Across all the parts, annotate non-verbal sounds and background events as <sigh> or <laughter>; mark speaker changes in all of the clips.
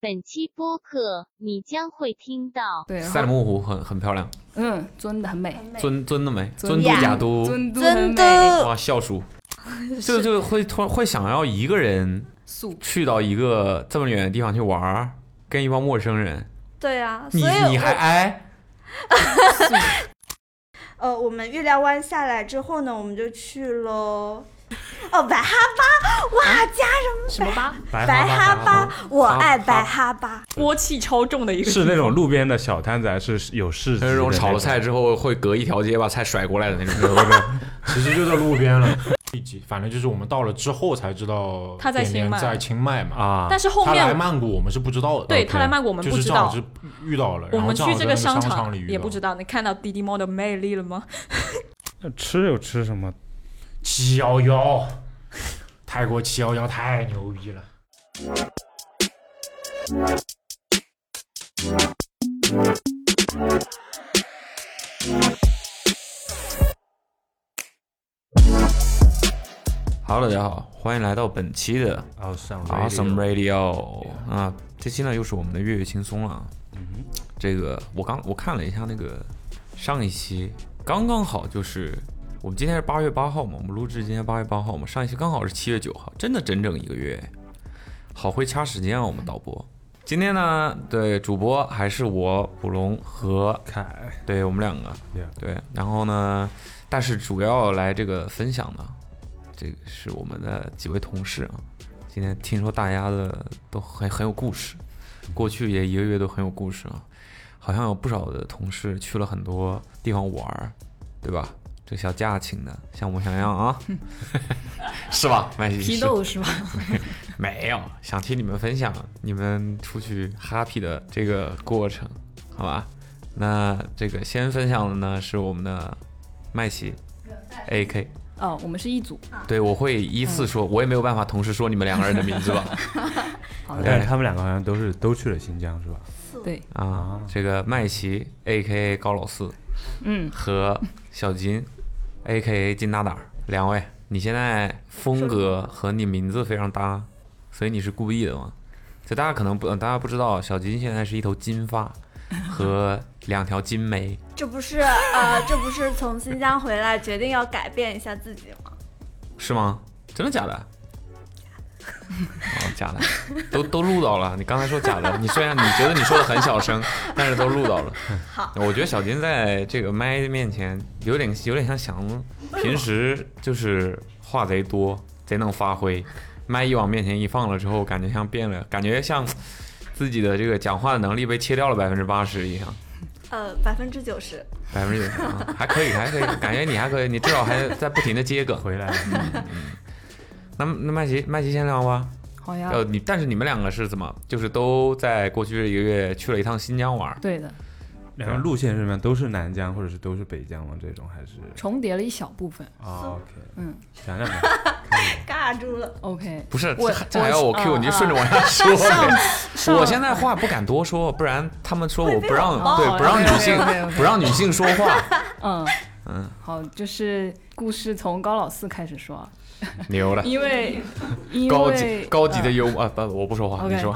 Speaker 1: 本期播客你将会听到
Speaker 2: 对，然
Speaker 3: 赛
Speaker 2: 后
Speaker 3: 里木湖很很漂亮，
Speaker 2: 嗯，尊的很美，
Speaker 3: 尊尊的美，
Speaker 2: 尊
Speaker 3: 尊度
Speaker 2: 呀
Speaker 3: 假都，
Speaker 2: 尊都很
Speaker 4: 真
Speaker 2: 美，
Speaker 4: 的，
Speaker 3: 哇，笑鼠，就就会突然会想要一个人
Speaker 2: 素
Speaker 3: 去到一个这么远的地方去玩儿，跟一帮陌生人，
Speaker 4: 对啊，所
Speaker 3: 你
Speaker 4: 以
Speaker 3: 你还
Speaker 4: 我
Speaker 3: 挨 <laughs>
Speaker 4: 呃，我们月亮湾下来之后呢，我们就去喽。哦，白哈巴，哇，家
Speaker 5: 什么吧？
Speaker 4: 白哈巴，我爱白
Speaker 3: 哈
Speaker 4: 哈巴。
Speaker 5: 锅气超重的一个，
Speaker 6: <laughs> 是那种路边的小摊子，还是有市集
Speaker 3: 那
Speaker 6: 的
Speaker 3: 种
Speaker 6: 种
Speaker 3: 炒了菜之后会隔一条街把菜甩过来的那种。
Speaker 7: 其实就在路边了。 <laughs> 一集，反正就是我们到了之后才知道
Speaker 5: 他在
Speaker 7: 点点
Speaker 5: 清迈
Speaker 7: 在清迈嘛。
Speaker 3: 啊
Speaker 5: 但是后
Speaker 7: 他来
Speaker 5: 面
Speaker 7: 曼谷我们是不知道的，
Speaker 5: 对
Speaker 7: OK
Speaker 5: 他来曼谷我们
Speaker 7: 就
Speaker 5: 不
Speaker 7: 是
Speaker 5: 知
Speaker 7: 正好
Speaker 5: 道。
Speaker 7: 是遇到了，
Speaker 5: 我
Speaker 7: 然后
Speaker 5: 们
Speaker 7: 正好
Speaker 5: 去
Speaker 7: 在
Speaker 5: 这
Speaker 7: 那个
Speaker 5: 商
Speaker 7: 场里遇到
Speaker 5: 也不知道，你看到滴滴猫的魅力了吗？
Speaker 6: 吃有吃什么？
Speaker 7: 七幺幺，泰国七幺幺太牛逼了。
Speaker 3: Hello，大家好，欢迎来到本期的
Speaker 6: 啊，上
Speaker 3: Awesome Radio 啊，这期呢又是我们的粤语轻松了啊。这个我刚我看了一下那个上一期，刚刚好就是我们今天是八月八号嘛，我们录制今天八月八号嘛，上一期刚好是七月九号，真的整整一个月，好会掐时间啊，我们导播。
Speaker 6: 嗯
Speaker 3: 今天呢，对主播还是我卜龙和
Speaker 6: 凯，
Speaker 3: 对我们两个
Speaker 6: Yeah
Speaker 3: 对，然后呢，但是主要来这个分享的，这个是我们的几位同事啊。今天听说大家的都很很有故事，过去也一个月都很有故事啊，好像有不少的同事去了很多地方玩儿，对吧？这小假请的，像模像样
Speaker 6: <laughs>
Speaker 3: 啊，是吧？麦西
Speaker 2: 批
Speaker 3: 是
Speaker 2: 斗是吧？
Speaker 3: 没有，想听你们分享你们出去 happy 的这个过程，好吧？那这个先分享的呢是我们的麦琪，AK。
Speaker 2: 哦，我们是一组，
Speaker 3: 对，我会依次说，我也没有办法同时说你们两个人的名字吧？
Speaker 2: 好
Speaker 6: 我
Speaker 2: 的，
Speaker 6: 看哎他们两个好像都是都去了新疆是吧？
Speaker 2: 对，
Speaker 3: 啊，这个麦琪 A.K.A 高老四
Speaker 2: 嗯，
Speaker 3: 和小金 A.K.A 金大胆儿两位，你现在风格和你名字非常搭，所以你是故意的吗？就大家可能不，呃大家不知道，小金现在是一头金发和两条金眉。
Speaker 4: 这不是呃，这不是从新疆回来决定要改变一下自己吗？
Speaker 3: 是吗？真的假的？哦，假的，都都录到了。你刚才说假的， <laughs> 你虽然你觉得你说的很小声，但是都录到了。
Speaker 4: 好，
Speaker 3: 我觉得小金在这个麦面前有点有点像祥子，平时就是话贼多，贼能发挥。麦一往面前一放了之后，感觉像变了，感觉像自己的这个讲话的能力被切掉了百分之八十一样。
Speaker 4: 呃，百分之九十。
Speaker 3: 百分之九
Speaker 6: <laughs>
Speaker 3: 十啊，还可以，还可以，感觉你还可以，你至少还在不停的接梗。嗯
Speaker 6: 回来
Speaker 3: 那那麦琪，麦琪先聊吧。
Speaker 2: 好呀，
Speaker 3: 呃，你但是你们两个是怎么，就是都在过去这一个月去了一趟新疆玩儿，
Speaker 2: 对的，
Speaker 6: 两个路线是什么？都是南疆或者是都是北疆吗？这种还是
Speaker 2: 重叠了一小部分
Speaker 6: 啊？OK，
Speaker 2: 嗯，
Speaker 6: 讲讲吧。
Speaker 4: 尬住了，
Speaker 2: ，OK，
Speaker 3: 不是
Speaker 2: 我
Speaker 3: 这这还要我
Speaker 2: 我
Speaker 3: Q，
Speaker 2: 啊
Speaker 3: 你就顺着往下说。
Speaker 2: 上
Speaker 3: 我现在话不敢多说，不然他们说我不让
Speaker 2: 网暴
Speaker 3: 对
Speaker 2: 哦
Speaker 3: 不让女性
Speaker 2: OK，OK，OK
Speaker 3: 不让女性说
Speaker 2: <laughs>
Speaker 3: 话，
Speaker 2: 嗯
Speaker 3: 嗯，
Speaker 2: 好，就是故事从高老四开始说啊，
Speaker 3: 牛了，
Speaker 2: 因为因
Speaker 3: <laughs> 高级
Speaker 2: 为呃
Speaker 3: 高级的幽默啊不我不说话，
Speaker 2: OK
Speaker 3: 你说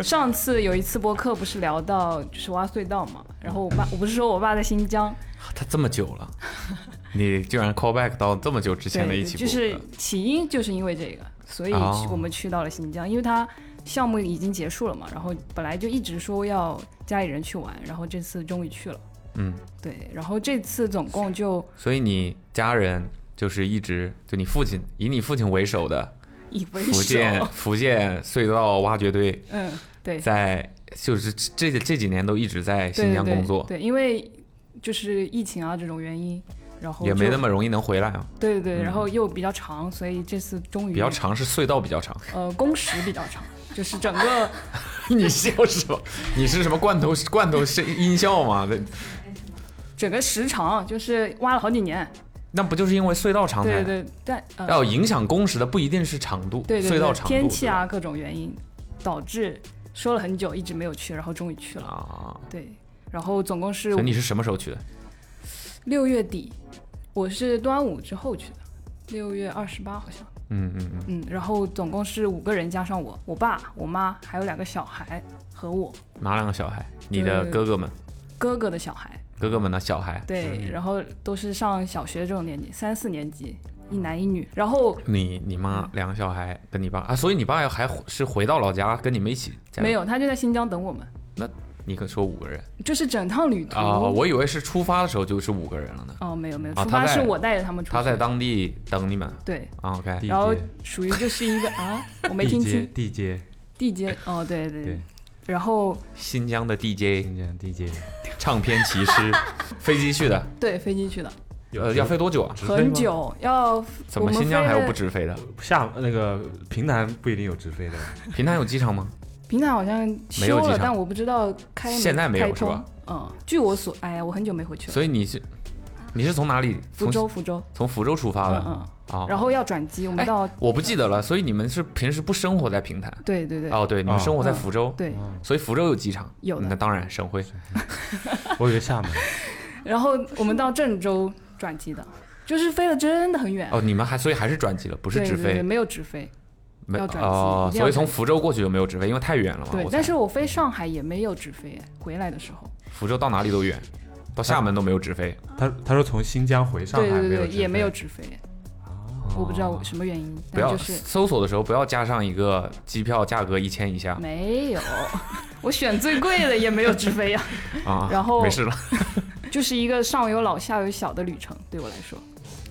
Speaker 2: 上次有一次播客不是聊到就是挖隧道嘛，然后我爸我不是说我爸在新疆，
Speaker 3: 他这么久了，你居然 call back 到这么久之前的
Speaker 2: 对
Speaker 3: 一期播
Speaker 2: 就
Speaker 3: 客，
Speaker 2: 是起因就是因为这个，所以
Speaker 3: 哦
Speaker 2: 我们去到了新疆，因为他项目已经结束了嘛，然后本来就一直说要家里人去玩，然后这次终于去了，
Speaker 3: 嗯，
Speaker 2: 对，然后这次总共就
Speaker 3: 所以你家人就是一直就你父亲以你父亲为首的
Speaker 2: 以为
Speaker 3: 福
Speaker 2: 首，
Speaker 3: 建福建隧道挖掘队。
Speaker 2: 嗯，对，
Speaker 3: 在就是这这这几年都一直在
Speaker 2: 对
Speaker 3: 新疆
Speaker 2: 对
Speaker 3: 工作，
Speaker 2: 对，因为就是疫情啊这种原因，然后
Speaker 3: 也没
Speaker 2: 就
Speaker 3: 那么容易能回来啊。
Speaker 2: 对对对，
Speaker 3: 嗯
Speaker 2: 然后又比较长，所以这次终于
Speaker 3: 比较，长是隧道比较
Speaker 2: <laughs>
Speaker 3: 长，
Speaker 2: 呃，工时比较长，就是整个
Speaker 3: 你笑什么？你是什么罐头罐头是音效吗？那
Speaker 2: 整个时长就是挖了好几年，
Speaker 3: 那不就是因为隧道长才
Speaker 2: 对对，但呃，
Speaker 3: 要影响工时的不一定是长度，
Speaker 2: 对对
Speaker 3: 隧道
Speaker 2: 对，
Speaker 3: 长度
Speaker 2: 天气啊各种原因导致说了很久一直没有去，然后终于去
Speaker 3: 对吧
Speaker 2: 了，
Speaker 3: 啊。
Speaker 2: 对，然后总共是
Speaker 3: 所以你是什么时候去的？
Speaker 2: 六月底，我是端午之后去的，六月二十八好像，
Speaker 3: 嗯嗯嗯，
Speaker 2: 嗯，然后总共是五个人加上我，我爸、我妈还有两个小孩和我
Speaker 3: 哪两个小孩？你的
Speaker 2: 对
Speaker 3: 哥哥们，
Speaker 2: 哥哥的小孩，
Speaker 3: 哥哥们的小孩，
Speaker 2: 对，然后都是上小学这种年纪，三四年级，一男一女，然后
Speaker 3: 你你
Speaker 2: 嗯
Speaker 3: 妈两个小孩跟你爸啊，所以你爸还回是回到老家跟你们一起？
Speaker 2: 没，有，他就在新疆等我们，
Speaker 3: 你可说五个人
Speaker 2: 就是整趟旅途。
Speaker 3: 啊、我以为是出发的时候就是五个人了呢。
Speaker 2: 哦没有没有，
Speaker 3: 啊
Speaker 2: 出
Speaker 3: 他
Speaker 2: 发
Speaker 3: 在
Speaker 2: 是我带着他们出去，
Speaker 3: 他在当地等你们
Speaker 2: 对，
Speaker 3: 啊，OK，
Speaker 6: 地
Speaker 2: 然后
Speaker 6: 接
Speaker 2: 属于就是一个啊，我没
Speaker 6: 地
Speaker 2: 听
Speaker 6: 接
Speaker 2: 清
Speaker 6: 地接
Speaker 2: 地接哦，对对
Speaker 6: 对，
Speaker 2: 然后
Speaker 3: 新疆的 DJ
Speaker 6: 新疆地接，
Speaker 3: 唱片骑
Speaker 2: <laughs>
Speaker 3: 师，飞机去的，
Speaker 2: 对飞机去的，
Speaker 3: 呃，要飞多久啊？
Speaker 6: 直飞吗
Speaker 2: 很久，要
Speaker 3: 怎
Speaker 2: 我
Speaker 3: 么
Speaker 2: 们
Speaker 3: 新疆
Speaker 2: 飞
Speaker 3: 还有
Speaker 2: 了
Speaker 3: 不直飞的？
Speaker 6: 下那个平潭不一定有直飞
Speaker 2: <laughs>
Speaker 6: 的，
Speaker 3: 平潭有机场吗？
Speaker 2: 平潭好像
Speaker 3: 没有
Speaker 2: 修
Speaker 3: 机
Speaker 2: 了
Speaker 3: 场，
Speaker 2: 但我不知道开
Speaker 3: 现在没有
Speaker 2: 开通
Speaker 3: 是吧？
Speaker 2: 嗯，据我所，哎呀，我很久没回去了。
Speaker 3: 所以你是你是从哪里？
Speaker 2: 福
Speaker 3: 从
Speaker 2: 州，福州，
Speaker 3: 从福州出发的
Speaker 2: 嗯嗯，
Speaker 3: 啊？
Speaker 2: 然后要转机，我们到，
Speaker 3: 我不记得了，所以你们是平时不生活在平潭？
Speaker 2: 对对对，
Speaker 3: 哦，对，你们
Speaker 6: 哦
Speaker 3: 生活在
Speaker 2: 嗯
Speaker 3: 福州，
Speaker 2: 对，
Speaker 3: 所以福州有机场。
Speaker 2: 有的
Speaker 3: 那当然省会。
Speaker 6: 我以为厦门。
Speaker 2: 然后我们到郑州转机的，就是飞了真的很远，
Speaker 3: 哦，你们还所以还是转机了，不是
Speaker 2: 对
Speaker 3: 直
Speaker 2: 对对，
Speaker 3: 飞，
Speaker 2: 没有直飞，
Speaker 3: 没
Speaker 2: 要转机
Speaker 3: 哦
Speaker 2: 一，定要
Speaker 3: 所以从
Speaker 2: 转
Speaker 3: 福州过去就没有直飞，因为太远了嘛。
Speaker 2: 对
Speaker 3: 哦我，
Speaker 2: 但
Speaker 3: 猜
Speaker 2: 是我飞上海也没有直飞，回来的时候，
Speaker 3: 福州到哪里都远，到厦门都没有直
Speaker 2: 嗯
Speaker 3: 飞。
Speaker 6: 他他说从新疆回上
Speaker 2: 对
Speaker 6: 海
Speaker 2: 对
Speaker 6: 没有
Speaker 2: 对，
Speaker 6: 直
Speaker 2: 也没有
Speaker 6: 飞
Speaker 2: 直飞，我不知道什么原因，
Speaker 3: 哦
Speaker 2: 但
Speaker 3: 不要
Speaker 2: 就是
Speaker 3: 搜索的时候不要加上一个机票价格一千以下
Speaker 2: 没有， <laughs> 我选最贵的也没有直飞
Speaker 3: <laughs>
Speaker 2: 呀，
Speaker 3: 啊。
Speaker 2: 嗯然后
Speaker 3: 没事了，
Speaker 2: 就是一个上有老下有小的旅程，对我来说，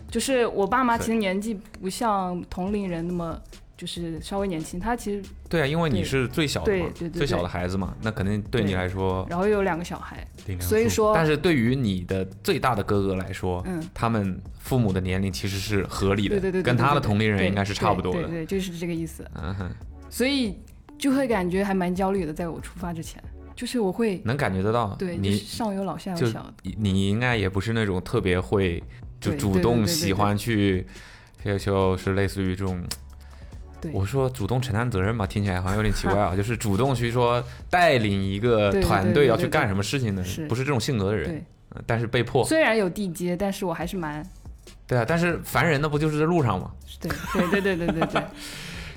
Speaker 2: 就是我爸妈其实年纪不像同龄人那么。就是稍微年轻，他其实
Speaker 3: 对啊，因为你
Speaker 2: 对
Speaker 3: 是最小的
Speaker 2: 对
Speaker 3: 嘛
Speaker 2: 对对，对
Speaker 3: 最小的孩子嘛，那肯定对你
Speaker 2: 对
Speaker 3: 来说，
Speaker 2: 然后又有两个小孩，
Speaker 6: 顶梁
Speaker 2: 所以
Speaker 6: 柱
Speaker 2: 说，
Speaker 3: 但是对于你的最大的哥哥来说，
Speaker 2: 嗯，
Speaker 3: 他们父母的年龄其实是合理的，
Speaker 2: 对对对，对
Speaker 3: 跟他
Speaker 2: 对
Speaker 3: 的
Speaker 2: 对
Speaker 3: 同龄人
Speaker 2: 对
Speaker 3: 应该是差不多
Speaker 2: 对
Speaker 3: 的
Speaker 2: 对。对，就是这个意思。
Speaker 3: 嗯哼，
Speaker 2: 所以就会感觉还蛮焦虑的，在我出发之前，就是我会
Speaker 3: 能感觉得到，
Speaker 2: 对，就是
Speaker 3: 你
Speaker 2: 上有老下
Speaker 3: 就
Speaker 2: 有小，
Speaker 3: 你应该也不是那种特别会就
Speaker 2: 对
Speaker 3: 主
Speaker 2: 对对对
Speaker 3: 动
Speaker 2: 对
Speaker 3: 喜
Speaker 2: 对
Speaker 3: 欢去，就就是类似于这种。
Speaker 2: 对
Speaker 3: 我说主动承担责任吧，听起来好像有点奇
Speaker 2: <laughs>
Speaker 3: 怪啊，就是主动去说带领一个
Speaker 2: 对对
Speaker 3: 团
Speaker 2: 对
Speaker 3: 队
Speaker 2: 对
Speaker 3: 要
Speaker 2: 对
Speaker 3: 去
Speaker 2: 对
Speaker 3: 干什么事情的，
Speaker 2: 是
Speaker 3: 不是这种性格的人，
Speaker 2: 对，
Speaker 3: 嗯但是被迫，
Speaker 2: 虽然有地接，但是我还是蛮
Speaker 3: 对啊，但是凡人那不就是在路上吗？
Speaker 2: 对对对对对对对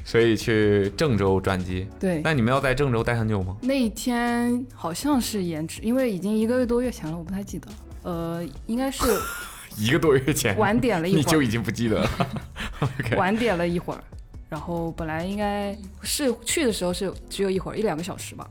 Speaker 3: 所以去郑州转机，
Speaker 2: 对。
Speaker 3: <laughs> 那你们要在郑州待很久吗？
Speaker 2: 那一天好像是延迟，因为已经一个多月前了，我不太记得了。呃，应该是
Speaker 3: 一个多月前
Speaker 2: 晚点
Speaker 3: <laughs>
Speaker 2: 了一会儿，
Speaker 3: 已经不记得了。OK
Speaker 2: 晚点了一会儿。然后本来应该是去的时候是只有一会儿，一两个小时吧。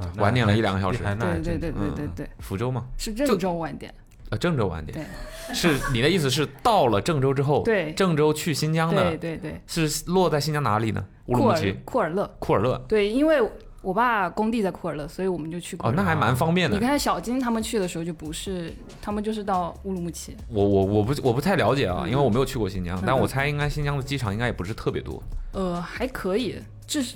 Speaker 6: 啊
Speaker 3: 晚点了一两个小时
Speaker 6: 那还那还
Speaker 2: 对对
Speaker 6: 真
Speaker 2: 对对对
Speaker 3: 嗯
Speaker 2: 对，
Speaker 3: 福州吗？
Speaker 2: 是郑州晚点。
Speaker 3: 呃，郑州晚点。是你的意思是到了郑州之后，
Speaker 2: 对
Speaker 3: 郑州去新疆
Speaker 2: 对
Speaker 3: 哦的，
Speaker 2: 对对，
Speaker 3: 是落在新疆哪里呢？乌鲁
Speaker 2: 库
Speaker 3: 木
Speaker 2: 尔
Speaker 3: 齐、
Speaker 2: 库尔勒，
Speaker 3: 库尔勒。
Speaker 2: 对，因为我爸工地在库尔勒，所以我们就去库
Speaker 3: 哦，
Speaker 2: 尔勒。
Speaker 3: 那还蛮方便
Speaker 2: 你
Speaker 3: 的。
Speaker 2: 看小金他们去的时候就不是，他们就是到乌鲁木齐。
Speaker 3: 我我我不我不太了解啊，因为我没有去过新疆，
Speaker 2: 嗯
Speaker 3: 但我猜应该新疆的机场应该也不是特别多。
Speaker 2: 呃，还可以，至是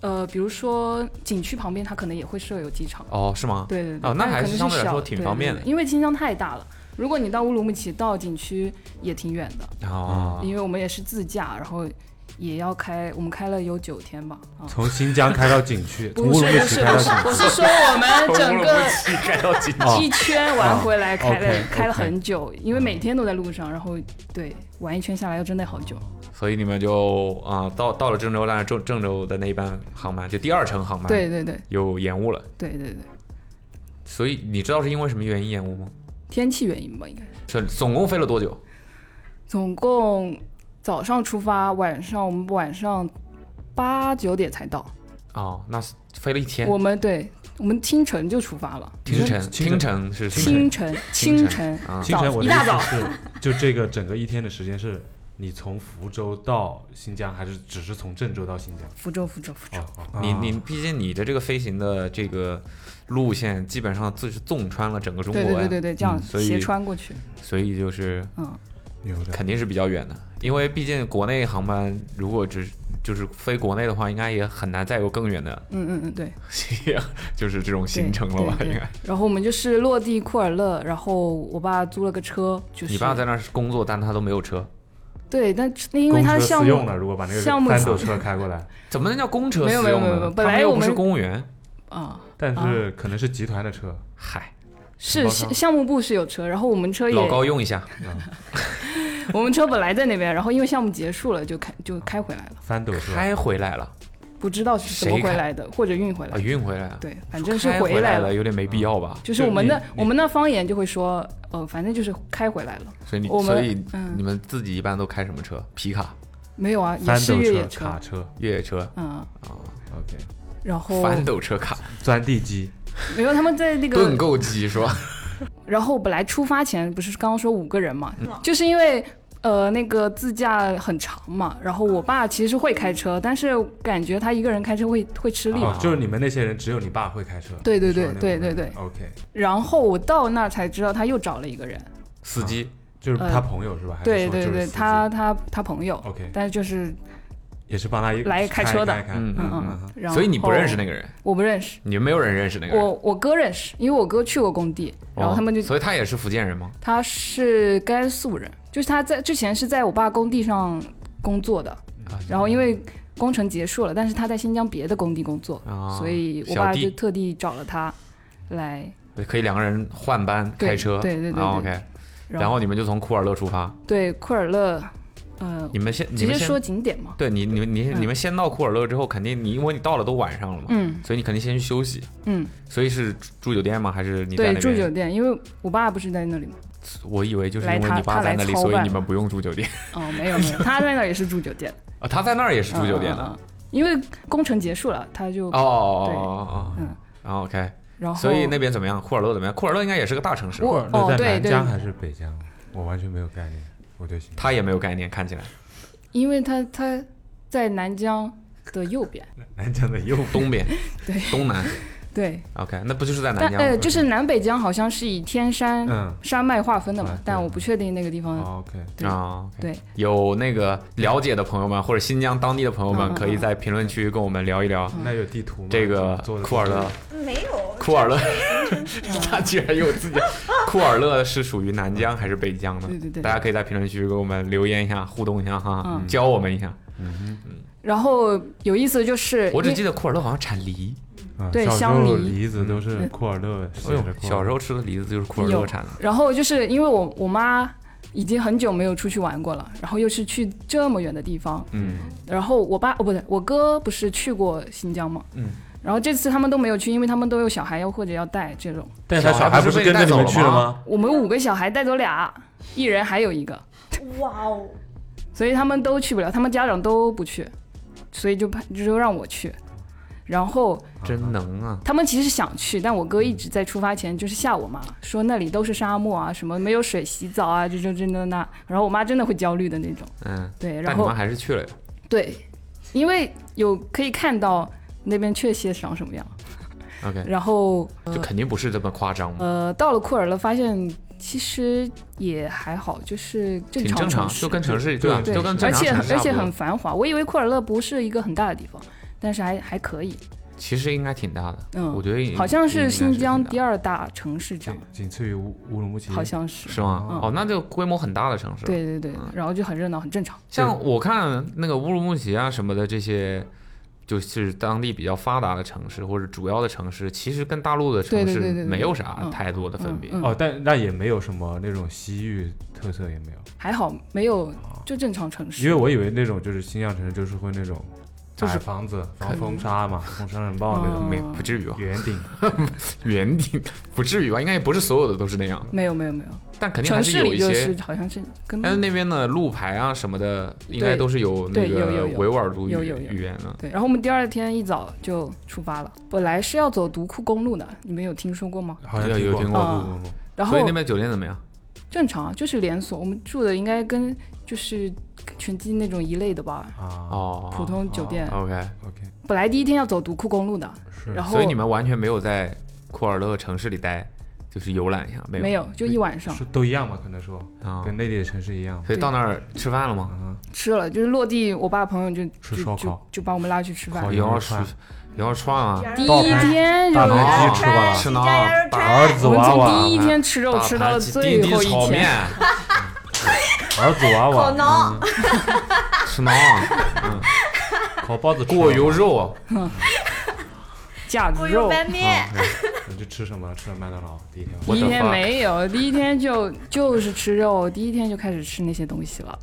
Speaker 2: 呃，比如说景区旁边，它可能也会设有机场。
Speaker 3: 哦，是吗？
Speaker 2: 对对对，
Speaker 3: 哦那
Speaker 2: 但
Speaker 3: 还
Speaker 2: 可
Speaker 3: 是
Speaker 2: 能
Speaker 3: 相对来
Speaker 2: 小
Speaker 3: 说
Speaker 2: 的
Speaker 3: 挺
Speaker 2: 对
Speaker 3: 方
Speaker 2: 对
Speaker 3: 便
Speaker 2: 对
Speaker 3: 的
Speaker 2: 因为新疆太大了。如果你到乌鲁木齐到景区也挺远的，
Speaker 3: 哦，
Speaker 2: 因为我们也是自驾，然后也要开，我们开了有九天吧。啊，
Speaker 6: 从新疆开到景区，从
Speaker 2: 不
Speaker 6: 乌
Speaker 2: 是
Speaker 6: 鲁
Speaker 2: 不是
Speaker 6: 木
Speaker 2: 不
Speaker 6: 齐
Speaker 2: 是
Speaker 6: 开到景，
Speaker 2: 我
Speaker 6: 区，
Speaker 2: 是说我们整个
Speaker 3: 开到机
Speaker 6: 哦
Speaker 2: 一圈玩回来，开了、
Speaker 6: OK，OK
Speaker 2: 开了很久，因为每天都在路上，然后对玩一圈下来要真的好久。
Speaker 3: 所以你们就啊、到到了郑州，但是郑郑州的那一班航班就第二程航班
Speaker 2: 对对对
Speaker 3: 有延误了，
Speaker 2: 对对对，
Speaker 3: 所以你知道是因为什么原因延误吗？
Speaker 2: 天气原因吧，应该是。
Speaker 3: 这总共飞了多久？
Speaker 2: 总共早上出发，晚上我们晚上八九点才到。
Speaker 3: 哦，那是飞了一天
Speaker 2: 我。们对我们清晨就出发了，
Speaker 3: 清晨，
Speaker 6: 清晨
Speaker 3: 清晨是
Speaker 2: 清晨
Speaker 3: 清晨
Speaker 2: 晨
Speaker 3: 啊
Speaker 6: 清晨
Speaker 2: 早
Speaker 6: 我
Speaker 2: 一
Speaker 6: 的
Speaker 2: 大早
Speaker 6: 意思是，就这个整个一天的时间是，你从福州到新疆，还是只是从郑州到新疆？
Speaker 2: 福州福州福州。
Speaker 6: 哦
Speaker 3: 你你毕竟你的这个飞行的这个路线，基本上自是纵穿了整个中国
Speaker 2: 对
Speaker 3: 呀，
Speaker 2: 对对对对，这样
Speaker 3: 嗯所以
Speaker 2: 斜穿过去，
Speaker 3: 所以就是
Speaker 2: 嗯，
Speaker 6: 牛的，
Speaker 3: 肯定是比较远的，因为毕竟国内航班如果只就是飞国内的话，应该也很难再有更远的， <laughs>
Speaker 2: 嗯嗯嗯，对。
Speaker 3: 就是这种行程了吧？
Speaker 2: 对对
Speaker 3: 应
Speaker 2: 对
Speaker 3: 该。
Speaker 2: 然后我们就是落地库尔勒，然后我爸租了个车，就是
Speaker 3: <laughs> 你爸在那儿工作，但他都没有车，
Speaker 2: 对，但那因为他的
Speaker 6: 公车
Speaker 2: 项
Speaker 6: 私
Speaker 2: 目
Speaker 6: 用的，如果把那个
Speaker 2: 项目啊
Speaker 6: 三斗车开过来，
Speaker 3: 怎么能叫公车
Speaker 2: 没
Speaker 3: 私
Speaker 2: 有
Speaker 3: 用
Speaker 2: 没
Speaker 3: 呢？
Speaker 2: 有没有没有本来
Speaker 3: 他们又
Speaker 2: 我
Speaker 3: 不
Speaker 2: 们
Speaker 3: 是公务员，
Speaker 2: 啊，
Speaker 6: 但是可能是集团的车，
Speaker 3: 嗨，
Speaker 2: 是
Speaker 6: 包
Speaker 2: 是
Speaker 6: 厢
Speaker 2: 项目部是有车，然后我们车也
Speaker 3: 老高用一下，
Speaker 2: <laughs> 我们车本来在那边，然后因为项目结束了，就开就开回来了，
Speaker 6: 翻斗是吧？
Speaker 3: 开回来了
Speaker 2: 不知道是怎么
Speaker 3: 谁开
Speaker 2: 回来的，或者运回来
Speaker 3: 啊，
Speaker 2: 的。
Speaker 3: 运回来了，
Speaker 2: 对，反正是
Speaker 3: 开回
Speaker 2: 来
Speaker 3: 了，有点没必要吧？
Speaker 2: 就是
Speaker 6: 就
Speaker 2: 我们
Speaker 6: 你
Speaker 2: 那
Speaker 6: 你
Speaker 2: 我们那方言就会说，呃，反正就是开回来了。
Speaker 3: 所以你
Speaker 2: 我们
Speaker 3: 所以
Speaker 2: 嗯
Speaker 3: 你们自己一般都开什么车？皮卡、
Speaker 2: 没有啊，也
Speaker 6: 翻
Speaker 2: 是
Speaker 6: 斗
Speaker 2: 越野车
Speaker 6: 卡，车
Speaker 3: 越野车、
Speaker 2: 嗯，
Speaker 6: ，OK，
Speaker 2: 然后
Speaker 3: 翻斗车卡、
Speaker 6: 钻地机，
Speaker 2: 没有他们在那
Speaker 3: 盾
Speaker 2: 个，啊
Speaker 3: 构机是吧？
Speaker 2: 然后本来出发前不是刚刚说五个人嘛， <laughs> 就是因为。呃，那个自驾很长嘛，然后我爸其实会开车，但是感觉他一个人开车会会吃力。
Speaker 6: 哦就是你们那些人只有你爸会开车。
Speaker 2: 对对对
Speaker 6: 是吧
Speaker 2: 对
Speaker 6: 那种
Speaker 2: 对对
Speaker 6: ，OK，
Speaker 2: 然后我到那儿才知道他又找了一个人，
Speaker 3: 司机
Speaker 6: 就是
Speaker 2: 呃
Speaker 6: 他朋友是吧？还是
Speaker 2: 对
Speaker 6: 说
Speaker 2: 对
Speaker 6: 就是
Speaker 2: 对，
Speaker 6: 司机
Speaker 2: 他他他朋友
Speaker 6: OK
Speaker 2: 但是就是
Speaker 6: 也是帮他一
Speaker 2: 来
Speaker 6: 开
Speaker 2: 开车的
Speaker 6: 开开
Speaker 3: 嗯
Speaker 2: 嗯
Speaker 3: 嗯
Speaker 2: 嗯，然后
Speaker 3: 所以你不认识那个人，
Speaker 2: 我不认识，
Speaker 3: 你们没有人认识那个人。
Speaker 2: 我我哥认识，因为我哥去过工地，然后他们就、
Speaker 3: 哦所以他也是福建人吗？
Speaker 2: 他是甘肃人，就是他在之前是在我爸工地上工作的，
Speaker 3: 嗯
Speaker 2: 然后因为工程结束了，但是他在新疆别的工地工作，
Speaker 3: 啊
Speaker 2: 所以我
Speaker 3: 小
Speaker 2: 爸
Speaker 3: 弟
Speaker 2: 就特地找了他来，
Speaker 3: 可以两个人换班
Speaker 2: 对
Speaker 3: 开车，
Speaker 2: 对对对对
Speaker 3: 啊 OK，然后你们就从库尔勒出发，
Speaker 2: 对库尔勒，呃，
Speaker 3: 你们先你
Speaker 2: 直
Speaker 3: 们
Speaker 2: 接
Speaker 3: 先
Speaker 2: 说景点嘛，
Speaker 3: 对你你们你你们先到库尔勒之后，肯定你因为你到了都晚上了嘛，
Speaker 2: 嗯
Speaker 3: 所以你肯定先去休息，
Speaker 2: 嗯，
Speaker 3: 所以是住住酒店吗？还是你在
Speaker 2: 对，
Speaker 3: 那
Speaker 2: 住酒
Speaker 3: 边？
Speaker 2: 店，因为我爸不是在那里嘛，
Speaker 3: 我以为就是因
Speaker 2: 来
Speaker 3: 为
Speaker 2: 他
Speaker 3: 你爸
Speaker 2: 他
Speaker 3: 在
Speaker 2: 来
Speaker 3: 那里，
Speaker 2: 操
Speaker 3: 所以
Speaker 2: 办
Speaker 3: 你们不用住酒店
Speaker 2: <laughs> 哦，没有没有，他在那儿也是住酒店，
Speaker 3: 啊，他在那儿也 <laughs> 是住酒店的
Speaker 2: 嗯，嗯嗯因为工程结束了，他就，
Speaker 3: 哦哦哦哦
Speaker 2: 嗯对嗯
Speaker 3: 哦哦，OK，
Speaker 2: 然后
Speaker 3: 所以那边怎么样？库尔勒怎么样？库尔勒应该也是个大城市吧，
Speaker 6: 库尔勒
Speaker 2: 哦
Speaker 6: 在
Speaker 2: 对
Speaker 6: 南
Speaker 2: 对
Speaker 6: 疆还是北疆？我完全没有概念，我对新疆
Speaker 3: 他也没有概念，看起来
Speaker 2: 因为他他在南疆的右边，
Speaker 6: 南疆的右边
Speaker 3: 东边
Speaker 2: <laughs> 对
Speaker 3: 东南
Speaker 2: 对，
Speaker 3: ，OK，那不就是在南
Speaker 2: 但
Speaker 3: 疆嗯
Speaker 2: 呃，
Speaker 3: 吗？
Speaker 2: 就是南北疆好像是以天山、
Speaker 6: 嗯
Speaker 2: 山脉划分的嘛，
Speaker 6: 啊对
Speaker 2: 但我不确定那个地
Speaker 3: 嗯
Speaker 2: 方。
Speaker 6: 哦，OK，
Speaker 2: 对
Speaker 3: 啊，OK，
Speaker 2: 对
Speaker 3: 有那个了解的朋友们，或者新疆当地的朋友
Speaker 2: 嗯
Speaker 3: 们，
Speaker 2: 嗯
Speaker 3: 可以在评论区跟我们聊一聊
Speaker 6: 那有地图吗？
Speaker 3: 这个
Speaker 6: 做的
Speaker 3: 库尔勒。
Speaker 4: 没有，
Speaker 3: 库尔勒，
Speaker 2: <laughs>
Speaker 3: 他居然有自己。库尔勒是属于南疆还是北疆呢？
Speaker 2: 对嗯对对
Speaker 3: 大家可以在评论区给我们留言一下，互动一下哈，
Speaker 2: 嗯
Speaker 3: 教我们一下。
Speaker 2: 然后有意思就是，
Speaker 3: 我只
Speaker 2: 因
Speaker 3: 记得库尔勒好像产梨，
Speaker 6: 啊
Speaker 2: 对
Speaker 6: 小时
Speaker 2: 香嗯
Speaker 6: 候
Speaker 2: 梨
Speaker 6: 梨子都是库尔勒
Speaker 3: 哎
Speaker 6: 写
Speaker 3: 呦
Speaker 6: 着，库尔勒，
Speaker 3: 小时候吃的梨子就是库尔勒
Speaker 2: 有
Speaker 3: 产的。
Speaker 2: 然后就是因为我我妈已经很久没有出去玩过了，然后又是去这么远的地方，
Speaker 3: 嗯，
Speaker 2: 然后我爸哦不对，我哥不是去过新疆嘛，
Speaker 3: 嗯，
Speaker 2: 然后这次他们都没有去，因为他们都有小孩要或者要带这种，
Speaker 7: 但是他小孩不是跟着你们去了吗？
Speaker 2: 我们五个小孩带走俩，一人还有一个，
Speaker 4: 哇哦，
Speaker 2: 所以他们都去不了，他们家长都不去，所以就派就让我去。然后
Speaker 3: 真能啊！
Speaker 2: 他们其实想去，但我哥一直在出发前就是吓我妈，说那里都是沙漠啊，什么没有水洗澡啊，这这这那那。然后我妈真的会焦虑的那种，
Speaker 3: 嗯，
Speaker 2: 对，然
Speaker 3: 但你
Speaker 4: <laughs>
Speaker 2: 后
Speaker 3: 们还是去了呀。
Speaker 2: 对，因为有可以看到那边确切长什么样。
Speaker 3: OK，
Speaker 2: 然后
Speaker 3: 就肯定不是这么夸张嘛，
Speaker 2: 呃，到了库尔勒发现其实也还好，就是正
Speaker 3: 挺
Speaker 2: 常
Speaker 3: 正常，
Speaker 2: 城市
Speaker 3: 就跟城市
Speaker 6: 对
Speaker 3: 吧？
Speaker 2: 对，
Speaker 3: 就跟正
Speaker 2: 而
Speaker 3: 常
Speaker 2: 且
Speaker 3: 城
Speaker 2: 很
Speaker 3: 市
Speaker 2: 而
Speaker 3: 差
Speaker 2: 且
Speaker 3: 不多
Speaker 2: 很繁华。我以为库尔勒不是一个很大的地方，但是还还可以，
Speaker 3: 其实应该挺大的，
Speaker 2: 嗯
Speaker 3: 我觉得
Speaker 2: 好像是新疆第
Speaker 3: 二，
Speaker 2: 二大城市这样
Speaker 6: 仅，仅次于乌乌鲁木齐，
Speaker 2: 好像是。
Speaker 3: 是嗯吗？
Speaker 2: 嗯
Speaker 3: 哦，那就规模很大的城市。，
Speaker 2: 对对对，然后就很热闹，很正常。
Speaker 3: 像我看那个乌鲁木齐啊什么的这些，就是当地比较发达的城市或者主要的城市，其实跟大陆的城
Speaker 2: 对对对
Speaker 3: 市
Speaker 2: 对对
Speaker 3: 没有啥
Speaker 2: 嗯
Speaker 3: 太多的分别。
Speaker 2: 嗯嗯
Speaker 6: 哦，但那也没有什么那种西域特色也没有，
Speaker 2: 还好没有
Speaker 3: 哦
Speaker 2: 就正常城市。
Speaker 6: 因为我以为那种就是新疆城市就是会那种
Speaker 3: 就是
Speaker 6: 矮房子防风沙嘛，风沙很
Speaker 2: 哦
Speaker 6: 棒那种
Speaker 3: 没
Speaker 2: 嗯
Speaker 3: 不至于吧？
Speaker 6: 圆顶，
Speaker 3: 圆顶不至于吧？应该也不是所有的都是那样的，
Speaker 2: 没有没有没有，
Speaker 3: 但肯定还
Speaker 2: 城
Speaker 3: 是
Speaker 2: 市
Speaker 3: 有
Speaker 2: 里
Speaker 3: 一
Speaker 2: 就
Speaker 3: 些
Speaker 2: 是好像是根
Speaker 3: 但是
Speaker 2: 本
Speaker 3: 那边的路牌啊什么的，应该
Speaker 2: 对
Speaker 3: 都是有那
Speaker 2: 对有
Speaker 3: 个
Speaker 2: 有有
Speaker 3: 维吾尔族语
Speaker 2: 有有有
Speaker 3: 语言的。
Speaker 2: 对。然后我们第二天一早就出发了，本来是要走独库公路的，你们有听说过吗？
Speaker 6: 好像
Speaker 3: 有有听
Speaker 2: 过
Speaker 6: 过哦过过
Speaker 2: 然后
Speaker 3: 所以那边酒店怎么样？
Speaker 2: 正常啊就是连锁，我们住的应该跟就是拳击那种一类的吧，
Speaker 6: 啊
Speaker 3: 哦，
Speaker 2: 普通酒店。
Speaker 3: OK，
Speaker 6: ，OK，
Speaker 2: 本来第一天要走独库公路的，
Speaker 6: 是
Speaker 2: 然后
Speaker 3: 所以你们完全没有在库尔勒城市里待，就是游览一下，没有？
Speaker 2: 没有就一晚上
Speaker 6: 是都一样嘛？可能说
Speaker 3: 啊、
Speaker 6: 跟内地的城市
Speaker 3: <laughs>
Speaker 6: 一样，
Speaker 3: 所以到那儿吃饭了吗？
Speaker 6: 嗯，
Speaker 2: 吃了，就是落地，我爸朋友就
Speaker 6: 吃
Speaker 2: 就
Speaker 6: 烧
Speaker 2: 就
Speaker 6: 烤
Speaker 2: 就把我们拉去吃饭
Speaker 6: 烤。
Speaker 3: 羊
Speaker 6: 羊
Speaker 3: 肉
Speaker 6: 肉
Speaker 3: 串
Speaker 6: 串，
Speaker 3: 羊肉串啊，
Speaker 4: 羊
Speaker 2: 第
Speaker 4: 肉
Speaker 2: 一
Speaker 4: 串
Speaker 2: 天就
Speaker 6: 大
Speaker 2: 我
Speaker 6: 盘
Speaker 2: 们
Speaker 6: 鸡吃完了，
Speaker 3: 吃
Speaker 4: 新
Speaker 3: 呢
Speaker 4: 疆羊
Speaker 6: 哦
Speaker 4: 肉串，
Speaker 6: 儿子娃
Speaker 2: 从
Speaker 6: 娃
Speaker 2: 第，一天吃肉
Speaker 3: 哦大
Speaker 2: 吃到了
Speaker 3: 盘鸡滴
Speaker 2: 最
Speaker 3: 滴
Speaker 2: 后
Speaker 3: 炒
Speaker 2: 一天，
Speaker 3: 面，
Speaker 6: <laughs> 儿子娃嗯
Speaker 4: 可
Speaker 6: 娃，
Speaker 4: 能
Speaker 2: <laughs>
Speaker 3: 吃呢，
Speaker 6: 烤包子，
Speaker 3: 过油，肉，
Speaker 2: 架子
Speaker 4: 我有
Speaker 2: 肉。
Speaker 4: 拌面，
Speaker 6: 啊对 <laughs> 那就吃什么？吃了麦当劳第一天。
Speaker 2: 第一
Speaker 3: What
Speaker 2: 天
Speaker 3: the fuck？
Speaker 2: 没有，第一天就就是吃肉，第一天就开始吃那些东西了。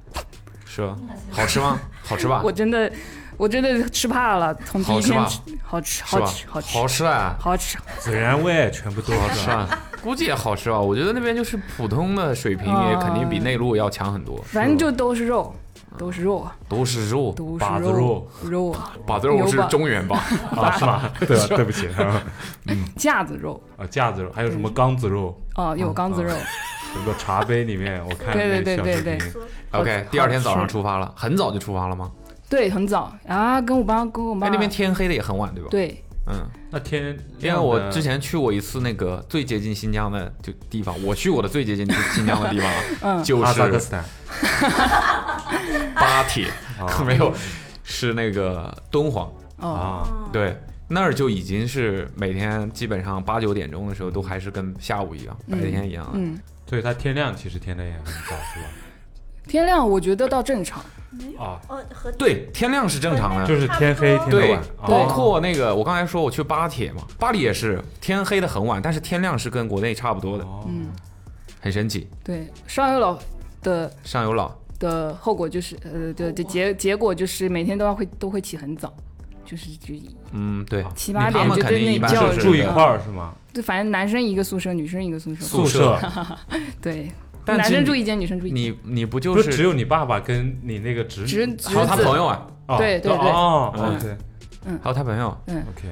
Speaker 3: 是吧？好吃吗？好吃吧
Speaker 2: 我？真的，我真的吃怕了，从第一天
Speaker 3: 啊好吃
Speaker 2: 吃，好吃，好
Speaker 3: 是吧
Speaker 2: 吃，？好吃
Speaker 3: 好，吃啊！
Speaker 2: 好吃，
Speaker 6: 孜然味全部都
Speaker 3: 好
Speaker 6: 是
Speaker 3: 吃啊！估计也好吃吧。我觉得那边就是普通的水平，也肯定比内陆要强很多。
Speaker 2: 反正就都是肉，都是肉，啊
Speaker 3: 都是肉，
Speaker 2: 都
Speaker 6: 把
Speaker 2: 是
Speaker 6: 子肉
Speaker 2: 肉，啊
Speaker 3: 把子肉
Speaker 2: 牛
Speaker 3: 是
Speaker 2: 吧
Speaker 3: 中
Speaker 2: <laughs>
Speaker 3: 原吧？
Speaker 6: 啊，是吗？对啊，对不起，啊，
Speaker 2: 架子肉，
Speaker 6: 架子肉还有什么缸子肉，
Speaker 2: 哦，有缸子肉，
Speaker 6: 有个茶杯里面，我看
Speaker 2: 对
Speaker 6: 那
Speaker 2: 对
Speaker 6: 个小
Speaker 2: 对
Speaker 6: 视
Speaker 2: 对
Speaker 6: 频，
Speaker 2: 好
Speaker 3: OK，
Speaker 2: 好
Speaker 3: 第二天早上
Speaker 2: 吃
Speaker 3: 出发了，很早就出发了吗？
Speaker 2: 对，很早啊，跟我爸跟我妈
Speaker 3: 哎，那边天黑的也很晚，对吧？，
Speaker 2: 对，
Speaker 3: 嗯，
Speaker 6: 那天
Speaker 3: 因为我之前去过一次那个最接近新疆的就地方，我去过的最接近新疆的地方啊
Speaker 2: <laughs> 嗯
Speaker 3: <laughs> 就
Speaker 6: 哈萨克
Speaker 3: 是
Speaker 6: 斯坦
Speaker 3: 巴铁，
Speaker 6: 啊
Speaker 3: 没有，是那个敦煌，
Speaker 2: 哦，
Speaker 6: 啊，
Speaker 3: 对，那儿就已经是每天基本上八九点钟的时候都还是跟下午一样，白天一样啊。
Speaker 2: 嗯，
Speaker 6: 所以它天亮其实天的也很早，是吧？
Speaker 2: 天亮我觉得倒正常，
Speaker 6: 啊，
Speaker 4: 哦，和，
Speaker 3: 对，天亮是正常的，
Speaker 7: 啊
Speaker 6: 就是天黑天的
Speaker 3: 对哦
Speaker 6: 晚，，
Speaker 3: 包
Speaker 6: 啊
Speaker 3: 括那个我刚才说我去巴铁嘛，巴黎也是天黑的很晚，但是天亮是跟国内差不多的，
Speaker 6: 哦
Speaker 2: 嗯，
Speaker 3: 很神奇。
Speaker 2: 对，上有老的
Speaker 3: 上有老，
Speaker 2: 的后果就是，呃，对，就结结果就是每天都要会都会起很早，就是就
Speaker 3: 嗯，对，
Speaker 2: 七八
Speaker 3: 他
Speaker 2: 点
Speaker 3: 们
Speaker 2: 就
Speaker 3: 肯
Speaker 2: 跟
Speaker 3: 定一
Speaker 2: 那
Speaker 3: 般
Speaker 2: 叫
Speaker 3: 就
Speaker 6: 就是住一块儿是吗？
Speaker 2: 对，反正男生一个宿舍，女生一个宿舍，
Speaker 3: 宿舍
Speaker 6: 舍，
Speaker 2: 对，
Speaker 3: 但
Speaker 2: 男
Speaker 3: 是
Speaker 2: 生
Speaker 3: 你
Speaker 2: 住一间，女生住一间，
Speaker 3: 你你不就
Speaker 6: 不是只
Speaker 3: 是
Speaker 6: 有你爸爸跟你那个侄
Speaker 2: 侄
Speaker 6: 女，
Speaker 2: 侄
Speaker 3: 还有他
Speaker 2: 子
Speaker 3: 朋友啊，
Speaker 6: 哦
Speaker 2: 对对对
Speaker 6: 哦
Speaker 3: 嗯
Speaker 6: ，OK
Speaker 3: 还有他朋友，
Speaker 6: OK，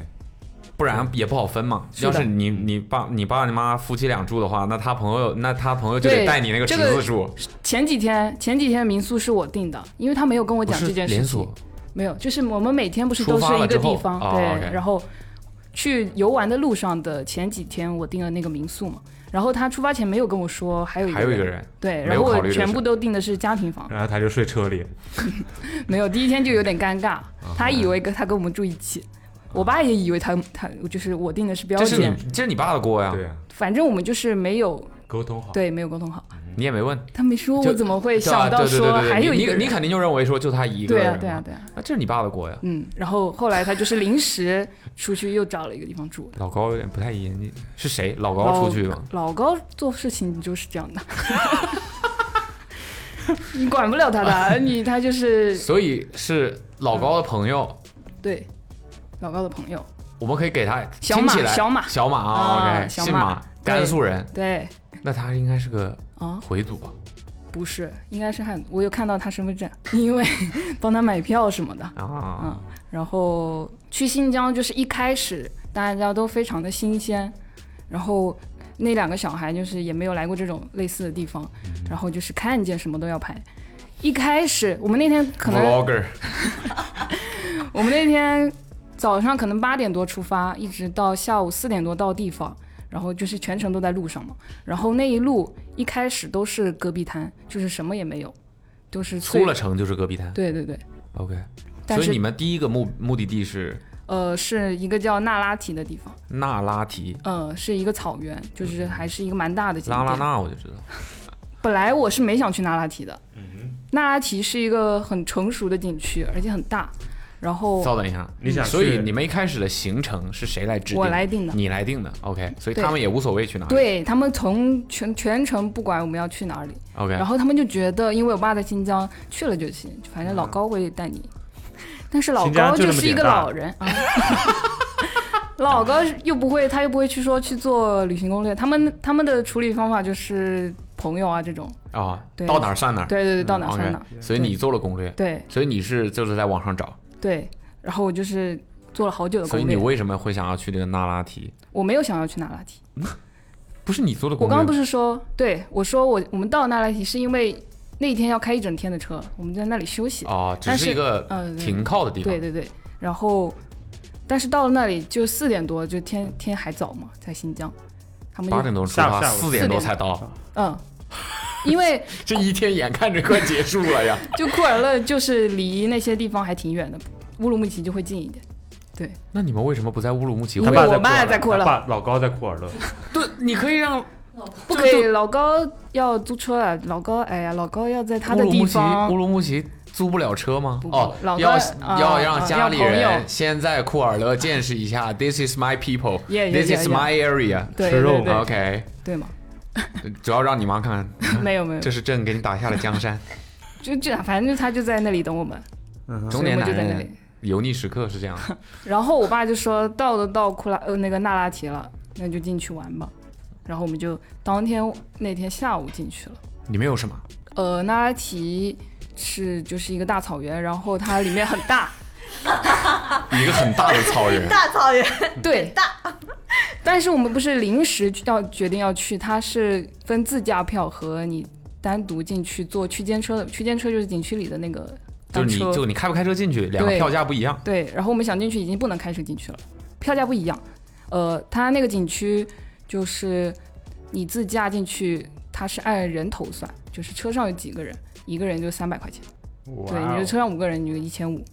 Speaker 3: 不然也不好分嘛。
Speaker 2: 是
Speaker 3: 要
Speaker 2: 的
Speaker 3: 是你你爸你爸你妈夫妻俩住的话，那他朋友那他朋友就得
Speaker 2: 对
Speaker 3: 带你那个侄
Speaker 2: 这个
Speaker 3: 子住，
Speaker 2: 前几天前几天民宿是我订的，因为他没有跟我
Speaker 3: 不
Speaker 2: 讲
Speaker 3: 是
Speaker 2: 这件
Speaker 3: 连
Speaker 2: 事情
Speaker 3: 锁，，
Speaker 2: 没有，就是我们每天不是
Speaker 3: 出
Speaker 2: 都是
Speaker 3: 发了
Speaker 2: 一
Speaker 3: 之
Speaker 2: 个
Speaker 3: 后
Speaker 2: 地方，
Speaker 3: 哦
Speaker 2: 对，
Speaker 3: OK
Speaker 2: 然后去游玩的路上的前几天我订了那个民宿嘛，然后他出发前没有跟我说还有一个
Speaker 3: 还有一个人，
Speaker 2: 对，
Speaker 3: 没
Speaker 2: 然
Speaker 3: 有
Speaker 2: 后
Speaker 3: 考
Speaker 2: 我
Speaker 3: 虑这
Speaker 2: 全
Speaker 3: 个
Speaker 2: 部都订的是家庭
Speaker 3: <laughs>
Speaker 2: 房，
Speaker 6: 然后他就睡车里，
Speaker 2: 没有，第一天就有点尴尬，
Speaker 3: 啊
Speaker 2: 他以为跟他跟我们住一起，我爸也以为他他就是我订的是标
Speaker 3: 这是
Speaker 2: 间，
Speaker 3: 你这是你爸的锅呀，
Speaker 6: 对啊，
Speaker 2: 反正我们就是没有
Speaker 6: 沟通好，
Speaker 2: 对没有沟通好，
Speaker 3: 你也没问，
Speaker 2: 他没说，
Speaker 3: 啊就
Speaker 2: 我怎么会
Speaker 3: 对啊
Speaker 2: 想到
Speaker 3: 对对对
Speaker 2: 说
Speaker 3: 对对
Speaker 2: 还有
Speaker 3: 你
Speaker 2: 一个
Speaker 3: 你你
Speaker 2: 人？
Speaker 3: 肯定就认为说就他一个
Speaker 2: 对
Speaker 3: 人
Speaker 2: 啊
Speaker 3: 嘛，
Speaker 2: 对啊对啊，
Speaker 3: 啊，这是你爸的锅呀。
Speaker 2: 嗯，然后后来他就是临时出去又找了一个地方住，
Speaker 3: 老高有点不太严谨，是谁？老高出去吗？
Speaker 2: 老高做事情就是这样
Speaker 3: <laughs>
Speaker 2: 的，你管不了他的，你他就是
Speaker 3: 所以是老高的朋友，
Speaker 2: 对老高的朋友，
Speaker 3: 我们可以给他
Speaker 2: 小
Speaker 3: 听起
Speaker 2: 马
Speaker 3: 来
Speaker 2: 小马
Speaker 3: 小马啊
Speaker 2: 啊
Speaker 3: ，OK，
Speaker 2: 小
Speaker 3: 姓
Speaker 2: 马
Speaker 3: 马，
Speaker 2: 对
Speaker 3: 甘肃人，
Speaker 2: 对
Speaker 3: 那他应该是个
Speaker 2: 啊，
Speaker 3: 回族吧？
Speaker 2: 不是，应该是汉，我有看到他身份证，因为帮他买票什么的。
Speaker 3: 啊，
Speaker 2: 然后去新疆就是一开始大家都非常的新鲜，然后那两个小孩就是也没有来过这种类似的地方，然后就是看见什么都要拍。一开始我们那天可能
Speaker 3: vlogger
Speaker 2: 我们那天早上可能八点多出发，一直到下午四点多到地方，然后就是全程都在路上嘛。然后那一路一开始都是戈壁滩，就是什么也没有，都是碎
Speaker 3: 出了。城就是戈壁滩
Speaker 2: 对对对，
Speaker 3: ，OK。
Speaker 2: 但
Speaker 3: 所以
Speaker 2: 是
Speaker 3: 你们第一个目目的地是
Speaker 2: 呃是一个叫那拉提的地方，
Speaker 3: 那拉提，
Speaker 2: 呃是一个草原，就是还是一个蛮大的景
Speaker 3: 嗯拉
Speaker 2: 点。
Speaker 3: 拉那我就知道，
Speaker 2: 本来我是没想去那拉提的，
Speaker 3: 嗯
Speaker 2: 那拉提是一个很成熟的景区，而且很大。然后
Speaker 3: 稍等一下，
Speaker 6: 你想去
Speaker 3: 所以你们一开始的行程是谁来制定？
Speaker 2: 我来定的
Speaker 3: 你来定的，OK。所以
Speaker 2: 对
Speaker 3: 他们也无所谓去哪里，
Speaker 2: 对他们从全全程不管我们要去哪里，
Speaker 3: ，OK。
Speaker 2: 然后他们就觉得，因为我爸在新疆去了就行，反正老高会带你。但是老
Speaker 6: 新疆
Speaker 2: 高
Speaker 6: 就这么
Speaker 2: 是一个
Speaker 6: 点大
Speaker 2: 老人啊，老高又不会，他又不会去说去做旅行攻略，他们他们的处理方法就是朋友啊这种，
Speaker 3: 啊，
Speaker 2: 对
Speaker 3: 到哪儿算哪儿，
Speaker 2: 对对对，到哪嗯
Speaker 3: OK
Speaker 2: 算哪，
Speaker 3: 所以你做了攻略，
Speaker 2: 对
Speaker 3: 所以你是就是在网上找，
Speaker 2: 对。然后我就是做了好久的
Speaker 3: 所以
Speaker 2: 攻
Speaker 3: 你
Speaker 2: 略，
Speaker 3: 为什么会想要去这个那拉提？
Speaker 2: 我没有想要去那拉提，
Speaker 3: 不是你做的
Speaker 2: 我
Speaker 3: 攻
Speaker 2: 刚
Speaker 3: 略，
Speaker 2: 刚不
Speaker 3: 是
Speaker 2: 是说，对我说我我们到那拉提是因为那一天要开一整天的车，我们在那里休息，
Speaker 3: 哦，只
Speaker 2: 但是
Speaker 3: 一个
Speaker 2: 嗯、对
Speaker 3: 停靠的地方，
Speaker 2: 对对对，然后，但是到了那里就四点多，就天天还早嘛，在新疆，他们
Speaker 3: 八
Speaker 2: 就
Speaker 3: 点钟出
Speaker 6: 下
Speaker 3: 发，
Speaker 6: 下午
Speaker 3: 四
Speaker 2: 点
Speaker 3: 点多才到，
Speaker 2: 嗯，因为
Speaker 3: 这一天眼看着快结束了呀。
Speaker 2: 就库尔勒就是离那些地方还挺远的，乌鲁木齐就会近一点。
Speaker 3: 那你们为什么不在乌鲁木齐？
Speaker 2: 因为我爸在库尔勒
Speaker 6: 他爸老高在库尔勒，
Speaker 3: 对，你可以让
Speaker 2: 不可以，老高要租车啊，老高，哎呀，老高要在他的
Speaker 3: 乌鲁
Speaker 2: 地
Speaker 3: 木齐，乌
Speaker 2: 方，
Speaker 3: 鲁木齐
Speaker 8: 租不了车吗？
Speaker 2: 不
Speaker 3: 哦，
Speaker 2: 老
Speaker 3: 要
Speaker 2: 哥啊
Speaker 3: 要让
Speaker 2: 啊
Speaker 3: 家里
Speaker 2: 要朋友
Speaker 3: 人先在库尔勒见识一下，This is
Speaker 2: Yeah,
Speaker 3: my
Speaker 2: yeah,
Speaker 3: people，This
Speaker 2: yeah, yeah.
Speaker 3: is my area。
Speaker 2: 对
Speaker 6: 吃
Speaker 2: 对
Speaker 6: 肉
Speaker 2: 对
Speaker 6: 对
Speaker 2: 对
Speaker 3: OK，
Speaker 2: 对吗？
Speaker 3: 主要让你妈看，
Speaker 2: 没有没有，
Speaker 3: <laughs> 这是朕给你打下的江山。
Speaker 2: 就这反正就他就在那里等我们，
Speaker 3: 中年
Speaker 2: 所以我们
Speaker 3: 男
Speaker 2: 就在那里
Speaker 3: 人。油腻时刻是这样的。
Speaker 2: 然后我爸就说到都到库拉呃那个那拉提了，那就进去玩吧。然后我们就当天那天下午进去了。
Speaker 3: 里面有什么？
Speaker 2: 呃，那拉提是就是一个大草原，然后它里面很大，
Speaker 3: 一个很大的草原
Speaker 2: <laughs>
Speaker 4: 大草原，
Speaker 2: 对，大。 <laughs> 但是我们不是临时要决定要去，它是分自驾票和你单独进去坐区间车的，区间车就是景区里的那个
Speaker 8: 就
Speaker 2: 单
Speaker 8: 是你
Speaker 2: 车。
Speaker 8: 就你开不开车进去，两个
Speaker 2: 对
Speaker 8: 票价不一样。
Speaker 2: 对，然后我们想进去已经不能开车进去了，票价不一样。呃，它那个景区就是你自驾进去，它是按人头算，就是车上有几个人，一个人就三百块钱。对，
Speaker 7: 哇
Speaker 2: 你
Speaker 7: 哦
Speaker 2: 就车上五个人，你就一千五。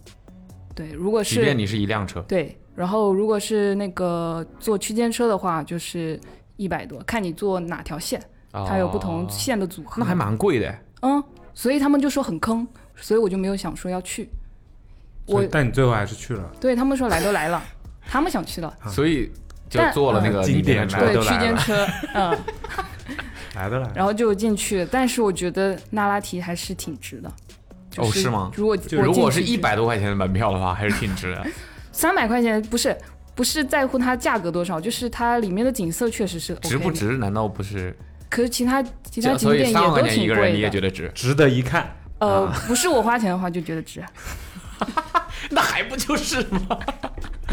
Speaker 2: 对，如果
Speaker 8: 即
Speaker 2: 是
Speaker 8: 便你是一辆车，
Speaker 2: 对，然后如果是那个坐区间车的话，就是一百多，看你坐哪条线，它有不同
Speaker 8: 哦
Speaker 2: 线的组合。
Speaker 8: 那还蛮贵的。
Speaker 2: 嗯，所以他们就说很坑，所以我就没有想说要去。
Speaker 6: 所
Speaker 2: 我
Speaker 6: 以但你最后还是去了，
Speaker 2: 对他们说来都来了，他们想去的，
Speaker 3: 所以就
Speaker 2: 但
Speaker 3: 做了那个
Speaker 6: 啊嗯经典
Speaker 3: 里面的
Speaker 6: 来
Speaker 3: 车
Speaker 6: 了
Speaker 2: 对
Speaker 6: 都
Speaker 2: 区间车，嗯， <laughs>
Speaker 6: 来都来了。
Speaker 2: 然后就进去。但是我觉得那拉提还是挺值的。就
Speaker 3: 哦是吗
Speaker 2: 如果
Speaker 3: 就如果是一
Speaker 2: 一
Speaker 3: 百多块钱的门票的话，还是挺
Speaker 2: <laughs>
Speaker 3: 值的。
Speaker 2: 三百块钱，不是不是在乎它价格多少，就是它里面的景色确实是 OK
Speaker 3: 值不
Speaker 2: 的？
Speaker 3: 值？难道不是？
Speaker 2: 可是其他其他景
Speaker 3: 所以
Speaker 2: 点也
Speaker 3: 三万
Speaker 2: 都
Speaker 3: 块钱
Speaker 2: 挺
Speaker 3: 一个人，你
Speaker 2: 贵
Speaker 3: 也觉
Speaker 2: 的。
Speaker 3: 得值？
Speaker 6: 值得一看，
Speaker 2: 呃，不是我花钱的话就觉得值，
Speaker 3: <laughs> 那还不就是吗？ <laughs>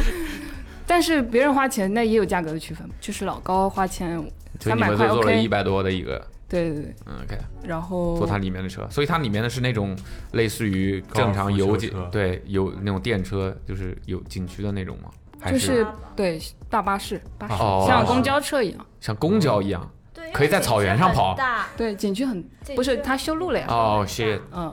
Speaker 2: 但是别人花钱那也有价格的区分，就是老高花钱
Speaker 3: 就
Speaker 2: 三
Speaker 3: 你
Speaker 2: 百
Speaker 3: 们
Speaker 2: 块
Speaker 3: 就做了
Speaker 2: OK，
Speaker 3: 一百多的一个
Speaker 2: 对对对，
Speaker 3: 嗯，OK，
Speaker 2: 然后
Speaker 3: 坐它里面的车，所以它里面的是那种类似于正常
Speaker 6: 高
Speaker 3: 油
Speaker 6: 尔夫
Speaker 3: 电
Speaker 6: 球车
Speaker 3: 对有那种电车，就是有景区的那种吗？还
Speaker 2: 就是对大巴士，巴士、
Speaker 3: 哦
Speaker 2: 像公交车一样，
Speaker 3: 像公交一样？
Speaker 4: 对
Speaker 3: 可以在草原上跑
Speaker 2: 对景区很不是它修路了呀，
Speaker 3: 哦，shit，
Speaker 2: 嗯，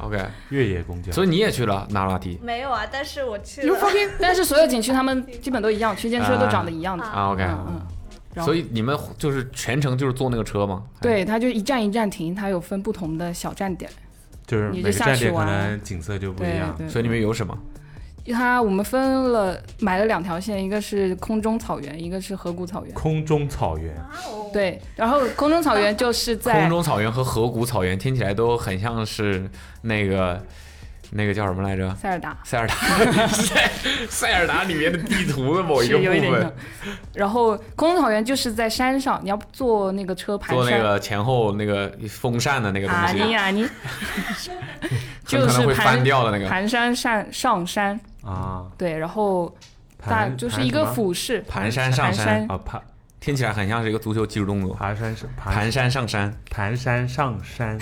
Speaker 3: ，OK，
Speaker 6: 越野公交，
Speaker 3: 所以你也去了那拉提
Speaker 4: 没有啊，但是我去
Speaker 2: 有
Speaker 4: 了。
Speaker 2: 方便，但是所有景区他们基本都一样，区间车都长得一样的，
Speaker 3: 啊？OK，
Speaker 2: 嗯嗯，然后
Speaker 3: 所以你们就是全程就是坐那个车吗？
Speaker 2: 对，它就一站一站停，它有分不同的小站点，
Speaker 6: 就是每
Speaker 2: 你
Speaker 6: 个
Speaker 2: 就下
Speaker 6: 站
Speaker 2: 去
Speaker 6: 点可
Speaker 2: 玩
Speaker 6: 能景色就不一
Speaker 2: 对
Speaker 6: 样。
Speaker 2: 对，
Speaker 3: 所以你们有什么？
Speaker 2: 它我们分了买了两条线，一个是空中草原，一个是河谷草原。
Speaker 6: 空中草原，
Speaker 2: 对，然后空中草原
Speaker 3: <laughs>
Speaker 2: 就是在
Speaker 3: 空中草原和河谷草原听起来都很像是那个那个叫什么来着？
Speaker 2: 塞尔达，
Speaker 3: 塞尔达塞塞尔达里面的地图的某一个
Speaker 2: 是
Speaker 3: 部
Speaker 2: 有一点
Speaker 3: 分
Speaker 2: 像，。然后空中草原就是在山上，你要坐那个车盘
Speaker 3: 做那
Speaker 2: 山。
Speaker 3: 个前后那个风扇的那个东
Speaker 2: 啊你
Speaker 3: 西，
Speaker 2: 啊
Speaker 3: <laughs>
Speaker 2: 你，
Speaker 3: 很
Speaker 2: 就
Speaker 3: 可能
Speaker 2: 是
Speaker 3: 会翻
Speaker 2: 盘
Speaker 3: 掉的那个
Speaker 2: 盘山上上山，
Speaker 6: 啊，
Speaker 2: 对，然后大
Speaker 6: 盘
Speaker 2: 就是
Speaker 6: 盘
Speaker 2: 一
Speaker 6: 什
Speaker 2: 个
Speaker 6: 么
Speaker 2: 俯视，
Speaker 3: 盘山上
Speaker 2: 盘
Speaker 3: 山，
Speaker 2: 山
Speaker 6: 啊，爬
Speaker 3: 听起来很像是一个足球技术动作。
Speaker 6: 爬山是爬
Speaker 3: 盘山上山，
Speaker 6: 盘山上山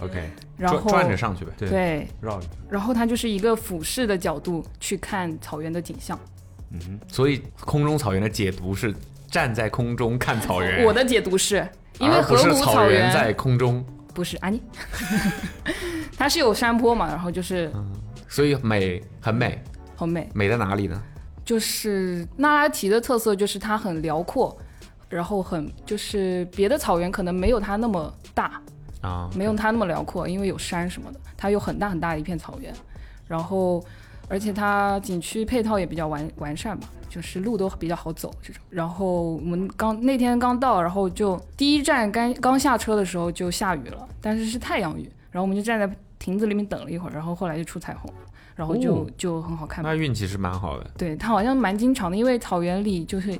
Speaker 6: ，OK，
Speaker 2: 然
Speaker 3: 转
Speaker 2: 后
Speaker 3: 转着上去呗。
Speaker 6: 对
Speaker 2: 对，
Speaker 6: 绕一下，
Speaker 2: 然后它就是一个俯视的角度去看草原的景象。
Speaker 6: 嗯
Speaker 3: 所以空中草原的解读是站在空中看草原，
Speaker 2: 我的解读是因为
Speaker 3: 而
Speaker 2: 河
Speaker 3: 不是
Speaker 2: 谷
Speaker 3: 草
Speaker 2: 原
Speaker 3: 在空中。
Speaker 2: 不是啊你， <laughs> 它是有山坡嘛，然后就是
Speaker 3: 所以美很美，
Speaker 2: 很美，
Speaker 3: 美在哪里呢？
Speaker 2: 就是那拉提的特色就是它很辽阔，然后很就是别的草原可能没有它那么大，
Speaker 3: 啊，
Speaker 2: 没有它那么辽阔，因为有山什么的，它有很大很大一片草原，然后而且它景区配套也比较完完善吧，就是路都比较好走这种。然后我们刚那天刚到，然后就第一站刚刚下车的时候就下雨了，但是是太阳雨，然后我们就站在亭子里面等了一会儿，然后后来就出彩虹了，然后就、
Speaker 3: 哦
Speaker 2: 就很好看嘛
Speaker 3: 那。运气是蛮好的。
Speaker 2: 对，它好像蛮经常的，因为草原里就是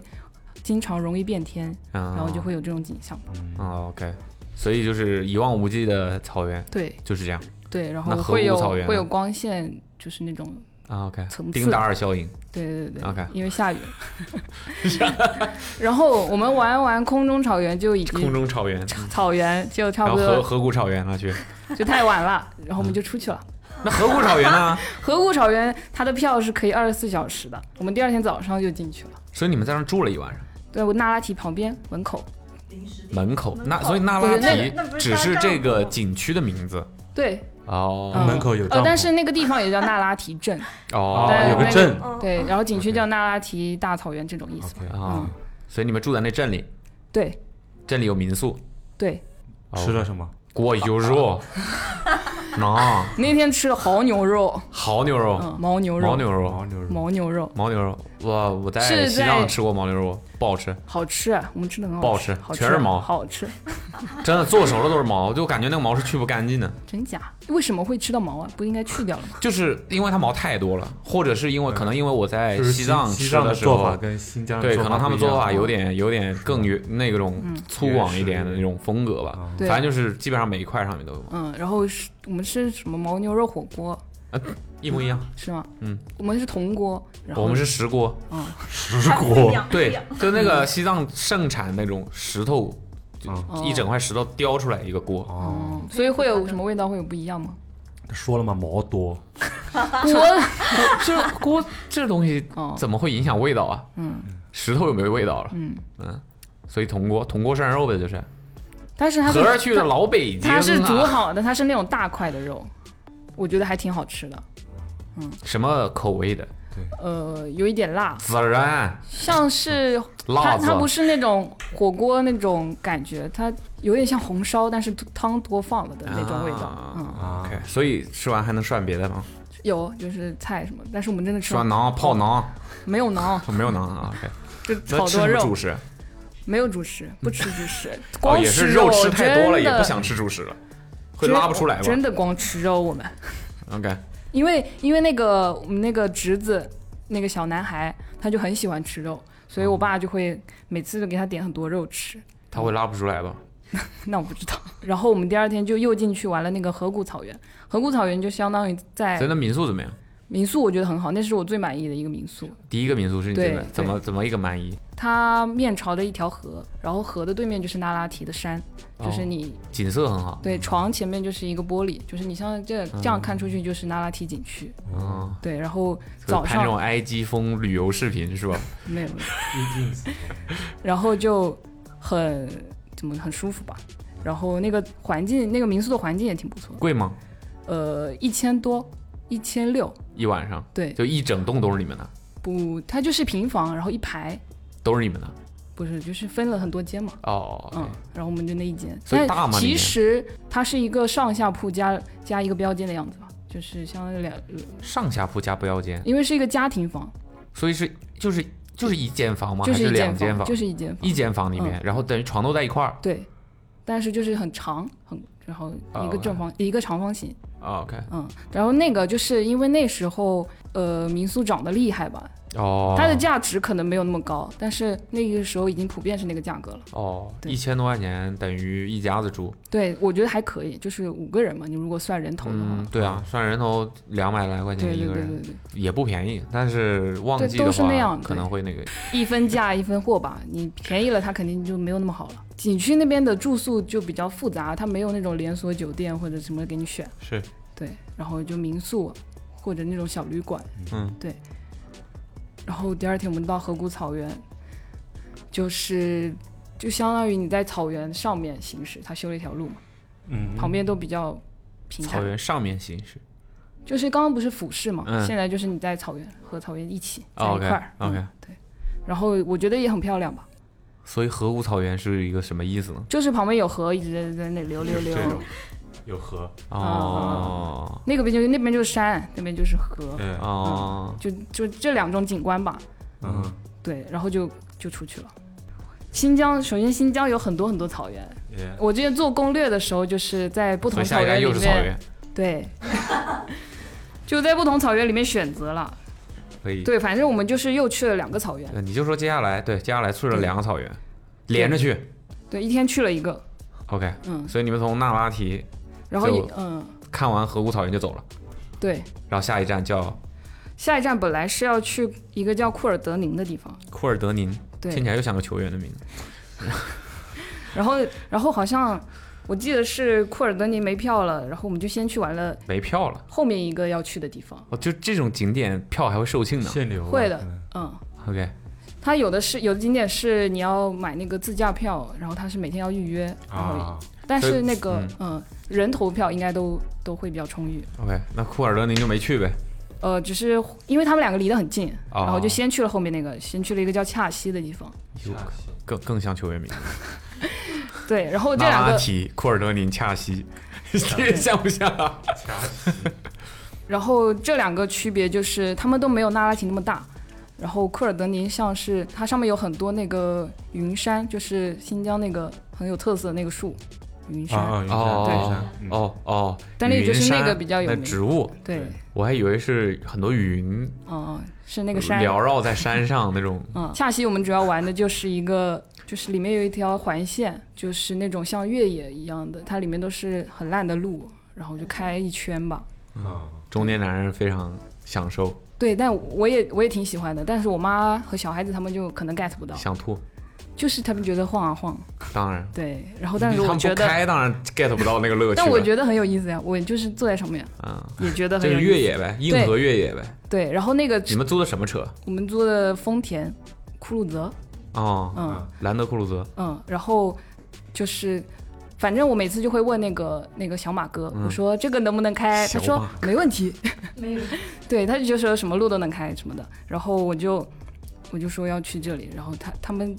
Speaker 2: 经常容易变天，
Speaker 3: 嗯、
Speaker 2: 然后就会有这种景象。
Speaker 3: 嗯 OK，所以就是一望无际的草原
Speaker 2: 对
Speaker 3: 就是这样
Speaker 2: 对，然
Speaker 3: 那
Speaker 2: 后
Speaker 3: 河
Speaker 2: 会
Speaker 3: 谷
Speaker 2: 有
Speaker 3: 草原
Speaker 2: 会有
Speaker 3: 呢
Speaker 2: 光线，就是那种
Speaker 3: 啊 OK，
Speaker 2: 层次
Speaker 3: 丁达尔效应
Speaker 2: 对对嗯对
Speaker 3: OK
Speaker 2: 因为下雨。
Speaker 3: <laughs>
Speaker 2: 然后我们玩完空中草原就已
Speaker 3: 空
Speaker 2: 经
Speaker 3: 中草原，
Speaker 2: 草原就差
Speaker 3: 然
Speaker 2: 不
Speaker 3: 后河
Speaker 2: 多
Speaker 3: 河谷嗯草原啊了去， <laughs>
Speaker 2: 就太晚了，然后我们就出去了。
Speaker 3: 那河谷草原呢？
Speaker 2: 河谷草原它的票是可以二十四小时的，我们第二天早上就进去了。
Speaker 3: 所以你们在那儿住了一晚上，
Speaker 2: 对，我那拉提旁边门口，
Speaker 3: 门口那所以那
Speaker 2: 不
Speaker 3: 拉
Speaker 2: 是那
Speaker 3: 提
Speaker 4: 那不是
Speaker 3: 只
Speaker 4: 搭
Speaker 3: 是
Speaker 4: 帐
Speaker 3: 这
Speaker 4: 篷
Speaker 3: 个
Speaker 4: 吗
Speaker 3: 景区的名字
Speaker 2: 对，
Speaker 3: 哦
Speaker 2: 嗯
Speaker 6: 门口有帐
Speaker 2: 呃，
Speaker 6: 篷
Speaker 2: 但是那个地方也叫那拉提镇，
Speaker 6: 哦，
Speaker 2: 对
Speaker 6: 有
Speaker 2: 那
Speaker 6: 个
Speaker 2: 个
Speaker 6: 镇
Speaker 4: 嗯
Speaker 2: 对，然后景区
Speaker 6: OK
Speaker 2: 叫那拉提大草原这种意思。
Speaker 6: ，OK，
Speaker 3: 啊
Speaker 2: 嗯，
Speaker 3: 所以你们住在那镇里，
Speaker 2: 对
Speaker 3: 镇里有民宿，
Speaker 2: 对，
Speaker 6: 吃了什么？
Speaker 3: 锅有肉，
Speaker 6: 哦
Speaker 3: <laughs> 啊，
Speaker 2: 那天吃了牦牛肉，
Speaker 3: 牦牛肉、
Speaker 2: 嗯，牦牛
Speaker 3: 牦
Speaker 2: 肉，
Speaker 3: 牛肉、
Speaker 6: 牦牛肉，
Speaker 2: 牦牛肉
Speaker 3: 牦牛肉，我我在
Speaker 2: 是
Speaker 3: 西藏
Speaker 2: 在
Speaker 3: 吃过牦牛肉，不好吃，
Speaker 2: 好吃，我们吃的很
Speaker 3: 不
Speaker 2: 好
Speaker 3: 好吃
Speaker 2: 好吃，啊
Speaker 3: 全是毛
Speaker 2: 好吃，
Speaker 3: 真的做熟了都是毛， <laughs> 就感觉那个毛是去不干净的，
Speaker 2: 真假？为什么会吃到毛啊？不应该去掉了吗？
Speaker 3: 就是因为它毛太多了，或者是因为可能因为我在
Speaker 6: 嗯就是
Speaker 3: 哎西藏
Speaker 6: 西
Speaker 3: 吃
Speaker 6: 藏的
Speaker 3: 时
Speaker 6: 做法
Speaker 3: 候，
Speaker 6: 跟新疆的
Speaker 3: 对，
Speaker 6: 做
Speaker 3: 可能他们
Speaker 6: 不一
Speaker 3: 做
Speaker 6: 样嗯
Speaker 3: 法有点有点更原那个种粗犷一点的那种风格吧，
Speaker 6: 啊
Speaker 2: 对，
Speaker 3: 反正就是基本上每一块上面都有，
Speaker 2: 嗯，然后是我们吃什么牦牛肉火锅
Speaker 3: 一模一样。
Speaker 2: 是吗？
Speaker 3: 嗯，
Speaker 2: 我们是铜锅，然后
Speaker 3: 我们是石锅，
Speaker 6: 石
Speaker 5: 还不一
Speaker 6: 锅，
Speaker 5: 样，不一
Speaker 2: 哎
Speaker 3: 对
Speaker 5: 样，
Speaker 3: 就那个西藏盛产那种石头，就
Speaker 2: 哦
Speaker 6: 嗯
Speaker 3: 一整块石头雕出来一个锅，
Speaker 6: 哦，
Speaker 2: 嗯，所以会有什么味道会有不一样吗？
Speaker 6: 说了嘛，毛多，
Speaker 2: <laughs> 锅
Speaker 3: 这锅这东西
Speaker 2: 哦，
Speaker 3: 怎么会影响味道啊？
Speaker 2: 嗯
Speaker 3: 石头有没有味道了？
Speaker 2: 嗯，
Speaker 3: 所以铜锅，铜锅涮肉呗，就是。
Speaker 2: 但是它
Speaker 3: 合
Speaker 2: 是
Speaker 3: 着去了老北京啊，
Speaker 2: 它是煮好的，它是那种大块的肉，我觉得还挺好吃的。
Speaker 3: 什么口味的？
Speaker 2: 呃，有一点辣，
Speaker 3: 孜然、
Speaker 2: 像是
Speaker 3: 辣
Speaker 2: 它它不
Speaker 3: 子、啊
Speaker 2: 是那种火锅那种感觉，它有点像红烧，但是汤多放了的那种味道。
Speaker 3: 啊
Speaker 2: 嗯，
Speaker 6: 啊
Speaker 3: OK，所以吃完还能涮别的吗？
Speaker 2: 有就是菜什么，但是我们真的吃
Speaker 3: 涮馕、泡馕，
Speaker 2: 没有
Speaker 3: <laughs>
Speaker 2: 馕，
Speaker 3: 没有馕啊。OK，
Speaker 2: 就
Speaker 3: 那
Speaker 2: 炒
Speaker 3: 吃
Speaker 2: 多
Speaker 3: 什么
Speaker 2: 肉
Speaker 3: 主，食？
Speaker 2: 没有主食，不吃主
Speaker 3: <laughs>
Speaker 2: 食，
Speaker 3: 哦，
Speaker 2: 光
Speaker 3: 也
Speaker 2: 吃
Speaker 3: 是肉吃
Speaker 2: 真
Speaker 3: 太多了，也
Speaker 2: 的
Speaker 3: 不想吃主食了，会拉不出来吧
Speaker 2: 真的光吃肉，我们
Speaker 3: ？OK，
Speaker 2: 因为因为那个我们那个侄子那个小男孩，他就很喜欢吃肉，所
Speaker 3: 嗯
Speaker 2: 以我爸就会每次都给他点很多肉吃。 <laughs>
Speaker 3: 他会拉不出来吧？
Speaker 2: 那我不知道。然后我们第二天就又进去玩了那个河谷草原，河谷草原就相当于在
Speaker 3: 所以那民宿怎么样？
Speaker 2: 民宿我觉得很好，那是我最满意的一个民宿。
Speaker 3: 第一个民宿是你
Speaker 2: 对对
Speaker 3: 怎么怎么怎么一个满意？
Speaker 2: 它面朝着一条河，然后河的对面就是那拉提的山，就是
Speaker 3: 哦嗯
Speaker 2: 你、
Speaker 3: 景色很好，
Speaker 2: 对床前面就是一个玻璃，就是你像这这样看出去就是那拉提景区。
Speaker 3: 嗯，
Speaker 2: 对，然后
Speaker 3: 所以
Speaker 2: 早
Speaker 3: 拍那种
Speaker 2: 上
Speaker 3: 埃及风旅游视
Speaker 2: <laughs>
Speaker 3: 频是吧？
Speaker 2: 没有，
Speaker 6: 毕竟
Speaker 2: 然后就很怎么很舒服吧。然后那个环境，那个民宿的环境也挺不错，
Speaker 3: 贵吗？
Speaker 2: 呃，一千多，一千六，
Speaker 3: 一晚上
Speaker 2: 对，
Speaker 3: 就一整栋都是你们的，
Speaker 2: 不，它就是平房，然后一排，
Speaker 3: 都是你们的
Speaker 2: 不是，就是分了很多间嘛。
Speaker 3: 哦。
Speaker 2: 嗯，然后我们就那一间，
Speaker 3: 所以
Speaker 2: 但
Speaker 3: 大吗里
Speaker 2: 其
Speaker 3: 面
Speaker 2: 实它是一个上下铺加加一个标间的样子吧，就是相当于两，
Speaker 3: 上下铺加不要间，
Speaker 2: 因为是一个家庭房，
Speaker 3: 所以是就是就是一间房吗？
Speaker 2: 就是
Speaker 3: 还
Speaker 2: 一
Speaker 3: 是两
Speaker 2: 间
Speaker 3: 间
Speaker 2: 房，
Speaker 3: 房？
Speaker 2: 就是一嗯间房，
Speaker 3: 一间房里面，然后等于床都在一块儿。
Speaker 2: 对，但是就是很长，很然后一个
Speaker 3: 哦
Speaker 2: 正方、一个长方形，
Speaker 3: 哦 OK，
Speaker 2: 嗯，然后那个就是因为那时候呃民宿涨得厉害吧，
Speaker 3: 哦，
Speaker 2: 它的价值可能没有那么高，但是那个时候已经普遍是那个价格了。
Speaker 3: 哦
Speaker 2: 对
Speaker 3: 一千多块钱等于一家子住，
Speaker 2: 对，我觉得还可以，就是五个人嘛，你如果算人头的话，
Speaker 3: 嗯，对啊，算人头两百来块钱
Speaker 2: 对
Speaker 3: 一
Speaker 2: 对
Speaker 3: 个
Speaker 2: 对
Speaker 3: 人，
Speaker 2: 对对，
Speaker 3: 也不便宜，但是旺季
Speaker 2: 对
Speaker 3: 的
Speaker 2: 都是那
Speaker 3: 话
Speaker 2: 样
Speaker 3: 可能会那个
Speaker 2: 一分价一分货吧，你便宜了它肯定就没有那么好了。景区那边的住宿就比较复杂，它没有那种连锁酒店或者什么给你选，
Speaker 3: 是
Speaker 2: 对，然后就民宿或者那种小旅馆，
Speaker 3: 嗯，
Speaker 2: 对。然后第二天我们到河谷草原，就是就相当于你在草原上面行驶，它修了一条路嘛，
Speaker 6: 嗯，
Speaker 2: 旁边都比较平
Speaker 3: 草
Speaker 2: 坦，
Speaker 3: 原上面行驶。
Speaker 2: 就是刚刚不是俯视嘛，
Speaker 3: 嗯
Speaker 2: 现在就是你在草原和草原一起在一
Speaker 3: 哦 OK
Speaker 2: 块儿、
Speaker 3: OK，
Speaker 2: 嗯对。然后我觉得也很漂亮吧。
Speaker 3: 所以河谷草原是一个什么意思呢？
Speaker 2: 就是旁边有河一直在在那里流流流
Speaker 6: 这，种有河，
Speaker 3: 哦
Speaker 2: 那个边就是那边就是山，那边就是河，
Speaker 6: 对，
Speaker 3: 哦，
Speaker 2: 就就这两种景观吧。
Speaker 6: 嗯，
Speaker 2: 对，然后就就出去了。新疆首先新疆有很多很多草原，
Speaker 6: 也
Speaker 2: 我之前做攻略的时候就是在不
Speaker 3: 所
Speaker 2: 同
Speaker 3: 以
Speaker 2: 草
Speaker 3: 下一
Speaker 2: 原
Speaker 3: 站
Speaker 2: 里
Speaker 3: 又是草
Speaker 2: 面，
Speaker 3: 原，
Speaker 2: 对， <laughs> 就在不同草原里面选择了。
Speaker 3: 可以。
Speaker 2: 对，反正我们就是又去了两个草原，
Speaker 3: 呃，你就说接下来，对，接下来去了两个草原，连着去。
Speaker 2: 对，一天去了一个，
Speaker 3: OK，
Speaker 2: 嗯，
Speaker 3: 所以你们从那拉提
Speaker 2: 然后
Speaker 3: 就
Speaker 2: 也嗯
Speaker 3: 看完河谷草原就走了，
Speaker 2: 对，
Speaker 3: 然后下一站叫
Speaker 2: 下一站本来是要去一个叫库尔德宁的地方，
Speaker 3: 库尔德宁，
Speaker 2: 对，
Speaker 3: 听起来就像个球员的名字。
Speaker 2: 然后，然后好像我记得是库尔德尼没票了，然后我们就先去玩了
Speaker 3: 没票了，
Speaker 2: 后面一个要去的地方。
Speaker 3: 哦，就这种景点票还会售罄呢。
Speaker 6: 限流吧
Speaker 2: 嗯
Speaker 6: 啊
Speaker 2: 会的
Speaker 6: 可能
Speaker 2: 嗯，
Speaker 3: OK，
Speaker 2: 它有的是有的景点是你要买那个自驾票，然后它是每天要预约，然后、
Speaker 6: 啊，
Speaker 2: 但
Speaker 3: 所
Speaker 2: 是
Speaker 3: 以
Speaker 2: 那个嗯、人投票应该都都会比较充裕。
Speaker 3: OK，那库尔德宁就没去呗。
Speaker 2: 呃，只是因为他们两个离得很近，
Speaker 3: 哦
Speaker 2: 然后就先去了后面那个，先去了一个叫恰西的地方。
Speaker 3: 有更更像球员名字。
Speaker 2: 对，然后这
Speaker 3: 那
Speaker 2: 两
Speaker 3: 拉
Speaker 2: 个
Speaker 3: 提、库尔德宁、恰西，
Speaker 9: <laughs> 这像不像啊？
Speaker 2: 然后这两个区别就是，他们都没有那拉提那么大。然后库尔德尼像是它上面有很多那个云杉，就是新疆那个很有特色的那个树，云杉。
Speaker 6: 啊，
Speaker 3: 哦
Speaker 6: 云山，
Speaker 3: 哦哦，
Speaker 2: 但那个就是
Speaker 3: 云
Speaker 2: 那个
Speaker 3: 山
Speaker 2: 比较有
Speaker 3: 那
Speaker 2: 名
Speaker 3: 植物，
Speaker 2: 对，
Speaker 3: 我还以为是很多云
Speaker 2: 嗯，是那个山。
Speaker 3: 缭绕在山上那种。
Speaker 2: 嗯，下期我们主要玩的就是一个，就是里面有一条环线，就是那种像越野一样的，它里面都是很烂的路，然后就开一圈吧。
Speaker 6: 嗯啊，
Speaker 3: 中年男人非常享受，
Speaker 2: 对，但我也我也挺喜欢的，但是我妈和小孩子他们就可能 get 不到，
Speaker 3: 想吐。
Speaker 2: 就是他们觉得晃啊晃，
Speaker 3: 当然，
Speaker 2: 对，然 <laughs> 后但是
Speaker 3: 嗯他
Speaker 2: 我
Speaker 3: 们
Speaker 2: 觉
Speaker 3: 不
Speaker 2: 得，
Speaker 3: 开当然 get 不到那个乐趣了。
Speaker 2: <laughs> 但我觉得很有意思呀，我就是坐在上
Speaker 3: <laughs>
Speaker 2: 面
Speaker 3: 啊，
Speaker 2: 也觉得
Speaker 3: 这
Speaker 2: 很有
Speaker 3: 是
Speaker 2: 意思。
Speaker 3: 越野呗，硬核越野呗。
Speaker 2: 对，然后那个
Speaker 3: 你们租的什么车？
Speaker 2: 我们租的丰田酷路泽，
Speaker 3: 哦，
Speaker 2: 嗯。
Speaker 3: 兰德酷路泽。
Speaker 2: 嗯，然后就是，反正我每次就会问那个那个小马哥，我说这个能不能开？他
Speaker 3: 嗯小
Speaker 2: 说
Speaker 3: 马
Speaker 2: 没问题，没 <laughs> 对，他就说什么路都能开什么的。然后我就我就说要去这里，然后他他们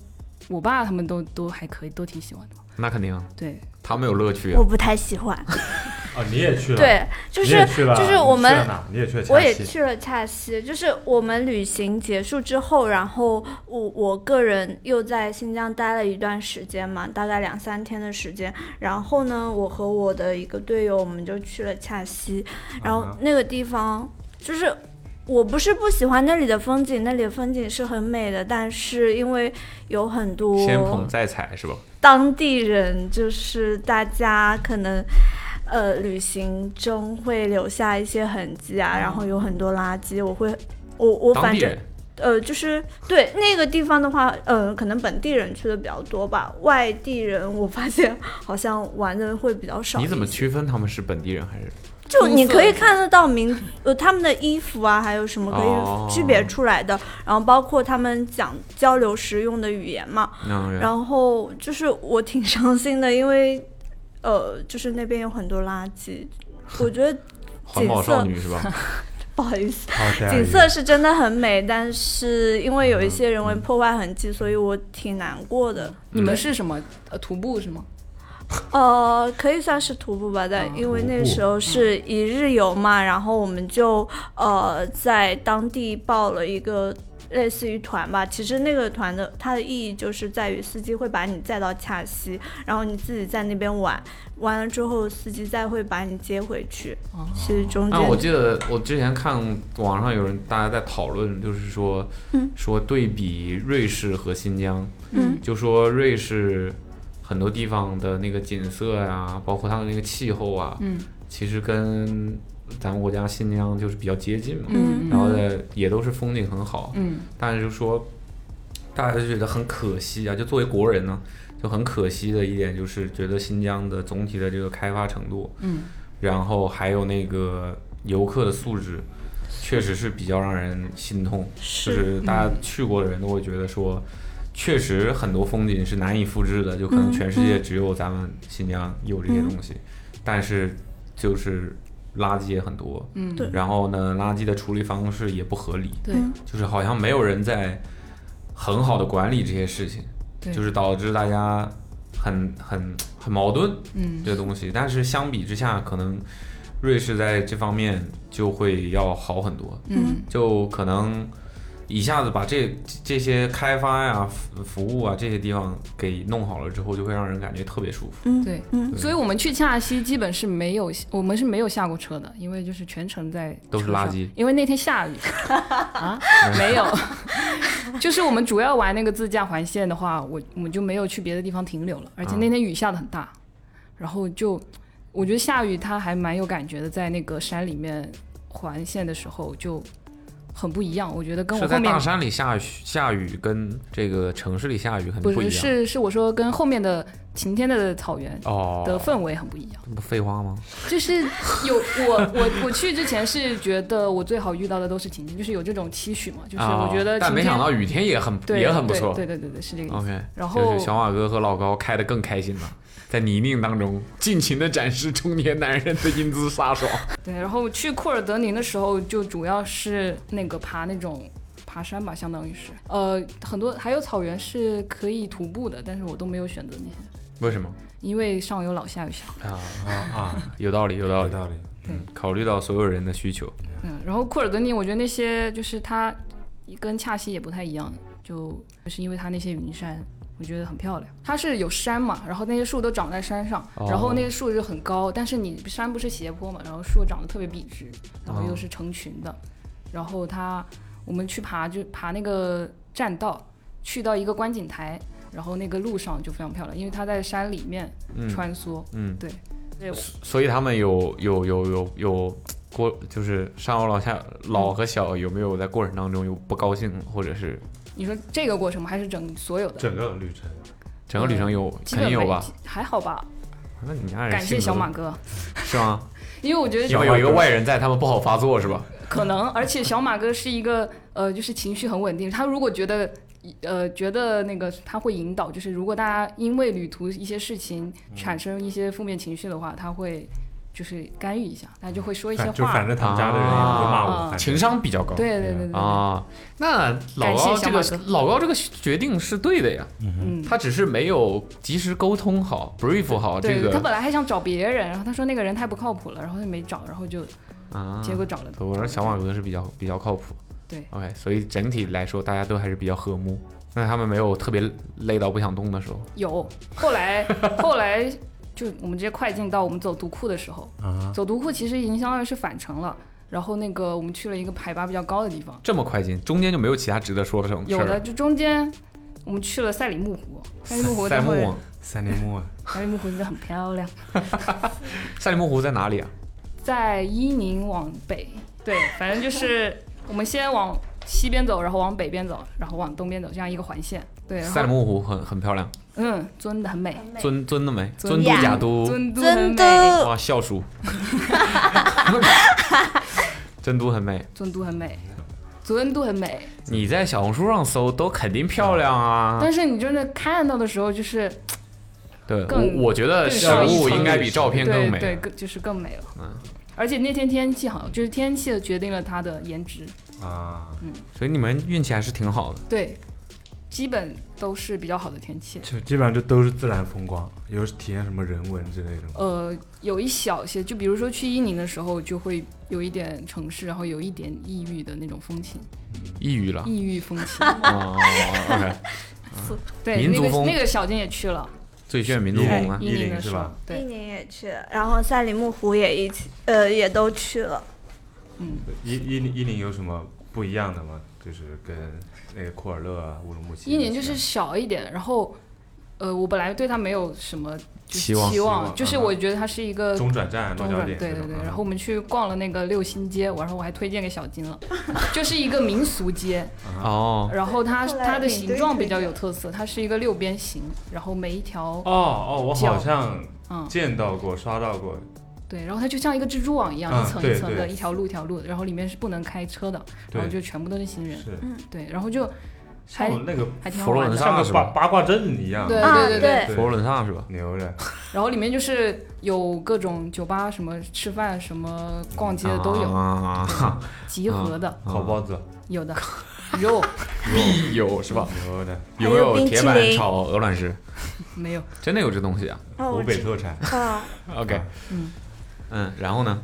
Speaker 2: 我爸他们都都还可以，都挺喜欢的。
Speaker 3: 那肯定，
Speaker 2: 对，
Speaker 3: 他们有乐趣啊
Speaker 4: 我。不太喜欢。
Speaker 6: 啊，你也去了，，
Speaker 4: 对，就
Speaker 6: 你也
Speaker 4: 是
Speaker 6: 去了，
Speaker 4: 就是我
Speaker 6: 你去了
Speaker 4: 们。
Speaker 6: 哪你也去了
Speaker 4: 我
Speaker 6: 恰
Speaker 4: 也
Speaker 6: 西，
Speaker 4: 去了恰西，就是我们旅行结束之后，然后我我个人又在新疆待了一段时间嘛，大概两三天的时间。然后呢，我和我的一个队友，我们就去了恰西，然后
Speaker 6: 啊哈
Speaker 4: 那个地方就是。我不是不喜欢那里的风景，那里的风景是很美的，但是因为有很多
Speaker 3: 先捧再踩是吧？
Speaker 4: 当地人，就是大家可能，呃，旅行中会留下一些痕迹啊，然后有很多垃圾，我会，我我
Speaker 3: 当
Speaker 4: 反
Speaker 3: 地
Speaker 4: 正
Speaker 3: 人
Speaker 4: 呃，就是对那个地方的话，呃，可能本地人去的比较多吧，外地人我发现好像玩的会比较少。
Speaker 3: 你怎么？区分他们是本地人还是？
Speaker 4: 就你可以看得到民呃他们的衣服啊，还有什么可
Speaker 3: 哦
Speaker 4: 以区别出来的，然后包括他们讲交流时用的语言嘛，
Speaker 3: 那人
Speaker 4: 然后就是我挺伤心的，因为呃，就是那边有很多垃圾，我觉得
Speaker 3: 环
Speaker 4: 景
Speaker 3: 保少
Speaker 4: 色
Speaker 2: <laughs>
Speaker 3: 女是吧？
Speaker 4: 不好意思，
Speaker 6: 好
Speaker 4: 景色是真的很美，但是因为有一些人为破坏痕迹，所以我挺难过的。
Speaker 2: 你们是什么？呃，徒步是吗？
Speaker 4: 呃，可以算是徒步吧，但
Speaker 2: 啊
Speaker 4: 因为
Speaker 6: 徒
Speaker 4: 那
Speaker 6: 步
Speaker 4: 时候是一日游嘛，然后我们就呃在当地报了一个类似于团吧。其实那个团的它的意义就是在于司机会把你载到恰西，然后你自己在那边玩，玩了之后司机再会把你接回去。
Speaker 2: 哦
Speaker 4: 其实中
Speaker 3: 啊，我记
Speaker 4: 间
Speaker 3: 得我之前看网上有人大家在讨论，就是说，
Speaker 2: 嗯
Speaker 3: 说对比瑞士和新疆，
Speaker 4: 嗯
Speaker 3: 就说瑞士很多地方的那个景色啊，包括它的那个气候啊，
Speaker 2: 嗯
Speaker 3: 其实跟咱们国家新疆就是比较接近嘛，
Speaker 2: 嗯
Speaker 3: 然后呢也都是风景很好，
Speaker 2: 嗯
Speaker 3: 但是就说大家就觉得很可惜啊，就作为国人呢，就很可惜的一点就是觉得新疆的总体的这个开发程度，
Speaker 2: 嗯，
Speaker 3: 然后还有那个游客的素质，确实是比较让人心痛，就是是大家去过的人都会觉得说。确实，很多风景是难以复制的，就可能全世界只有咱们新疆有这些东西，但是就是垃圾也很多，
Speaker 2: 嗯
Speaker 4: 对
Speaker 3: 然后呢，垃圾的处理方式也不合理，
Speaker 2: 对
Speaker 3: 就是好像没有人在很好的管理这些事情，
Speaker 2: 对
Speaker 3: 就是导致大家很很很矛盾
Speaker 2: 嗯
Speaker 3: 这个东西。但是相比之下，可能瑞士在这方面就会要好很多，
Speaker 2: 嗯
Speaker 3: 就可能一下子把这这些开发呀、服服务啊这些地方给弄好了之后，就会让人感觉特别舒服。
Speaker 4: 嗯
Speaker 2: 对
Speaker 4: 嗯
Speaker 2: 所以我们去恰西基本是没有，我们是没有下过车的，因为就是全程在
Speaker 3: 都是
Speaker 2: 车上
Speaker 3: 垃圾
Speaker 2: 因为那天
Speaker 4: <laughs>
Speaker 2: 下雨啊，没有， <laughs> 就是我们主要玩那个自驾环线的话，我我们就没有去别的地方停留了，而且那天雨下的很大，然后就我觉得下雨它还蛮有感觉的，在那个山里面环线的时候就很不一样，我觉得跟我
Speaker 3: 是
Speaker 2: 后
Speaker 3: 在
Speaker 2: 面
Speaker 3: 大山里下雨，下雨跟这个城市里下雨肯
Speaker 2: 不是
Speaker 3: 定一样。
Speaker 2: 是是我说跟后面的晴天的草原
Speaker 3: 哦，
Speaker 2: 的氛围很不一样。
Speaker 3: 这不废话吗？
Speaker 2: 就是有我我我去之前是觉得我最好遇到的都是晴天，就是有这种期许嘛，就是我觉
Speaker 3: 哦
Speaker 2: 得晴天、
Speaker 3: 但没想到雨天也很
Speaker 2: 对
Speaker 3: 也很不错。
Speaker 2: 对对对对对是这个意思。
Speaker 3: OK，
Speaker 2: 然后
Speaker 3: 就是小马哥和老高开的更开心了，在泥泞当中尽情的展示中年男人的英姿飒爽。
Speaker 2: 对，然后去库尔德林的时候，就主要是那个爬那种爬山吧，相当于是呃很多还有草原是可以徒步的，但是我都没有选择那些。
Speaker 3: 为什么
Speaker 2: 因为上有老下有小。
Speaker 3: 啊？
Speaker 6: 啊啊，
Speaker 3: 有道理，有道
Speaker 6: 有
Speaker 3: 理，
Speaker 6: 道理。
Speaker 3: 考虑到所有人的需求，
Speaker 2: 嗯，然后库尔格尼，我觉得那些就是他跟恰西也不太一样，就就是因为他那些云山，我觉得很漂亮。它是有山嘛，然后那些树都长在山上，
Speaker 3: 哦
Speaker 2: 然后那些树就很高，但是你山不是斜坡嘛，然后树长得特别笔直，然
Speaker 3: 哦
Speaker 2: 后又是成群的，然后它我们去爬就爬那个栈道，去到一个观景台。然后那个路上就非常漂亮，因为它在山里面
Speaker 3: 嗯
Speaker 2: 穿梭，
Speaker 3: 嗯，
Speaker 2: 对
Speaker 3: 所所以他们有有有有有过，就是上有老下老和小有没有在过程当中有不高兴，或者是
Speaker 2: 你说这个过程吗？还是整所有的？
Speaker 6: 整个旅程，
Speaker 3: 整个旅程有
Speaker 2: 嗯基
Speaker 3: 肯
Speaker 2: 本
Speaker 3: 定有
Speaker 2: 没
Speaker 3: 吧？
Speaker 2: 还好吧。
Speaker 3: 那你爱人
Speaker 2: 感谢
Speaker 3: 性格
Speaker 2: 小
Speaker 3: 都
Speaker 2: 马哥，
Speaker 3: 是吗？
Speaker 2: 因为我觉得
Speaker 3: 因为有一个外人在，他们不好发作是吧？
Speaker 2: 可能，而且小马哥是一个呃，就是情绪很稳定。他如果觉得呃，觉得那个他会引导，就是如果大家因为旅途一些事情产生一些负面情绪的话，他会就是干预一下，他就会说一些
Speaker 6: 反就反
Speaker 2: 话。
Speaker 6: 正他们家的人也不会骂我，
Speaker 2: 啊
Speaker 6: 反正
Speaker 3: 情商比较高
Speaker 2: 对对对对对，
Speaker 3: 啊。那老
Speaker 2: 感谢
Speaker 3: 高
Speaker 2: 小
Speaker 3: 这
Speaker 2: 马
Speaker 3: 个
Speaker 2: 哥
Speaker 3: 老高这个决定是对的呀，
Speaker 2: 嗯，
Speaker 3: 他只是没有及时沟通好、brief 好这
Speaker 2: 对他
Speaker 3: 个
Speaker 2: 本来还想找别人，然后他说那个人太不靠谱了，然后就没找，然后就
Speaker 3: 啊。
Speaker 2: 结果找了。
Speaker 3: 我说小马哥是比较比较靠谱，
Speaker 2: 对
Speaker 3: ，OK，所以整体来说大家都还是比较和睦。那他们没有特别累到不想动的时候，
Speaker 2: 有，后来后来就我们直接快进到我们走独库的时候，走独库其实已经相当于是返程了。然后那个我们去了一个海拔比较高的地方，
Speaker 3: 这么快进，中间就没有其他值得说的什么事
Speaker 2: 有
Speaker 3: 儿
Speaker 2: 的
Speaker 3: 了。
Speaker 2: 就中间我们去了赛里木湖，赛里木湖
Speaker 3: 赛
Speaker 2: 待
Speaker 3: 木
Speaker 2: 会儿
Speaker 3: 湖，
Speaker 6: 三年木啊，
Speaker 2: 赛里木湖真的很漂亮，
Speaker 3: 赛里木湖在哪里啊？
Speaker 2: 在伊宁往北，对，反正就是我们先往西边走，然后往北边走，然后往东边走，这样一个环线，对，然
Speaker 3: 赛里
Speaker 2: 后
Speaker 3: 木湖很很漂亮，
Speaker 2: 嗯，尊的很美，
Speaker 3: 尊尊的没？
Speaker 2: 尊
Speaker 3: 尊都
Speaker 4: 呀
Speaker 3: 假都，
Speaker 2: 尊都很
Speaker 4: 真
Speaker 2: 美，
Speaker 4: 的，
Speaker 3: 哇，
Speaker 2: <laughs>
Speaker 3: 笑鼠， <laughs> 真都很美。
Speaker 2: 尊都很美，尊都很美，
Speaker 3: 你在小红书上搜都肯定漂亮啊。
Speaker 2: 但是你真的看到的时候，就是
Speaker 3: 对，
Speaker 2: 更
Speaker 3: 我我觉得
Speaker 2: 更
Speaker 3: 实
Speaker 2: 上一
Speaker 3: 物
Speaker 2: 层
Speaker 3: 应该比照片更美。
Speaker 2: 对，对，更就是更美了。
Speaker 3: 嗯
Speaker 2: 而且那天天气好，就是天气决定了它的颜值。
Speaker 6: 啊，
Speaker 3: 所以你们运气还是挺好的。
Speaker 2: 对，基本都是比较好的天气。
Speaker 6: 就基本上就都是自然风光，有体验什么人文之类的吗？
Speaker 2: 呃，有一小些，就比如说去伊宁的时候，就会有一点城市，然后有一点异域的那种风情，
Speaker 3: 抑郁了
Speaker 2: 异域风
Speaker 3: <laughs>
Speaker 2: 情。
Speaker 3: 啊！OK，
Speaker 2: 对，
Speaker 3: 民
Speaker 2: 那
Speaker 3: 族
Speaker 2: 个
Speaker 3: 风
Speaker 2: 那个小金也去了
Speaker 3: 最炫民族风啊！
Speaker 2: 伊
Speaker 6: 伊宁
Speaker 2: 宁的
Speaker 6: 是
Speaker 2: 时候
Speaker 6: 吧，
Speaker 4: 一
Speaker 2: 对，
Speaker 4: 年也去了，
Speaker 3: 嗯
Speaker 4: 然后呃赛里木湖也一起，呃，也都去了。
Speaker 6: 伊伊宁伊宁有什么不一样的吗？就是跟那个库尔勒啊、乌鲁木齐
Speaker 2: 伊
Speaker 6: 比起来，
Speaker 2: 宁就是小一点，然后。呃，我本来对它没有什么就是
Speaker 3: 期望啊
Speaker 2: 期
Speaker 6: 希
Speaker 2: 望
Speaker 6: 望
Speaker 2: 就是
Speaker 6: 嗯
Speaker 2: 我觉得它是一个
Speaker 6: 中转站、落
Speaker 2: 中
Speaker 6: 脚
Speaker 2: 转
Speaker 6: 点
Speaker 2: 对
Speaker 6: 这
Speaker 2: 对
Speaker 6: 种
Speaker 2: 对，
Speaker 6: 啊
Speaker 2: 然后我们去逛了那个六星街，我然后我还推荐给小金了， <laughs> 就是一个民俗街，
Speaker 3: 哦
Speaker 2: 然后它
Speaker 4: 后来
Speaker 2: 它的
Speaker 4: 领
Speaker 2: 形
Speaker 4: 队
Speaker 2: 状
Speaker 4: 推
Speaker 2: 比较
Speaker 4: 荐
Speaker 2: 有特色，它是一个六边形，然后每一条
Speaker 6: 哦哦，我好
Speaker 2: 叫
Speaker 6: 像
Speaker 2: 嗯
Speaker 6: 见到过、刷到过，
Speaker 2: 对，然后它就像一个蜘蛛网一样，
Speaker 6: 嗯
Speaker 2: 一层一
Speaker 6: 对
Speaker 2: 层
Speaker 6: 对
Speaker 2: 的，一条路一条路，然后里面是不能开车的，然后就
Speaker 6: 对
Speaker 2: 全部都是行人，
Speaker 6: 是
Speaker 2: 对，然后就还
Speaker 6: 像那个
Speaker 2: 还挺好
Speaker 3: 佛罗
Speaker 2: 玩
Speaker 3: 伦
Speaker 2: 的，
Speaker 3: 萨
Speaker 6: 像
Speaker 3: 是
Speaker 6: 个
Speaker 3: 吧
Speaker 6: 八八卦阵一样，
Speaker 2: 对
Speaker 4: 啊，
Speaker 2: 对对
Speaker 4: 对，
Speaker 3: 佛罗伦萨是吧？
Speaker 6: 牛的，
Speaker 2: 然后里面就是有各种酒吧、什么吃饭、什么逛街的都有，
Speaker 6: <laughs>
Speaker 3: 啊，
Speaker 2: 集合的
Speaker 6: 烤包子
Speaker 2: 有的， <laughs> 肉
Speaker 3: 必 <laughs> 有是吧？
Speaker 6: 牛的，
Speaker 3: 有没有
Speaker 4: 冰
Speaker 3: 铁
Speaker 4: 淇
Speaker 3: 板
Speaker 4: 淋
Speaker 3: 炒鹅卵石？
Speaker 2: 没有，
Speaker 3: 真的有这东西啊
Speaker 4: 哦
Speaker 6: 湖
Speaker 4: 我啊
Speaker 6: 北
Speaker 4: 知
Speaker 6: 特产，
Speaker 4: 道，
Speaker 3: ？OK，
Speaker 2: 嗯
Speaker 3: 嗯，然后呢？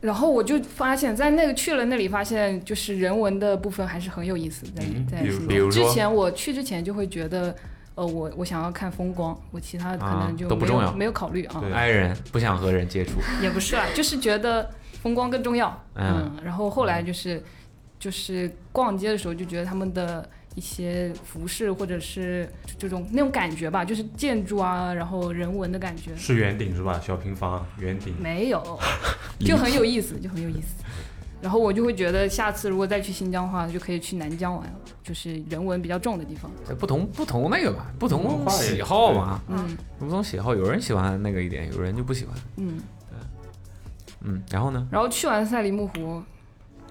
Speaker 2: 然后我就发现，在那个去了那里，发现就是人文的部分还是很有意思，在
Speaker 6: 嗯
Speaker 2: 在
Speaker 6: 比
Speaker 2: 新
Speaker 6: 如说
Speaker 3: 比如
Speaker 2: 疆之
Speaker 3: 说
Speaker 2: 前我去之前就会觉得，呃，我我想要看风光，我其他的可
Speaker 3: 啊
Speaker 2: 能就
Speaker 3: 都不
Speaker 2: 没有
Speaker 3: 重要
Speaker 2: 没有考虑啊，
Speaker 6: 对
Speaker 3: ，i 人不想和人接触。
Speaker 2: 也不是啦，啊就是觉得风光更重要。
Speaker 3: 嗯
Speaker 2: 嗯，然后后来就是就是逛街的时候就觉得他们的。一些服饰或者是这种那种感觉吧，就是建筑啊，然后人文的感觉
Speaker 6: 是圆顶是吧？小平房圆顶，
Speaker 2: 没有，就很有意思，就很有意思。然后我就会觉得，下次如果再去新疆的话，就可以去南疆玩了，就是人文比较重的地方。
Speaker 3: 这不同不同那个吧，不
Speaker 6: 文
Speaker 3: 同
Speaker 6: 化也
Speaker 3: 喜好嘛，
Speaker 2: 嗯
Speaker 3: 不同喜好，有人喜欢那个一点，有人就不喜欢。
Speaker 2: 嗯。
Speaker 3: 嗯，然后呢？
Speaker 2: 然后去完赛里木湖，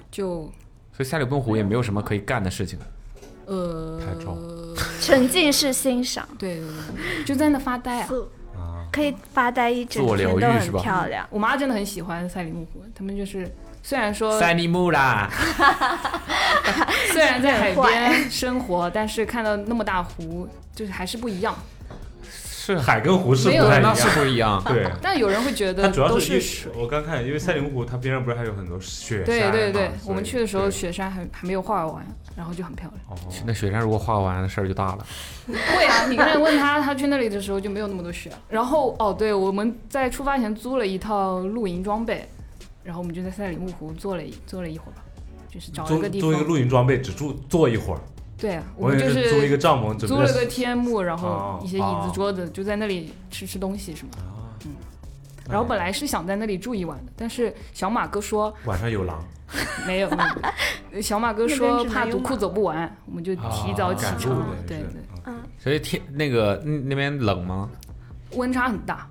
Speaker 2: 就
Speaker 3: 所以下里奔湖也没有什么可以干的事情。
Speaker 2: 呃，
Speaker 6: 拍照
Speaker 4: 沉浸式欣赏，
Speaker 2: 对对对，就在那发呆啊。
Speaker 4: 素
Speaker 6: 啊
Speaker 4: 可以发呆一整
Speaker 3: 自我疗
Speaker 4: 天
Speaker 3: 愈
Speaker 4: 都
Speaker 3: 是
Speaker 4: 很
Speaker 3: 吧
Speaker 4: 漂亮。
Speaker 2: 我妈真的很喜欢赛里木湖，他们就是虽然说
Speaker 3: 塞利木啦，
Speaker 2: 虽然在海
Speaker 4: 坏
Speaker 2: 边生活，但是看到那么大湖，就是还是不一样。
Speaker 3: 是
Speaker 9: 是
Speaker 6: 海跟湖是
Speaker 2: 没
Speaker 6: 不
Speaker 2: 有
Speaker 6: 太一
Speaker 9: 那
Speaker 6: 样，
Speaker 9: 是不一样。
Speaker 6: 对。
Speaker 2: <laughs> 但有人会觉
Speaker 6: 它
Speaker 2: 得
Speaker 6: 主要
Speaker 2: 都
Speaker 6: 是因为
Speaker 2: 水。
Speaker 6: 我刚看，因为赛里木湖它边上不是还有很多雪山
Speaker 2: 对
Speaker 6: 嘛
Speaker 2: 对对，我们
Speaker 6: 所以
Speaker 2: 去的时候
Speaker 6: 对
Speaker 2: 雪山还还没有画完，然后就很漂亮。
Speaker 6: 哦
Speaker 9: 那雪山如果画完，事儿就大了。
Speaker 2: 会啊，你刚才问他，他去那里的时候就没有那么多雪。然后哦，对，我们在出发前租了一套露营装备，然后我们就在赛里木湖坐了一坐了一会儿吧，就是找了
Speaker 6: 租
Speaker 2: 个地
Speaker 6: 租一个
Speaker 2: 方。
Speaker 6: 露营装备，只住坐一会儿。
Speaker 2: 对啊，我
Speaker 6: 我
Speaker 2: 们
Speaker 6: 也
Speaker 2: 就是
Speaker 6: 租一个帐篷，准
Speaker 2: 租
Speaker 6: 备
Speaker 2: 了
Speaker 6: 在
Speaker 2: 个天幕，然后
Speaker 6: 哦
Speaker 2: 一些椅子、桌子，就在那里吃吃东西什么的。嗯，然后本来是想在那里住一晚的，但是小马哥说
Speaker 6: 晚上有狼，
Speaker 2: 没有，没
Speaker 4: <laughs>
Speaker 2: 有小马哥
Speaker 4: 那
Speaker 2: 说
Speaker 4: 边只
Speaker 2: 怕
Speaker 4: 能
Speaker 2: 独
Speaker 4: 用
Speaker 2: 库走不完，我们就提早起
Speaker 6: 哦赶路
Speaker 2: 床
Speaker 6: 的
Speaker 2: 了。，啊对
Speaker 6: 是啊
Speaker 2: 对，
Speaker 9: 所以天那个嗯那边冷吗？
Speaker 2: 温差很大，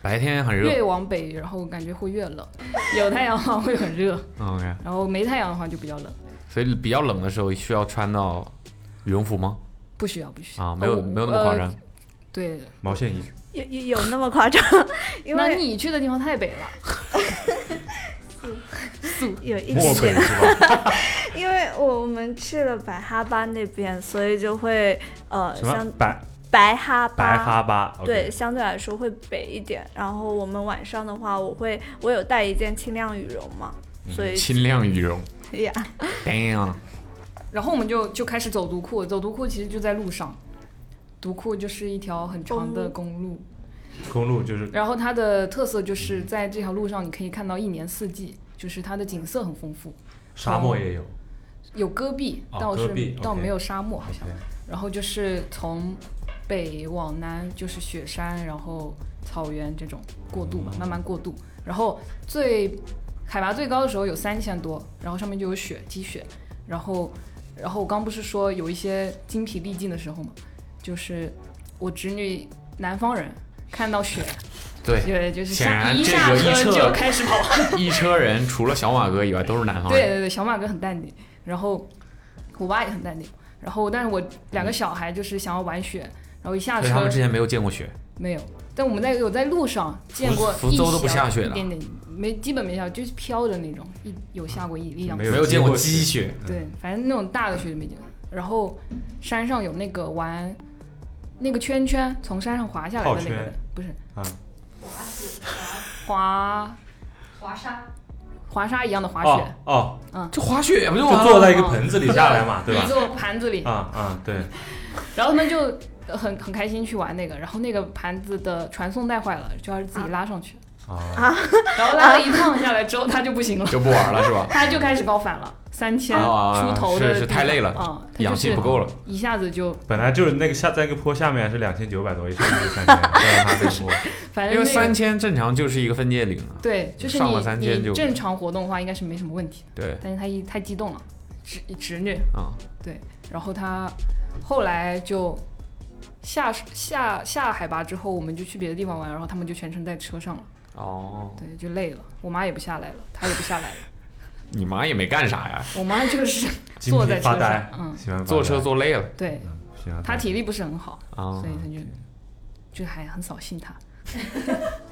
Speaker 9: 白天很热。
Speaker 2: 越往北，然后感觉会越冷， <laughs> 有太阳的话会很热，
Speaker 9: 嗯 OK，
Speaker 2: 然后没太阳的话就比较冷。
Speaker 9: 所以比较冷的时候需要穿到羽绒服吗？
Speaker 2: 不需要，不需要
Speaker 9: 啊，没有
Speaker 2: 我
Speaker 9: 没有那么夸
Speaker 2: 呃
Speaker 9: 张。
Speaker 2: 对，
Speaker 6: 毛线衣
Speaker 4: 有有有那么 <laughs> 夸张？因
Speaker 2: 那
Speaker 4: 为
Speaker 2: 你去的地方太北了，
Speaker 4: 有一
Speaker 6: 漠
Speaker 4: 点
Speaker 6: 北
Speaker 4: 点，
Speaker 2: <laughs>
Speaker 6: 是吧？
Speaker 4: <laughs> 因为我们去了白哈巴那边，所以就会呃，
Speaker 6: 什
Speaker 4: 像
Speaker 6: 么白
Speaker 4: 白哈巴，
Speaker 6: 白哈巴？
Speaker 4: 对，
Speaker 6: OK，
Speaker 4: 相对来说会北一点。然后我们晚上的话，我会我有带一件轻量羽绒嘛，
Speaker 3: 嗯
Speaker 4: 所以
Speaker 9: 轻量羽绒。
Speaker 4: 哎呀，
Speaker 9: Damn，
Speaker 2: 然后我们就就开始走独库，走独库其实就在路上，独库就是一条很长的公路，
Speaker 4: 哦
Speaker 6: 公路就是
Speaker 2: 然后它的特色就是在这条路上你可以看到一年四季，就是它的景色很丰富，
Speaker 6: 沙漠也有。
Speaker 2: 有戈壁，
Speaker 6: 哦
Speaker 2: 倒
Speaker 6: 戈壁
Speaker 2: 是倒
Speaker 6: OK
Speaker 2: 没有沙漠好像。
Speaker 6: OK，
Speaker 2: 然后就是从北往南就是雪山，然后草原这种过渡嘛，慢慢过渡。然后最海拔最高的时候有三千多，然后上面就有雪积雪。然后，然后我刚不是说有一些精疲力尽的时候嘛，就是我侄女南方人看到雪，
Speaker 9: 对，
Speaker 2: 对，就是
Speaker 9: 显
Speaker 2: 下
Speaker 9: 然
Speaker 2: 一
Speaker 9: 这
Speaker 2: 下
Speaker 9: 个一
Speaker 2: 车
Speaker 9: 撤
Speaker 2: 就开始跑。
Speaker 9: 一车人除了小马哥以外都是南方
Speaker 2: 对
Speaker 9: 人。
Speaker 2: 对对，小马哥很淡定，然后我爸也很淡定，然后但是我两个小孩就是想要玩雪，然后一下
Speaker 9: 所以他
Speaker 2: 车
Speaker 9: 们之前没有见过雪，
Speaker 2: 没有，但我们在有在路上见过
Speaker 9: 福
Speaker 2: 一
Speaker 9: 福州都
Speaker 2: 小
Speaker 9: 不下雪
Speaker 2: 哦一
Speaker 9: 了
Speaker 2: 点点没基本没下，就是飘的那种，一有下过一一两
Speaker 6: 没
Speaker 2: 次，
Speaker 9: 没有见
Speaker 6: 过
Speaker 9: 过积雪。
Speaker 2: 对，反正那种大的雪就没见过。然后山上有那个玩那个圈圈，从山上滑下来
Speaker 6: 套
Speaker 2: 的那个
Speaker 6: 圈，
Speaker 2: 不是
Speaker 6: 啊
Speaker 2: 滑
Speaker 5: 华沙，
Speaker 2: 滑沙一样的滑雪
Speaker 6: 哦，哦，
Speaker 9: 就滑雪不就
Speaker 6: 就
Speaker 9: 完
Speaker 6: 坐
Speaker 9: 了？
Speaker 6: 在一个盆子里下来嘛，对吧
Speaker 2: <laughs> 你？坐盘子里，
Speaker 6: 啊啊，对，
Speaker 2: 然后他们就呃很很开心去玩那个，然后那个盘子的传送带坏了，就要是自己拉上去，
Speaker 6: 啊，
Speaker 2: 然后拉了一趟下来之后，它就不行了，
Speaker 9: 就不玩了是吧？
Speaker 2: 它就开始高反了，三千
Speaker 9: 啊
Speaker 2: 出头的
Speaker 9: 是是
Speaker 2: 地
Speaker 9: 太累了
Speaker 2: 方啊，它
Speaker 9: 氧
Speaker 2: 就
Speaker 9: 气
Speaker 2: 是
Speaker 9: 不够了。
Speaker 2: 一下子就
Speaker 6: 本来就是那个下在一个坡下面是两千九百多，一下就三千，再让他被坡。
Speaker 2: 反
Speaker 9: 因
Speaker 2: 正
Speaker 9: 为
Speaker 2: 那个
Speaker 9: 三千正常就是一个分界岭啊。
Speaker 2: 对，就是
Speaker 9: 上了
Speaker 2: 你
Speaker 9: 3000
Speaker 2: 你
Speaker 9: 就
Speaker 2: 正常活动的话应该是没什么问题的，
Speaker 9: 对，
Speaker 2: 但是他一太激动了，侄侄女，
Speaker 9: 啊，
Speaker 2: 然后他后来就下下下海拔之后，我们就去别的地方玩，然后他们就全程在车上了，
Speaker 9: 哦，
Speaker 2: 对，就累了，我妈也不下来了，她也不下来了。
Speaker 9: 你妈也没干啥呀，
Speaker 2: 我妈就是
Speaker 6: 精
Speaker 2: 坐在
Speaker 6: 疲
Speaker 2: 车
Speaker 6: 发
Speaker 9: <laughs>
Speaker 2: 上， <laughs>
Speaker 6: 呆，
Speaker 2: 嗯，
Speaker 6: 喜欢发呆
Speaker 9: 坐车，坐累了
Speaker 2: 对，
Speaker 6: 喜欢发呆哦
Speaker 2: 她体力不是很好，
Speaker 9: 啊
Speaker 2: 所，以她就就还很扫兴她。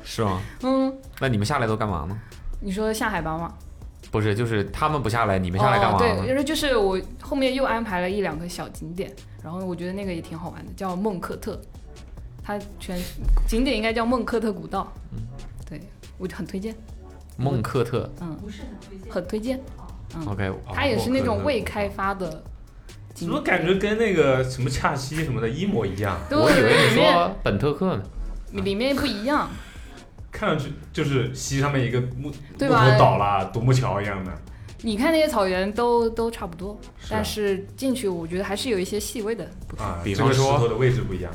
Speaker 9: 是吗？
Speaker 2: 嗯，
Speaker 9: 那你们下来都干嘛呢？
Speaker 2: 你说下海拔吗？
Speaker 9: 不是，就是他们不下来，你们下来干
Speaker 2: 哦，
Speaker 9: 嘛嗯呢？
Speaker 2: 对，就是就是我后面又安排了一两个小景点，然后我觉得那个也挺好玩的，叫孟克特，它全景点应该叫孟克特古道，
Speaker 9: 嗯
Speaker 2: 对我就很推荐，
Speaker 9: 孟克特
Speaker 2: 嗯，很推荐，嗯
Speaker 9: ，OK，
Speaker 2: 它也是那种未开
Speaker 6: 发。
Speaker 2: 发的
Speaker 9: 哦
Speaker 6: 怎
Speaker 2: 景
Speaker 6: 么
Speaker 2: 点。
Speaker 6: 感觉跟那个什么恰西什么的一模一样？
Speaker 2: 对，
Speaker 9: 我以为你
Speaker 2: 里面
Speaker 9: 说本特克呢，
Speaker 2: 里面不一样，
Speaker 6: 看上去就是溪上面一个木
Speaker 2: 对
Speaker 6: 木
Speaker 2: 吧
Speaker 6: 头倒啦，独木桥一样的。
Speaker 2: 你看那些草原都都差不多，
Speaker 6: 是啊
Speaker 2: 但是进去我觉得还是有一些细微的不同，
Speaker 6: 啊，
Speaker 9: 比
Speaker 6: 这
Speaker 9: 方
Speaker 6: 个石
Speaker 9: 说
Speaker 6: 头的位置不一样。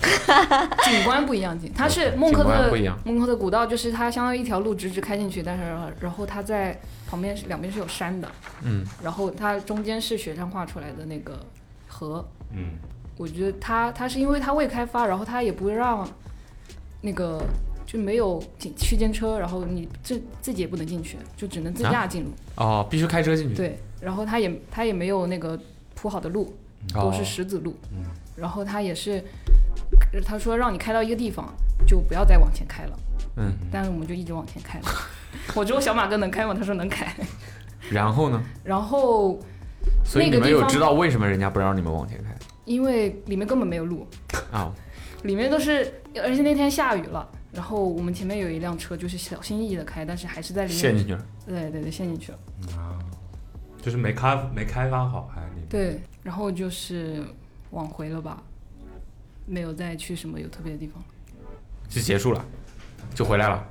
Speaker 2: 景观不一样。景，它是孟
Speaker 9: 景
Speaker 2: 克
Speaker 9: 观
Speaker 2: 特
Speaker 9: 不一样。
Speaker 2: 孟克特古道，就是它相当于一条路直直开进去，但是然后然后它在旁边是两边是有山的，
Speaker 9: 嗯，
Speaker 2: 然后它中间是雪山画出来的那个河。
Speaker 6: 嗯，
Speaker 2: 我觉得它它是因为它未开发，然后它也不让那个就没有进区间车，然后你自自己也不能进去，就只能自驾进入。
Speaker 9: 哦，必须开车
Speaker 3: 嗯
Speaker 9: 进去，
Speaker 2: 对，然后它也它也没有那个铺好的路，都
Speaker 9: 哦
Speaker 2: 是石子路。然后他也是，他说让你开到一个地方就不要再往前开了。
Speaker 9: 嗯，
Speaker 2: 但是我们就一直往前开了。 <laughs> 我之后小马哥能开吗？他说能开。 <laughs>
Speaker 9: 然后呢？
Speaker 2: 然后
Speaker 9: 所以
Speaker 2: 那
Speaker 9: 你
Speaker 2: 个
Speaker 9: 们
Speaker 2: 地
Speaker 9: 有
Speaker 2: 方
Speaker 9: 知道为什么人家不让你们往前开？
Speaker 2: 因为里面根本没有路，
Speaker 3: 啊，
Speaker 2: 里面都是，而且那天下雨了，然后我们前面有一辆车，就是小心翼翼的开，但是还是在里面，
Speaker 3: 陷进去了。
Speaker 2: 对对对，陷进去了。
Speaker 6: 啊，就是没开没开发好还你
Speaker 2: 对，然后就是往回了吧，没有再去什么有特别的地方。
Speaker 3: 就结束了，就回来了。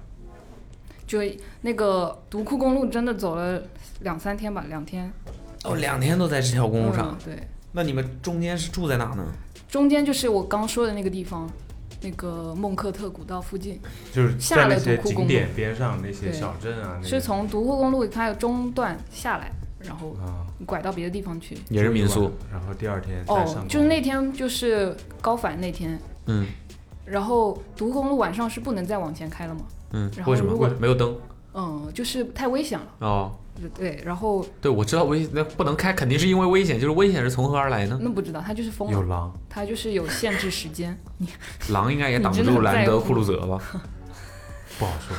Speaker 2: 就那个独库公路真的走了两三天吧，两天。
Speaker 3: 哦，两天都在这条公路上
Speaker 2: 嗯。。对，
Speaker 3: 那你们中间是住在哪呢？
Speaker 2: 中间就是我刚说的那个地方，那个孟克特古道附近，
Speaker 6: 就是在那些
Speaker 2: 下了独库公
Speaker 6: 景
Speaker 2: 路
Speaker 6: 点边上那些
Speaker 2: 对
Speaker 6: 小镇啊，那些
Speaker 2: 是从独库公路它有中段下来，然后
Speaker 6: 啊
Speaker 2: 拐到别的地方去。
Speaker 3: 也是民宿。，
Speaker 6: 然后第二天再上
Speaker 2: 哦
Speaker 6: 工，
Speaker 2: 就是那天就是高反那天，
Speaker 3: 嗯
Speaker 2: 然后独库公路晚上是不能再往前开了嘛，
Speaker 3: 嗯
Speaker 2: 然，后
Speaker 3: 为什么？
Speaker 2: 如果
Speaker 3: 为没有灯
Speaker 2: 嗯，就是太危险了，
Speaker 3: 哦。
Speaker 2: 对，然后
Speaker 3: 对，我知道危那不能开，肯定是因为危险，就是危险是从何而来呢？
Speaker 2: 那不知道它就是封
Speaker 6: 有
Speaker 2: 了，
Speaker 6: 狼，
Speaker 2: 它就是有限制时间，
Speaker 3: 狼应该也挡不
Speaker 2: 你真的很
Speaker 3: 住兰德
Speaker 2: 在乎
Speaker 3: 酷路泽吧？
Speaker 6: 不好说。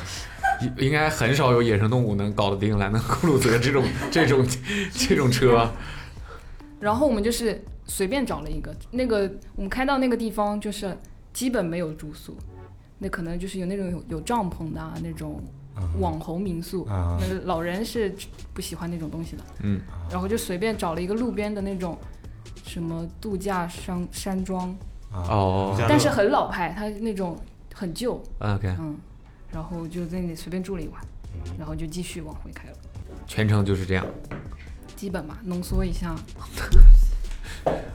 Speaker 3: 应应该很少有野生动物能搞得定兰德酷路泽这种这种这种车吧？
Speaker 2: 然后我们就是随便找了一个，那个我们开到那个地方就是基本没有住宿，那可能就是有那种有有帐篷的、啊、那种网红民宿，
Speaker 6: 啊
Speaker 2: 那个老人是不喜欢那种东西的，
Speaker 3: 嗯，
Speaker 2: 然后就随便找了一个路边的那种什么度假山山庄，
Speaker 3: 哦
Speaker 6: 加
Speaker 2: 但
Speaker 6: 勒
Speaker 2: 是很老派，它那种很旧，
Speaker 3: ，OK，
Speaker 2: 嗯，然后就在那里随便住了一晚，然后就继续往回开了，
Speaker 3: 全程就是这样。
Speaker 2: 基本吧，浓缩一下，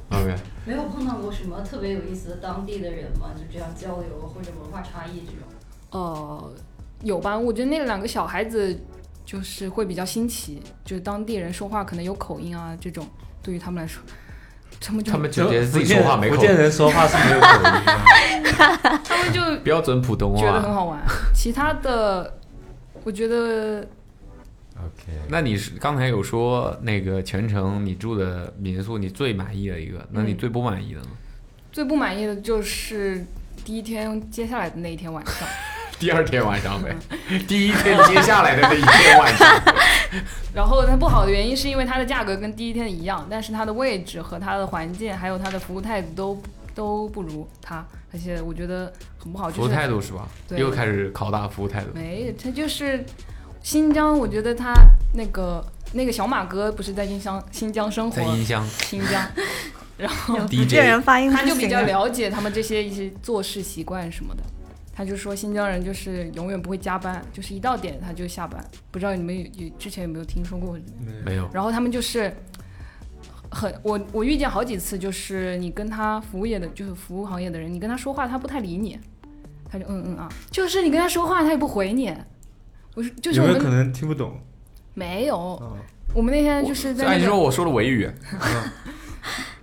Speaker 3: OK，
Speaker 10: 没有碰到过什么特别有意思的当地的人吗？就这样交流或者文化差异这种？
Speaker 2: 呃，有吧？我觉得那两个小孩子就是会比较新奇，就是当地人说话可能有口音啊，这种对于他们来说，他们就
Speaker 3: 他们就觉得自己说话没
Speaker 6: 福
Speaker 3: 口
Speaker 6: 建人说话是没有口音的，
Speaker 3: <laughs>
Speaker 2: 他们就
Speaker 3: 标准普通
Speaker 2: 觉得很
Speaker 3: 话。
Speaker 2: 好玩。其他的，我觉得
Speaker 6: OK，
Speaker 3: 那你是刚才有说那个全程你住的民宿你最满意的一个，那
Speaker 2: 嗯
Speaker 3: 你最不满意的呢？
Speaker 2: 最不满意的就是第一天接下来的那一天晚
Speaker 3: <laughs>
Speaker 2: 上，
Speaker 3: <laughs> 第二天晚上
Speaker 2: <laughs>
Speaker 3: 呗，第一天接下来的那一天晚上。 <laughs>
Speaker 2: 然后它不好的原因是因为它的价格跟第一天一样，但是它的位置和它的环境还有它的服务态度都都不如它，而且我觉得很不好，就是
Speaker 3: 服务态度是吧？
Speaker 2: 对
Speaker 3: 又开始拷打服务态度。
Speaker 2: 没，他就是新疆，我觉得他那个那个小马哥不是在新疆新疆生活嗯
Speaker 3: 在，音箱
Speaker 2: 新疆，
Speaker 4: 这
Speaker 3: DJ
Speaker 4: 人发音不
Speaker 2: 他就比
Speaker 4: 行
Speaker 2: 较
Speaker 4: 啊
Speaker 2: 了解他们这些一些做事习惯什么的。他就说新疆人就是永远不会加班，就是一到点他就下班，不知道你们有有之前有没有听说过？
Speaker 3: 没有，
Speaker 2: 然后他们就是很我我遇见好几次，就是你跟他服务业的，就是服务行业的人，你跟他说话，他不太理你，他就嗯嗯啊，就是你跟他说话，他也不回你。我是就是我们
Speaker 6: 能听不懂？
Speaker 2: 没有，我们那天就是在
Speaker 3: 按
Speaker 2: 那
Speaker 3: 哎
Speaker 2: 个
Speaker 3: 说我说了维语，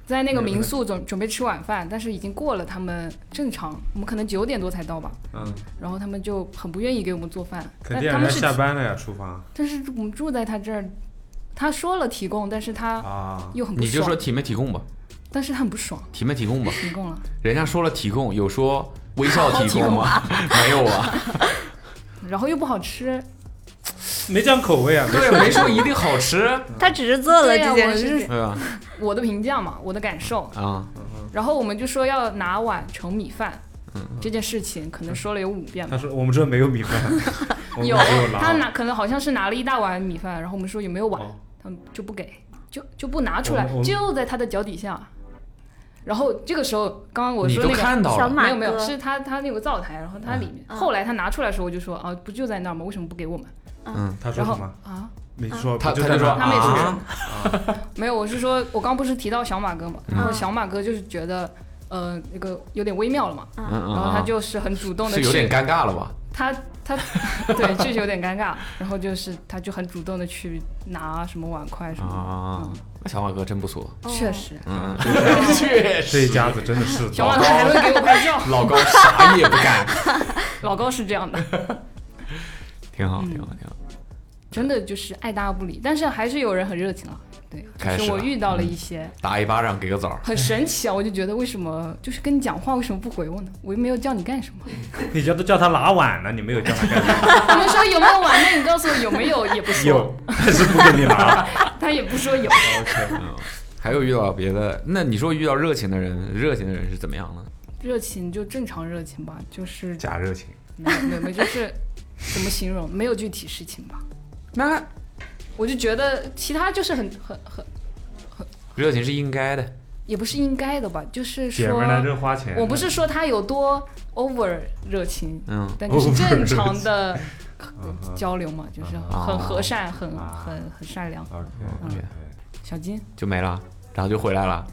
Speaker 2: 在那个民宿准准备吃晚饭，但是已经过了他们正常，我们可能九点多才到吧，
Speaker 6: 嗯，
Speaker 2: 然后他们就很不愿意给我们做饭，
Speaker 6: 肯
Speaker 2: 但
Speaker 6: 定
Speaker 2: 哎他
Speaker 6: 人家
Speaker 2: 们是
Speaker 6: 下班了呀，厨房
Speaker 2: 但是我们住在他这儿，他说了提供，但是他
Speaker 6: 啊，
Speaker 2: 又很不
Speaker 3: 你就
Speaker 2: 爽，
Speaker 3: 说提没提供吧，
Speaker 2: 但是他很不爽，
Speaker 3: 提没提供吧。
Speaker 2: 提供了，
Speaker 3: 人家说了提供，有说微笑提供
Speaker 2: <laughs>
Speaker 3: 吗？没有啊，
Speaker 2: 然后又不好吃，
Speaker 6: 没讲口味啊，
Speaker 3: 对，没说一定好吃，
Speaker 4: 他只是做了
Speaker 2: 对呀啊
Speaker 4: 这
Speaker 2: 我
Speaker 4: 件
Speaker 2: 是
Speaker 4: 事情，
Speaker 3: 对吧？
Speaker 2: 我的评价嘛，我的感受，
Speaker 3: 啊，
Speaker 2: 然后我们就说要拿碗盛米饭，这件事情可能说了有五遍吧。
Speaker 6: 他说我们这没有
Speaker 2: <laughs>
Speaker 6: 米饭，我们
Speaker 2: 有
Speaker 6: 没有，
Speaker 2: 他
Speaker 6: 狼，
Speaker 2: 拿可能好像是拿了一大碗米饭，然后我们说有没有碗，
Speaker 6: 哦
Speaker 2: 他们就不给，就就不拿出来
Speaker 6: 我们我，们
Speaker 2: 就在他的脚底下。然后这个时候，刚刚我
Speaker 3: 你
Speaker 2: 说
Speaker 3: 都
Speaker 2: 那个
Speaker 3: 看到
Speaker 4: 小
Speaker 3: 了，
Speaker 4: 马
Speaker 2: 没有没有，
Speaker 4: 哥
Speaker 2: 是他他那有个灶台，然后它里面。后来他拿出来的时候，我就说啊，不就在那儿吗？为什么不给我们？
Speaker 6: 他说
Speaker 2: 然后
Speaker 6: 什么？
Speaker 2: 啊，
Speaker 6: 你说
Speaker 3: 他
Speaker 6: 不
Speaker 3: 他就说
Speaker 6: 在那
Speaker 2: 他们也是
Speaker 3: 啊，
Speaker 2: <laughs> 没有，我是说，我刚不是提到小马哥嘛，然后小马哥就是觉得呃那个有点微妙了嘛，
Speaker 3: 嗯
Speaker 2: 然
Speaker 3: 嗯
Speaker 2: 后他
Speaker 3: 嗯
Speaker 2: 就是很主动
Speaker 3: 嗯，
Speaker 2: 的
Speaker 3: 是有点
Speaker 2: 去，
Speaker 3: 尴尬了吧？
Speaker 2: 他他
Speaker 3: <laughs>
Speaker 2: 对确实有点尴尬，然后就是他就很主动的去拿什么碗筷什么的。
Speaker 3: 啊
Speaker 2: 嗯，
Speaker 3: 那小马哥真不错，
Speaker 6: 哦
Speaker 2: 确实，
Speaker 3: 嗯， <laughs>
Speaker 6: 这一家子真的是
Speaker 2: 小马哥还会给我拍 <laughs> 照。
Speaker 3: 老高啥也不
Speaker 2: <laughs>
Speaker 3: 干，
Speaker 2: 嗯老高是这样的，
Speaker 3: 挺好，挺好，挺好。
Speaker 2: <laughs> 真的就是爱搭不理，但是还是有人很热情啊。对，
Speaker 3: 开
Speaker 2: 就
Speaker 3: 始
Speaker 2: 是我
Speaker 3: 了
Speaker 2: 遇到了一些
Speaker 6: 嗯
Speaker 3: 打一巴掌给
Speaker 2: <laughs>
Speaker 3: 个枣儿，
Speaker 6: <laughs>
Speaker 2: 很神奇啊，我就觉得为什么就是跟你讲话为什么不回我呢？我又没有叫你干什 <laughs> 么。
Speaker 6: <laughs> 你叫都叫他拿碗了，你没有叫他
Speaker 3: <laughs>
Speaker 6: 干嘛？
Speaker 2: 我们说有没有碗？那你
Speaker 6: <laughs>
Speaker 2: 告诉我有没有也不说， <laughs>
Speaker 6: 有，但是不给你拿。
Speaker 2: 他也不说有。
Speaker 6: OK，
Speaker 3: 嗯还有遇到别的？那你说遇到热情的人，热情的人是怎么样呢？
Speaker 2: 热情就正常热情吧，就是
Speaker 6: 假热情，
Speaker 2: 没没没，就是怎么形容？没有具体事情吧。
Speaker 3: 那
Speaker 2: 我就觉得其他就是很很很，
Speaker 3: 热情是应该的，
Speaker 2: 也不是应该的吧，就是
Speaker 6: 姐们儿来这
Speaker 2: 说，
Speaker 6: 花钱，
Speaker 2: 我不是说他有多 over 热情，
Speaker 3: 嗯，
Speaker 2: 但就是正常
Speaker 6: Over
Speaker 2: 的
Speaker 6: 嗯哼
Speaker 2: 交流嘛，就是
Speaker 3: 啊
Speaker 2: 很和善，很
Speaker 6: 啊
Speaker 2: 很很善良。
Speaker 6: OK，
Speaker 3: 嗯 OK
Speaker 2: 小金，
Speaker 3: 就没了，然后就回来了。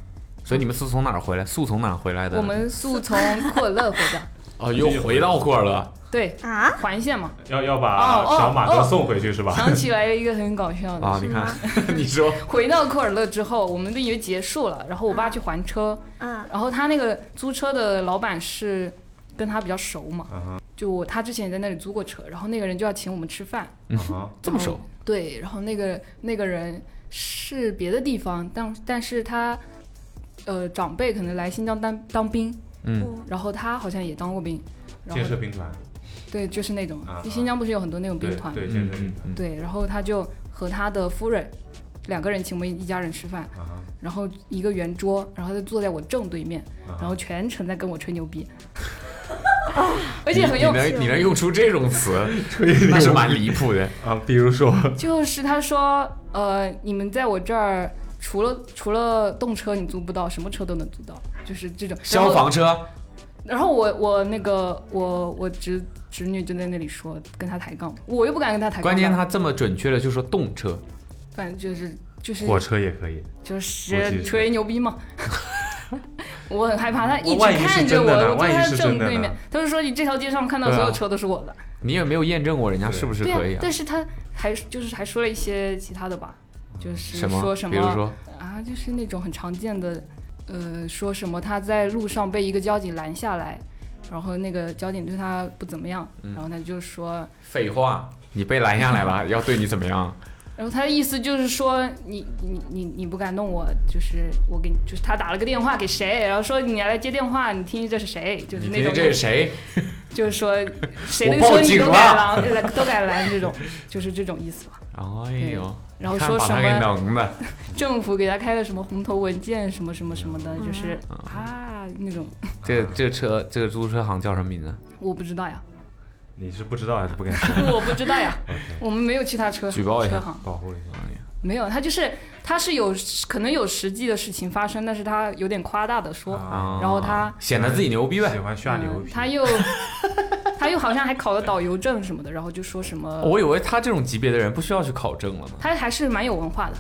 Speaker 3: 所以你们是从哪儿回来？素从哪儿回来的？
Speaker 2: 我们速从库尔勒回家，
Speaker 3: 哦，又回到库尔勒。
Speaker 2: 对，
Speaker 4: 啊，
Speaker 2: 环线嘛。
Speaker 6: 要要把
Speaker 2: 哦哦
Speaker 6: 小马哥
Speaker 2: 哦
Speaker 6: 送回去是吧？
Speaker 2: 想起来一个很搞笑的
Speaker 3: 啊，
Speaker 2: 事
Speaker 3: 你看， <laughs> 你说
Speaker 2: 回到库尔勒之后，我们就以为结束了，然后我爸去还车，
Speaker 4: 嗯
Speaker 2: 然后他那个租车的老板是跟他比较熟嘛，
Speaker 6: 嗯哼
Speaker 2: 就我他之前也在那里租过车，然后那个人就要请我们吃饭，
Speaker 6: 嗯哼，
Speaker 3: 这么熟，
Speaker 2: 对，然后那个那个人是别的地方，但但是他呃长辈可能来新疆当当兵，
Speaker 3: 嗯，
Speaker 2: 然后他好像也当过兵，然
Speaker 6: 建设
Speaker 2: 后
Speaker 6: 兵团，
Speaker 2: 对，就是那种
Speaker 6: 啊，啊
Speaker 2: 新疆不是有很多那种兵
Speaker 6: 对
Speaker 2: 团，
Speaker 6: 对，建
Speaker 3: 嗯
Speaker 6: 设兵
Speaker 3: 嗯
Speaker 6: 团，
Speaker 3: 嗯，
Speaker 2: 对，然后他就和他的夫人两个人请我们一家人吃饭。
Speaker 6: 啊哈，
Speaker 2: 然后一个圆桌，然后他坐在我正对面，
Speaker 6: 啊
Speaker 2: 然
Speaker 6: 哈
Speaker 2: 后全程在跟我吹牛
Speaker 3: <laughs>
Speaker 2: 逼，而且很有哦
Speaker 3: 你能你能用出这种词， <laughs> 那是蛮离谱的。
Speaker 6: 啊，比如说，
Speaker 2: 就是他说，呃，你们在我这儿除了除了动车你租不到，什么车都能租到，就是这种然后
Speaker 3: 消防车，
Speaker 2: 然后我我那个我我侄侄女就在那里说跟他抬杠，我又不敢跟他抬杠吧，
Speaker 3: 关键他这么准确的就说动车，
Speaker 2: 反正就是就是
Speaker 6: 火车也可以，
Speaker 2: 就
Speaker 6: 我记得
Speaker 2: 是吹牛逼嘛。
Speaker 6: <laughs>
Speaker 2: 我很害怕，他一直
Speaker 6: 万一是
Speaker 2: 看着
Speaker 6: 真
Speaker 2: 我，
Speaker 6: 的呢
Speaker 2: 我坐
Speaker 6: 万一
Speaker 2: 在他
Speaker 6: 是
Speaker 2: 正
Speaker 6: 真的
Speaker 2: 对面
Speaker 6: 呢。
Speaker 2: 他就说：“你这条街上看到
Speaker 3: 对啊
Speaker 2: 所有车都是我的。
Speaker 3: 你也没有验证过人家是不是
Speaker 2: 对
Speaker 3: 可以
Speaker 2: 啊，
Speaker 3: 啊？
Speaker 2: 但是他还就是还说了一些其他的吧，就是
Speaker 3: 什么？
Speaker 2: 啊说什
Speaker 3: 比如说，
Speaker 2: 啊，就是那种很常见的，呃，说什么他在路上被一个交警拦下来，然后那个交警对他不怎么样，
Speaker 6: 嗯
Speaker 2: 然后他就说，
Speaker 3: 废话，你被拦下来 <laughs> 了，要对你怎么样？
Speaker 2: 然后他的意思就是说你你你你不敢弄我，就是我给你，就是他打了个电话给谁，然后说你来接电话，你听听这是谁，就是
Speaker 3: 你
Speaker 2: 那
Speaker 3: 听
Speaker 2: 种
Speaker 3: 听这是谁？
Speaker 2: 就是说谁的
Speaker 3: 我报
Speaker 2: 车你
Speaker 3: 警啊
Speaker 2: 都敢
Speaker 3: 了
Speaker 2: 拦，都敢拦这种，就是这种意思吧。
Speaker 3: 哎呦，
Speaker 2: 然后
Speaker 3: 看
Speaker 2: 说
Speaker 3: 把
Speaker 2: 什
Speaker 3: 他给
Speaker 2: 么
Speaker 3: 能 <laughs> 的，
Speaker 2: 政府给他开了什么红头文件什么什么什么的，就是
Speaker 3: 嗯
Speaker 2: 啊那种
Speaker 3: 这这车这个出租车行叫什么名字？
Speaker 2: 我不知道
Speaker 3: <laughs>
Speaker 2: 呀，
Speaker 6: 你是不知道还是不敢说？
Speaker 2: 我不知道呀
Speaker 6: OK，
Speaker 2: 我们没有去他车
Speaker 3: 举报一下
Speaker 2: 车行，
Speaker 6: 保护 <laughs> 一下，
Speaker 2: 没有，他就是他是有可能有实际的事情发生，但是他有点夸大的说，
Speaker 6: 啊
Speaker 2: 然后他
Speaker 3: 显得自己牛逼呗
Speaker 6: 喜。欢耍牛
Speaker 2: 嗯
Speaker 6: 皮，
Speaker 2: 他
Speaker 6: <laughs>
Speaker 2: 又他又好像还考了导游证什么的，然后就说什么，
Speaker 6: 哦
Speaker 3: 我以为他这种级别的人不需要去考证了呢，
Speaker 2: 他还是蛮有文化的。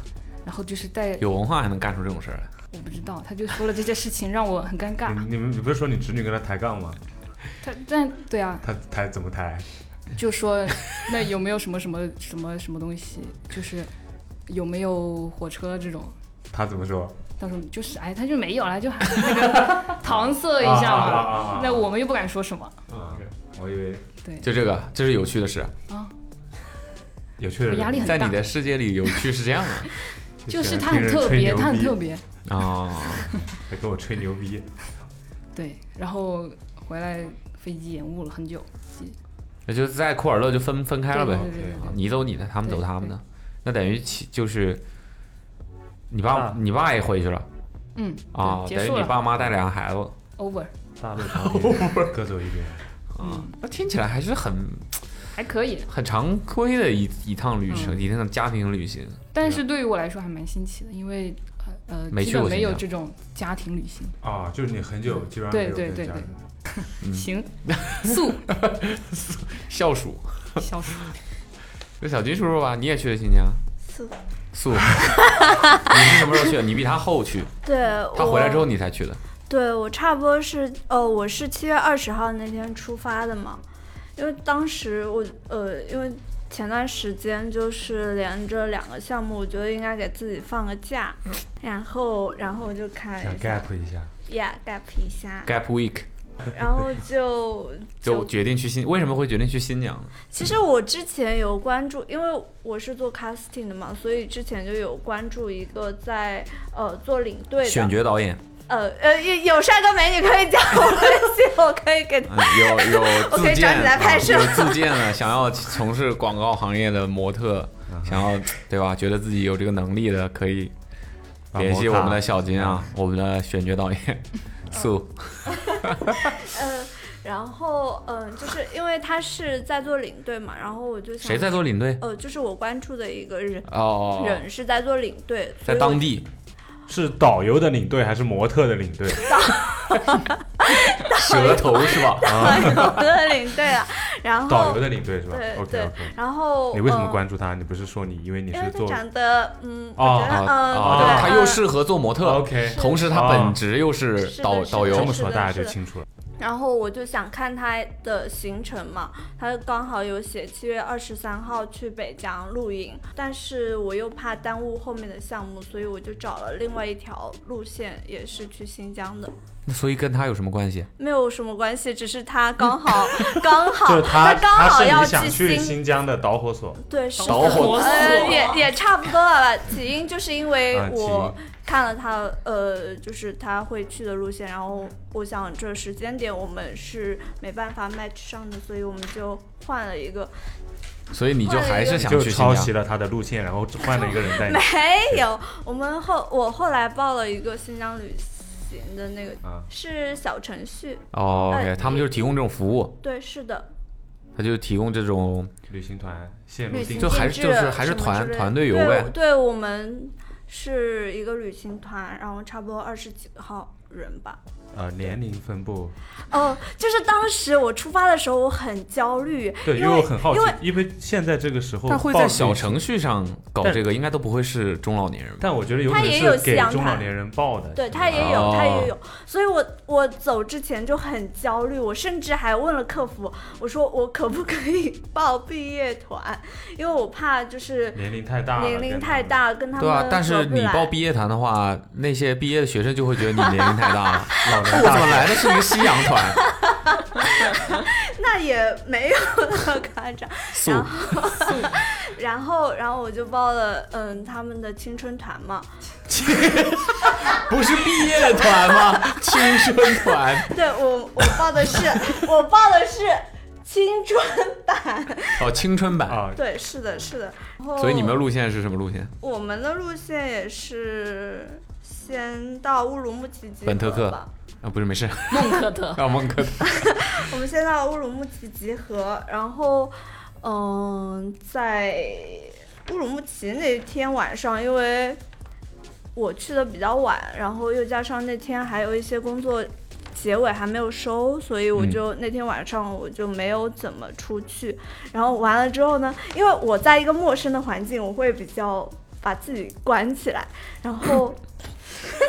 Speaker 2: 然后就是在
Speaker 3: 有文化还能干出这种事儿来。
Speaker 2: 我不知道，他就说了这件事情让我很尴尬。
Speaker 6: 你你们你不是说你侄女跟他抬杠吗？
Speaker 2: 他但对啊，
Speaker 6: 他抬怎么抬？
Speaker 2: 就说那有没有什么什么什么什么东西，就是有没有火车这种？
Speaker 6: 他怎么说？
Speaker 2: 他说就是哎，他就没有了，就还那个搪塞一下
Speaker 6: 啊啊
Speaker 2: 嘛。
Speaker 6: 啊啊啊
Speaker 2: 那我们又不敢说什么，
Speaker 6: 我以为
Speaker 2: 对，
Speaker 3: 就这个，这是有趣的事，
Speaker 6: 有趣的
Speaker 2: 压
Speaker 6: 人，
Speaker 2: 力很
Speaker 3: 在你
Speaker 2: 大。
Speaker 3: 的世界里，有趣是这
Speaker 2: <laughs>
Speaker 3: 样的
Speaker 2: 就是
Speaker 6: 听
Speaker 2: 他很
Speaker 6: 人
Speaker 2: 特
Speaker 6: 吹
Speaker 2: 别，
Speaker 6: 牛
Speaker 2: 他很
Speaker 6: 逼
Speaker 2: 特别，
Speaker 3: 哦。
Speaker 6: 还跟我吹牛 <laughs> 逼，
Speaker 2: 对。然后回来飞机延误了很久，
Speaker 3: 那就在库尔勒就分分开了
Speaker 2: 对
Speaker 3: 呗
Speaker 2: 对，对对
Speaker 3: 啊你走你的，他们走
Speaker 2: 对
Speaker 3: 他们的，那等于其就是你爸你爸也回去了
Speaker 2: 嗯，
Speaker 3: 啊，
Speaker 2: 对
Speaker 3: 等
Speaker 2: 结
Speaker 3: 于
Speaker 2: 束
Speaker 3: 你
Speaker 2: 了
Speaker 3: 爸妈带俩孩子，
Speaker 2: ，over，
Speaker 6: 大路长平，各走一边。
Speaker 3: 啊
Speaker 2: 嗯
Speaker 3: 那听起来还是很
Speaker 2: 还可以，
Speaker 3: 很常规的一一趟旅
Speaker 2: 嗯
Speaker 3: 程，一趟家庭旅行。
Speaker 2: 但是对于我来说还蛮新奇的，因为呃呃，
Speaker 3: 没
Speaker 2: 基
Speaker 3: 去
Speaker 2: 本
Speaker 3: 过
Speaker 2: 没
Speaker 3: 新
Speaker 2: 有
Speaker 3: 疆
Speaker 2: 这种家庭旅行。
Speaker 6: 啊，就是你很久基本上
Speaker 2: 对
Speaker 6: 没
Speaker 2: 嗯
Speaker 6: 有
Speaker 2: 对
Speaker 6: 跟
Speaker 2: 对
Speaker 6: 家
Speaker 2: 对
Speaker 6: 人
Speaker 3: 嗯 <laughs>
Speaker 2: 行，素
Speaker 3: 校属，
Speaker 2: 消
Speaker 3: <laughs>
Speaker 2: 失。
Speaker 3: 那小金叔叔吧，你也去了新疆？
Speaker 4: 素
Speaker 3: 素，你是什么时候去 <laughs> 的？你比他后去，
Speaker 4: 对，
Speaker 3: 他回来之后你才去的。
Speaker 4: 对我差不多是，呃，我是七月二十号那天出发的嘛，因为当时我，呃，因为前段时间就是连着两个项目，我觉得应该给自己放个假，然后，然后我就看
Speaker 2: 哎
Speaker 6: 想
Speaker 4: 一下
Speaker 6: gap 一下，
Speaker 4: ，yeah gap 一下，
Speaker 3: Gap Week
Speaker 4: 然后
Speaker 3: <laughs>
Speaker 4: 就
Speaker 3: 就决定去新，为什么会决定去新疆呢？
Speaker 4: 其实我之前有关注，因为我是做 casting 的嘛，所以之前就有关注一个在呃做领队的，
Speaker 3: 选角导演，
Speaker 4: 呃呃有有帅哥美女可以加我微信，我可以给他
Speaker 3: 嗯有有
Speaker 4: <laughs> 我
Speaker 3: 自
Speaker 4: 可以找
Speaker 3: 荐啊
Speaker 4: 你来拍摄
Speaker 3: 有自荐的， <laughs> 想要从事广嗯告行业的模特，想要对吧？觉得自己有这个能力的，可以
Speaker 6: 啊
Speaker 3: 联系我们
Speaker 6: 摩
Speaker 3: 的
Speaker 6: 卡
Speaker 3: 小金啊，我们的选角导演素，
Speaker 4: 嗯，然后嗯，就是因为他是在做领队嘛，然后我就想
Speaker 3: 谁在做领队？
Speaker 4: 呃，就是我关注的一个人、
Speaker 3: 哦，
Speaker 4: 人是在做领队，
Speaker 3: 在
Speaker 4: 所以我
Speaker 3: 当地
Speaker 6: 是导游的领队还是模特的领队？
Speaker 3: 蛇头是
Speaker 4: <laughs>
Speaker 3: 吧？啊，
Speaker 4: 导游的领队了，
Speaker 2: 哦
Speaker 4: 然
Speaker 6: 导
Speaker 4: 后
Speaker 6: 游的领队是吧
Speaker 4: 对
Speaker 6: ？OK
Speaker 4: 对
Speaker 6: OK。
Speaker 4: 然后
Speaker 6: 你为什么
Speaker 4: 嗯
Speaker 6: 关注
Speaker 2: 哦
Speaker 6: 他？你不是说你因为你
Speaker 4: 因
Speaker 6: 是
Speaker 4: 为他
Speaker 6: 做
Speaker 4: 长得嗯，
Speaker 6: 哦
Speaker 4: 我觉得
Speaker 3: 哦
Speaker 4: 嗯，
Speaker 3: 哦
Speaker 4: 对
Speaker 3: 他
Speaker 4: 嗯
Speaker 3: 又适合做模特，
Speaker 6: OK？
Speaker 3: 同时他本职又是
Speaker 4: 是的
Speaker 3: 导
Speaker 4: 是的
Speaker 3: 导
Speaker 6: 这
Speaker 3: 游
Speaker 6: 么
Speaker 4: 是
Speaker 6: 说
Speaker 4: 的
Speaker 6: 大家
Speaker 4: 是
Speaker 6: 就
Speaker 4: 的
Speaker 6: 清楚了。
Speaker 4: 然后我就想看他的行程嘛，他刚好有写七月二十三号去北疆露营，但是我又怕耽误后面的项目，所以我就找了另外一条路线，也是去新疆的，
Speaker 3: 那所以跟他有什么关系？
Speaker 4: 没有什么关系，只是他刚
Speaker 6: <laughs>
Speaker 4: 好刚
Speaker 2: 哦
Speaker 4: 好
Speaker 6: 就是他，
Speaker 4: 刚好
Speaker 6: 是
Speaker 4: 要
Speaker 6: 你
Speaker 4: 去
Speaker 6: 想去
Speaker 4: 新
Speaker 6: 新疆的导火索，
Speaker 4: 对是
Speaker 3: 导火
Speaker 4: 的呃也也差不多了吧，起因就是因
Speaker 2: 哎
Speaker 4: 为
Speaker 6: 啊起
Speaker 4: 我。看了他，呃，就是他会去的路线，然后我想这时间点我们是没办法 match 上的，所以我们就换了一个，
Speaker 3: 所以你就还是想
Speaker 6: 就
Speaker 3: 去新
Speaker 6: 抄
Speaker 3: 疆？
Speaker 6: 袭了他的路线，然后换了一个人带你。
Speaker 4: 没有，我们后我后来报了一个新疆旅行的那个
Speaker 6: 啊，
Speaker 4: 是小程序，
Speaker 3: 哦
Speaker 4: 哎
Speaker 3: ，OK，他们就是提供这种服务，
Speaker 4: 对，是的，
Speaker 3: 他就提供这种
Speaker 6: 旅行团线路
Speaker 4: 旅行
Speaker 6: 定
Speaker 3: 就
Speaker 4: 定
Speaker 3: 还
Speaker 4: 制
Speaker 3: 就是还是
Speaker 4: 什么
Speaker 3: 团
Speaker 4: 之类的
Speaker 3: 团队游
Speaker 4: 对
Speaker 3: 呗
Speaker 4: 我对我们是一个旅行团，然后差不多二十几个号人吧，
Speaker 6: 呃年龄分布，
Speaker 4: 哦，就是当时我出发的时候我很焦虑，
Speaker 6: 对，因
Speaker 4: 因
Speaker 6: 为我
Speaker 4: 为
Speaker 6: 很好奇
Speaker 4: 因为，
Speaker 6: 因为现在这个时候，
Speaker 3: 他会在小，程序上搞
Speaker 6: 但
Speaker 3: 这个，应该都不会是中老年人吧？
Speaker 6: 但我觉得有可
Speaker 4: 他
Speaker 6: 能
Speaker 4: 也有
Speaker 6: 是给
Speaker 4: 夕阳
Speaker 6: 中老
Speaker 4: 团
Speaker 6: 年人报的，
Speaker 4: 对
Speaker 6: 是吧
Speaker 4: 他也有，
Speaker 3: 哦
Speaker 4: 他也有，所以我我走之前就很焦虑，我甚至还问了客服，我说我可不可以报毕业团，因为我怕就是
Speaker 6: 年龄太大了，
Speaker 4: 年龄
Speaker 6: 跟他
Speaker 4: 太
Speaker 6: 们，
Speaker 4: 大，跟他
Speaker 3: 对啊
Speaker 4: 们，
Speaker 3: 但
Speaker 4: 合
Speaker 3: 是
Speaker 4: 不
Speaker 3: 你
Speaker 4: 来
Speaker 3: 报毕业团的话，那些毕业的学生就会觉得你年龄太大 <laughs> 了。
Speaker 6: 老
Speaker 3: 我
Speaker 6: 年
Speaker 3: 怎
Speaker 6: 大
Speaker 3: 么来的是一个夕阳团？
Speaker 4: 那也没有那么夸张，
Speaker 3: 素
Speaker 4: 然后然后 <laughs> 然后我就报了嗯他们的青春团嘛，
Speaker 3: 不是毕业团吗？青春团
Speaker 4: 对我我报
Speaker 3: <laughs>
Speaker 4: 的是我报的是青春版，
Speaker 3: 哦，青春版。
Speaker 6: 啊，
Speaker 4: 对，是的，是的，然后
Speaker 3: 所以你们的路线是什么路线？
Speaker 4: 我们的路线也是先到乌鲁木齐集合吧。
Speaker 3: 本特克啊，不是，没事，
Speaker 11: 孟克
Speaker 3: <laughs>
Speaker 11: 特，
Speaker 3: 让孟哥。
Speaker 4: 我们先到乌鲁木齐集合，然后，嗯，在乌鲁木齐那天晚上，因为我去的比较晚，然后又加上那天还有一些工作。结尾还没有收，所以我
Speaker 3: 嗯
Speaker 4: 就、那天晚上我就没有怎么出去。然后完了之后呢，因为我在一个陌生的环境，我会比较把自己关起来。然后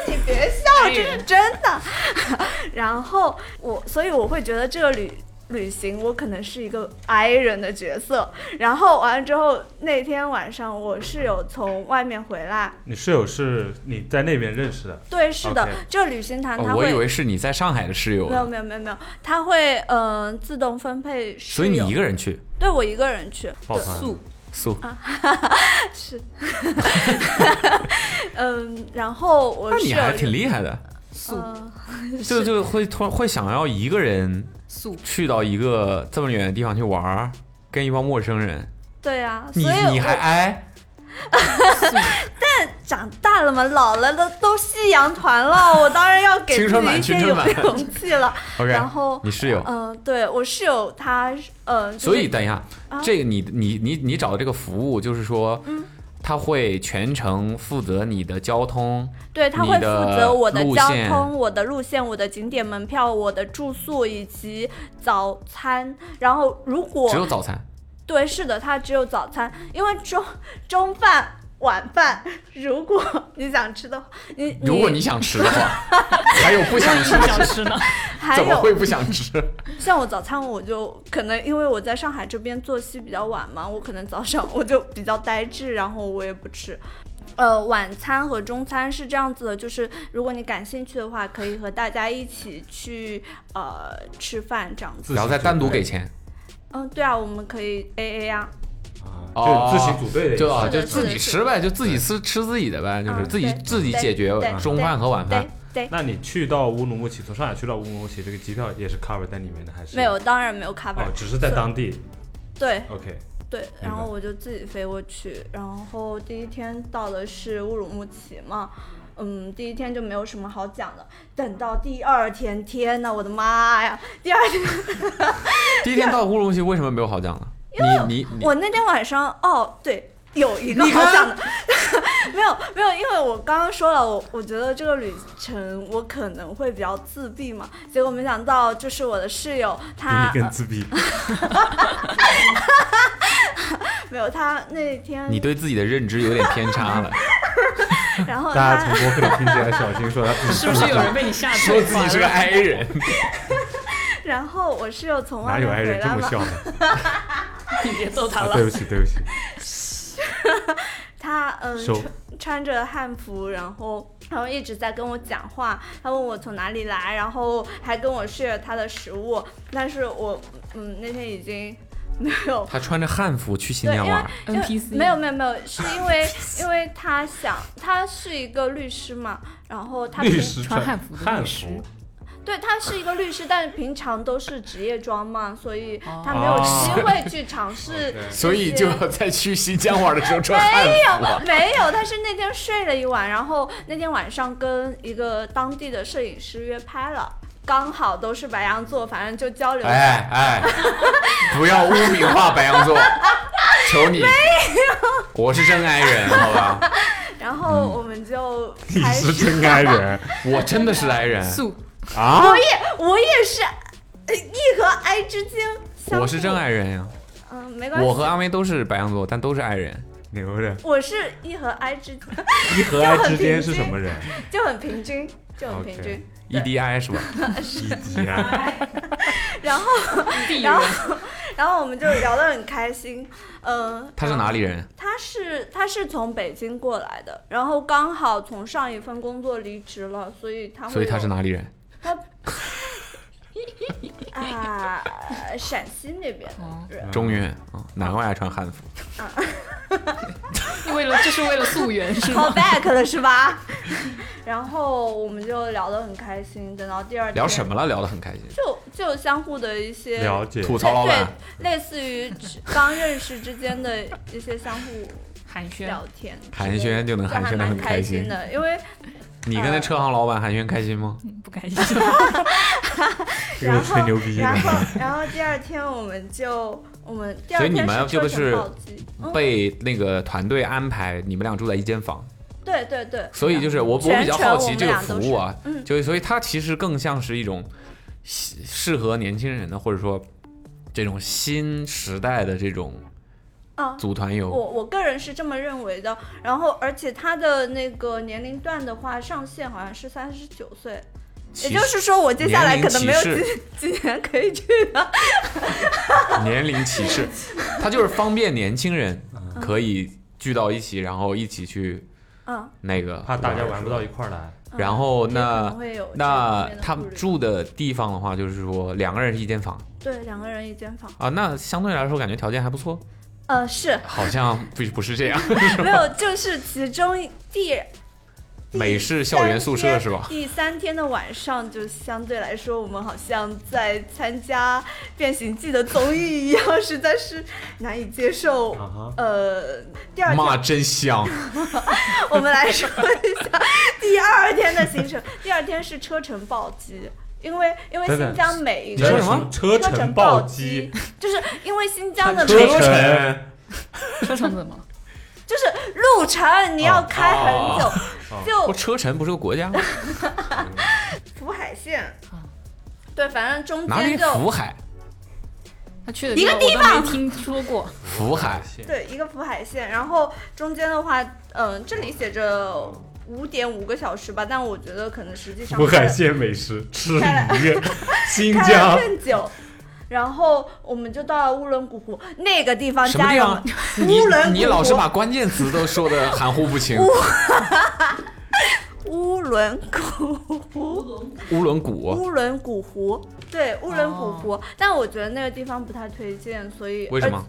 Speaker 4: 你别笑，这是真的。 <laughs> 然后我，所以我会觉得这个旅旅行，我可能是一个 I 人的角色。然后完了之后，那天晚上我室友从外面回来，
Speaker 6: 你室友是你在那边认识的，
Speaker 4: 对，是的
Speaker 6: OK
Speaker 4: 这旅行团他
Speaker 3: 哦我
Speaker 4: 会、
Speaker 3: 以为是你在上海的室友
Speaker 4: 没有
Speaker 3: 呢，
Speaker 4: 没有没有没有，他会嗯、呃自动分配室
Speaker 3: 所以你
Speaker 4: 友
Speaker 3: 一个人去
Speaker 4: 对我一个人去，
Speaker 6: 抱团
Speaker 11: 素
Speaker 3: 素。
Speaker 4: 啊是，嗯，然后我
Speaker 3: 那
Speaker 4: 室
Speaker 3: 你
Speaker 4: 友
Speaker 3: 还
Speaker 4: 就
Speaker 3: 挺厉害的，
Speaker 4: 嗯
Speaker 3: 就就会突然会想要一个人
Speaker 11: 素，
Speaker 3: 去到一个这么远的地方去玩儿，跟一帮陌生人。
Speaker 4: 对啊，
Speaker 3: 你
Speaker 4: 所以我
Speaker 3: 你还挨？
Speaker 4: <laughs> 长大了嘛，老了都都夕阳团
Speaker 3: <laughs>
Speaker 4: 了，我当然要给
Speaker 3: 青
Speaker 4: 自
Speaker 3: 春
Speaker 4: 己
Speaker 3: 版
Speaker 4: 一
Speaker 3: 青
Speaker 4: 点
Speaker 3: 春
Speaker 4: 有
Speaker 3: 版
Speaker 4: 勇气了。
Speaker 3: OK，
Speaker 4: 然后，
Speaker 3: <laughs> 你室友。
Speaker 4: 嗯、对我室友他，嗯、呃，就是
Speaker 3: 所以等一下，
Speaker 4: 啊
Speaker 3: 这个你你你你找的这个服务就是说，
Speaker 4: 嗯
Speaker 3: 他会全程负责你的交通，
Speaker 4: 对他会
Speaker 3: 你
Speaker 4: 负
Speaker 3: 的
Speaker 4: 责我的
Speaker 3: 路
Speaker 4: 交
Speaker 3: 线
Speaker 4: 通、我的路线、我的景点门票、我的住宿以及早餐。然后，如
Speaker 3: 只
Speaker 4: 果
Speaker 3: 有早餐。
Speaker 4: 对，是的，他只有早餐，因为中中饭。晚饭，如果你想吃的话，你
Speaker 3: 如果你想吃的
Speaker 4: <laughs>
Speaker 3: 话，还有不想吃的，
Speaker 11: 想吃呢？
Speaker 4: 还
Speaker 3: 怎么
Speaker 4: 有
Speaker 3: 会不想吃？
Speaker 4: 像我早餐，我就可能因为我在上海这边作息比较晚嘛，我可能早上我就比较呆滞，然后我也不吃。呃，晚餐和中餐是这样子的，就是如果你感兴趣的话，可以和大家一起去呃吃饭这样子。
Speaker 6: 自
Speaker 3: 然后再
Speaker 6: 行组
Speaker 3: 单独
Speaker 6: 队
Speaker 3: 给钱，
Speaker 4: 嗯，对啊，我们可以 A A 啊。
Speaker 6: 啊，
Speaker 3: 哦
Speaker 6: 就自行组队的意思，
Speaker 3: 就啊
Speaker 4: 是
Speaker 3: 就
Speaker 4: 的
Speaker 3: 自己
Speaker 4: 是的
Speaker 3: 吃呗，就自己吃吃自己的呗，就是
Speaker 4: 嗯
Speaker 3: 自己
Speaker 4: 对
Speaker 3: 自己
Speaker 4: 对
Speaker 3: 解决
Speaker 4: 对
Speaker 3: 中饭和晚饭
Speaker 4: 对。对，
Speaker 6: 那你去到乌鲁木齐，从上海去到乌鲁木齐，这个机票也是 cover 在里面的，还是
Speaker 4: 没有，？当然没有 cover、
Speaker 6: 哦，只是在当地。
Speaker 4: 对
Speaker 6: OK，
Speaker 4: 对，然后我就自己飞过去，然后第一天到的是乌鲁木齐嘛，嗯，第一天就没有什么好讲的。等到第二天，天呐，我的妈呀！第二天，
Speaker 3: 第一天到乌鲁木齐为什么没有好讲呢？你你你
Speaker 4: 我那天晚上，哦，对，有一个好讲的， <laughs> 没有没有，因为我刚刚说了，我我觉得这个旅程我可能会比较自闭嘛，结果没想到就是我的室友
Speaker 6: 比
Speaker 4: 他
Speaker 6: 你更自闭。
Speaker 4: 啊没有他那天，
Speaker 3: 你对自己的认知有点偏差
Speaker 4: <laughs>
Speaker 3: 了，
Speaker 4: 然后
Speaker 6: 大家
Speaker 4: 他
Speaker 6: 从播客里听起来，小新说他自己
Speaker 5: 是不是有人被你吓
Speaker 2: <laughs>
Speaker 5: 走
Speaker 3: 说自己是个
Speaker 5: 了？
Speaker 3: 哀人，
Speaker 4: 然后我室友从外
Speaker 6: 哪
Speaker 4: 面
Speaker 6: 有爱
Speaker 4: 回
Speaker 6: 人这
Speaker 4: 来
Speaker 6: 么
Speaker 4: 嘛，
Speaker 6: 笑呢？
Speaker 5: 你别揍他
Speaker 6: 啊，
Speaker 5: 了
Speaker 6: 对。不起，对不起，
Speaker 4: 他嗯
Speaker 6: 收
Speaker 4: 穿穿着汉服，然后然后一直在跟我讲话，他问我从哪里来，然后还跟我 share 他的食物，但是我嗯那天已经没有
Speaker 3: 他穿着汉服去新疆玩，
Speaker 2: 嗯
Speaker 4: 因为
Speaker 5: NPC
Speaker 4: <laughs> 没有没有没有，是因为 <laughs> 因为他想他是一个律师嘛，然后他平
Speaker 3: <laughs>
Speaker 6: 律师
Speaker 2: 穿汉服的
Speaker 6: 汉
Speaker 2: 律师
Speaker 6: 服，
Speaker 4: 对他是一个律师，但是平常都是职业装嘛，所以
Speaker 2: 哦
Speaker 4: 他没有机会去尝试这些。
Speaker 9: 所以就要在去新疆玩的时候穿汉服。
Speaker 4: <laughs> 没有，但是那天睡了一晚，然后那天晚上跟一个当地的摄影师约拍了，刚好都是白羊座，反正就交流。
Speaker 9: 哎哎，不要污名化白羊座，求你。我是真爱人，好吧？
Speaker 4: 然后我们
Speaker 3: 嗯
Speaker 4: 就
Speaker 6: 你
Speaker 4: 开
Speaker 6: 是
Speaker 4: 始，
Speaker 6: 真爱人
Speaker 9: 我真的是爱人，
Speaker 2: 素
Speaker 6: 啊！
Speaker 4: 我也是，呃，一和 I 之间相互。
Speaker 3: 我是真爱人呀。
Speaker 4: 嗯、没关系。
Speaker 3: 我和阿妹都是白羊座，但都是爱人。
Speaker 6: 牛的，
Speaker 4: 我是一和 I 之间
Speaker 6: 一和爱之间是什么人？
Speaker 4: 就很平均，就很平均。
Speaker 3: EDI E 是吧？
Speaker 4: <laughs>
Speaker 6: 一滴啊，
Speaker 4: 然后，然后，然后我们就聊得很开心。嗯、
Speaker 3: 他是哪里人？
Speaker 4: 他是他是从北京过来的，然后刚好从上一份工作离职了，所以他会
Speaker 3: 所以他是
Speaker 4: 有
Speaker 3: 哪里人？
Speaker 4: 啊、陕西那边
Speaker 2: 哦
Speaker 4: 的人。
Speaker 3: 中原啊，难怪爱穿汉服。
Speaker 2: 为了这是为了溯
Speaker 4: <laughs>
Speaker 2: 源是吗？
Speaker 4: call back 了是吧？然后我们就聊得很开心，等到第二天
Speaker 3: 聊什么？了？聊得很开心。
Speaker 4: 就就相互的一些
Speaker 6: 了解。
Speaker 3: 吐槽老
Speaker 4: 对
Speaker 3: 板，，
Speaker 4: 类似于刚认识之间的一些相互
Speaker 2: 寒暄
Speaker 4: 聊天之类的，
Speaker 3: 寒暄就能寒暄
Speaker 4: 就
Speaker 3: 得
Speaker 4: 还
Speaker 3: 很
Speaker 4: 蛮
Speaker 3: 开
Speaker 4: 开
Speaker 3: 心
Speaker 4: 心的，嗯因为
Speaker 3: 你跟那车行老板寒暄开心吗？
Speaker 2: 不开心，
Speaker 6: 这
Speaker 4: 然
Speaker 6: 个
Speaker 4: 后
Speaker 6: 吹牛逼
Speaker 4: 然后
Speaker 6: 的，
Speaker 4: 然后第二天我们就我们第
Speaker 3: 所
Speaker 4: 二
Speaker 3: 以你
Speaker 4: 天
Speaker 3: 们就
Speaker 4: 车
Speaker 3: 不
Speaker 4: 程
Speaker 3: 是
Speaker 4: 暴击嗯，
Speaker 3: 被那个团队安排，你们俩住在一间房，
Speaker 4: 对对对，
Speaker 3: 所以就是我我
Speaker 4: 啊全
Speaker 3: 比较好奇
Speaker 4: 程
Speaker 3: 这
Speaker 4: 我
Speaker 3: 个
Speaker 4: 们
Speaker 3: 服
Speaker 4: 俩都
Speaker 3: 务啊，
Speaker 4: 嗯
Speaker 3: 就是所以它其实更像是一种适适合年轻人的，或者说这种新时代的这种
Speaker 4: 啊。
Speaker 3: 组团
Speaker 4: 我
Speaker 3: 游。
Speaker 4: 我个人是这么认为的，然后而且他的那个年龄段的话，上限好像是三十九岁，也
Speaker 3: 其
Speaker 4: 就
Speaker 3: 实
Speaker 4: 是说我接下来可能没有
Speaker 3: 年龄
Speaker 4: 几几年可以去了。
Speaker 3: 年龄歧视，它就是方便年轻人可以聚到一起，然后一起去
Speaker 4: 嗯，
Speaker 3: 那个，
Speaker 6: 怕大家玩不到一。块儿来。
Speaker 4: 嗯
Speaker 3: 然后
Speaker 4: 也可
Speaker 3: 那
Speaker 4: 能会有这方
Speaker 3: 那
Speaker 4: 面的
Speaker 3: 他
Speaker 4: 顾
Speaker 3: 们
Speaker 4: 虑
Speaker 3: 住的地方的话，就是说两个人一间房
Speaker 4: 对两个人一间房，
Speaker 3: 啊，那相对来说感觉条件还不错，
Speaker 4: 呃是
Speaker 3: 好像不不是这
Speaker 4: <laughs>
Speaker 3: 样，
Speaker 4: 没有，就是其中第
Speaker 3: 美式校园宿舍是吧？
Speaker 4: 第三天的晚上，就相对来说，我们好像在参加《变形记》的综艺一样， <laughs> 实在是难以接受。
Speaker 6: 啊哈，
Speaker 4: 呃，第二
Speaker 3: 妈
Speaker 4: 天
Speaker 3: 真
Speaker 4: <laughs>
Speaker 3: 香，
Speaker 4: 我们来说一下第二天的行程。第二天是车程暴击，因为因为
Speaker 6: 等等
Speaker 4: 新疆每一
Speaker 6: 你说
Speaker 4: 个
Speaker 6: 什么？车
Speaker 4: 车
Speaker 6: 程
Speaker 4: 程
Speaker 6: 暴
Speaker 4: 击
Speaker 6: 击，，
Speaker 4: 就是因为新疆的每
Speaker 6: 车程
Speaker 2: 车程怎么了？
Speaker 4: 就是路程你要开很久，
Speaker 3: 不
Speaker 6: 啊
Speaker 4: 就
Speaker 3: 哦车臣不是个国家吗？
Speaker 4: 福海县。对，反正中
Speaker 3: 哪里
Speaker 4: 间就
Speaker 3: 福海？
Speaker 2: 他去的
Speaker 4: 一个
Speaker 2: 地方我都没听说过，
Speaker 3: 福海
Speaker 4: 对，一个福海线，然后中间的话，嗯、这里写着五点五个小时吧，但我觉得可能实际上
Speaker 6: 福海县美食吃
Speaker 4: 开了
Speaker 6: 鱼，新
Speaker 4: 开了
Speaker 6: 疆
Speaker 4: 更久。然后我们就到了乌伦古湖那个地方，
Speaker 3: 什么
Speaker 4: 家
Speaker 3: 地
Speaker 4: 人
Speaker 3: 方
Speaker 4: 们，？
Speaker 3: 你
Speaker 4: 乌伦古湖
Speaker 3: 你老是把关键词都说的含糊不清。
Speaker 4: 乌伦古湖，
Speaker 3: 乌伦古
Speaker 4: 乌伦古湖，对，乌伦古湖。但我觉得那个地方不太推荐，所以
Speaker 3: 为什么？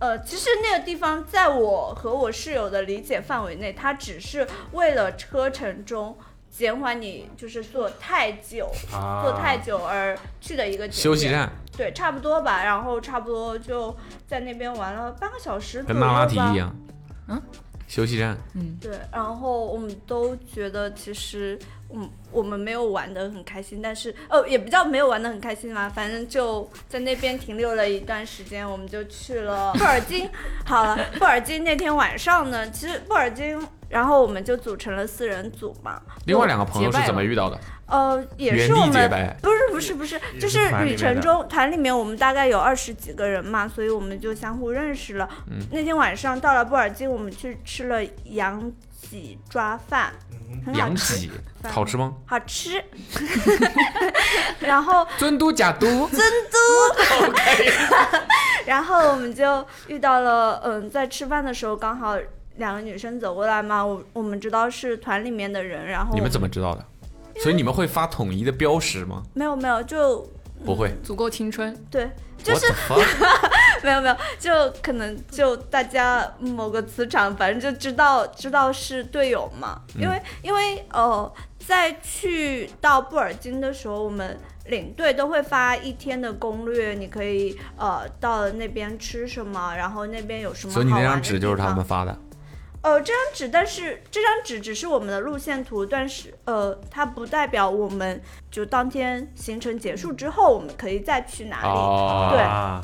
Speaker 4: 呃，其实那个地方在我和我室友的理解范围内，它只是为了车程中减缓你就是坐太久、
Speaker 6: 啊
Speaker 4: 坐太久而去的一个景点
Speaker 3: 休息，站
Speaker 4: 对，差不多吧。然后差不多就在那边玩了半个小时左
Speaker 3: 跟
Speaker 4: 右
Speaker 3: 马
Speaker 4: 吧嗯
Speaker 3: 拉提一。样，休息站，
Speaker 2: 嗯，
Speaker 4: 对，然后我们都觉得其实，嗯，我们没有玩的很开心，但是哦，也不叫没有玩的很开心嘛，反正就在那边停留了一段时间，我们就去了布尔津。好了，布尔津那天晚上呢，其实布尔津，然后我们就组成了四人组嘛。
Speaker 9: 另外两个朋友是怎么遇到的？
Speaker 4: 呃，也
Speaker 9: 原
Speaker 4: 是我
Speaker 9: 地结
Speaker 4: 们
Speaker 9: 拜，
Speaker 4: 不是不是不是，就是
Speaker 6: 团
Speaker 4: 旅
Speaker 6: 里面
Speaker 4: 程
Speaker 6: 的
Speaker 4: 中团里面我们大概有二十几个人嘛，所以我们就相互认识了。那天晚上到了布尔津，我们去吃了羊脊抓饭，很好
Speaker 9: 杨
Speaker 4: 吃，
Speaker 9: 脊，好吃吗？
Speaker 4: 好吃。 <laughs> 然后
Speaker 9: 尊都假哦都，
Speaker 4: 然后我们就遇到了，嗯，在吃饭的时候刚好两个女生走过来嘛，我我们知道是团里面的人，然后
Speaker 9: 你
Speaker 4: 我
Speaker 9: 们怎么知道的？所以你们会发统一的标识吗？
Speaker 4: 没有没有就
Speaker 9: 不会，
Speaker 2: 足够青春。
Speaker 4: 对，嗯就是
Speaker 9: What
Speaker 4: <laughs>
Speaker 9: the fuck？
Speaker 4: 没有没有，就可能就大家某个磁场，反正就知道知道是队友嘛。
Speaker 9: 嗯
Speaker 4: 因为、因为呃，在去到布尔津的时候，我们领队都会发一天的攻略，你可以呃到了那边吃什么，然后那边有什么好
Speaker 9: 所以
Speaker 4: 玩
Speaker 9: 你
Speaker 4: 的
Speaker 9: 那张纸
Speaker 4: 地
Speaker 9: 就是他
Speaker 4: 方
Speaker 9: 们发的，
Speaker 4: 呃，这张纸，但是这张纸只是我们的路线图，但是呃，它不代表我们就当天行程结束之后，我们可以再去哪里。
Speaker 9: 哦
Speaker 4: 对
Speaker 6: 啊，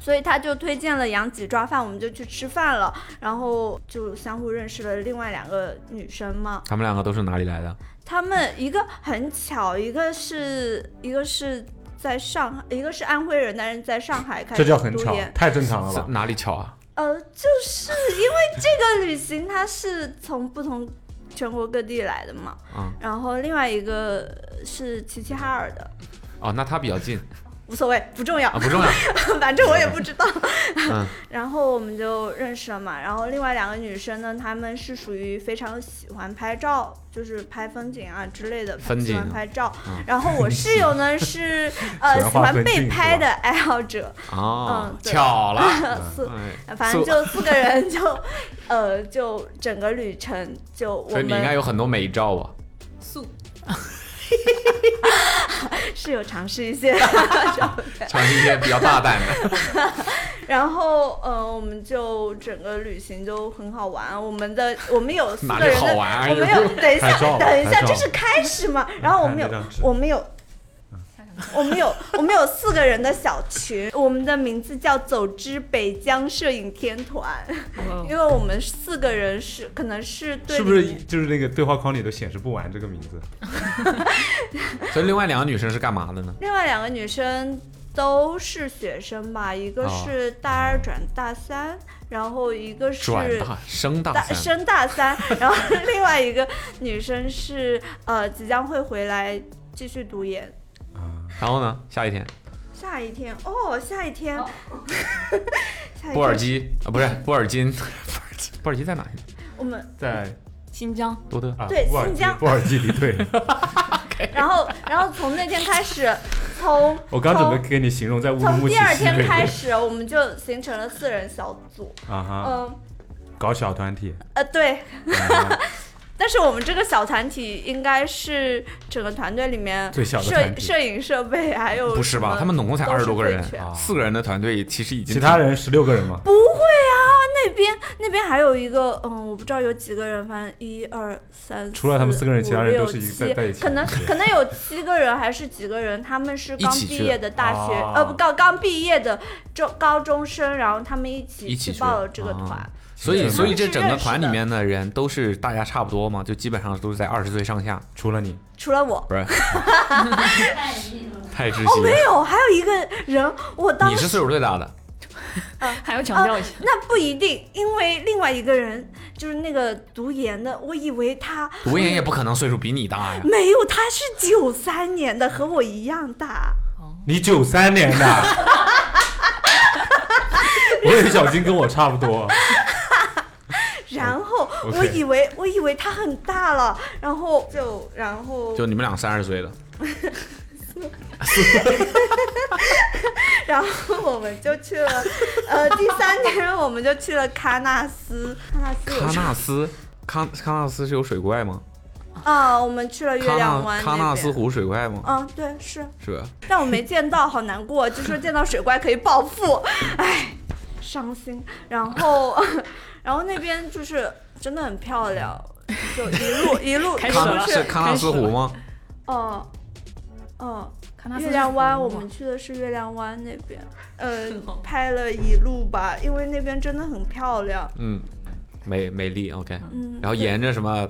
Speaker 4: 所以他就推荐了羊脊抓饭，我们就去吃饭了，然后就相互认识了另外两个女生嘛。
Speaker 9: 他们两个都是哪里来的？
Speaker 4: 她们一个很巧，一个是一个是在上海，一个是安徽人，但是在上海开始
Speaker 7: 这叫很
Speaker 4: 读
Speaker 7: 巧
Speaker 4: 研，
Speaker 7: 太正常了吧？
Speaker 9: 哪里巧啊？
Speaker 4: 呃，就是因为这个旅行它是从不同全国各地来的嘛，
Speaker 7: 啊
Speaker 9: 嗯
Speaker 4: 然后另外一个是齐齐哈尔的，
Speaker 9: 哦，那他比较近啊，
Speaker 4: 无所谓，不重要，
Speaker 9: 不重要。
Speaker 4: <laughs> 反正我也不知道。
Speaker 9: <laughs> 嗯
Speaker 4: <laughs> 然后我们就认识了嘛。然后另外两个女生呢，她们是属于非常喜欢拍照，就是拍风景啊之类的，
Speaker 9: 风
Speaker 4: 喜
Speaker 9: 景
Speaker 4: 欢拍照。
Speaker 9: 嗯
Speaker 4: 然后我室
Speaker 9: <laughs>
Speaker 4: 友呢是呃
Speaker 6: 喜
Speaker 4: 喜
Speaker 6: 欢画
Speaker 4: 欢
Speaker 6: 分
Speaker 4: 被
Speaker 6: 镜是
Speaker 4: 拍
Speaker 6: 吧
Speaker 4: 的爱好者，
Speaker 9: <laughs> 哦
Speaker 4: 嗯，对
Speaker 9: 巧
Speaker 4: <laughs>
Speaker 9: 了，
Speaker 4: 四
Speaker 9: 哎
Speaker 4: 反正就四个人就呃就整个旅程就我
Speaker 9: 所以你应该
Speaker 4: 们
Speaker 9: 有很多美照啊。
Speaker 5: 素
Speaker 4: 是有尝试
Speaker 9: <laughs>
Speaker 4: 一些
Speaker 9: 尝试一些比较大胆
Speaker 4: <laughs>
Speaker 9: 的。
Speaker 4: 然后，呃，我们就整个旅行就很好玩。啊我们的我们有四
Speaker 9: 哪
Speaker 4: 个
Speaker 9: 里
Speaker 4: 人
Speaker 9: 好
Speaker 4: 的，
Speaker 9: 玩啊
Speaker 4: 我们有等一
Speaker 6: 拍照
Speaker 4: 下，
Speaker 6: 吧
Speaker 4: 等一下，
Speaker 6: 拍照
Speaker 4: 这是开始嘛？然后我们有
Speaker 6: 看那张嗯纸，
Speaker 4: 我们有，我们有，我们有四个人的小群，我们的名字叫“走之北疆摄影天团”，因为我们四个人是可能是对
Speaker 6: 哦是不是
Speaker 4: 你
Speaker 6: 就是那个对话框里都显示不完这个名字？
Speaker 9: 所以另外两个女生是干嘛的呢？
Speaker 4: 另外两个女生都是学生吧，一个
Speaker 9: 哦
Speaker 4: 是大二转大三，然后一个是
Speaker 9: 转大升大
Speaker 4: 大
Speaker 9: 三，
Speaker 4: 升大三， <laughs> 然后另外一个女生是呃即将会回来继续读研。
Speaker 9: 然后呢？下一天
Speaker 4: 下一天哦， <laughs> 下一天，下一
Speaker 9: 波尔
Speaker 4: 天
Speaker 9: 基啊，
Speaker 4: <laughs>
Speaker 9: 不是波尔金，波尔基波尔基在哪？
Speaker 4: 我们
Speaker 6: 在
Speaker 2: 新
Speaker 4: 哦
Speaker 2: 疆，
Speaker 9: 多特
Speaker 6: 啊，
Speaker 4: 对
Speaker 6: 布尔
Speaker 4: 新
Speaker 6: 基
Speaker 4: 疆
Speaker 6: 布尔基离队了。
Speaker 4: 然后然后从那天开
Speaker 6: <laughs>
Speaker 4: 始，从
Speaker 6: 我刚准备给你形容在乌鲁
Speaker 4: 从
Speaker 6: 木齐
Speaker 4: 第二
Speaker 6: 西
Speaker 4: 天
Speaker 6: 北
Speaker 4: 开始，我们就形成了四人小组。
Speaker 6: 啊哈，
Speaker 4: 嗯
Speaker 6: 搞小团体，
Speaker 4: 呃对，
Speaker 6: 啊
Speaker 4: 但是我们这个小团体应该是整个团队里面
Speaker 6: 最小的
Speaker 4: 摄
Speaker 6: 团
Speaker 4: 影
Speaker 6: 体
Speaker 4: 摄影设备还有
Speaker 9: 不是
Speaker 4: 什
Speaker 9: 吧？
Speaker 4: 么
Speaker 9: 他们总共才
Speaker 4: 都
Speaker 9: 二
Speaker 4: 是
Speaker 9: 十多个
Speaker 4: 最
Speaker 9: 人，啊
Speaker 4: 全
Speaker 9: 四个人的团队其实已经
Speaker 6: 其他人十六个人
Speaker 4: <laughs>
Speaker 6: 嘛，
Speaker 4: 不会啊，那边那边还有一个，嗯，我不知道有几个人，反正一二三，
Speaker 6: 除了他们四个人
Speaker 4: 五
Speaker 6: 其他人都
Speaker 4: 六
Speaker 6: 是一
Speaker 4: 七
Speaker 6: 在在一起
Speaker 4: 可能可能有七个人还是几个人，他们是
Speaker 9: 一
Speaker 4: 刚
Speaker 9: 起去
Speaker 4: 毕业的大学，
Speaker 6: 哦
Speaker 4: 呃，不刚刚毕业的中高中生，然后他们一起
Speaker 9: 一起
Speaker 4: 去
Speaker 9: 去
Speaker 4: 报了这个
Speaker 9: 哦
Speaker 6: 啊
Speaker 4: 团，
Speaker 9: 所以，
Speaker 4: 对
Speaker 9: 所以
Speaker 4: 他们
Speaker 9: 这
Speaker 4: 是
Speaker 9: 整个
Speaker 4: 认识
Speaker 9: 团里
Speaker 4: 的
Speaker 9: 面的人都是大家差不多嘛，就基本上都是在二十岁上下，
Speaker 6: 除了你，
Speaker 4: 除了我。
Speaker 9: 不是
Speaker 10: 太腻了。
Speaker 9: 太窒
Speaker 4: 哦，
Speaker 9: 息
Speaker 4: 没
Speaker 9: 了。
Speaker 4: 有，还有一个人，我当
Speaker 9: 你是岁数最大的，
Speaker 2: 还要强调一下，
Speaker 4: 那不一定，因为另外一个人就是那个读研的，我以为他
Speaker 9: 读研也不可能岁数比你
Speaker 4: <laughs>
Speaker 9: 大呀。
Speaker 4: 没有，他是九三年的，和我一样大。
Speaker 6: 你九三年的，
Speaker 4: <laughs>
Speaker 6: 我以为小金跟我差不多，
Speaker 9: 哦
Speaker 4: 然后
Speaker 6: OK
Speaker 4: 我以为我以为他很大了，然后就然后
Speaker 9: 就你们俩三十岁
Speaker 4: <laughs>
Speaker 9: 的，
Speaker 4: 然后我们就去了，呃，第三天我们就去了喀纳斯，
Speaker 9: 喀
Speaker 4: 喀纳斯有什么
Speaker 9: 纳斯，喀喀纳斯是有水怪吗？
Speaker 4: 啊，我们去了月
Speaker 9: 喀
Speaker 4: 亮
Speaker 9: 纳
Speaker 4: 湾
Speaker 9: 喀纳
Speaker 4: 那
Speaker 9: 斯
Speaker 4: 边。
Speaker 9: 湖水怪吗？
Speaker 4: 嗯，对，是，
Speaker 9: 是吧？
Speaker 4: 但我没见到，好难过。就说见到水怪可以暴 <laughs> 富，唉，伤心。然后，然后那边就是真的很漂亮，就一路一
Speaker 5: <laughs>
Speaker 4: 路
Speaker 5: 开始
Speaker 4: 出
Speaker 5: 了
Speaker 4: 去
Speaker 9: 是康纳斯湖吗？
Speaker 4: 哦哦，
Speaker 2: 康纳斯
Speaker 4: 月
Speaker 2: 是
Speaker 4: 亮湾，
Speaker 2: 湖
Speaker 4: 我
Speaker 2: 吗
Speaker 4: 们去的是月亮湾那边，呃
Speaker 5: 哦，
Speaker 4: 拍了一路吧，因为那边真的很漂亮。
Speaker 9: 嗯，美美丽，OK。
Speaker 4: 嗯，
Speaker 9: 然后沿着什么，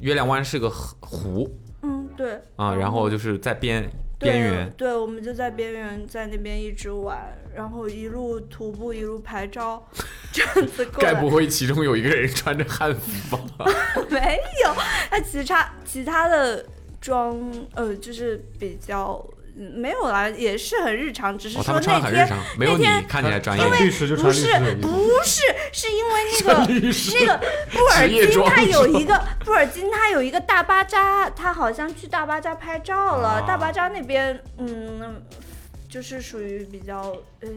Speaker 9: 月亮湾是个河湖
Speaker 4: 嗯对
Speaker 9: 啊，然后就是在边
Speaker 4: 对
Speaker 9: 边缘，
Speaker 4: 对，我们就在边缘，在那边一直玩，然后一路徒步，一路拍照，这样子过来。
Speaker 9: 该不会其中有一个人穿着汉服吧？
Speaker 4: 没有，那其他其他的妆，呃，就是比较嗯没有啦，也是很日常，只是
Speaker 9: 哦，他
Speaker 4: 说
Speaker 9: 们穿
Speaker 4: 那
Speaker 9: 得很日
Speaker 4: 天、
Speaker 9: 常，没有你
Speaker 4: 那天
Speaker 9: 看起来专业
Speaker 6: 穿。律师就
Speaker 4: 不
Speaker 6: 穿律
Speaker 4: 是
Speaker 6: 师的衣
Speaker 4: 不
Speaker 6: 服，
Speaker 4: 是是因为那个那个布尔
Speaker 9: 职业
Speaker 4: 津
Speaker 9: 装
Speaker 4: 他有
Speaker 9: 是
Speaker 4: 一个布尔津他有一个大巴扎，他好像去大巴扎拍照了，
Speaker 9: 啊
Speaker 4: 大巴扎那边嗯。就是属于比较呃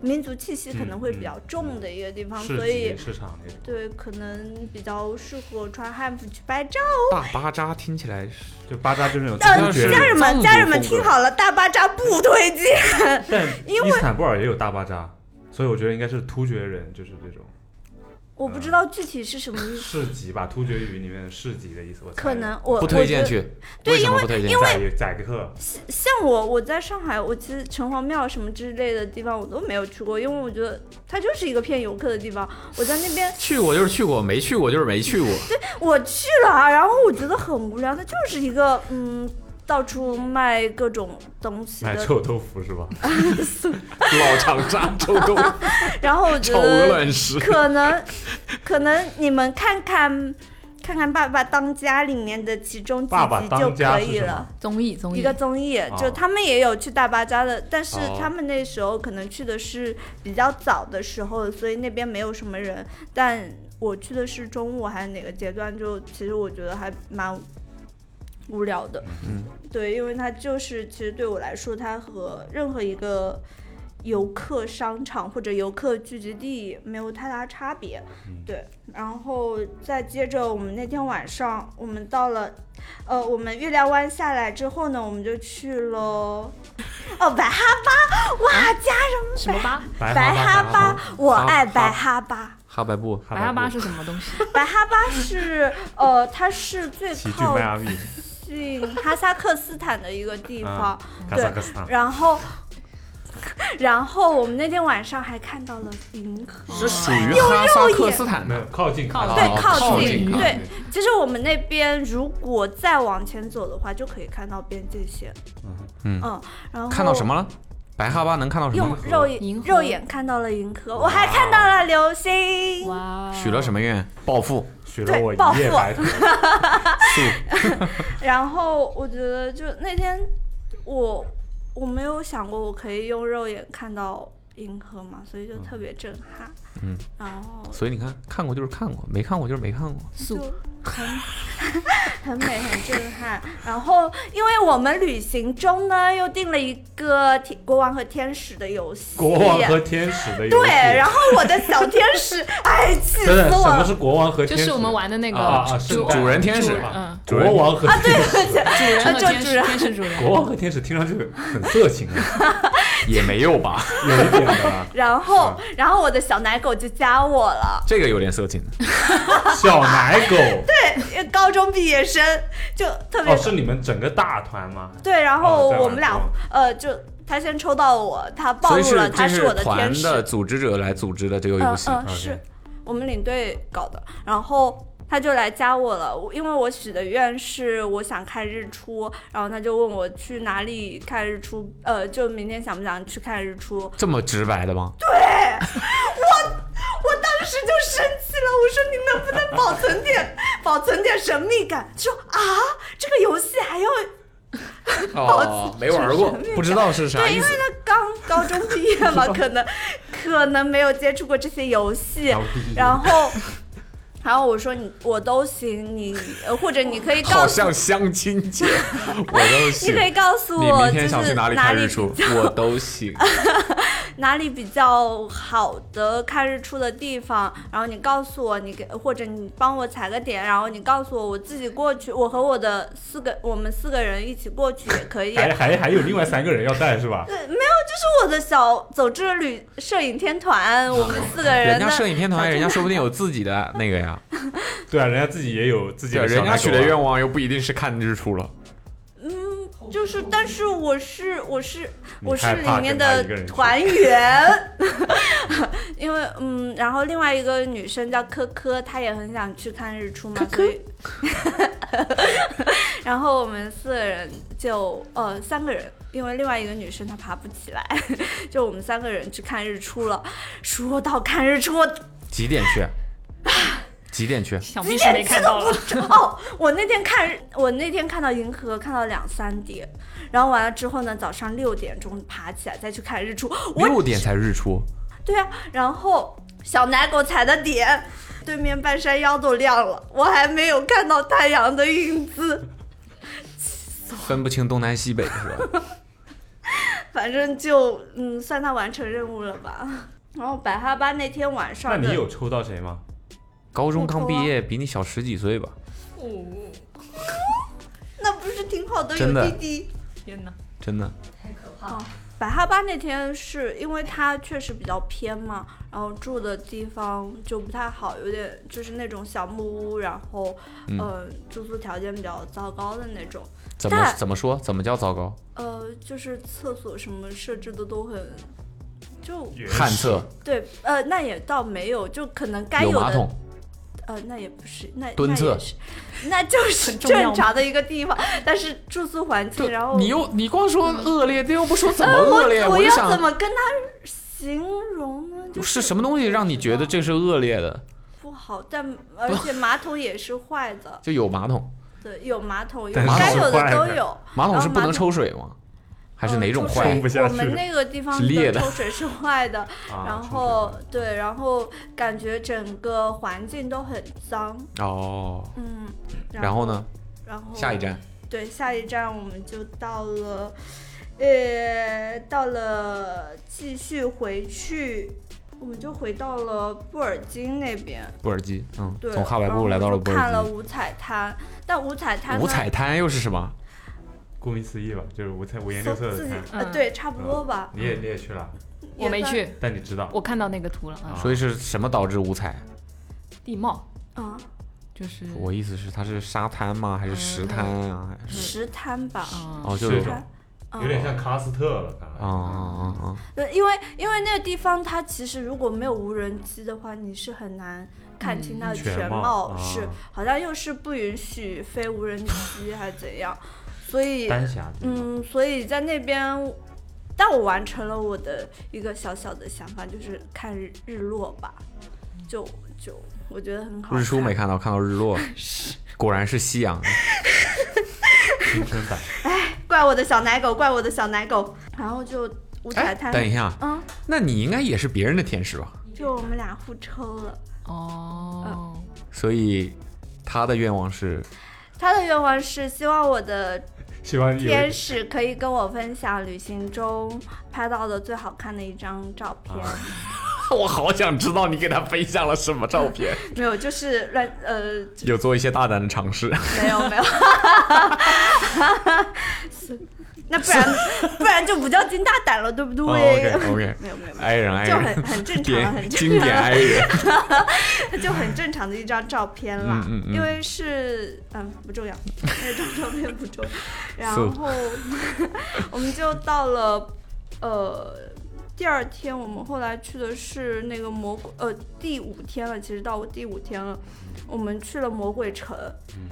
Speaker 4: 民族气息可能会比较重的一个地方，
Speaker 6: 市
Speaker 4: 所以
Speaker 6: 集市场那种。
Speaker 4: 对可能比较适合穿汉服去拍照。
Speaker 9: 大巴扎听起来是
Speaker 6: 就巴扎就是那种
Speaker 4: 呃，
Speaker 6: 粗
Speaker 4: 家人们，家人们听好了，大巴扎不推荐。
Speaker 6: 但伊斯坦布尔也有大巴扎，所以我觉得应该是突厥人，就是这种
Speaker 4: 我不知道具体是什么意思，
Speaker 6: 市集吧，突厥语里面市集的意思。我猜
Speaker 4: 可能我
Speaker 9: 不推
Speaker 4: 我
Speaker 9: 荐
Speaker 4: 觉得
Speaker 9: 去，
Speaker 4: 对
Speaker 9: 为什么不推荐？
Speaker 6: 宰宰客，
Speaker 4: 像我，我在上海，我其实城隍庙什么之类的地方我都没有去过，因为我觉得它就是一个骗游客的地方。我在那边
Speaker 9: 去过就是去过，没去过就是没去过。
Speaker 4: 我去了啊，然后我觉得很无聊，它就是一个嗯。到处卖各种东西
Speaker 6: 买
Speaker 4: 的，
Speaker 6: 臭豆腐是吧？
Speaker 9: 老长沙臭豆腐、
Speaker 4: 然
Speaker 6: <laughs>
Speaker 4: 后我觉
Speaker 9: 炒鹅
Speaker 4: 得
Speaker 9: 卵石，
Speaker 4: 可能，可能你们看看，看看《爸爸当家》里面的其中几
Speaker 6: 爸爸
Speaker 4: 集
Speaker 6: 当
Speaker 4: 就
Speaker 6: 家
Speaker 4: 可
Speaker 6: 是
Speaker 4: 以
Speaker 6: 什么
Speaker 4: 了。
Speaker 2: 综艺综艺
Speaker 4: 一个综艺，就他们也有去大巴扎的，但是
Speaker 9: 哦
Speaker 4: 他们那时候可能去的是比较早的时候，所以那边没有什么人。但我去的是中午还是哪个阶段，就其实我觉得还蛮无聊的。
Speaker 9: 嗯，
Speaker 4: 对，因为它就是其实对我来说，它和任何一个。游客商场或者游客聚集地没有太大差别，
Speaker 9: 嗯
Speaker 4: 对。然后再接着，我们那天晚上我们到了呃，我们月亮湾下来之后呢，我们就去了，哦，白哈巴，哇，家
Speaker 5: 什么吧？
Speaker 6: 白
Speaker 4: 白哈
Speaker 6: 哈
Speaker 4: 巴，我
Speaker 9: 哈
Speaker 4: 爱
Speaker 9: 巴
Speaker 4: 白哈巴。
Speaker 9: 哈白布，
Speaker 6: 哈
Speaker 2: 白哈巴
Speaker 6: 巴
Speaker 2: 是什么东西？
Speaker 4: 白哈巴是，呃，它是最
Speaker 6: 齐聚迈
Speaker 4: 靠
Speaker 6: 阿密，
Speaker 4: 近哈萨克斯坦的一个地方。
Speaker 6: 哈萨克斯坦。
Speaker 4: 然后，然后我们那天晚上还看到了银河。
Speaker 9: 是属于哈萨克斯坦
Speaker 6: 没
Speaker 9: 的
Speaker 6: 有靠近
Speaker 5: 靠
Speaker 6: 哈
Speaker 5: 近
Speaker 6: 萨
Speaker 4: 对
Speaker 9: 哦，
Speaker 4: 靠
Speaker 9: 近，
Speaker 4: 近
Speaker 9: 靠
Speaker 4: 对其实我们那边如果再往前走的话，就可以看到边界线。
Speaker 9: 嗯
Speaker 4: 然后
Speaker 9: 看到什么了？白哈巴能看到
Speaker 6: 嗯
Speaker 9: 什
Speaker 4: 哦用
Speaker 9: 么？
Speaker 4: 肉
Speaker 2: 银
Speaker 4: 眼
Speaker 2: 河
Speaker 4: 肉眼看到了银河，我还看到了流星。
Speaker 2: 哇
Speaker 9: 许了什么愿？暴富。
Speaker 6: 许了
Speaker 4: 对
Speaker 6: 我
Speaker 4: 暴
Speaker 6: 一夜
Speaker 4: 富啊
Speaker 6: 白头，
Speaker 4: 然后我觉得就那天我我没有想过我可以用肉眼看到银河嘛，所以就特别震撼。
Speaker 9: 嗯，
Speaker 4: 然后
Speaker 9: 所以你看，看过就是看过，没看过就是没看过。
Speaker 4: 就
Speaker 2: 素
Speaker 4: 很 <laughs> 很美，很震撼。然后因为我们旅行中呢又订了一个天国王和天使的游戏。
Speaker 6: 国王和天使的游戏。
Speaker 4: 对，然后我的小天使， <laughs> 哎，气死
Speaker 6: 真的
Speaker 4: 我
Speaker 6: 什么
Speaker 4: 了！
Speaker 6: 是国王
Speaker 2: <laughs>
Speaker 6: 和
Speaker 2: 就
Speaker 6: 天使？
Speaker 2: 是我们玩的那个
Speaker 6: 啊啊是
Speaker 2: 主
Speaker 6: 吧
Speaker 9: 主人天使
Speaker 2: 主
Speaker 3: 啊
Speaker 2: 嗯，
Speaker 6: 国王和天
Speaker 4: 啊
Speaker 6: 使，
Speaker 2: 主人和
Speaker 4: 就
Speaker 2: 天
Speaker 4: 主
Speaker 2: 使
Speaker 4: 人
Speaker 2: 天使主人，
Speaker 4: <laughs>
Speaker 6: 国王和天使听上去很色情啊， <laughs>
Speaker 9: 也没有吧？
Speaker 6: 有一点的啦。
Speaker 4: 然后，然后我的小奶狗就加我了。
Speaker 9: 这个有点色情。
Speaker 6: 小奶狗，
Speaker 4: 对，高中毕业生就特别、
Speaker 6: 哦，是你们整个大团吗？
Speaker 4: 对，然后
Speaker 6: 哦在玩
Speaker 4: 我们俩、
Speaker 6: 这种
Speaker 4: 呃，就他先抽到我，他 <laughs> 暴
Speaker 9: 所以
Speaker 4: 露了
Speaker 9: 是
Speaker 4: 他
Speaker 9: 这
Speaker 4: 我的
Speaker 9: 团
Speaker 4: 天使，
Speaker 9: 的组织者来组织的这个游戏。
Speaker 4: 嗯嗯、是
Speaker 6: OK
Speaker 4: 我们领队搞的，然后。他就来加我了，我因为我许的愿是我想看日出，然后他就问我去哪里看日出，呃，就明天想不想去看日出？
Speaker 9: 这么直白的吗？
Speaker 4: 我当时就生气了，我说你能不能保存点保存点神秘感？说啊，这个游戏还要
Speaker 9: 哦，没玩过，不知道是啥
Speaker 4: 对，
Speaker 9: 意
Speaker 4: 因为
Speaker 9: 思。
Speaker 4: 他刚高中毕业
Speaker 9: <laughs>
Speaker 4: 嘛，可能可能没有接触过这些游戏，然后。然后我说你我都行，你呃或者你可以告
Speaker 9: 好
Speaker 4: 诉，
Speaker 9: 像相亲
Speaker 4: <laughs>
Speaker 9: 节，我都
Speaker 4: 你
Speaker 9: 行。
Speaker 4: 可以告诉
Speaker 9: 你
Speaker 4: 我
Speaker 9: 明
Speaker 4: 就
Speaker 9: 天想去
Speaker 4: 是
Speaker 9: 哪里
Speaker 4: 哪
Speaker 9: 看
Speaker 4: 里
Speaker 9: 日出
Speaker 3: <laughs>
Speaker 4: 比较？
Speaker 9: 我都行。
Speaker 4: 哪里比较好的看日出的地方，然后你告诉我，你给或者你帮我踩个点，然后你告诉我我自己过去，我和我的四个我们四个人一起过去也可
Speaker 3: <laughs>
Speaker 4: 以。
Speaker 3: 哎
Speaker 6: 还还还有另外三个人要带是吧？
Speaker 4: 对，没有，就是是我的小走之旅摄影天团，我们四个 <laughs> 人
Speaker 3: 人
Speaker 4: 的
Speaker 3: 家摄影天团，人家说不定有自己的那个呀。
Speaker 6: 对啊，人家自己也有 <laughs> 自己
Speaker 3: 对，
Speaker 6: 的小
Speaker 3: 人
Speaker 6: 奶
Speaker 3: 家
Speaker 6: 狗
Speaker 3: 许
Speaker 6: 啊
Speaker 3: 的愿望又不一定是看日出了。
Speaker 4: <laughs> 就是，但是我是我是
Speaker 6: 你
Speaker 4: 我是
Speaker 6: 害怕
Speaker 4: 里面
Speaker 6: 跟他
Speaker 4: 的
Speaker 6: 一个人住
Speaker 4: 团员， <laughs> 因为嗯，然后另外一个女生叫科科，她也很想去看日出嘛，
Speaker 2: 科科
Speaker 4: 所以， <laughs> 然后我们四个人就呃三个人，因为另外一个女生她爬不起来， <laughs> 就我们三个人去看日出了。说到看日出，我
Speaker 3: 几点
Speaker 4: <laughs>
Speaker 3: 去？啊几点去？啊
Speaker 5: 想必是没看到了。
Speaker 4: 哦，我那天看日，我那天看到银河看到两三点，然后完了之后呢，早上六点钟爬起来再去看日出，我
Speaker 3: 六点才日出，
Speaker 4: 对啊，然后小奶狗踩的点，对面半山腰都亮了，我还没有看到太阳的影子， <laughs>
Speaker 3: 分不清东南西北是
Speaker 4: <laughs>
Speaker 3: 吧？
Speaker 4: 反正就嗯，算他完成任务了吧。 <laughs> 然后白哈巴那天晚上
Speaker 6: 那
Speaker 4: 的，
Speaker 6: 你有抽到谁吗？
Speaker 3: 高中刚毕业，比你小十几岁吧？
Speaker 4: 那不是挺好的
Speaker 3: 真
Speaker 4: 有
Speaker 3: 的
Speaker 4: 弟弟。
Speaker 5: 天哪，
Speaker 3: 真的，
Speaker 10: 太可怕了。
Speaker 4: 白哈巴那天是因为它确实比较偏嘛，然后住的地方就不太好，有点就是那种小木屋，然后嗯、呃住宿条件比较糟糕的那种。
Speaker 3: 怎么
Speaker 4: 但
Speaker 3: 怎么说？怎么叫糟糕？
Speaker 4: 呃，就是厕所什么设置的都很，就
Speaker 3: 旱厕
Speaker 4: 对，呃，那也倒没有，就可能该
Speaker 3: 有
Speaker 4: 的，
Speaker 3: 马桶，
Speaker 4: 呃，那也不是，那
Speaker 3: 蹲厕
Speaker 4: 那也是，那就是
Speaker 5: 重要吗
Speaker 4: 正常的一个地方，但是住宿环境，然后
Speaker 9: 你又你光说恶劣，这又不说怎么恶劣，
Speaker 4: 我我
Speaker 9: 就
Speaker 4: 要怎
Speaker 9: 想
Speaker 4: 么跟他形容呢？就是
Speaker 3: 什么东西让你觉得这是恶劣的？
Speaker 4: 不好，
Speaker 3: <laughs>
Speaker 4: 但而且马桶也是坏的，
Speaker 3: 就有马桶，
Speaker 4: 对，有马桶，有
Speaker 6: 但
Speaker 3: 是
Speaker 4: 该
Speaker 3: 是
Speaker 4: 有的
Speaker 6: 坏的
Speaker 4: 都有。
Speaker 3: 马桶是不
Speaker 4: 啊然后马
Speaker 3: 能
Speaker 4: 桶
Speaker 3: 抽水吗？还是
Speaker 4: 嗯
Speaker 3: 哪种
Speaker 4: 抽
Speaker 3: 坏
Speaker 4: 水
Speaker 6: 冲？不下
Speaker 4: 我
Speaker 6: 去
Speaker 4: 们那个地方
Speaker 3: 是裂的
Speaker 4: 抽水是坏的，
Speaker 6: 啊
Speaker 4: 然
Speaker 6: 抽
Speaker 4: 后对，然后感觉整个环境都很脏，
Speaker 3: 哦，
Speaker 4: 嗯。
Speaker 3: 然后？呢？
Speaker 4: 然后嗯
Speaker 3: 下一站
Speaker 4: 对，下一站我们就到了，呃，到了，继续回去，我们就回到了布尔津那边。
Speaker 3: 布尔基，嗯，
Speaker 4: 对，
Speaker 3: 从哈白
Speaker 4: 然后
Speaker 3: 布来到
Speaker 4: 我
Speaker 3: 了
Speaker 4: 就
Speaker 3: 布
Speaker 4: 看了
Speaker 3: 尔基。
Speaker 4: 五彩滩，但五彩滩呢
Speaker 3: 五彩滩又是什么？
Speaker 6: 顾名思义吧，就是五彩五颜
Speaker 4: 搜
Speaker 6: 六色
Speaker 4: 自
Speaker 6: 的
Speaker 4: 己
Speaker 6: 菜。
Speaker 4: 呃，
Speaker 5: 嗯
Speaker 4: 对，差不多吧。
Speaker 6: 你也你也去了，
Speaker 2: 我没
Speaker 4: 也算。
Speaker 2: 去，
Speaker 6: 但你知道
Speaker 2: 我看到那个图了啊，
Speaker 3: 所以是什么导致五彩？
Speaker 2: 地貌
Speaker 4: 嗯，
Speaker 2: 就是
Speaker 3: 我意思是它是沙滩吗？还是石滩啊？还是
Speaker 4: 石滩吧。
Speaker 2: 啊，
Speaker 3: 哦，就
Speaker 6: 这
Speaker 3: 是
Speaker 6: 种
Speaker 4: 嗯嗯
Speaker 6: 有点像喀斯特了，看来
Speaker 3: 啊啊啊！
Speaker 4: 对，因为因为那个地方它其实如果没有无人机的话，你是很难看清它的
Speaker 6: 嗯全
Speaker 4: 全
Speaker 6: 貌啊
Speaker 4: 是、好像又是不允许飞无人机还是怎样，所以
Speaker 6: 丹霞地貌。
Speaker 4: 嗯，所以在那边，但我完成了我的一个小小的想法，就是看日日落吧，就就我觉得很好看。
Speaker 3: 日出没看到，看到日落，果然是夕
Speaker 4: <laughs>
Speaker 3: 阳。
Speaker 6: 青春版，
Speaker 4: 怪我的小奶狗，怪我的小奶狗，然后就五彩滩，
Speaker 3: 哎等一下，
Speaker 4: 嗯，
Speaker 3: 那你应该也是别人的天使吧？
Speaker 4: 就我们俩互抽了。
Speaker 2: 哦，
Speaker 4: 嗯
Speaker 3: 所以他的愿望是
Speaker 4: 他的愿望是希望我的
Speaker 6: <laughs> 希望有
Speaker 4: 天使可以跟我分享旅行中拍到的最好看的一张照
Speaker 9: <laughs>
Speaker 4: 片，
Speaker 3: 啊
Speaker 9: 我好想知道你给他分享了什么照片，
Speaker 4: <laughs> 没有，就是乱呃，就
Speaker 3: <laughs> 有做一些大胆的尝试。
Speaker 4: 没有
Speaker 3: <laughs>
Speaker 4: 没有，那不然不然就不叫金大胆了，对不对？
Speaker 3: OK OK，
Speaker 4: <laughs> 没有没有没
Speaker 3: 爱人爱
Speaker 4: 有，就
Speaker 3: 人，
Speaker 4: 很很正常了，
Speaker 3: 典
Speaker 4: 很
Speaker 3: 哦经
Speaker 4: 正
Speaker 3: 典
Speaker 4: 常了，
Speaker 3: 爱人，
Speaker 4: <laughs> 就很正常的一张照片啦。
Speaker 3: 嗯嗯嗯
Speaker 4: 因为是嗯不重要，那张照片不重要。然
Speaker 3: So-
Speaker 4: 后 <laughs> 我们就到了呃第二天，我们后来去的是那个魔鬼呃第五天了，其实到第五天了，我们去了魔鬼城。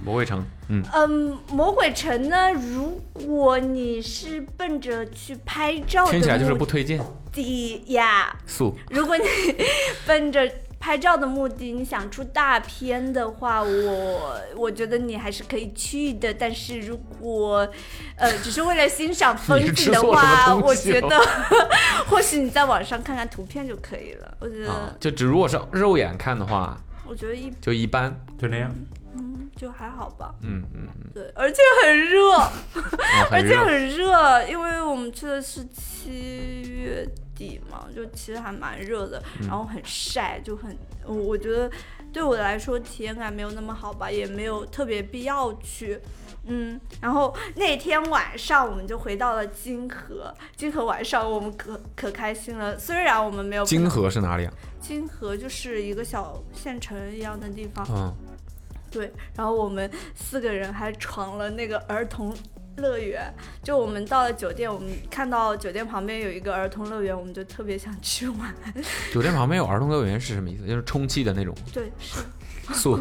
Speaker 3: 魔鬼城，嗯，
Speaker 4: 嗯，魔鬼城呢，如果你是奔着去拍照的
Speaker 3: 听起来就是不
Speaker 4: 目
Speaker 3: 推荐。
Speaker 4: 的呀，
Speaker 3: 素
Speaker 4: 如果你 <laughs> 奔着拍照的目的，你想出大片的话，我我觉得你还是可以去的。但是如果呃只是为了欣赏风景的话，我觉得 <laughs> 或许你在网上看看图片就可以了。我觉得，
Speaker 3: 啊，就只如果是肉眼看的话，
Speaker 4: 我觉得一
Speaker 3: 就一般。
Speaker 6: 就那样，
Speaker 4: 就还好吧。
Speaker 3: 嗯嗯，
Speaker 4: 对，而且很热，
Speaker 3: 嗯
Speaker 4: 而
Speaker 3: 很
Speaker 4: 且
Speaker 3: 热。
Speaker 4: 很热，因为我们去的是七月底嘛，就其实还蛮热的，
Speaker 3: 嗯
Speaker 4: 然后很晒，就很，我我觉得对我来说体验感没有那么好吧，也没有特别必要去。嗯，然后那天晚上我们就回到了金河，金河晚上我们可可开心了。虽然我们没有
Speaker 3: 金河是哪里啊？
Speaker 4: 金河就是一个小县城一样的地方，
Speaker 3: 嗯，
Speaker 4: 对，然后我们四个人还闯了那个儿童乐园。就我们到了酒店，我们看到酒店旁边有一个儿童乐园，我们就特别想去玩。
Speaker 3: 酒店旁边有儿童乐园是什么意思？就是充气的那种
Speaker 4: 对，是，
Speaker 3: 素。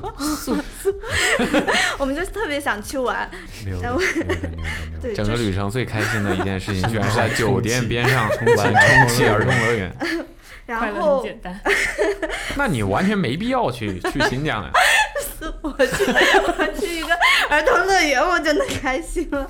Speaker 4: 我们就特别想去玩。
Speaker 6: 牛
Speaker 4: 哎
Speaker 6: 的
Speaker 4: 我
Speaker 6: 牛的牛的牛的。
Speaker 4: 对，
Speaker 3: 整个
Speaker 4: 就是
Speaker 3: 旅程最开心的一件
Speaker 6: <laughs>
Speaker 3: 事情，居然是在酒店边上
Speaker 6: 充气
Speaker 3: 玩充气儿童乐园。
Speaker 5: 快
Speaker 4: 然
Speaker 5: 乐很
Speaker 4: 后
Speaker 5: 简单，
Speaker 3: 那你完全没必要去去新疆呀、
Speaker 4: 我去，我去一个儿童乐园，我真的开心了。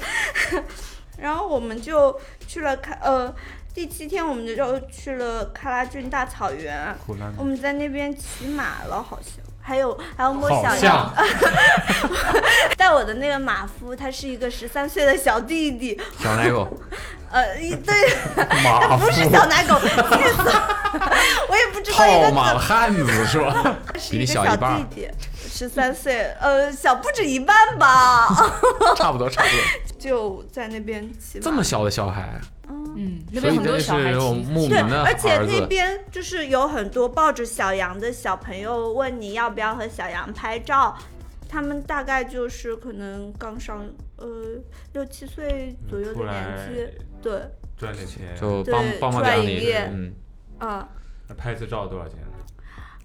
Speaker 4: 然后我们就去了开呃。第七天，我们就去了喀拉峻大草原，
Speaker 6: 苦难
Speaker 4: 我们在那边骑马了，好像还有还有摸
Speaker 6: 好
Speaker 4: 小羊
Speaker 6: 像，
Speaker 4: 带我的那个马夫，他是一个十三岁的小弟弟，
Speaker 3: 小奶狗，
Speaker 4: 呃，一对，
Speaker 3: 马
Speaker 4: <laughs> 不是小奶狗，气死我了我也不知道一
Speaker 3: 套
Speaker 4: 个
Speaker 3: 马汉子是吧？
Speaker 4: 是
Speaker 3: 比
Speaker 4: 一
Speaker 3: 你
Speaker 4: 个
Speaker 3: 小
Speaker 4: 小
Speaker 3: 一半儿
Speaker 4: 弟弟，十三岁，呃，小不止一半吧， <laughs>
Speaker 3: 差不多，差不多。
Speaker 4: 就在那边骑
Speaker 3: 这
Speaker 4: 马。
Speaker 3: 么小的小孩，
Speaker 4: <laughs>
Speaker 2: 嗯，那
Speaker 3: 所
Speaker 2: 边
Speaker 3: 以
Speaker 2: 很多
Speaker 3: 这
Speaker 2: 小孩
Speaker 3: 是有
Speaker 2: 骑
Speaker 3: 牧民
Speaker 4: 对，
Speaker 3: 的
Speaker 4: 而且
Speaker 3: 儿
Speaker 4: 那
Speaker 3: 子。
Speaker 4: 边就是有很多抱着小羊的小朋友问你要不要和小羊拍照，他们大概就是可能刚上呃六七岁 <laughs> 左
Speaker 3: 嗯
Speaker 4: 右的
Speaker 6: 出来
Speaker 4: 年纪，对，
Speaker 6: 赚点钱，
Speaker 3: 就
Speaker 4: 对
Speaker 3: 帮帮忙
Speaker 4: 出来
Speaker 3: 讲
Speaker 4: 营
Speaker 3: 你，
Speaker 4: 业
Speaker 3: 嗯，
Speaker 4: 啊、
Speaker 6: 那拍一次照多少钱？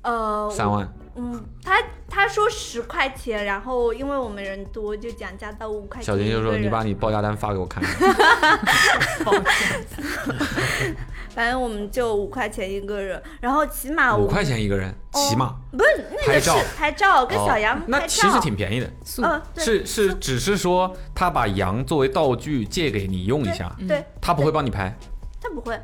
Speaker 4: 呃，
Speaker 3: 三万，
Speaker 4: 嗯，他他说十块钱，然后因为我们人多，就讲价到五块钱。
Speaker 3: 小金就说：“你把，你报价单发给我看。
Speaker 4: <laughs> 啊反正我们就五块钱一个人，然后骑马”
Speaker 3: 五
Speaker 4: 我
Speaker 3: 块钱一个人，骑马
Speaker 4: 不是那
Speaker 3: 拍
Speaker 4: 个是
Speaker 3: 照
Speaker 4: 拍照，跟
Speaker 3: 哦
Speaker 4: 小羊拍照。
Speaker 3: 那其实挺便宜的，
Speaker 2: 素
Speaker 4: 呃，对
Speaker 3: 是是，只是说他把羊作为道具借给你用一下，
Speaker 4: 对，
Speaker 3: 他不会帮你拍
Speaker 4: 他不会。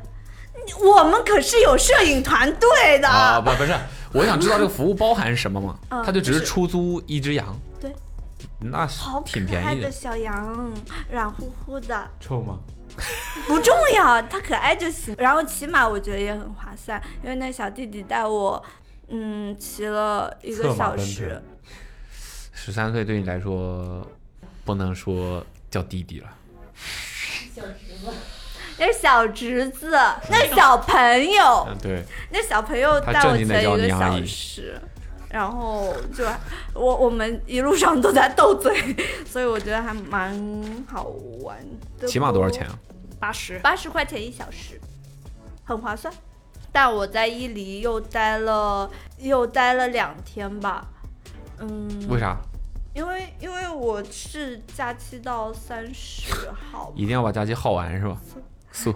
Speaker 4: 你我们可是有摄影团队的，
Speaker 3: 啊，不不是，我想知道这个服务包含什么嘛？
Speaker 4: 嗯
Speaker 3: 他就只是
Speaker 4: 就是
Speaker 3: 出租一只羊，
Speaker 4: 对，
Speaker 3: 那是
Speaker 4: 好可
Speaker 3: 挺
Speaker 4: 爱
Speaker 3: 便宜
Speaker 4: 的
Speaker 3: 的。
Speaker 4: 小羊，软乎乎的，
Speaker 6: 臭吗？
Speaker 4: 不重要，它可爱就行。然后骑马我觉得也很划算，因为那小弟弟带我，嗯，骑了一个
Speaker 6: 策马
Speaker 4: 小
Speaker 6: 奔
Speaker 4: 时
Speaker 6: 腾。
Speaker 3: 十三岁对你来说，不能说叫弟弟了，
Speaker 10: 小侄子，
Speaker 4: 那小侄子，那小
Speaker 3: <laughs>
Speaker 4: 朋友，
Speaker 3: 嗯，对，
Speaker 4: 那小朋友带我骑了一个小时，然后就我我们一路上都在斗嘴， <laughs> 所以我觉得还蛮好玩的。
Speaker 3: 起码多少钱？啊？
Speaker 5: 八十，
Speaker 4: 八十块钱一小时，很划算。但我在伊犁又待了又待了两天吧，嗯，
Speaker 3: 为啥
Speaker 4: 因为因为我是假期到三十号，
Speaker 3: 一定要把假期耗完是吧？
Speaker 4: 嗯
Speaker 3: 素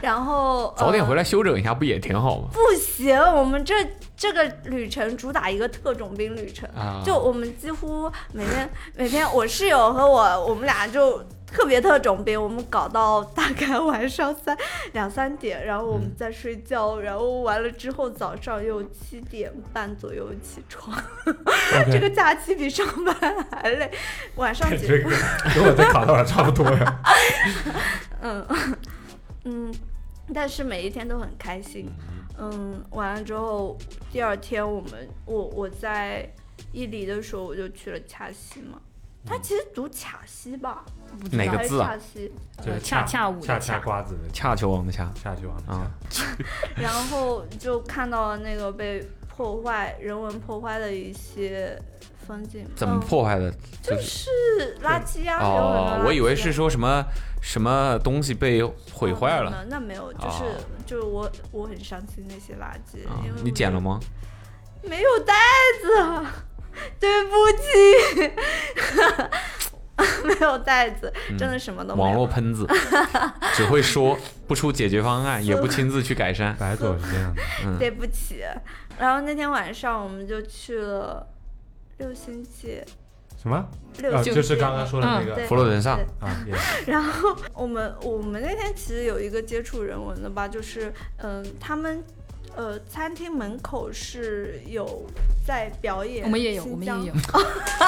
Speaker 4: 然后
Speaker 3: 早点
Speaker 4: 呃
Speaker 3: 回来休整一下，不也挺好吗？
Speaker 4: 不行，我们这这个旅程主打一个特种兵旅程，
Speaker 3: 啊
Speaker 4: 就我们几乎每天每天，我室友和我，我们俩就特别特种兵，我们搞到大概晚上三两三点，然后我
Speaker 6: 嗯
Speaker 4: 们再睡觉，然后完了之后早上又七点半左右起床。这 <laughs> 个假期比上班还累，晚上几 <laughs>
Speaker 6: 这个跟我在卡到了差不多呀。
Speaker 4: 嗯 <laughs> 嗯，但是每一天都很开心。嗯，完了之后，第二天我们我我在伊犁的时候，我就去了恰西嘛。它其实读卡西吧？
Speaker 3: 嗯哪个
Speaker 4: 还是
Speaker 3: 字啊
Speaker 4: 恰？西。
Speaker 6: 就是
Speaker 5: 恰恰舞的
Speaker 6: 恰恰
Speaker 5: 恰
Speaker 6: 瓜子的
Speaker 3: 恰球王的恰
Speaker 6: 恰去往
Speaker 3: 啊
Speaker 6: 下。
Speaker 4: 然后就看到了那个被破坏、人文破坏的一些风景。
Speaker 3: 怎么
Speaker 4: 嗯？
Speaker 3: 破坏的？就是
Speaker 4: 是垃圾啊！有很多
Speaker 3: 哦
Speaker 4: 垃，圾
Speaker 3: 我以为
Speaker 4: 啊
Speaker 3: 是说什么什么东西被毁坏
Speaker 4: 哦
Speaker 3: 了
Speaker 4: 那没有，就是、
Speaker 3: 哦
Speaker 4: 就是我我很伤心那些垃圾，
Speaker 3: 啊
Speaker 4: 因为？
Speaker 3: 你
Speaker 4: 我
Speaker 3: 捡了吗？
Speaker 4: 没有袋子，啊 <laughs> 对不起， <laughs> 没有袋子，真的什么都
Speaker 3: 嗯
Speaker 4: 没
Speaker 3: 网
Speaker 4: 有。
Speaker 3: 络喷子只会说，不出解决方案，也不亲自去改善。
Speaker 6: 白左是这样的，
Speaker 4: 对不起。然后那天晚上我们就去了六星街，
Speaker 6: 什么？
Speaker 4: 六
Speaker 6: 啊，
Speaker 4: 星街、
Speaker 6: 就是刚刚说的那
Speaker 4: 嗯对
Speaker 6: 个
Speaker 3: 哦佛罗伦萨
Speaker 4: 对
Speaker 6: 啊，也
Speaker 4: 然后我们我们那天其实有一个接触人文的吧，就是嗯、他们呃餐厅门口是有在表演，
Speaker 2: 我们也有，我们也有，，
Speaker 4: <laughs>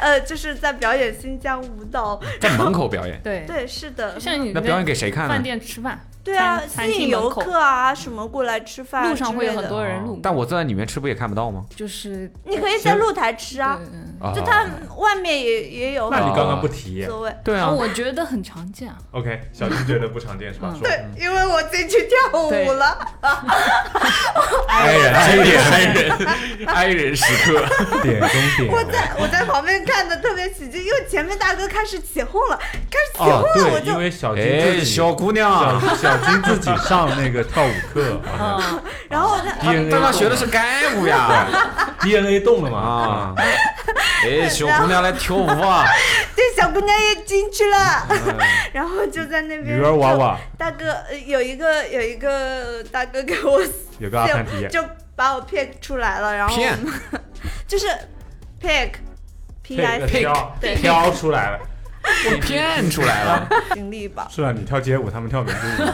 Speaker 4: 呃，就是在表演新疆舞蹈。
Speaker 3: 在门口表演，
Speaker 2: 对， <laughs>
Speaker 4: 对，是的，
Speaker 2: 像你
Speaker 3: 那
Speaker 2: 们
Speaker 3: 表演给谁看
Speaker 2: 饭
Speaker 3: 呢？
Speaker 2: 店吃饭，
Speaker 4: 对啊，
Speaker 12: 餐餐
Speaker 4: 吸引
Speaker 12: 厅
Speaker 4: 游
Speaker 12: 门口
Speaker 4: 客啊什么过来吃饭，
Speaker 2: 路上会有很。多人路过，
Speaker 3: 但我坐在里面吃不也看不到吗？
Speaker 2: 就是
Speaker 4: 你可以在露台吃啊，
Speaker 2: 对嗯
Speaker 3: 啊
Speaker 4: 就它外面也也有
Speaker 6: 那你刚刚
Speaker 3: 啊
Speaker 6: 不提
Speaker 4: 座位。
Speaker 3: 对啊，
Speaker 2: 哦我觉得很常见啊。
Speaker 6: ，OK？小七觉得不常见是吧？
Speaker 2: 嗯
Speaker 6: 说
Speaker 4: 因为我自己去跳
Speaker 2: 对
Speaker 4: 舞了，
Speaker 3: 哀人哀人哀人哀人时刻，
Speaker 6: 点中点，
Speaker 4: 我在我在旁边看的特别起劲，因为前面大哥开始起哄了，开始起哄
Speaker 6: 哦，
Speaker 4: 了，我
Speaker 6: 对，因
Speaker 4: 就
Speaker 6: 为小金自
Speaker 3: 哎，
Speaker 6: 己
Speaker 3: 小姑娘
Speaker 6: 小，小金自己上那个跳舞课，好像
Speaker 4: 然后他
Speaker 3: 但
Speaker 6: DNA
Speaker 3: 她学的是街舞呀。
Speaker 6: DNA 动了嘛？
Speaker 3: 啊，哎，小姑娘来跳舞啊！
Speaker 4: 这小姑娘也进去了， <laughs> 然后就在那边
Speaker 6: 女儿娃娃
Speaker 4: 就大哥呃有一个有一个大哥给我
Speaker 6: 有个阿凡提，
Speaker 4: 就把我骗出来了，然后
Speaker 3: 骗
Speaker 4: <laughs> 就是 pick p
Speaker 6: 这
Speaker 4: i
Speaker 6: 个
Speaker 4: c
Speaker 6: 挑
Speaker 4: 对
Speaker 6: 挑出来了，
Speaker 3: 我骗出来了，
Speaker 4: 经历吧，
Speaker 6: 是啊，你跳街舞，他们跳 <laughs> 民族舞。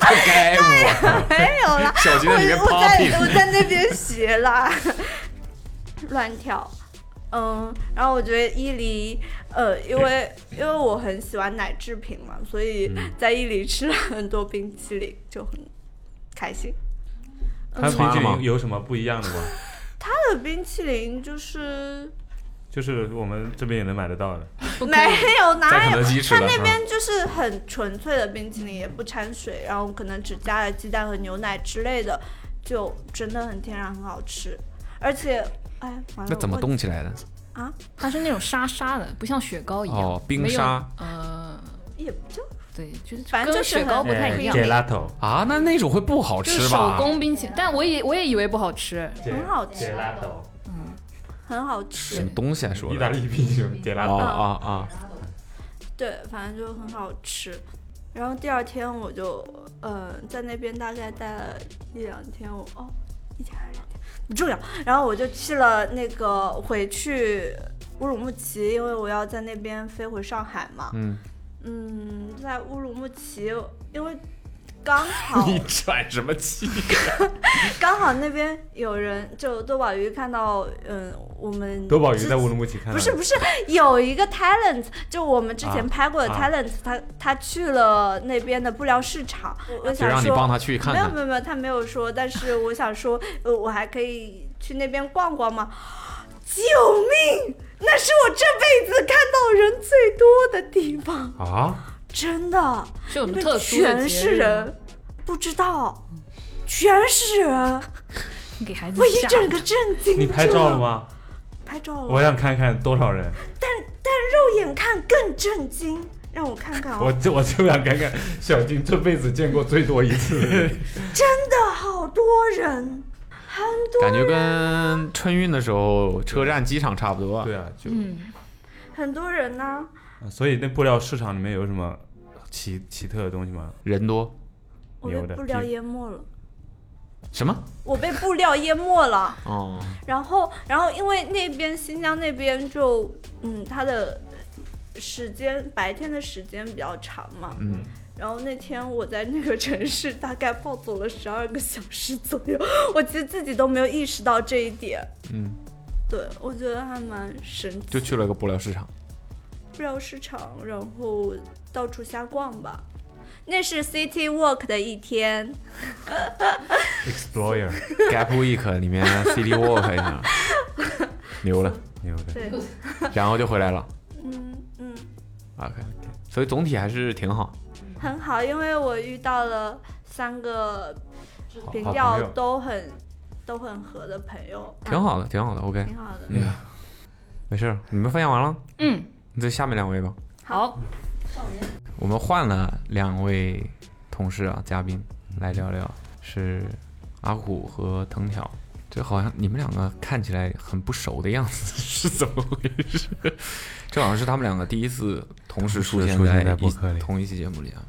Speaker 3: 跳街舞，
Speaker 4: 没有
Speaker 3: <laughs>
Speaker 4: 啦，
Speaker 3: 啊小鸡
Speaker 4: 我
Speaker 3: 在里面
Speaker 4: 我在
Speaker 3: popping，
Speaker 4: 我在那边学啦， <laughs> 乱跳。嗯，然后我觉得伊犁，呃，因为因为我很喜欢奶制品嘛，
Speaker 3: 嗯
Speaker 4: 所以在伊犁吃了很多冰淇淋，就很开心。
Speaker 6: 它冰淇淋有什么不一样的吗？
Speaker 4: 它的冰淇淋就是
Speaker 6: 就是我们这边也能买得到的，
Speaker 4: 没有
Speaker 3: 在
Speaker 4: 哪
Speaker 3: 肯
Speaker 4: 有
Speaker 3: 德，基吃啊
Speaker 4: 它
Speaker 3: 的。
Speaker 4: 那边就是很纯粹的冰淇淋，也不掺水，然后可能只加了鸡蛋和牛奶之类的，就真的很天然，很好吃。而且，哎，完了，
Speaker 3: 那怎么
Speaker 4: 我
Speaker 3: 冻起来的？
Speaker 4: 啊？
Speaker 2: 它是那种沙沙的，不像雪糕一样，
Speaker 3: 哦冰
Speaker 2: 没有
Speaker 3: 沙。
Speaker 2: 呃，
Speaker 4: 也就
Speaker 2: 对，就是
Speaker 4: 反正
Speaker 2: 跟
Speaker 4: 就是
Speaker 2: 雪糕
Speaker 4: 很
Speaker 2: 不
Speaker 6: 哎
Speaker 2: 太一样，
Speaker 6: gelato
Speaker 3: 啊，那那种会不好
Speaker 2: 就是
Speaker 3: 吃
Speaker 2: 手
Speaker 3: 吧？
Speaker 2: 工冰淇淋。但我也我也以为不好吃，
Speaker 4: 很好吃，
Speaker 6: gelato
Speaker 4: 很好
Speaker 3: 什
Speaker 4: 吃
Speaker 3: 么。东西啊？说
Speaker 6: 意大
Speaker 3: 的？
Speaker 6: 利冰淇淋
Speaker 3: 啊
Speaker 6: gelato，
Speaker 3: 啊啊！
Speaker 4: 对，反正就很好吃。然后第二天我就，呃，在那边大概待了一两天，我哦，一天还是两天，不重要。然后我就去了那个回去乌鲁木齐，因为我要在那边飞回上海嘛。
Speaker 3: 嗯，
Speaker 4: 嗯，在乌鲁木齐，因为刚好
Speaker 3: 喘什么气？
Speaker 4: 刚好那边有人，就多宝鱼看到，嗯，我们
Speaker 6: 多宝鱼
Speaker 4: 之
Speaker 6: 在乌鲁木齐看到
Speaker 4: 不
Speaker 6: 的
Speaker 4: 是不是，有一个 talent，就我们之前拍过的
Speaker 6: 啊
Speaker 4: talent，、他他去了那边的布料市
Speaker 6: 啊
Speaker 4: 场，我我
Speaker 3: 就
Speaker 4: 想
Speaker 3: 让你帮
Speaker 4: 说。
Speaker 3: 他去看
Speaker 4: 没有
Speaker 3: 看
Speaker 4: 没。有没有，他没有说，但是我想说，呃，我还可以去那边逛逛吗？救命！那是我这辈子看到人最多的地方，
Speaker 6: 啊，
Speaker 4: 真的，
Speaker 12: 是有什么
Speaker 4: 那
Speaker 12: 特殊的
Speaker 4: 全
Speaker 12: 节
Speaker 4: 是
Speaker 12: 日吗
Speaker 4: 人，不知道，全
Speaker 12: <laughs>
Speaker 4: 是人，
Speaker 2: 你给孩子
Speaker 4: 我一
Speaker 2: 吓
Speaker 4: 整个震惊。
Speaker 6: 你拍照了？吗？
Speaker 4: 拍照
Speaker 2: 哦
Speaker 4: 了，
Speaker 6: 我想看看多少人，
Speaker 4: 肉眼看更震惊。让我看看
Speaker 6: <laughs> 我
Speaker 4: 哦，
Speaker 6: 就我就想看看小金这辈子见过最多一次。
Speaker 4: <laughs> 真的好多人，很多
Speaker 3: 感觉跟春运的时候车站、机场差不多。
Speaker 6: 对啊，就
Speaker 2: 嗯，
Speaker 4: 很多人呢、
Speaker 6: 所以那布料市场里面有什么奇奇特的东西吗？
Speaker 3: 人多
Speaker 4: 我被
Speaker 6: 牛的
Speaker 4: 布料
Speaker 6: 比
Speaker 4: 淹没了，
Speaker 3: 什么？
Speaker 4: 我被布料淹没了。
Speaker 3: 哦，
Speaker 4: 然后，然后因为那边新疆那边就，嗯，它的时间白天的时间比较长嘛。
Speaker 3: 嗯。
Speaker 4: 然后那天我在那个城市大概暴走了十二个小时左右，我其实自己都没有意识到这一点。
Speaker 3: 嗯。
Speaker 4: 对，我觉得还蛮神奇的。
Speaker 3: 就去了个布料市场。
Speaker 4: 布料市场，然后到处瞎逛吧。那是 City Walk 的一天，
Speaker 6: Explorer
Speaker 3: Gap Week 里面 City Walk 一
Speaker 4: <laughs>
Speaker 3: 下，牛了，
Speaker 6: 牛的，
Speaker 4: 对，
Speaker 3: 然后就回来了。
Speaker 4: 嗯嗯，
Speaker 3: OK，所以总体还是挺好。
Speaker 4: 很好，因为我遇到了三个评
Speaker 6: 好朋
Speaker 4: 调
Speaker 6: 友
Speaker 4: 都很都很合的朋友，
Speaker 3: 挺好的，挺好的。OK，
Speaker 4: 挺好的。
Speaker 3: 没事儿，你们分享完了？
Speaker 2: 嗯，
Speaker 3: 你对下面两位吧。
Speaker 2: 好，
Speaker 3: 我们换了两位同事啊，嘉宾来聊聊，是阿虎和藤条。这好像你们两个看起来很不熟的样子，是怎么回事？ <laughs> 这好像是他们两个第一次同时出现
Speaker 6: 同时出现在
Speaker 3: 一
Speaker 6: 播客里
Speaker 3: 同一期节目里啊，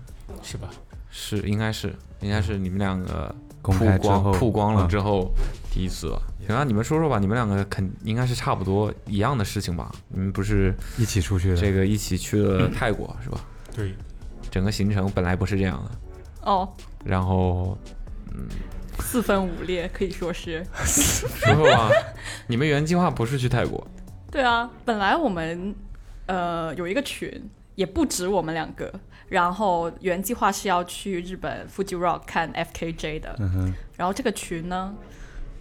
Speaker 7: 是吧？
Speaker 3: 是应该是应该是你们两个
Speaker 6: 公
Speaker 3: 曝
Speaker 6: 开之
Speaker 3: 光
Speaker 6: 后啊
Speaker 3: 曝光了之后第一次吧。行啊，你们说说吧，你们两个肯应该是差不多一样的事情吧？你们不是
Speaker 6: 一起出去的，
Speaker 3: 这个一起去了泰国是
Speaker 6: <laughs>
Speaker 3: 吧？
Speaker 7: 对，
Speaker 3: 整个行程本来不是这样的，
Speaker 12: 哦，
Speaker 3: 然后
Speaker 12: 四分五裂可以说是。
Speaker 3: 说说
Speaker 6: <laughs>
Speaker 3: 吧，你们原计划不是去泰国
Speaker 12: 对啊，本来我们呃有一个群，
Speaker 2: 也不止我们两个。然后原计划是要去日本 Fuji Rock 看 FKJ 的，
Speaker 6: 嗯哼，
Speaker 2: 然后这个群呢，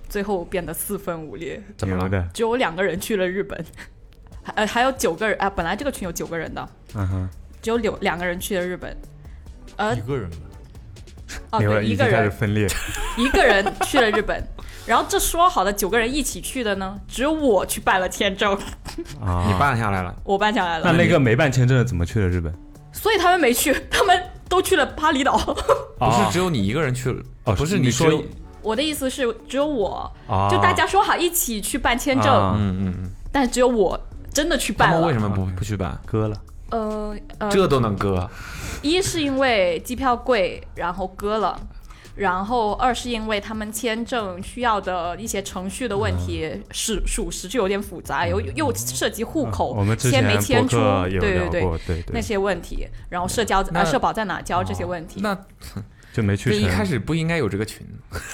Speaker 2: 最后变得四分五裂，
Speaker 3: 怎么了
Speaker 6: 的？
Speaker 2: 只有两个人去了日本， <laughs> 还呃还有九个人啊、本来这个群有九个人的，
Speaker 6: 嗯哼，
Speaker 2: 只有两两个人去了日本，而
Speaker 7: 一个人吧，
Speaker 2: 哦
Speaker 6: 没有
Speaker 2: 对，
Speaker 6: 已
Speaker 2: 一
Speaker 6: 经
Speaker 2: 个
Speaker 6: 开始
Speaker 2: 人
Speaker 6: 分裂，
Speaker 2: 一个人去了日本， <laughs> 然后这说好的九个人一起去的呢，只有我去办了签证， <laughs>
Speaker 6: 啊
Speaker 3: 你办下来了，
Speaker 2: 我办下来
Speaker 6: 那
Speaker 2: 了，
Speaker 6: 那个没办签证的怎么去的日本？
Speaker 2: 所以他们没去， <laughs> 他们都去了巴厘岛。 <laughs>
Speaker 3: 不是只有你一个人去了，
Speaker 6: 啊哦
Speaker 3: 不是
Speaker 6: 你
Speaker 3: 说
Speaker 6: 说，
Speaker 2: 我的意思是，只有我，
Speaker 6: 啊，
Speaker 2: 就大家说好一起去办签证，
Speaker 6: 啊
Speaker 3: 嗯嗯嗯，
Speaker 2: 但只有我真的去
Speaker 3: 他
Speaker 2: 办
Speaker 3: 们
Speaker 2: 了。
Speaker 3: 为什么
Speaker 6: 哦
Speaker 3: 不不去办？
Speaker 6: 割了，
Speaker 2: 呃呃，
Speaker 3: 这都能割？
Speaker 2: 一是因为机票贵，然后割了。然后二是因为他们签证需要的一些程序的问
Speaker 6: 嗯
Speaker 2: 题，是属实就有点复杂，又又涉及户口、
Speaker 6: 啊我们之前
Speaker 2: 签没签出，
Speaker 6: 播客
Speaker 2: 对
Speaker 6: 有
Speaker 2: 对
Speaker 6: 聊
Speaker 2: 对
Speaker 6: 过，对
Speaker 2: 那
Speaker 6: 对，
Speaker 2: 些问题，然后社交
Speaker 3: 那
Speaker 2: 啊社保在哪交这些问题，
Speaker 3: 那
Speaker 6: 就没
Speaker 3: 这
Speaker 6: 去
Speaker 3: 一
Speaker 6: 成。
Speaker 3: 开始不应该有这个群，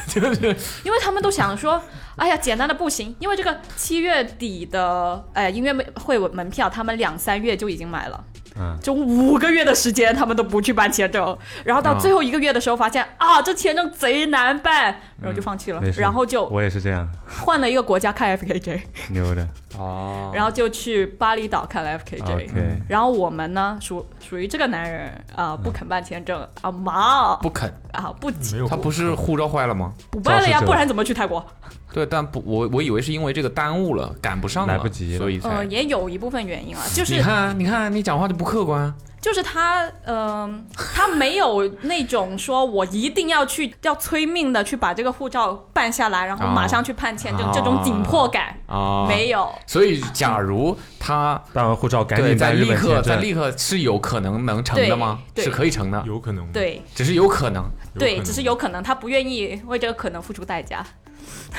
Speaker 3: 就是
Speaker 2: 因为他们都想说，哎呀，简单的不行，因为这个七月底的呃音乐会门票，他们两三月就已经买了。
Speaker 6: 嗯，
Speaker 2: 就五个月的时间，他们都不去办签证，然后到
Speaker 3: 啊
Speaker 2: 最后一个月的时候，发现啊，这签证贼难办，然后就放弃了
Speaker 6: 嗯没，事
Speaker 2: 然后就
Speaker 6: 我也是这样，
Speaker 2: 换了一个国家看 FKJ，
Speaker 6: 牛的。
Speaker 3: 哦
Speaker 2: 然后就去巴厘岛看了 FKJ，
Speaker 6: 啊 OK，
Speaker 2: 然后我们呢属属于这个男人啊、不肯办签证啊忙
Speaker 3: 不肯，
Speaker 2: 啊不
Speaker 7: 没
Speaker 6: 嗯
Speaker 7: 有
Speaker 3: 他不是护照坏了吗？
Speaker 2: 不办了
Speaker 6: 肇事
Speaker 2: 呀，
Speaker 6: 者
Speaker 2: 不然怎么去泰国？
Speaker 3: 对，但不，我我以为是因为这个耽误了，赶不上了，
Speaker 6: 来不及了
Speaker 3: 所以才。
Speaker 2: 呃，也有一部分原因啊，就
Speaker 3: 你
Speaker 2: 是
Speaker 3: 看，你看，你讲话就不客观。啊
Speaker 2: 就是他，嗯、他没有那种说我一定要去要催命的去把这个护照办下来，然后马上去办签证、
Speaker 3: 哦
Speaker 2: 这种紧迫感、
Speaker 3: 啊，
Speaker 2: 没有。
Speaker 3: 所以，假如他
Speaker 6: 办完护照赶
Speaker 3: 对
Speaker 6: 紧
Speaker 3: 在
Speaker 6: 办日
Speaker 3: 立
Speaker 6: 本
Speaker 3: 刻
Speaker 6: 签
Speaker 3: 在
Speaker 6: 证。
Speaker 3: 立刻是有可能能成的吗？
Speaker 2: 对对
Speaker 3: 是可以成的，
Speaker 7: 有可能吗，
Speaker 2: 对
Speaker 3: 只是有可能。
Speaker 7: 有可
Speaker 2: 对，
Speaker 7: 能
Speaker 2: 只是有可能他不愿意为这个可能付出代价， <laughs>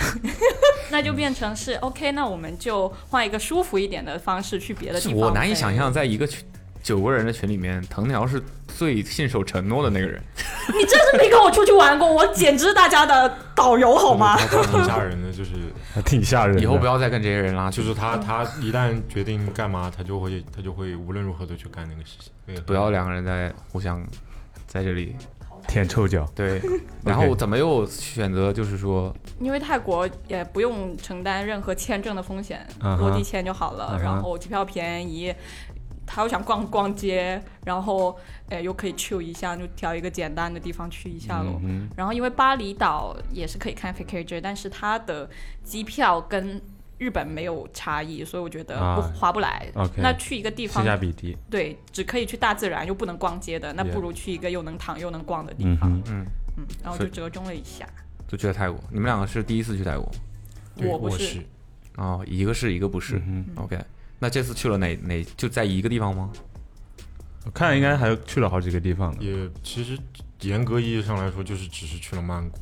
Speaker 2: 那就变成是 OK，那我们就换一个舒服一点的方式去别的地
Speaker 3: 是
Speaker 2: 方。
Speaker 3: 我难以想象，在一个群九个人的群里面，藤条是最信守承诺的那个人。
Speaker 2: 对，你真是没跟我出去玩过，我简直是大家的导游好吗？
Speaker 7: 他他挺吓人的，就是
Speaker 6: 还挺吓人的。
Speaker 3: 以后不要再跟这些人拉去，
Speaker 7: 就是
Speaker 2: 嗯
Speaker 7: 他他一旦决定干嘛，他就会他就会无论如何都去干那个事情。那个
Speaker 3: 不要两个人在互相在这里
Speaker 6: 舔臭脚，
Speaker 3: 对。然后怎么又选择就是说
Speaker 2: 因为泰国也不用承担任何签证的风险，
Speaker 6: 嗯哼
Speaker 2: 落地签就好了
Speaker 6: 嗯哼
Speaker 2: 然后机票便宜，他又想逛逛街，然后呃又可以去一下，就挑一个简单的地方去一下咯。
Speaker 6: 嗯
Speaker 2: 然后因为巴厘岛也是可以看 FKJ，但是它的机票跟日本没有差异，所以我觉得不、
Speaker 6: 啊
Speaker 2: 划不来。
Speaker 6: OK
Speaker 2: 那去一个地
Speaker 6: 哼，性
Speaker 2: 方
Speaker 6: 价，比低。
Speaker 2: 对，只可以去大自然又不能逛街的，那
Speaker 6: Yeah
Speaker 2: 不如去一个又能躺又能逛的地
Speaker 6: 嗯
Speaker 2: 方。
Speaker 6: 哼，
Speaker 3: 嗯，
Speaker 2: 嗯，然后就折中了一下。
Speaker 3: 就去了泰国？你们两个是第一次去泰国
Speaker 7: 对
Speaker 2: 我不
Speaker 7: 我
Speaker 2: 是，
Speaker 3: 哦，一个是一个不是。
Speaker 6: 嗯
Speaker 3: OK，那这次去了哪哪就在一个地方吗？
Speaker 6: 我看应该还去了好几个地方
Speaker 2: 嗯
Speaker 6: 呢，
Speaker 7: 也其实严格意义上来说，就是只是去了曼谷，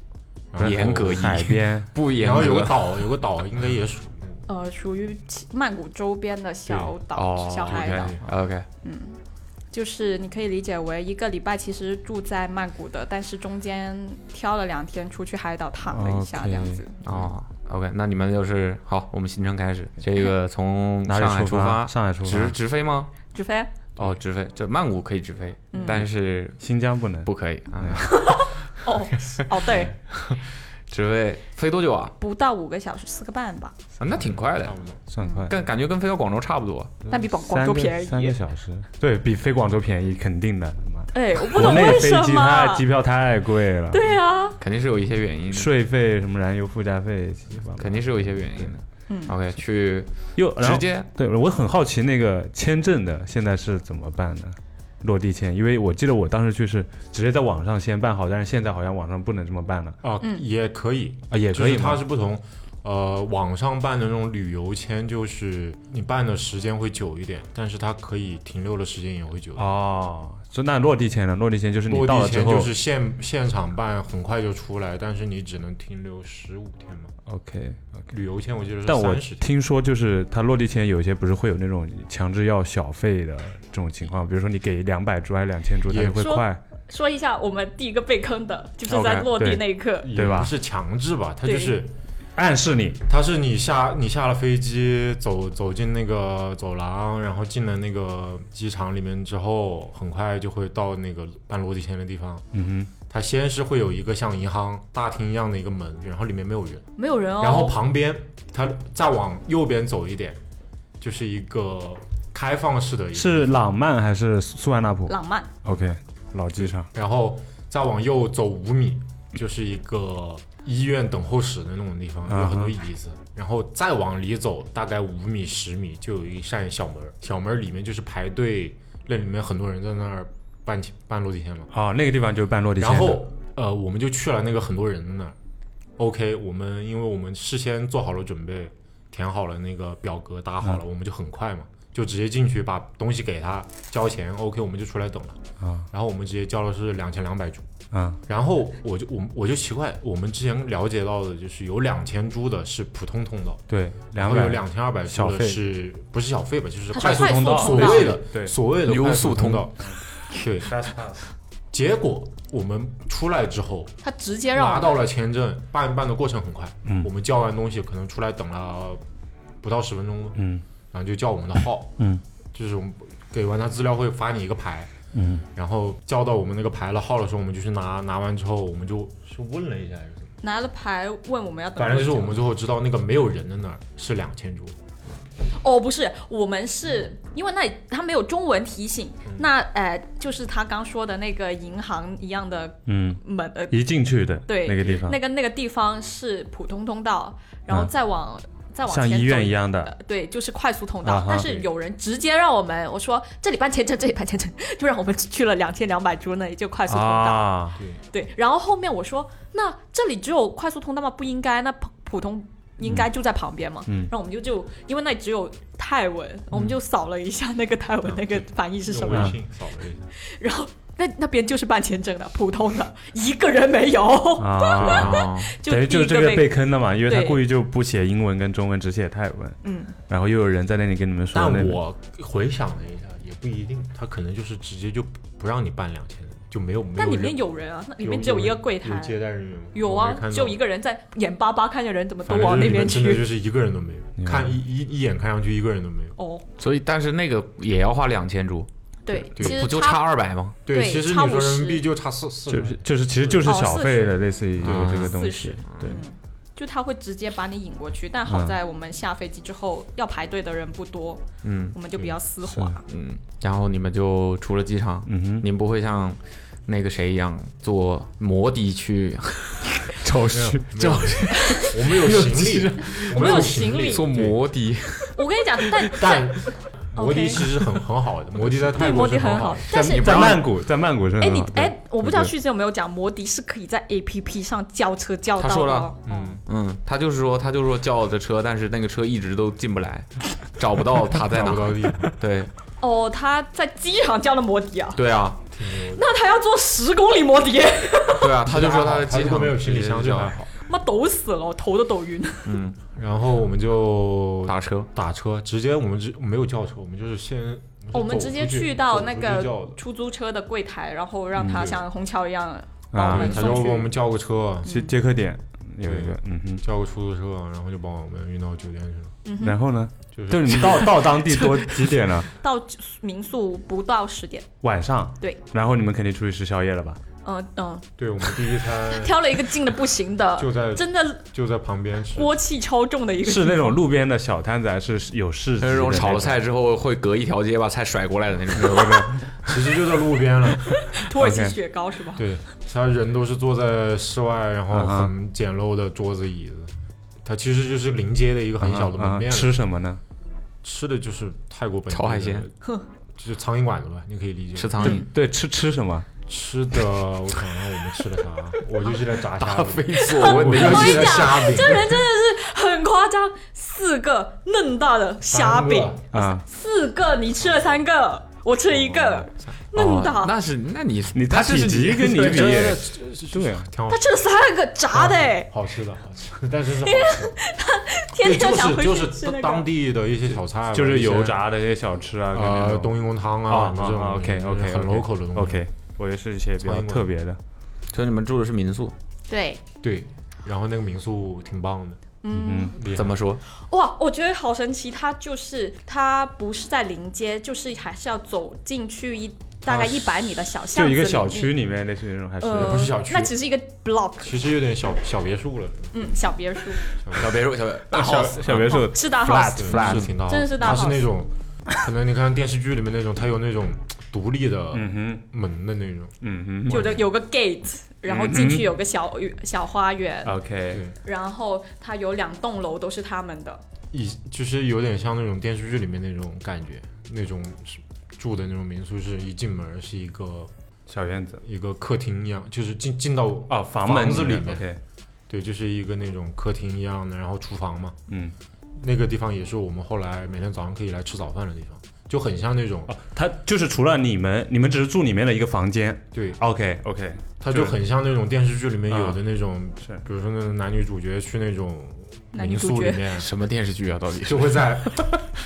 Speaker 7: 然后
Speaker 3: 严格意义
Speaker 6: 海
Speaker 2: 嗯
Speaker 6: 边
Speaker 3: 不严
Speaker 7: 啊然后有个
Speaker 3: 格。
Speaker 7: 岛，有个岛应该也属于
Speaker 2: 呃，属于其曼谷周边的小岛、
Speaker 3: 哦
Speaker 2: 小海岛，
Speaker 3: ，OK OK，
Speaker 2: 就是你可以理解为一个礼拜其实住在曼谷的，但是中间挑了两天出去海岛躺了一下
Speaker 6: OK
Speaker 2: 这样子。
Speaker 3: 哦，OK，那你们就是好，我们行程开始，这个从
Speaker 6: 哪
Speaker 3: 上海
Speaker 6: 里
Speaker 3: 出
Speaker 6: 发？
Speaker 3: 发，
Speaker 6: 上海出
Speaker 3: 直
Speaker 6: 发，
Speaker 3: 直飞吗？
Speaker 2: 子飞，
Speaker 3: 哦，直飞，这曼谷可以直飞，
Speaker 2: 嗯
Speaker 3: 但是
Speaker 6: 新疆不能。
Speaker 3: 不可以啊。
Speaker 2: 哦哦对，
Speaker 3: <laughs> 直飞飞多久啊？
Speaker 2: <laughs> 不到五个小时，四个半吧，
Speaker 3: 啊，那挺快
Speaker 7: 差
Speaker 3: 的，
Speaker 7: 不多。
Speaker 6: 算快，
Speaker 3: 跟感觉跟飞到广州差不多。
Speaker 2: 但比广广州便
Speaker 6: 三个三
Speaker 2: 宜
Speaker 6: 个。小时，对比飞广州便宜，肯定的。妈
Speaker 2: 哎，我不
Speaker 6: 国
Speaker 2: 懂
Speaker 6: 内
Speaker 2: 为
Speaker 6: 飞
Speaker 2: 什
Speaker 6: 机它
Speaker 2: 么
Speaker 6: 机。票太贵了，
Speaker 2: 对啊，
Speaker 3: 肯定是有一些原因的，
Speaker 6: 税费什么燃油附加费，七七八八
Speaker 3: 肯定是有一些原因的。
Speaker 2: 嗯
Speaker 3: OK，去
Speaker 6: 又然后
Speaker 3: 直接
Speaker 6: 对，我很好奇那个签证的现在是怎么办呢？落地签，因为我记得我当时去是直接在网上先办好，但是现在好像网上不能这么办了
Speaker 7: 啊，
Speaker 2: 嗯
Speaker 7: 也可以，
Speaker 6: 啊，也
Speaker 7: 就
Speaker 6: 可以
Speaker 7: 是它
Speaker 6: 吗？
Speaker 7: 是不同。呃，网上办的那种旅游签，就是你办的时间会久一点，但是它可以停留的时间也会久。
Speaker 6: 哦，就那落地签呢？落地签就是你
Speaker 7: 落
Speaker 6: 到
Speaker 7: 地
Speaker 6: 了之
Speaker 7: 签
Speaker 6: 后、
Speaker 7: 就是现现场办，很快就出来，但是你只能停留十五天嘛。
Speaker 6: OK，
Speaker 7: 旅游签我记得是
Speaker 6: 但我
Speaker 7: 三十天，
Speaker 6: 听说就是它落地签有一些不是会有那种强制要小费的这种情况，比如说你给两百株还是两千株，它
Speaker 7: 也
Speaker 6: 就会
Speaker 2: 说
Speaker 6: 快
Speaker 2: 说一下我们第一个被坑的，就是在
Speaker 6: OK，
Speaker 2: 落地
Speaker 6: 对
Speaker 2: 那一刻，
Speaker 7: 也
Speaker 6: 对吧
Speaker 7: 不是强制吧，它
Speaker 2: 对
Speaker 7: 就是
Speaker 6: 暗示你
Speaker 7: 他是你下你下了飞机，走走进那个走廊，然后进了那个机场里面之后，很快就会到那个办落地签的地方。
Speaker 6: 嗯
Speaker 7: 它先是会有一个像银行大厅一样的一个门，然后里面没有人，
Speaker 2: 没有人哦。
Speaker 7: 然后旁边它再往右边走一点，就是一个开放式的一
Speaker 6: 哼，
Speaker 7: 个，
Speaker 6: 是朗曼还是苏苏万那普
Speaker 2: 浪漫，
Speaker 6: ？OK，老机场。
Speaker 7: 然后再往右走五米，就是一个医院等候室的那种地
Speaker 6: 啊
Speaker 7: 方，有很多椅子。然后再往里走大概五米十米，就有一扇小门儿，小门儿里面就是排队，那里面很多人在那儿办办落地签嘛。
Speaker 6: 哦，那个地方就是办落地签
Speaker 7: 然
Speaker 6: 的。
Speaker 7: 后呃，我们就去了那个很多人的那儿。OK，我们因为我们事先做好了准备，填好了那个表格，打
Speaker 6: 嗯
Speaker 7: 好了，我们就很快嘛，就直接进去把东西给他交钱。OK，我们就出来等了。
Speaker 6: 啊
Speaker 7: 然后我们直接交了是两千两百株，
Speaker 6: 啊
Speaker 7: 然后我就我我就奇怪，我们之前了解到的就是有两千株的是普通通道，
Speaker 6: 对，
Speaker 7: 然
Speaker 6: 两
Speaker 7: 后有
Speaker 6: 百
Speaker 7: 两千二百
Speaker 6: 小
Speaker 7: 株
Speaker 6: 费
Speaker 7: 的是不是小费吧，就是
Speaker 2: 它是
Speaker 7: 快速
Speaker 2: 快速
Speaker 7: 通道，所
Speaker 2: 通道
Speaker 7: 谓的
Speaker 6: 对
Speaker 7: 所谓的
Speaker 3: 流
Speaker 7: 快
Speaker 3: 速
Speaker 7: 速
Speaker 3: 通
Speaker 7: 通道，对。结果我们出来之后，
Speaker 2: 他直接让我
Speaker 7: 拿
Speaker 2: 们
Speaker 7: 到了签证，办办的过程很快。
Speaker 6: 嗯
Speaker 7: 我们交完东西，可能出来等了不到十分钟吧，
Speaker 6: 嗯
Speaker 7: 然后就叫我们的号，
Speaker 6: 嗯，
Speaker 7: 就是我们给完他资料会发你一个牌，
Speaker 6: 嗯，
Speaker 7: 然后叫到我们那个牌了号的时候，我们就去拿，拿完之后我们就是问了一下还是怎么，
Speaker 2: 拿了牌问我们要等多久，
Speaker 7: 反正就是我们最后知道那个没有人的那儿是两千株，
Speaker 2: 哦，不是，我们是
Speaker 6: 嗯
Speaker 2: 因为那里他没有中文提醒，那呃就是他刚说的那个银行一样的
Speaker 6: 嗯，
Speaker 2: 门呃
Speaker 6: 一进去的
Speaker 2: 对
Speaker 6: 那个地方
Speaker 2: 那，个那个地方是普通通道，然后
Speaker 6: 嗯
Speaker 2: 再往、再往
Speaker 6: 像
Speaker 2: 前
Speaker 6: 医院
Speaker 2: 走
Speaker 6: 一样
Speaker 2: 呃
Speaker 6: 的，
Speaker 2: 对，就是快速通道。
Speaker 6: 啊哈
Speaker 2: 但是有人直接让我们，我说这里办签证，这 <laughs> 里办签证，就让我们去了两千两百株那里就快呃速通道。
Speaker 6: 啊，
Speaker 7: 对，
Speaker 2: 对，然后后面我说那这里只有快速通道吗？不应该，那普普通。应该就在旁边嘛，
Speaker 6: 嗯
Speaker 2: 然后我们就就因为那里只有泰文，我
Speaker 7: 嗯
Speaker 2: 们就扫了一下那个泰文那个翻译是什
Speaker 7: 用
Speaker 2: 么，
Speaker 7: 微信嗯扫了一下，
Speaker 2: 然后那那边就是办签证的，普通的，一个人没有， <laughs>
Speaker 6: 啊，
Speaker 3: 啊，
Speaker 2: 就
Speaker 6: 等于
Speaker 2: 第
Speaker 6: 就是
Speaker 2: 一
Speaker 6: 这
Speaker 2: 个
Speaker 6: 个
Speaker 2: 被
Speaker 6: 被坑的嘛，因为他
Speaker 2: 对
Speaker 6: 故意就不写英文跟中文，只写泰文，
Speaker 2: 嗯，
Speaker 6: 然后又有人在那里跟你们说
Speaker 7: 但
Speaker 6: 那个，
Speaker 7: 我回想了一下，也不一定，他可能就是直接就不让你办两千，就没有没有人。
Speaker 2: 那里面有人啊，那里面只
Speaker 7: 有
Speaker 2: 有一个柜台，
Speaker 7: 有接待人员吗？
Speaker 2: 有
Speaker 7: 我
Speaker 2: 啊
Speaker 7: 没看，到
Speaker 2: 只有一个人在眼巴巴看着人怎么都
Speaker 7: 反正
Speaker 2: 往
Speaker 7: 就是
Speaker 2: 那
Speaker 7: 里面
Speaker 2: 边
Speaker 7: 真的
Speaker 2: 去。
Speaker 7: 就是一个人都没有，
Speaker 6: 嗯
Speaker 7: 看一一一眼看上去一个人都没有。
Speaker 2: 哦，
Speaker 3: 所以但是那个也要花两千株，
Speaker 2: 对，
Speaker 7: 对
Speaker 2: 其实
Speaker 3: 不就差
Speaker 2: 他
Speaker 3: 二百吗？
Speaker 2: 对
Speaker 7: 其实
Speaker 2: 差
Speaker 7: 你说人
Speaker 2: 50
Speaker 7: 民币就差四四十
Speaker 6: 就
Speaker 7: 块
Speaker 6: 是就是其实就是
Speaker 2: 哦
Speaker 6: 小
Speaker 2: 四
Speaker 6: 费
Speaker 2: 十
Speaker 6: 的，类似于这个
Speaker 3: 啊
Speaker 6: 这个东
Speaker 2: 四
Speaker 6: 西
Speaker 2: 十，
Speaker 6: 对，
Speaker 2: 嗯就他会直接把你引过去，但好在我们下飞机之后要排队的人不多，
Speaker 3: 嗯
Speaker 2: 我们就比较丝滑。
Speaker 3: 嗯，然后你们就出了机场，
Speaker 6: 嗯哼，
Speaker 3: 你们不会像那个谁一样坐摩的
Speaker 2: <laughs>
Speaker 3: 去
Speaker 6: 找
Speaker 7: 没
Speaker 6: 去
Speaker 7: 有没有，我们
Speaker 6: <laughs>
Speaker 7: 有行李，我们
Speaker 2: 有
Speaker 7: 行
Speaker 2: 行李
Speaker 3: <laughs> 坐摩的，
Speaker 2: 我跟你讲，但
Speaker 7: 但摩
Speaker 2: OK
Speaker 7: 的其实很很好的，摩的在泰
Speaker 2: 对摩
Speaker 7: 国是
Speaker 2: 的
Speaker 7: 很
Speaker 2: 很
Speaker 7: 好
Speaker 2: 好
Speaker 7: 的。，
Speaker 2: 但是
Speaker 6: 在曼谷，在曼谷是
Speaker 2: 哎
Speaker 6: 很
Speaker 2: 你
Speaker 6: 好的，
Speaker 2: 哎，我不知道
Speaker 6: 嗯对
Speaker 2: 旭子有没有讲，摩的是可以在 A P P 上叫车叫
Speaker 3: 他说
Speaker 2: 到的
Speaker 3: 了
Speaker 2: 哦。嗯，
Speaker 3: 嗯，他就是说，他就说叫的车，但是那个车一直都进不来，找不到他在
Speaker 7: <laughs> 找
Speaker 3: 哪
Speaker 7: 不。到地方，
Speaker 3: 对
Speaker 2: 哦，他在机场叫了摩的啊，
Speaker 3: 对啊，
Speaker 2: 那他要坐十公里摩的，
Speaker 3: 对啊，他就说他在
Speaker 7: 的
Speaker 3: 机
Speaker 7: 如果
Speaker 3: 场
Speaker 7: 没有行李箱
Speaker 3: 直接叫
Speaker 7: 就还好。
Speaker 2: 妈抖死了，我头都抖晕。
Speaker 3: 嗯，
Speaker 7: 然后我们就
Speaker 3: 打车，
Speaker 7: 打车，直接我们直没有叫车，我们就是先
Speaker 2: 哦我们直接
Speaker 7: 去
Speaker 2: 去到那
Speaker 7: 叫
Speaker 2: 个
Speaker 7: 的
Speaker 2: 出租车的柜台，然后让他
Speaker 7: 对
Speaker 2: 像虹桥一样把我
Speaker 6: 啊
Speaker 7: 对，
Speaker 2: 们
Speaker 7: 他
Speaker 2: 送
Speaker 7: 就
Speaker 2: 去。
Speaker 7: 给我们叫个车，
Speaker 6: 接接客点有一个，嗯哼。
Speaker 7: 叫个出租车，然后就把我们运到酒店去了。
Speaker 2: 嗯
Speaker 6: 然后呢？
Speaker 7: 就
Speaker 6: 就是是你们到到当地多几点了？
Speaker 2: 到民宿不到十点，
Speaker 6: 晚上。
Speaker 2: 对。
Speaker 6: 然后你们肯定出去吃宵夜
Speaker 2: <laughs>
Speaker 6: 了吧？
Speaker 2: 嗯、嗯、
Speaker 7: 对我们第一餐
Speaker 2: 挑了一个近的不行的，
Speaker 7: 就在
Speaker 2: 真的
Speaker 7: 就在旁边吃，
Speaker 2: 锅气超重的一个地
Speaker 6: 是
Speaker 2: 方，
Speaker 6: 那种路边的小摊子，还是有市集的
Speaker 3: 那种
Speaker 6: 种
Speaker 3: 炒了菜之后会隔一条街把菜甩过来的那种。
Speaker 7: 其实就在路
Speaker 2: <laughs>
Speaker 7: 边了。
Speaker 2: <laughs> 土耳其
Speaker 6: OK
Speaker 2: 雪糕是吧？ <laughs>
Speaker 7: 对，他人都是坐在室外，然后
Speaker 6: 嗯哼
Speaker 7: 很简陋的桌子椅子。它其实就是临街的一个很小的门面
Speaker 6: 啊
Speaker 7: 了，
Speaker 6: 吃什么呢？
Speaker 7: 吃的就是泰国本地的
Speaker 3: 炒海鲜，
Speaker 7: 就是苍蝇馆子吧，你可以理解。
Speaker 3: 吃苍蝇，
Speaker 6: 对，吃吃什么？
Speaker 7: 吃的，我想想我们吃的
Speaker 6: <laughs>
Speaker 7: 啥？我就记得炸虾
Speaker 3: 答非
Speaker 7: 饼，
Speaker 3: 所
Speaker 7: 我
Speaker 2: <laughs>
Speaker 3: 问哦
Speaker 7: 就
Speaker 3: 的
Speaker 7: 记得虾饼，
Speaker 2: 这人真的是很夸张，四个嫩大的虾饼，
Speaker 6: 啊，
Speaker 2: 四个你吃了三个，我吃了一个，嫩大
Speaker 3: 哦，，那是那你
Speaker 6: 你
Speaker 3: 他
Speaker 6: 他
Speaker 3: 这
Speaker 6: 体积
Speaker 3: 是
Speaker 6: 跟你比，对啊，
Speaker 7: 挺好
Speaker 2: 他吃了三个炸的，
Speaker 7: 吃，好吃的，好吃，
Speaker 2: <laughs>
Speaker 7: 但是是好吃。
Speaker 2: 天
Speaker 7: 对，
Speaker 2: 天
Speaker 7: 就
Speaker 2: 想
Speaker 7: 是
Speaker 2: 回
Speaker 7: 就
Speaker 2: 去
Speaker 7: 是
Speaker 2: 吃那
Speaker 7: 当
Speaker 2: 个。
Speaker 7: 当地的一些小菜吧，
Speaker 6: 就是
Speaker 7: 一些
Speaker 6: 油炸的一些小吃啊，跟那
Speaker 7: 呃，
Speaker 6: 种
Speaker 7: 冬阴功汤
Speaker 6: 啊
Speaker 7: 啊，什么这种东西
Speaker 6: ，OK
Speaker 7: 就是
Speaker 6: OK，
Speaker 7: 很 local 的东西。
Speaker 6: OK，我觉得是一些比较特别的。
Speaker 3: 所以你们住的是民宿，
Speaker 2: 对，
Speaker 7: 对，然后那个民宿挺棒的，
Speaker 6: 嗯，
Speaker 7: 厉害
Speaker 13: 怎么说？
Speaker 2: 哇，我觉得好神奇，它就是它不是在临街，就是还是要走进去一大概
Speaker 6: 啊
Speaker 2: 一百米的小巷
Speaker 6: 就
Speaker 2: 子里
Speaker 6: 一
Speaker 2: 面，
Speaker 6: 个小区里面类似于那种，还是
Speaker 2: 呃，
Speaker 7: 不是小区
Speaker 2: 那只是一个 block，
Speaker 7: 其实有点小小别墅了，
Speaker 2: 嗯，小别墅，
Speaker 13: 小别墅，
Speaker 3: <laughs>
Speaker 13: 小别大
Speaker 7: 小
Speaker 13: house，
Speaker 6: 小别墅
Speaker 2: 是大
Speaker 6: flat
Speaker 2: house，
Speaker 7: 对
Speaker 6: flat
Speaker 7: 是挺大，
Speaker 2: 真的是大
Speaker 7: 它是
Speaker 2: house
Speaker 7: 那种，可能你看电视剧里面那种，它有那种独立的
Speaker 6: 嗯哼，
Speaker 7: 门的那种，
Speaker 6: 嗯
Speaker 2: 有的有个 gate，然
Speaker 7: 嗯
Speaker 2: 后进去有个小小花园，
Speaker 7: 啊
Speaker 6: 哼，OK，
Speaker 7: 对
Speaker 2: 然后它有两栋楼都是他们的，
Speaker 7: 以就是有点像那种电视剧里面那种感觉，那种是住的那种民宿是一进门是一个
Speaker 6: 小院子
Speaker 7: 一个客厅一样，就是进进到
Speaker 6: 哦，房门
Speaker 7: 房子里面
Speaker 6: ，OK，
Speaker 7: 对，就是一个那种客厅一样的，然后厨房嘛，
Speaker 6: 嗯，
Speaker 7: 那个地方也是我们后来每天早上可以来吃早饭的地方，就很像那种，
Speaker 6: 哦，它就是除了你们，你们只是住里面的一个房间
Speaker 7: 对，
Speaker 6: ，OK OK，
Speaker 7: 它就很像那种电视剧里面有的那种，
Speaker 6: 啊是
Speaker 7: 比如说那种男女主角去那种
Speaker 2: 男女
Speaker 7: 民
Speaker 2: 主
Speaker 7: 宿里
Speaker 2: 角
Speaker 7: 面，
Speaker 3: 什么电视剧啊？到底
Speaker 7: 就会在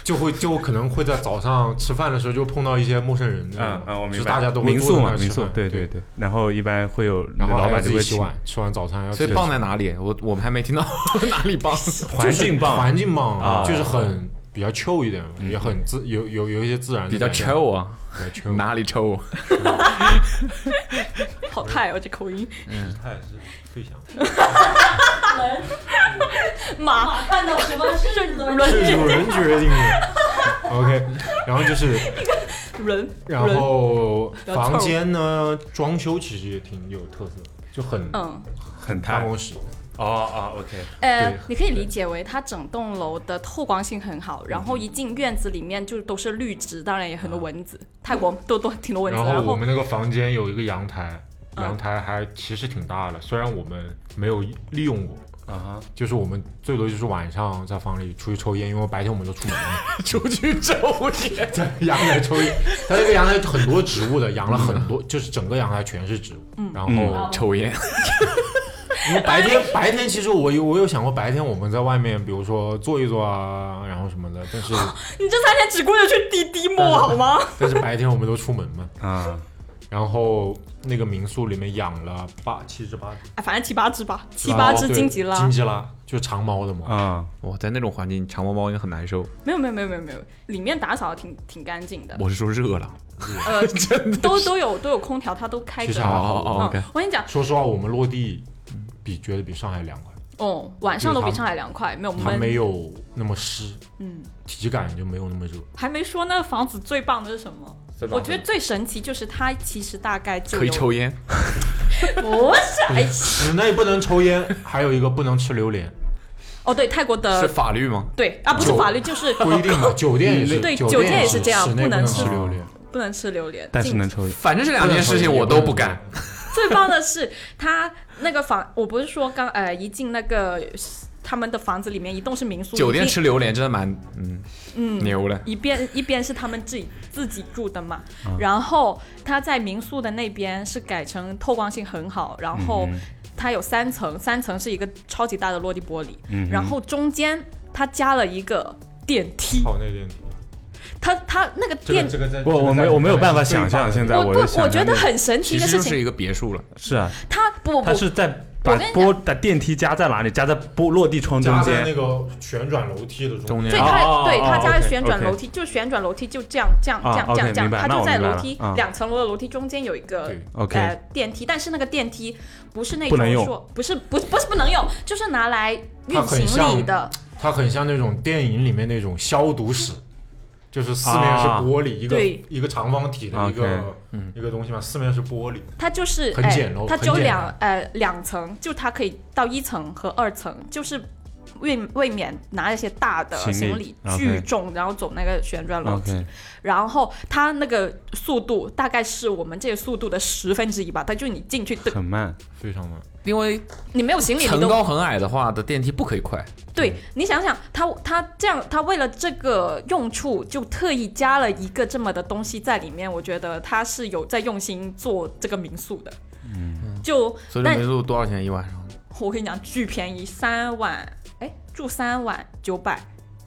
Speaker 7: 就会就可能会在早上吃饭的时候就碰到一些陌生人，
Speaker 6: 嗯嗯，我明
Speaker 7: 就
Speaker 6: 白，
Speaker 7: 大家都会
Speaker 6: 民
Speaker 7: 坐
Speaker 6: 宿
Speaker 7: 在
Speaker 6: 嘛，
Speaker 7: 那儿吃
Speaker 6: 民宿，
Speaker 7: 饭
Speaker 6: 对对
Speaker 7: 对
Speaker 6: 对，然后一般会有
Speaker 7: 然后
Speaker 6: 老
Speaker 7: 还要
Speaker 6: 板
Speaker 7: 自
Speaker 6: 就
Speaker 7: 己
Speaker 6: 会
Speaker 7: 洗碗，吃完早餐还要
Speaker 3: 所以
Speaker 7: 自己
Speaker 3: 棒
Speaker 7: 吃
Speaker 3: 在哪里？我我们还没听到 <laughs> 哪里棒。
Speaker 6: 环境棒，
Speaker 7: 环境棒
Speaker 6: 啊嗯
Speaker 7: 就是很比较 chill 一点，也很自有有有一些自然的
Speaker 3: 比较
Speaker 7: 感觉
Speaker 3: chill 啊，
Speaker 7: 比较
Speaker 3: <laughs>
Speaker 7: chill <laughs>
Speaker 3: 哪里 chill？
Speaker 2: <laughs> 好泰哦，这口音，
Speaker 7: 态是飞翔，
Speaker 2: 马
Speaker 14: 看到什么是
Speaker 2: 轮
Speaker 7: 是主人决定的。OK，然后就是，
Speaker 2: 轮
Speaker 7: 然后
Speaker 2: 比较
Speaker 7: 房
Speaker 2: chill
Speaker 7: 间呢，装修其实也挺有特色，就很
Speaker 2: 嗯，
Speaker 6: 很
Speaker 7: 办
Speaker 6: 烫，
Speaker 7: 公室，
Speaker 6: 哦哦，OK，
Speaker 2: 呃
Speaker 7: 对，
Speaker 2: 你可以理解为它整栋楼的透光性很好，
Speaker 7: 嗯
Speaker 2: 然后一进院子里面就都是绿植，当然也很多蚊子，泰国都都挺多蚊子，
Speaker 7: 啊然
Speaker 2: 然
Speaker 7: 后我
Speaker 2: 后
Speaker 7: 们那个房间有一个阳台，
Speaker 2: 嗯
Speaker 7: 阳台还其实挺大的，虽然我们没有利用过，
Speaker 6: 啊哈，
Speaker 7: 就是我们最多就是晚上在房里出去抽烟，因为白天我们都出门了，
Speaker 3: <laughs> 出去抽烟，
Speaker 7: 在阳台抽烟。它这个阳台很多植物的，养了很多，就是整个阳台全是植物。然后
Speaker 3: 嗯抽烟。 <laughs>
Speaker 7: 因为白天白天其实我有我有想过白天我们在外面，比如说坐一坐啊，然后什么的，但是
Speaker 2: 你这三天只顾着去滴滴
Speaker 7: 嗯
Speaker 2: 摸好吗？
Speaker 7: 但是白天我们都出门嘛。
Speaker 6: 啊，
Speaker 7: 然后那个民宿里面养了八七只八只
Speaker 2: 哎反正七八只吧，七
Speaker 7: 猫
Speaker 2: 八只
Speaker 7: 哦对
Speaker 2: 荆棘啦
Speaker 7: 金，吉拉就是长毛的嘛。
Speaker 6: 啊，
Speaker 3: 哇，在那种环境，长毛猫应该很难受。
Speaker 2: 没有没有没有没有没有，里面打扫得挺挺干净的，
Speaker 3: 我是说热了，
Speaker 2: 呃，都都有都有空调，它都开
Speaker 7: 其实
Speaker 2: 着。嗯，
Speaker 7: 还好，
Speaker 3: 哦，OK
Speaker 2: 我跟你讲，
Speaker 7: 说实话，我们落地比觉得比上海凉快，
Speaker 2: 哦，晚上都比
Speaker 7: 就是它
Speaker 2: 上海凉快，没有
Speaker 7: 它
Speaker 2: 闷。
Speaker 7: 没有那么湿，
Speaker 2: 嗯，
Speaker 7: 体感就没有那么热。
Speaker 2: 还没说那个房子最棒的是什么？我觉得最神奇就是它其实大概就
Speaker 3: 可以
Speaker 2: 有
Speaker 3: 抽烟。
Speaker 2: 不是，哎，
Speaker 7: 室内不能抽烟，还有一个不能吃榴莲，
Speaker 2: 哦对，泰国
Speaker 3: 是
Speaker 2: 的
Speaker 3: 法律吗？
Speaker 2: 对啊，不是
Speaker 7: 酒
Speaker 2: 法律就是
Speaker 7: 规定 <laughs> 的。酒店也是，
Speaker 2: 对
Speaker 7: 酒
Speaker 2: 酒店也
Speaker 7: 也
Speaker 2: 是这样
Speaker 7: 室内
Speaker 2: 不
Speaker 7: 不
Speaker 2: 能
Speaker 7: 吃
Speaker 2: 吃
Speaker 7: 榴莲，
Speaker 2: 不能吃榴莲，
Speaker 6: 但是
Speaker 2: 禁
Speaker 6: 能抽烟，
Speaker 3: 反正这两件事情我都不干。
Speaker 2: 最棒的是，他那个房，我不是说刚呃一进那个他们的房子里面，一栋是民宿，
Speaker 3: 酒店
Speaker 2: 一边
Speaker 3: 吃榴莲真的蛮嗯
Speaker 2: 嗯
Speaker 3: 牛的。
Speaker 2: 一边一边是他们自己自己住的嘛，然后他在民宿的那边是改成透光性很好，然后它有三层，三层是一个超级大的落地玻璃，然后中间它加了一个电梯，
Speaker 7: 跑那电梯。
Speaker 2: 它它那个
Speaker 7: 这个
Speaker 2: 电。
Speaker 7: 这个在
Speaker 6: 我我没有我没有办法想象现在
Speaker 2: 我不
Speaker 6: 就，想
Speaker 2: 我觉
Speaker 6: 象
Speaker 2: 得
Speaker 6: 那
Speaker 2: 很神奇
Speaker 3: 其
Speaker 2: 的
Speaker 3: 实
Speaker 2: 事
Speaker 3: 就是
Speaker 2: 情，
Speaker 3: 一个别墅了，
Speaker 6: 是啊，
Speaker 2: 它不不
Speaker 6: 它是在把
Speaker 2: 我跟你
Speaker 6: 玻把电梯加在哪里？加在玻落地窗中
Speaker 7: 加在那
Speaker 6: 间
Speaker 7: 个旋转楼梯的中
Speaker 3: 中
Speaker 7: 间，
Speaker 2: 对
Speaker 3: 间啊
Speaker 2: 它，
Speaker 6: 哦
Speaker 2: 对
Speaker 6: 哦
Speaker 2: 它
Speaker 6: 哦
Speaker 2: 加了
Speaker 6: OK，
Speaker 2: 旋转
Speaker 6: OK
Speaker 2: 楼梯，就旋转楼梯就这样这样
Speaker 6: 啊
Speaker 2: 这样这
Speaker 6: OK，
Speaker 2: 样这样，
Speaker 6: 明白
Speaker 2: 它
Speaker 6: 那
Speaker 2: 就
Speaker 6: 我
Speaker 2: 在
Speaker 6: 明白
Speaker 2: 楼
Speaker 6: 了
Speaker 2: 梯
Speaker 6: 啊
Speaker 2: 两层楼的楼梯中间有一个
Speaker 7: 对
Speaker 2: 呃
Speaker 6: ，OK，
Speaker 2: 电梯，但是那个电梯不是那
Speaker 6: 不能
Speaker 2: 种
Speaker 6: 用
Speaker 2: 说不是不是不是不能用，就是拿来
Speaker 7: 它
Speaker 2: 运
Speaker 7: 很
Speaker 2: 行李
Speaker 7: 像
Speaker 2: 的，
Speaker 7: 它很像那种电影里面那种消毒室，就是四面是玻璃，一个
Speaker 2: 啊对
Speaker 7: 一个长方体的一
Speaker 6: OK，
Speaker 7: 个一个东西嘛，四面是玻璃。
Speaker 2: 它就是
Speaker 7: 很
Speaker 2: 哎
Speaker 7: 简陋，
Speaker 2: 它
Speaker 7: 很
Speaker 2: 只有
Speaker 7: 简
Speaker 2: 两
Speaker 7: 单
Speaker 2: 呃两层，就它可以到一层和二层，就是。为为免拿一些大的
Speaker 6: 行李
Speaker 2: 行李巨
Speaker 6: OK
Speaker 2: 重，然后走那个旋转楼梯
Speaker 6: OK
Speaker 2: 然后它那个速度大概是我们这个速度的十分之一吧，它就你进去，对
Speaker 6: 很慢，
Speaker 7: 非常慢，
Speaker 3: 因为
Speaker 2: 你没有行李，你
Speaker 3: 层
Speaker 2: 都
Speaker 3: 高很矮的话的电梯不可以快，
Speaker 2: 对你想想，他他这样，他为了这个用处，就特意加了一个这么的东西在里面。我觉得他是有在用心做这个民宿的。嗯，就
Speaker 3: 所以这
Speaker 2: 但
Speaker 3: 民宿多少钱一晚上？
Speaker 2: 我跟你讲，巨便宜，三晚，哎，住三晚九百，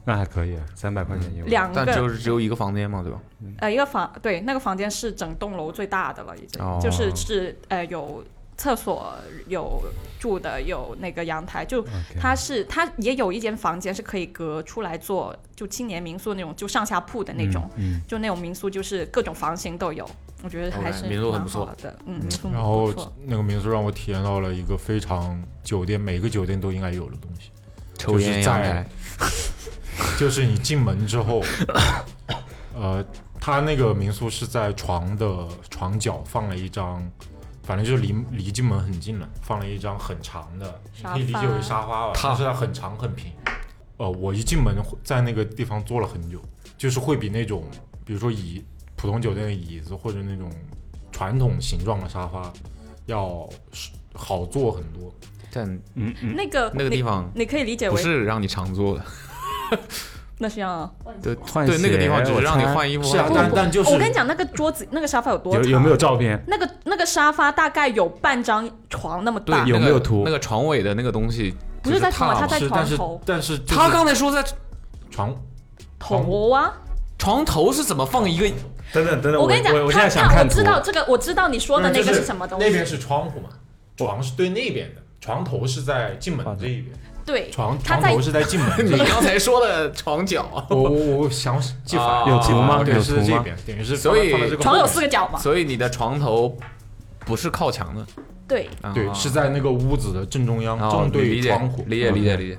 Speaker 6: 那还可以，啊三百块钱一晚，
Speaker 2: 两
Speaker 3: 但就
Speaker 2: 个
Speaker 3: 是只有一个房间嘛，对吧？
Speaker 2: 呃一个房，对，那个房间是整栋楼最大的了，已经、
Speaker 3: 哦
Speaker 2: 就是是呃有厕所有住的，有那个阳台，就
Speaker 6: OK
Speaker 2: 它是它也有一间房间是可以隔出来做，就青年民宿那种，就上下铺的那种，
Speaker 6: 嗯，
Speaker 2: 就那种民宿就是各种房型都有，我觉得还
Speaker 15: OK，
Speaker 2: 是
Speaker 15: 民宿很不错
Speaker 2: 蛮好的，嗯，民宿
Speaker 7: 然
Speaker 2: 不
Speaker 7: 后
Speaker 2: 错
Speaker 7: 那个民宿让我体验到了一个非常酒店每个酒店都应该有的东西，
Speaker 15: 抽烟阳台，
Speaker 7: 就是你进门之后， <coughs> 呃，他那个民宿是在床的床角放了一张，反正就是离离进门很近了，放了一张很长的，你可以理解为沙发吧，但是它很长很平。呃，我一进门在那个地方坐了很久，就是会比那种，比如说椅普通酒店的椅子或者那种传统形状的沙发要好坐很多。
Speaker 3: 但
Speaker 6: 嗯
Speaker 2: 那个
Speaker 3: 那个地方
Speaker 2: 你，你可以理解
Speaker 3: 不
Speaker 2: 为
Speaker 3: 是让你常坐的，
Speaker 2: 那是样。
Speaker 3: 对
Speaker 6: 换
Speaker 3: 对，那个
Speaker 6: 鞋
Speaker 3: 地方只
Speaker 6: 我
Speaker 3: 是让你
Speaker 6: 猜
Speaker 3: 换衣服，
Speaker 7: 是啊，但但就是
Speaker 2: 我跟你讲，那个桌子、那个沙发有多
Speaker 6: 有
Speaker 2: 长？
Speaker 6: 有没有照片？
Speaker 2: 那个那个沙发大概有半张床那么
Speaker 3: 对
Speaker 2: 大，
Speaker 6: 有
Speaker 3: 那
Speaker 6: 没有
Speaker 3: 个
Speaker 6: 图
Speaker 3: 那个床尾的那个东西
Speaker 2: 不是在床
Speaker 3: 踏
Speaker 2: 尾，它
Speaker 3: 嘛
Speaker 2: 在床
Speaker 7: 是，但是
Speaker 2: 头
Speaker 7: 但是
Speaker 3: 他刚才说在
Speaker 7: 床
Speaker 2: 头啊。
Speaker 3: 床头是怎么放一
Speaker 7: <laughs>
Speaker 3: 个？
Speaker 6: 等等等等，
Speaker 2: 我跟你讲，
Speaker 6: 我我现
Speaker 2: 他
Speaker 6: 在想
Speaker 2: 他我
Speaker 6: 看图啊
Speaker 2: 知，道这个，我知道你说的那个
Speaker 7: 嗯就是
Speaker 2: 什么东
Speaker 7: 那边
Speaker 2: 西。
Speaker 7: 是窗户嘛，床是对那边的，床头是在进门这一边，
Speaker 2: 对，
Speaker 7: 床
Speaker 2: 他
Speaker 7: 床
Speaker 2: 在
Speaker 7: 头是在进门
Speaker 3: 你
Speaker 7: <laughs> 这
Speaker 3: <laughs>
Speaker 7: 边。
Speaker 3: 刚才说的床啊角，
Speaker 7: 我我我想记反了，
Speaker 3: 有图
Speaker 6: 吗
Speaker 7: 啊对，
Speaker 6: 有
Speaker 7: 是
Speaker 6: 图
Speaker 7: 在这
Speaker 6: 吗
Speaker 7: 边，等于是
Speaker 3: 所以
Speaker 7: 放在这个
Speaker 2: 床
Speaker 7: 后
Speaker 2: 有
Speaker 7: 面
Speaker 2: 四个角嘛。
Speaker 3: <laughs> 所以你的床头不是靠墙的，
Speaker 7: 嗯
Speaker 2: 对，
Speaker 3: 啊
Speaker 7: 对，是在那个屋子的正中央，
Speaker 3: 哦
Speaker 7: 正对
Speaker 3: 理解
Speaker 7: 窗户。嗯
Speaker 3: 理解理解理解。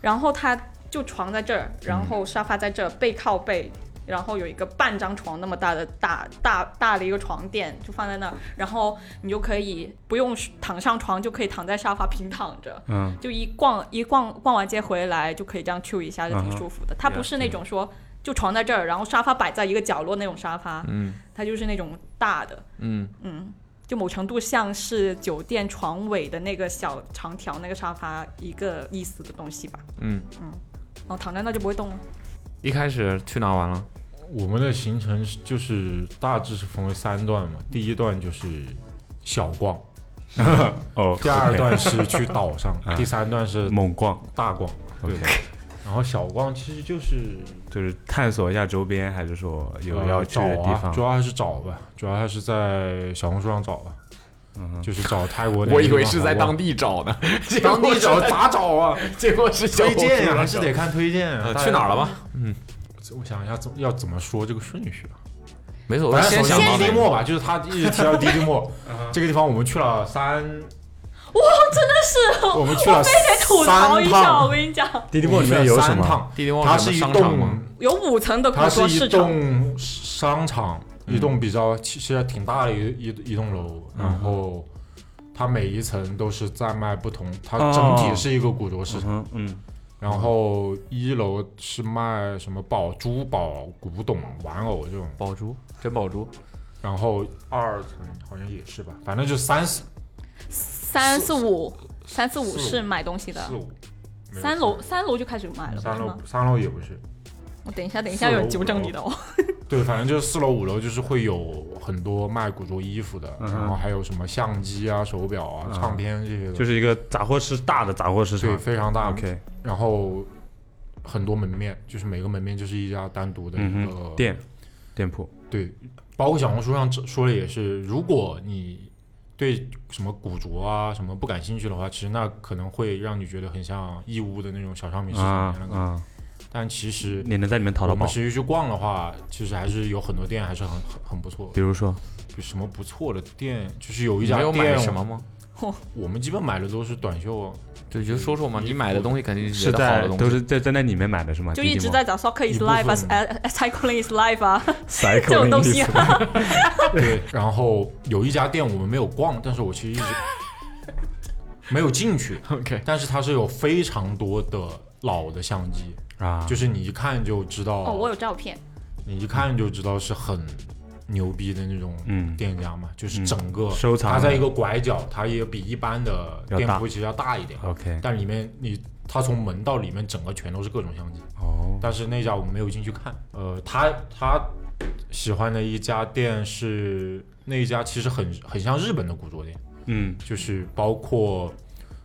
Speaker 2: 然后他就床在这儿，然后沙发在这儿，背靠背。然后有一个半张床那么大的大大大的一个床垫，就放在那儿，然后你就可以不用躺上床，就可以躺在沙发平躺着，
Speaker 6: 嗯，
Speaker 2: 就一逛一逛逛完街回来就可以这样 chill 一下，就
Speaker 6: 嗯
Speaker 2: 挺舒服的。它不是那种说就床在这儿，然后沙发摆在一个角落那种沙发，
Speaker 3: 嗯
Speaker 2: 它就是那种大的，
Speaker 3: 嗯，
Speaker 2: 嗯，就某程度像是酒店床尾的那个小长条那个沙发一个意思的东西吧。
Speaker 3: 嗯
Speaker 2: 嗯，然后躺在那就不会动了。
Speaker 3: 一开始去哪玩了？
Speaker 7: 嗯我们的行程是就是大致是分为三段嘛，第一段就是小逛，
Speaker 6: 哦，
Speaker 7: 第二
Speaker 6: OK，
Speaker 7: 段是去岛上，第三段是
Speaker 6: 猛逛
Speaker 7: 大逛。对
Speaker 6: ，OK，
Speaker 7: 然后小逛其实就是
Speaker 6: 就是探索一下周边，还是说有
Speaker 7: 呃
Speaker 6: 要去
Speaker 7: 找
Speaker 6: 的地
Speaker 7: 啊，主
Speaker 6: 方？
Speaker 7: 要还是找吧，主要还是在小红书上找吧，
Speaker 6: 嗯哼
Speaker 7: 就是找泰国的。
Speaker 3: 我以为是在当地 <laughs> 找
Speaker 7: <laughs>
Speaker 3: 呢，结
Speaker 7: 当
Speaker 3: 果
Speaker 7: 地
Speaker 3: 是
Speaker 7: 找
Speaker 3: 在，
Speaker 7: 咋找啊？
Speaker 3: 结果是 <laughs> 小
Speaker 7: 推
Speaker 3: 红
Speaker 7: 荐
Speaker 3: 书
Speaker 7: 呀，
Speaker 3: 上
Speaker 7: 还是
Speaker 3: 找
Speaker 7: 得看推荐啊
Speaker 3: 呃。去哪儿了
Speaker 7: 吧？
Speaker 3: 吧？
Speaker 7: 我想一下怎么要怎么说这个顺序啊？
Speaker 3: 没所
Speaker 7: 反
Speaker 3: 谓，
Speaker 7: 正
Speaker 3: 先
Speaker 7: 首
Speaker 3: 想
Speaker 7: 先
Speaker 3: 到
Speaker 7: 滴滴
Speaker 3: 哪
Speaker 7: 莫吧，就是他一直提到滴滴
Speaker 3: <laughs>
Speaker 7: 莫这个地方，我们去了三，
Speaker 2: 哇，真的是，
Speaker 7: 我们去了
Speaker 2: 非得吐槽一
Speaker 7: 三
Speaker 2: 下，
Speaker 7: 趟
Speaker 2: 我跟你讲，
Speaker 6: 滴滴莫里面有什么？？
Speaker 3: 地地方
Speaker 7: 它
Speaker 3: 什
Speaker 7: 是
Speaker 3: 么商
Speaker 7: 一
Speaker 3: 场
Speaker 7: 栋
Speaker 3: 吗？，
Speaker 2: 有五层的可
Speaker 7: 它
Speaker 2: 说
Speaker 7: 是
Speaker 2: 市
Speaker 7: 一
Speaker 2: 场，
Speaker 7: 栋商场，
Speaker 6: 嗯
Speaker 7: 一栋比较其实挺大的一一一栋楼，
Speaker 6: 嗯
Speaker 7: 然后它每一层都是在卖不同，它
Speaker 6: 哦
Speaker 7: 整体是一个古着市
Speaker 6: 嗯
Speaker 7: 场，
Speaker 6: 哼嗯，
Speaker 7: 然后一楼是卖什么宝珠宝、古董、玩偶这种。
Speaker 3: 宝珠，珍宝珠，
Speaker 7: 然后二层好像也是吧，反正就三四
Speaker 2: 三四五，三四五
Speaker 7: 四五
Speaker 2: 是买东西的
Speaker 7: 四，五，没有
Speaker 2: 三楼三楼就开始买了，
Speaker 7: 三
Speaker 2: 不是
Speaker 7: 楼
Speaker 2: 吗？
Speaker 7: 三楼也不是，
Speaker 2: 我等一下，等一下有人纠正你的哦。
Speaker 7: 对，反正就是四楼五楼就是会有很多卖古着衣服的，
Speaker 6: 嗯哼
Speaker 7: 然后还有什么相机啊、手表啊、
Speaker 6: 嗯
Speaker 7: 唱片这些的，
Speaker 6: 就是一个杂货市大的杂货市
Speaker 7: 对
Speaker 6: 场。啊
Speaker 7: 非常大。
Speaker 6: OK，
Speaker 7: 然后很多门面，就是每个门面就是一家单独的一
Speaker 6: 嗯
Speaker 7: 个、
Speaker 6: 哼，店店铺，
Speaker 7: 对，包括小红书上只说的也是，如果你对什么古着啊什么不感兴趣的话，其实那可能会让你觉得很像义乌的那种小商品市场
Speaker 6: 啊
Speaker 7: 一样的感觉。
Speaker 6: 啊，
Speaker 7: 但其实
Speaker 6: 你能在里面淘到
Speaker 7: 我
Speaker 6: 宝
Speaker 7: 们？实际去逛的话，其实还是有很多店还是很很很不错的
Speaker 6: 比。如说，
Speaker 7: 有什么不错的店？就是有一
Speaker 3: 你
Speaker 7: 家
Speaker 3: 没有买
Speaker 7: 店
Speaker 3: 什么吗？
Speaker 7: 我们基本买的都是短袖啊，
Speaker 3: 对，就说说嘛，你买的东西肯定
Speaker 6: 是
Speaker 3: 觉得好
Speaker 6: 在
Speaker 3: 的东西，
Speaker 6: 都是在在那里面买的是吗？
Speaker 2: <laughs> 就一直
Speaker 6: Digimon
Speaker 2: 在讲 soccer
Speaker 7: 一
Speaker 2: is
Speaker 7: 部
Speaker 2: life
Speaker 7: 分
Speaker 2: 啊呃，cycling is life 啊，
Speaker 6: cycle
Speaker 2: 这种东西啊。
Speaker 7: 对。然后有一家店我们没有逛，但是我其实一直没有进去。
Speaker 3: <laughs> OK。
Speaker 7: 但是它是有非常多的老的相机，
Speaker 6: <laughs> 啊，
Speaker 7: 就是是你一看就知道，
Speaker 2: <laughs> 哦，我有照片，
Speaker 7: 你一看就知道是很牛逼的那种
Speaker 6: 嗯
Speaker 7: 店家嘛，就是
Speaker 6: 嗯
Speaker 7: 整个
Speaker 6: 收藏
Speaker 7: 它
Speaker 6: 的
Speaker 7: 在一个拐角，它也比一般的
Speaker 6: 要
Speaker 7: 店
Speaker 6: 大
Speaker 7: 铺其实要大一点，
Speaker 6: OK
Speaker 7: 但里面你它从门到里面整个全都是各种相机。
Speaker 6: 哦，
Speaker 7: 但是那家我们没有进去看。呃，他他喜欢的一家店是那一家，其实很很像日本的古着店，
Speaker 6: 嗯
Speaker 7: 就是包括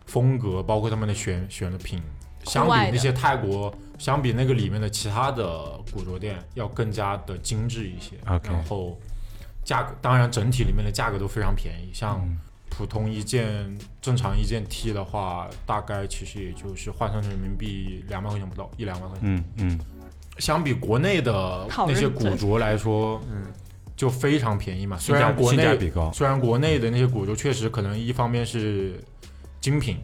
Speaker 7: 风格，包括他们的选选的品，相比
Speaker 2: 外的
Speaker 7: 那些泰国，相比那个里面的其他的古着店要更加的精致一些。
Speaker 6: OK 嗯
Speaker 7: 然后价格，当然整体里面的价格都非常便宜，像普通一件正常一件 T 的话，大概其实也就是换算成人民币两万块钱不到，一两万块钱。
Speaker 6: 嗯嗯，
Speaker 7: 相比国内的
Speaker 2: 好
Speaker 7: 那些
Speaker 2: 认真
Speaker 7: 古着来说，嗯，就非常便宜嘛。虽
Speaker 6: 性价
Speaker 7: 然国
Speaker 6: 性价
Speaker 7: 内
Speaker 6: 比高
Speaker 7: 虽然国内的那些古着确实可能一方面是精品，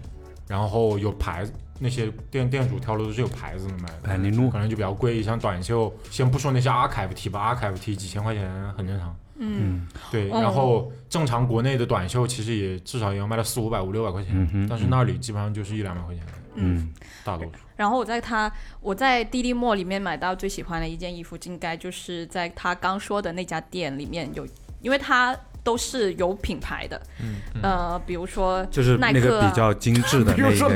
Speaker 7: 然后有牌子，那些店店主挑的都是有牌子的卖的，
Speaker 6: 百灵路
Speaker 7: 可能就比较贵。像短袖，先不说那些 archive T 吧，archive T 几千块钱很正常。
Speaker 2: 嗯，
Speaker 7: 对，
Speaker 2: 哦
Speaker 7: 然后正常国内的短袖其实也至少也要卖到四五百、五六百块钱，
Speaker 6: 嗯哼
Speaker 7: 但是那里基本上就是一两百块钱，
Speaker 6: 嗯，
Speaker 7: 大多数。
Speaker 2: 然后我在他我在滴滴墨里面买到最喜欢的一件衣服，应该就是在他刚说的那家店里面有，因为它都是有品牌的，呃，比如说
Speaker 6: 嗯就是
Speaker 2: 耐
Speaker 6: 那
Speaker 2: 克
Speaker 6: 个
Speaker 2: 啊
Speaker 6: 比较精致 <laughs> 的那一个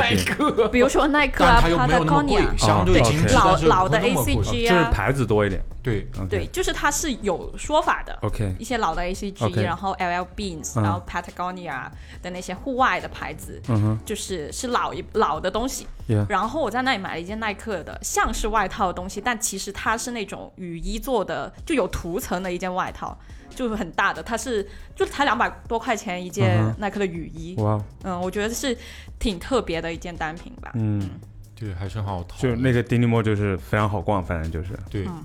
Speaker 6: 店，
Speaker 2: 比如说耐克啊、
Speaker 7: 但它又没有那么
Speaker 2: Patagonia，
Speaker 7: 贵，相对
Speaker 6: 哦
Speaker 7: 精致，
Speaker 6: 老
Speaker 7: 但是
Speaker 2: 老的
Speaker 7: 不会那么贵
Speaker 2: ACG
Speaker 6: 就是牌子多一点。
Speaker 7: 对，
Speaker 2: 对，就是它是有说法的。
Speaker 6: OK，
Speaker 2: 一些老的 ACG，、
Speaker 6: OK
Speaker 2: 然后 LL Beans，、
Speaker 6: 嗯
Speaker 2: 然后 Patagonia 的那些户外的牌子，
Speaker 6: 嗯哼
Speaker 2: 就是是老一老的东西。
Speaker 6: <laughs> ，Yeah，
Speaker 2: 然后我在那里买了一件耐克的，像是外套的东西，但其实它是那种雨衣做的，就有涂层的一件外套，就是很大的，它是就才两百多块钱一件
Speaker 6: 嗯哼
Speaker 2: 耐克的雨衣。
Speaker 6: 哇哦，
Speaker 2: 嗯，我觉得是挺特别的一件单品吧。
Speaker 6: 嗯，
Speaker 7: 对，还是很好淘。
Speaker 6: 就那个 d i n i m o 就是非常好逛，反正就是
Speaker 7: 对，
Speaker 2: 嗯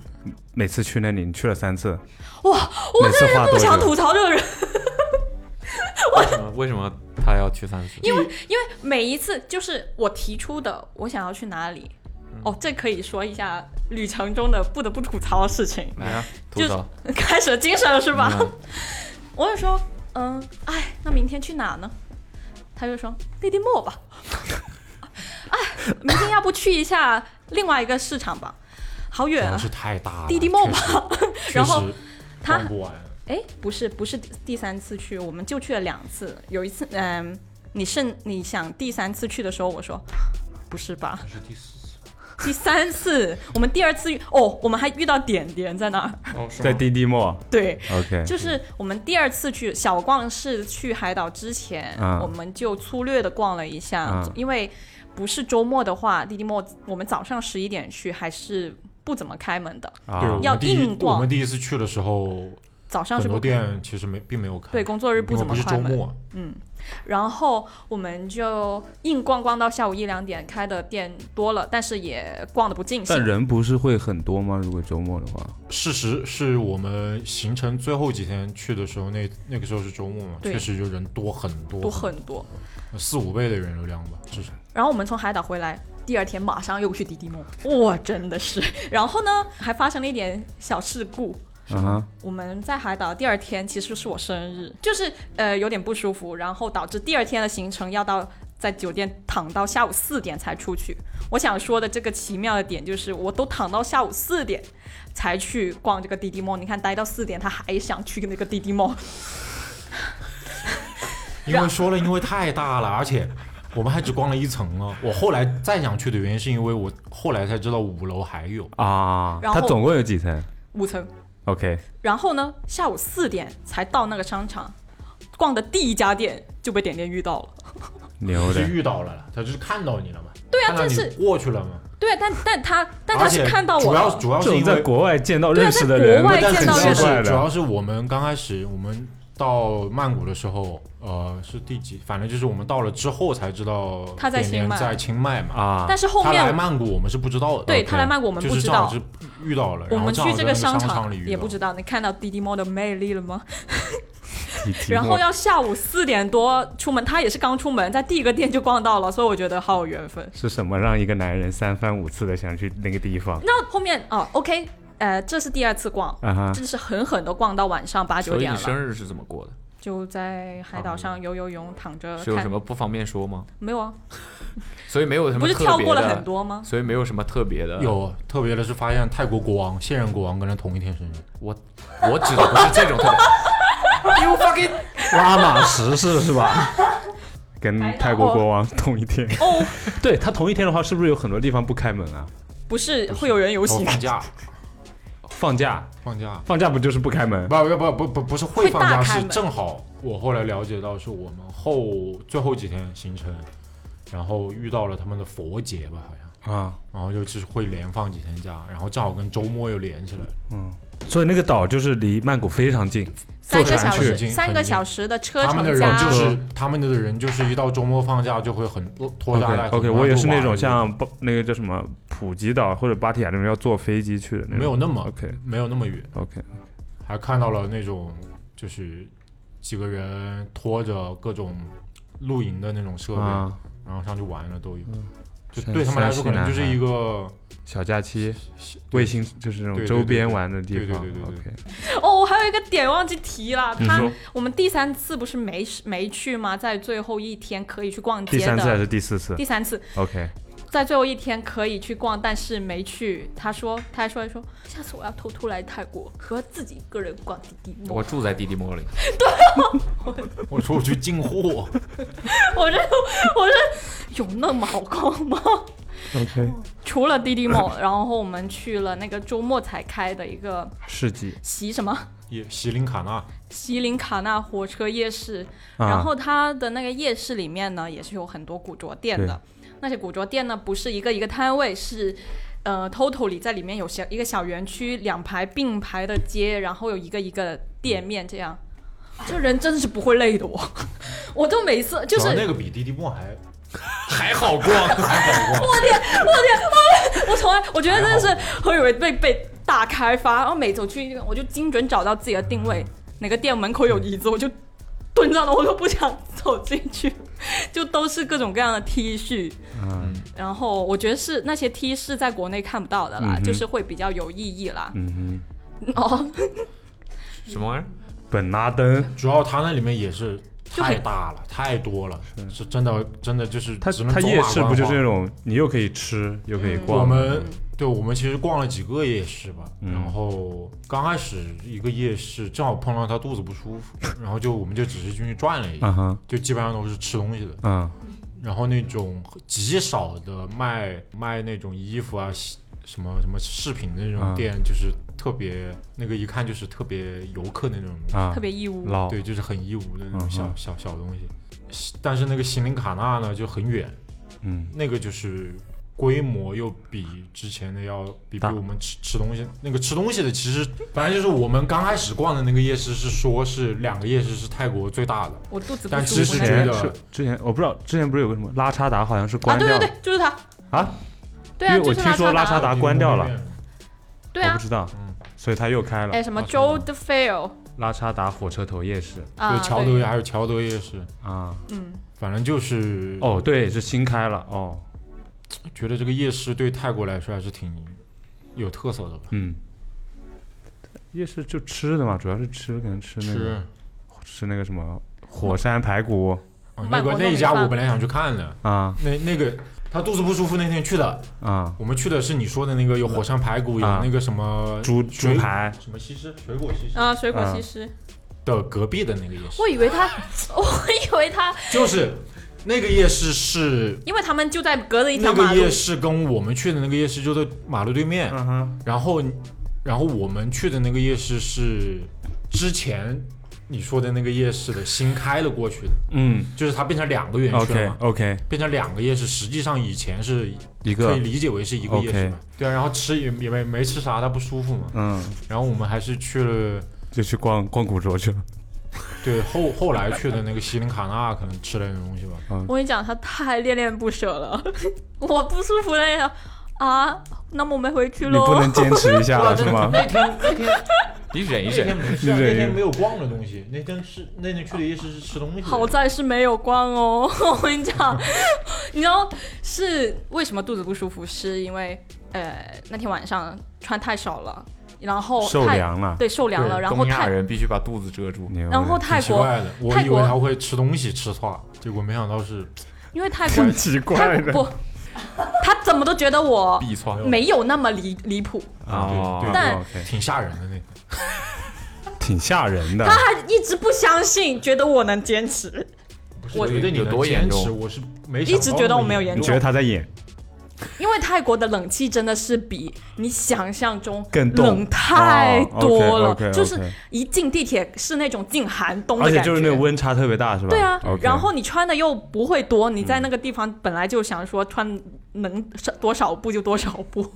Speaker 6: 每次去那里，你去了三次，
Speaker 2: 哇，
Speaker 6: 每次花
Speaker 2: 不
Speaker 6: 多
Speaker 2: 想
Speaker 6: 久？
Speaker 2: 吐槽这个人。
Speaker 6: <laughs>
Speaker 3: 为什么为什么他要去三十？因为
Speaker 2: 每一次就是我提出的，我想要去哪里。
Speaker 6: 嗯
Speaker 2: 哦，这可以说一下旅程中的不得不吐槽的事情，
Speaker 3: 来啊，吐
Speaker 2: 就是
Speaker 3: 槽
Speaker 2: <laughs> 开始精神了是吧？
Speaker 3: 嗯
Speaker 2: 我就说，嗯，哎，那明天去哪呢？他就说滴滴墨吧。 <laughs> 哎，明天要不去一下另外一个市场吧？好远
Speaker 7: 真的
Speaker 2: 啊！
Speaker 7: 是太大了。
Speaker 2: 滴滴 Mall
Speaker 7: 吧，确
Speaker 2: 然后
Speaker 7: 实
Speaker 2: 它
Speaker 7: 逛不完。
Speaker 2: <laughs> 哎，不是，不是第第三次去，我们就去了两次。有一次，嗯、你是你想第三次去的时候，我说不是吧？是第四次。第三次，我们第二次遇哦，我们还遇到点点在那儿。
Speaker 6: 在 d d
Speaker 2: <laughs>
Speaker 6: m o
Speaker 2: 对，
Speaker 6: OK，
Speaker 2: 就是我们第二次去小逛是去海岛之前，
Speaker 6: 嗯
Speaker 2: 我们就粗略的逛了一下，
Speaker 6: 嗯
Speaker 2: 因为不是周末的话，滴滴末我们早上十一点去还是不怎么开门的，
Speaker 6: 啊
Speaker 7: 对，我
Speaker 2: 要
Speaker 7: 们第一
Speaker 2: 硬逛
Speaker 7: 我们第一次去的时候，
Speaker 2: 早上
Speaker 7: 很
Speaker 2: 是
Speaker 7: 多
Speaker 2: 不
Speaker 7: 店其实没并没有开，
Speaker 2: 对工作日不
Speaker 7: 因为
Speaker 2: 怎么
Speaker 7: 不是
Speaker 2: 开
Speaker 7: 周
Speaker 2: 门。嗯
Speaker 7: 末，
Speaker 2: 然后我们就硬逛逛到下午一两点，开的店多了，但是也逛的不尽
Speaker 6: 但
Speaker 2: 兴。
Speaker 6: 人不是会很多吗？如果周末的话，
Speaker 7: 事实是我们行程最后几天去的时候，那那个时候是周末嘛，
Speaker 2: 对
Speaker 7: 确实就人多很多，
Speaker 2: 多很啊多，
Speaker 7: 四五倍的人流量吧，至少。
Speaker 2: 然后我们从海岛回来，第二天马上又去滴滴梦，哇，真的是。然后呢，还发生了一点小事故，
Speaker 6: 啊哈，
Speaker 2: 我们在海岛第二天其实是我生日，就是呃有点不舒服，然后导致第二天的行程要到在酒店躺到下午四点才出去。我想说的这个奇妙的点就是，我都躺到下午四点才去逛这个滴滴梦，你看待到四点，他还想去那个滴滴梦， <laughs>
Speaker 7: 因为说了，因为太大了，而且我们还只逛了一层了。我后来再想去的原因，是因为我后来才知道五楼还有。
Speaker 6: 啊，
Speaker 2: 然后
Speaker 6: 它总共有几层
Speaker 2: 五层。
Speaker 6: ？OK，
Speaker 2: 然后呢，下午四点才到那个商场，逛的第一家店就被点点遇到了。
Speaker 6: 牛
Speaker 7: 是
Speaker 6: 的，
Speaker 7: 遇到了啦，他就是看到你了嘛？对啊，
Speaker 2: 但是
Speaker 7: 过去了嘛？
Speaker 2: 对，但但他但他
Speaker 7: 而且
Speaker 2: 是看到我
Speaker 7: 主要
Speaker 2: 了，
Speaker 7: 主要
Speaker 6: 这
Speaker 7: 是
Speaker 6: 种
Speaker 7: 因
Speaker 6: 在
Speaker 7: 为
Speaker 6: 国外见到
Speaker 2: 对啊
Speaker 6: 认识的
Speaker 2: 在国
Speaker 6: 人，
Speaker 2: 外
Speaker 7: 但
Speaker 2: 见
Speaker 7: 很
Speaker 2: 到
Speaker 7: 奇
Speaker 2: 认识
Speaker 7: 怪，
Speaker 6: 的
Speaker 7: 主要是我们刚开始我们到曼谷的时候，呃，是第几？反正就是我们到了之后才知道
Speaker 2: 他在
Speaker 7: 点点
Speaker 2: 清迈
Speaker 7: 在清迈嘛。
Speaker 6: 啊，
Speaker 2: 但是后
Speaker 7: 他来
Speaker 2: 面
Speaker 7: 曼谷我们是不知道的，
Speaker 2: 对
Speaker 6: OK，
Speaker 2: 他来曼谷我
Speaker 7: 我
Speaker 2: 们
Speaker 7: 就
Speaker 2: 不
Speaker 7: 是
Speaker 2: 知
Speaker 7: 正好
Speaker 2: 道
Speaker 7: 是。遇到了，
Speaker 2: 我
Speaker 7: 然后
Speaker 2: 们
Speaker 7: 正好
Speaker 2: 去这
Speaker 7: 在那
Speaker 2: 商
Speaker 7: 商场里遇到
Speaker 2: 也不知道，你看到滴滴猫的魅力了吗？
Speaker 6: 提提
Speaker 2: 然
Speaker 6: 莫
Speaker 2: 后要下午四点多出门，他也是刚出门，在第一个店就逛到了，所以我觉得好有缘分。
Speaker 6: 是什么让一个男人三番五次的想去那个地方？
Speaker 2: 那后面哦，OK，呃，这是第二次逛，
Speaker 6: 啊哈，
Speaker 2: 这是狠狠的逛到晚上八九
Speaker 3: 所以
Speaker 2: 点
Speaker 3: 你生
Speaker 2: 了，
Speaker 3: 日是怎么过的？
Speaker 2: 就在海岛上游游泳，躺着
Speaker 3: 是有什
Speaker 2: 呃看。
Speaker 3: 么不方便说吗？
Speaker 2: 没有啊，
Speaker 3: 所以没有什么
Speaker 2: 不是
Speaker 3: 特别
Speaker 2: 跳过了
Speaker 3: 的
Speaker 2: 很，多吗？
Speaker 3: 所以没有什么特别的。
Speaker 7: 有特别的是发现泰国国王现任国王跟他同一天生日，
Speaker 3: 我我指的不 <laughs> 是这种特别。You fucking
Speaker 6: 拉玛十世是吧？ <laughs> 跟泰国国王同一天，
Speaker 2: 哦，
Speaker 6: <laughs> 对他同一天的话，是不是有很多地方不开门啊？
Speaker 2: 不是，会有人游
Speaker 7: 然后
Speaker 2: 行，
Speaker 7: 放假
Speaker 6: 放假，
Speaker 7: 放假，
Speaker 6: 放假不就是不开门？
Speaker 7: 不不不不不是会
Speaker 2: 会
Speaker 7: 放
Speaker 2: 大
Speaker 7: 假，
Speaker 2: 开
Speaker 7: 是
Speaker 2: 门
Speaker 7: 正好我后来了解到是我们后最后几天行程，然后遇到了他们的佛节吧好像，
Speaker 6: 啊，
Speaker 7: 然后就是会连放几天假，然后正好跟周末又连起来了，
Speaker 6: 嗯，所以那个岛就是离曼谷非常近，
Speaker 2: 三
Speaker 7: 坐
Speaker 2: 个
Speaker 7: 船
Speaker 2: 小
Speaker 7: 去
Speaker 2: 时，三个小时的车
Speaker 7: 他们的
Speaker 2: 程
Speaker 7: 人
Speaker 2: 加
Speaker 7: 就是他们的人就是一到周末放假就会很呃拖
Speaker 6: OK
Speaker 7: 拉带。
Speaker 6: OK，
Speaker 7: 很多
Speaker 6: 我也
Speaker 7: 就是
Speaker 6: 那种
Speaker 7: 玩
Speaker 6: 像巴那个叫什么普吉岛或者芭提雅那种要坐飞机去的那种。
Speaker 7: 没有那么
Speaker 6: OK
Speaker 7: 没有那么远，
Speaker 6: OK，
Speaker 7: 还看到了那种就是几个人拖着各种露营的那种设备，
Speaker 6: 啊，
Speaker 7: 然后上去玩了都有。就
Speaker 6: 山
Speaker 7: 对他们来说，可
Speaker 6: 山西
Speaker 7: 能就是
Speaker 6: 男孩
Speaker 7: 一个
Speaker 6: 小假期
Speaker 7: 小
Speaker 6: 卫星就是那种
Speaker 7: 对对
Speaker 6: 周
Speaker 7: 对
Speaker 6: 边
Speaker 7: 对
Speaker 6: 玩的地
Speaker 7: 对对
Speaker 6: 方。
Speaker 7: 对对
Speaker 6: OK，
Speaker 2: 哦，我还有一个点忘记提了，
Speaker 6: 你
Speaker 2: 他
Speaker 6: 说
Speaker 2: 我们第三次不是没没去吗？在最后一天可以去逛街
Speaker 6: 第
Speaker 2: 的。
Speaker 6: 三次还是第四次
Speaker 2: 第三次
Speaker 6: ？OK，
Speaker 2: 在最后一天可以去逛，但是没去。他说，他还说说，下次我要偷偷来泰国，和自己一个人逛滴滴
Speaker 3: 我
Speaker 2: 摸。
Speaker 3: 住在弟弟摸里，
Speaker 7: 我说我去进货，
Speaker 2: 我这我这有那么好逛吗 <laughs> 除了滴滴摸，然后我们去了那个周末才开的一个
Speaker 6: 世纪
Speaker 2: 西什么
Speaker 7: 也锡林卡纳，
Speaker 2: 锡林卡纳火车夜市，
Speaker 6: 啊，
Speaker 2: 然后它的那个夜市里面呢，也是有很多古着店的。那些古着店呢，不是一个一个摊位，是呃，totally 在里面有小一个小园区，两排并排的街，然后有一个一个店面这样。这人真的是不会累的我， <laughs> 我都每次就
Speaker 7: 主
Speaker 2: 是
Speaker 7: 要那个比滴滴摸还还好逛，还好逛。
Speaker 2: 我从来我觉得真的是我以为被被大开发，然后每走去一个我就精准找到自己的定位，哪个店门口有椅子我就蹲着了，我都不想走进去，就都是各种各样的 T 恤，
Speaker 6: 嗯
Speaker 2: 然后我觉得是那些 T 是在国内看不到的啦，
Speaker 6: 嗯哼
Speaker 2: 就是会比较有意义啦。
Speaker 6: 嗯
Speaker 2: 哦，
Speaker 3: 什么玩意儿？
Speaker 6: 哼，本拉登
Speaker 7: 主要它那里面也是
Speaker 2: 就很
Speaker 7: 太大了，太多了，是真的真的就是
Speaker 6: 它
Speaker 7: 只能
Speaker 6: 它
Speaker 7: 走马
Speaker 6: 夜市
Speaker 7: 观
Speaker 6: 不就是
Speaker 7: 花
Speaker 6: 那种你又可以吃又可以逛？
Speaker 7: 我们对，我们其实逛了几个夜市吧，
Speaker 6: 嗯
Speaker 7: 然后刚开始一个夜市正好碰到他肚子不舒服，然后就我们就只是进去转了一下，
Speaker 6: 啊哈，
Speaker 7: 就基本上都是吃东西的。
Speaker 6: 嗯
Speaker 7: 然后那种极少的卖卖那种衣服啊、西什么什么饰品的那
Speaker 6: 啊
Speaker 7: 种店，就是特别那个一看就是特别游客那种东西，
Speaker 6: 啊
Speaker 2: 特，别义乌，
Speaker 6: 老
Speaker 7: 对，就是很义乌的那种小、
Speaker 6: 嗯哼
Speaker 7: 小小东西。但是那个锡林卡纳呢就很远，
Speaker 6: 嗯
Speaker 7: 那个就是规模又比之前的要比比
Speaker 6: 大
Speaker 7: 我们吃吃东西那个吃东西的，其实反正就是我们刚开始逛的那个夜市是说是两个夜市是泰国最大的，
Speaker 2: 我肚子不
Speaker 7: 但
Speaker 2: 舒
Speaker 7: 其
Speaker 2: 服
Speaker 7: 实
Speaker 2: 那个。
Speaker 6: 前
Speaker 7: 觉得
Speaker 6: 是之前我不知道之前不是有个什么拉差达好像是
Speaker 2: 啊，
Speaker 6: 关
Speaker 2: 对对
Speaker 6: 掉
Speaker 2: 对，就是它，
Speaker 6: 啊，
Speaker 2: 对
Speaker 6: 因
Speaker 2: 啊，
Speaker 6: 为我
Speaker 2: 就是
Speaker 6: 听说拉
Speaker 2: 差
Speaker 6: 差
Speaker 2: 达，
Speaker 6: 达关掉了，
Speaker 2: 对
Speaker 6: 我
Speaker 2: 啊
Speaker 6: 不，知道啊
Speaker 7: 嗯，
Speaker 6: 所以它又开
Speaker 2: 哎，
Speaker 6: 了
Speaker 2: 什么 Joe the Fail
Speaker 6: 拉差达火车头夜市
Speaker 2: 啊，
Speaker 7: 就乔德
Speaker 2: 对
Speaker 7: 还有乔德夜市，
Speaker 6: 啊。
Speaker 2: 嗯，
Speaker 7: 反正就是
Speaker 6: 哦，对，是新开了哦，
Speaker 7: 觉得这个夜市对泰国来说还是挺有特色的吧，
Speaker 6: 嗯，夜市就吃的嘛，主要是吃，可能吃那
Speaker 7: 吃
Speaker 6: 个。吃那个什么火山排骨
Speaker 7: 啊
Speaker 2: 慢
Speaker 7: 那个
Speaker 2: 活动
Speaker 7: 那一
Speaker 2: 没
Speaker 7: 家
Speaker 2: 放
Speaker 7: 我本来想去看的，
Speaker 6: 啊
Speaker 7: 那那个他肚子不舒服那天去的，
Speaker 6: 啊，
Speaker 7: 我们去的是你说的那个有火山排骨，有
Speaker 6: 啊
Speaker 7: 那个什么
Speaker 6: 猪
Speaker 7: 水
Speaker 6: 猪排
Speaker 7: 什么西施水果西施
Speaker 2: 啊，水果
Speaker 6: 啊
Speaker 2: 西施，
Speaker 7: 的隔壁的那个夜市
Speaker 2: 我，以为他， <laughs> 我以为他，
Speaker 7: 就是那个夜市是
Speaker 2: 因为他们就在隔着一条
Speaker 7: 那
Speaker 2: 马
Speaker 7: 个
Speaker 2: 路
Speaker 7: 夜，市跟我们去的那个夜市就在马路对面，
Speaker 6: 嗯哼，
Speaker 7: 然后然后我们去的那个夜市是之前你说的那个夜市的新开了过去的，
Speaker 6: 嗯
Speaker 7: 就是它变成两个园区
Speaker 6: ，OK
Speaker 7: 了嘛。
Speaker 6: OK，
Speaker 7: 变成两个夜市，实际上以前是
Speaker 6: 一
Speaker 7: 可
Speaker 6: 个
Speaker 7: 以理解为是一个夜市
Speaker 6: OK
Speaker 7: 嘛。对啊，然后吃也也没没吃啥，它不舒服嘛。
Speaker 6: 嗯，
Speaker 7: 然后我们还是去了，
Speaker 6: 就去逛逛古着去了，
Speaker 7: 对后后来去的那个锡林卡纳，可能吃了点东西吧。
Speaker 2: 我跟你讲，他太恋恋不舍了， <laughs> 我不舒服了呀啊，那么我们回去
Speaker 6: 你不
Speaker 2: 喽。
Speaker 6: 能坚持一下了是吗？
Speaker 7: 那天那天
Speaker 3: 你忍一
Speaker 7: 那
Speaker 3: 忍
Speaker 7: 天，没事啊，
Speaker 6: 忍
Speaker 7: 那天没有逛的东西，那天吃那天去的夜市是吃东西的。
Speaker 2: 好在是没有逛哦， <laughs> 我跟你讲，你知道是为什么肚子不舒服？是因为呃那天晚上穿太少了，然后
Speaker 6: 受
Speaker 2: 太
Speaker 6: 凉了，
Speaker 2: 对受凉了，然后
Speaker 3: 东亚
Speaker 2: 泰
Speaker 3: 人必须把肚子遮住。
Speaker 6: 牛
Speaker 2: 然后
Speaker 6: 的
Speaker 2: 泰
Speaker 7: 挺奇
Speaker 2: 国
Speaker 7: 怪的，我
Speaker 2: 泰
Speaker 7: 以
Speaker 2: 国
Speaker 7: 为他会吃东西吃错，结果没想到是
Speaker 2: 因为泰国
Speaker 6: 奇
Speaker 2: 泰
Speaker 6: 怪的
Speaker 2: 国不，他怎么都觉得我
Speaker 3: 必窜
Speaker 2: 没有那么离离谱，
Speaker 6: 啊，
Speaker 7: 对对
Speaker 2: 但
Speaker 6: OK，
Speaker 7: 挺吓人的那个。
Speaker 6: 挺吓人的
Speaker 2: 他，还一直不相信，觉得我能坚持。
Speaker 7: 不是
Speaker 2: 我
Speaker 7: 觉得你
Speaker 3: 有
Speaker 7: 能
Speaker 3: 多严
Speaker 7: 坚
Speaker 3: 重
Speaker 7: 持，我是没
Speaker 2: 一直觉得我没有
Speaker 7: 严
Speaker 2: 严
Speaker 6: 你
Speaker 2: 重
Speaker 6: 觉得他在演？
Speaker 2: 因为泰国的冷气真的是比你想象中
Speaker 6: 更冻
Speaker 2: 冷太多了，
Speaker 6: 哦，OK，OK，OK
Speaker 2: 就是一进地铁是那种进寒冬
Speaker 6: 而
Speaker 2: 的
Speaker 6: 且
Speaker 2: 感觉，
Speaker 6: 就是那个温差特别大，是吧？
Speaker 2: 对啊
Speaker 6: OK
Speaker 2: 然后你穿的又不会多，你在那个地方本来 <laughs> 就想说穿能少多少步就多少步，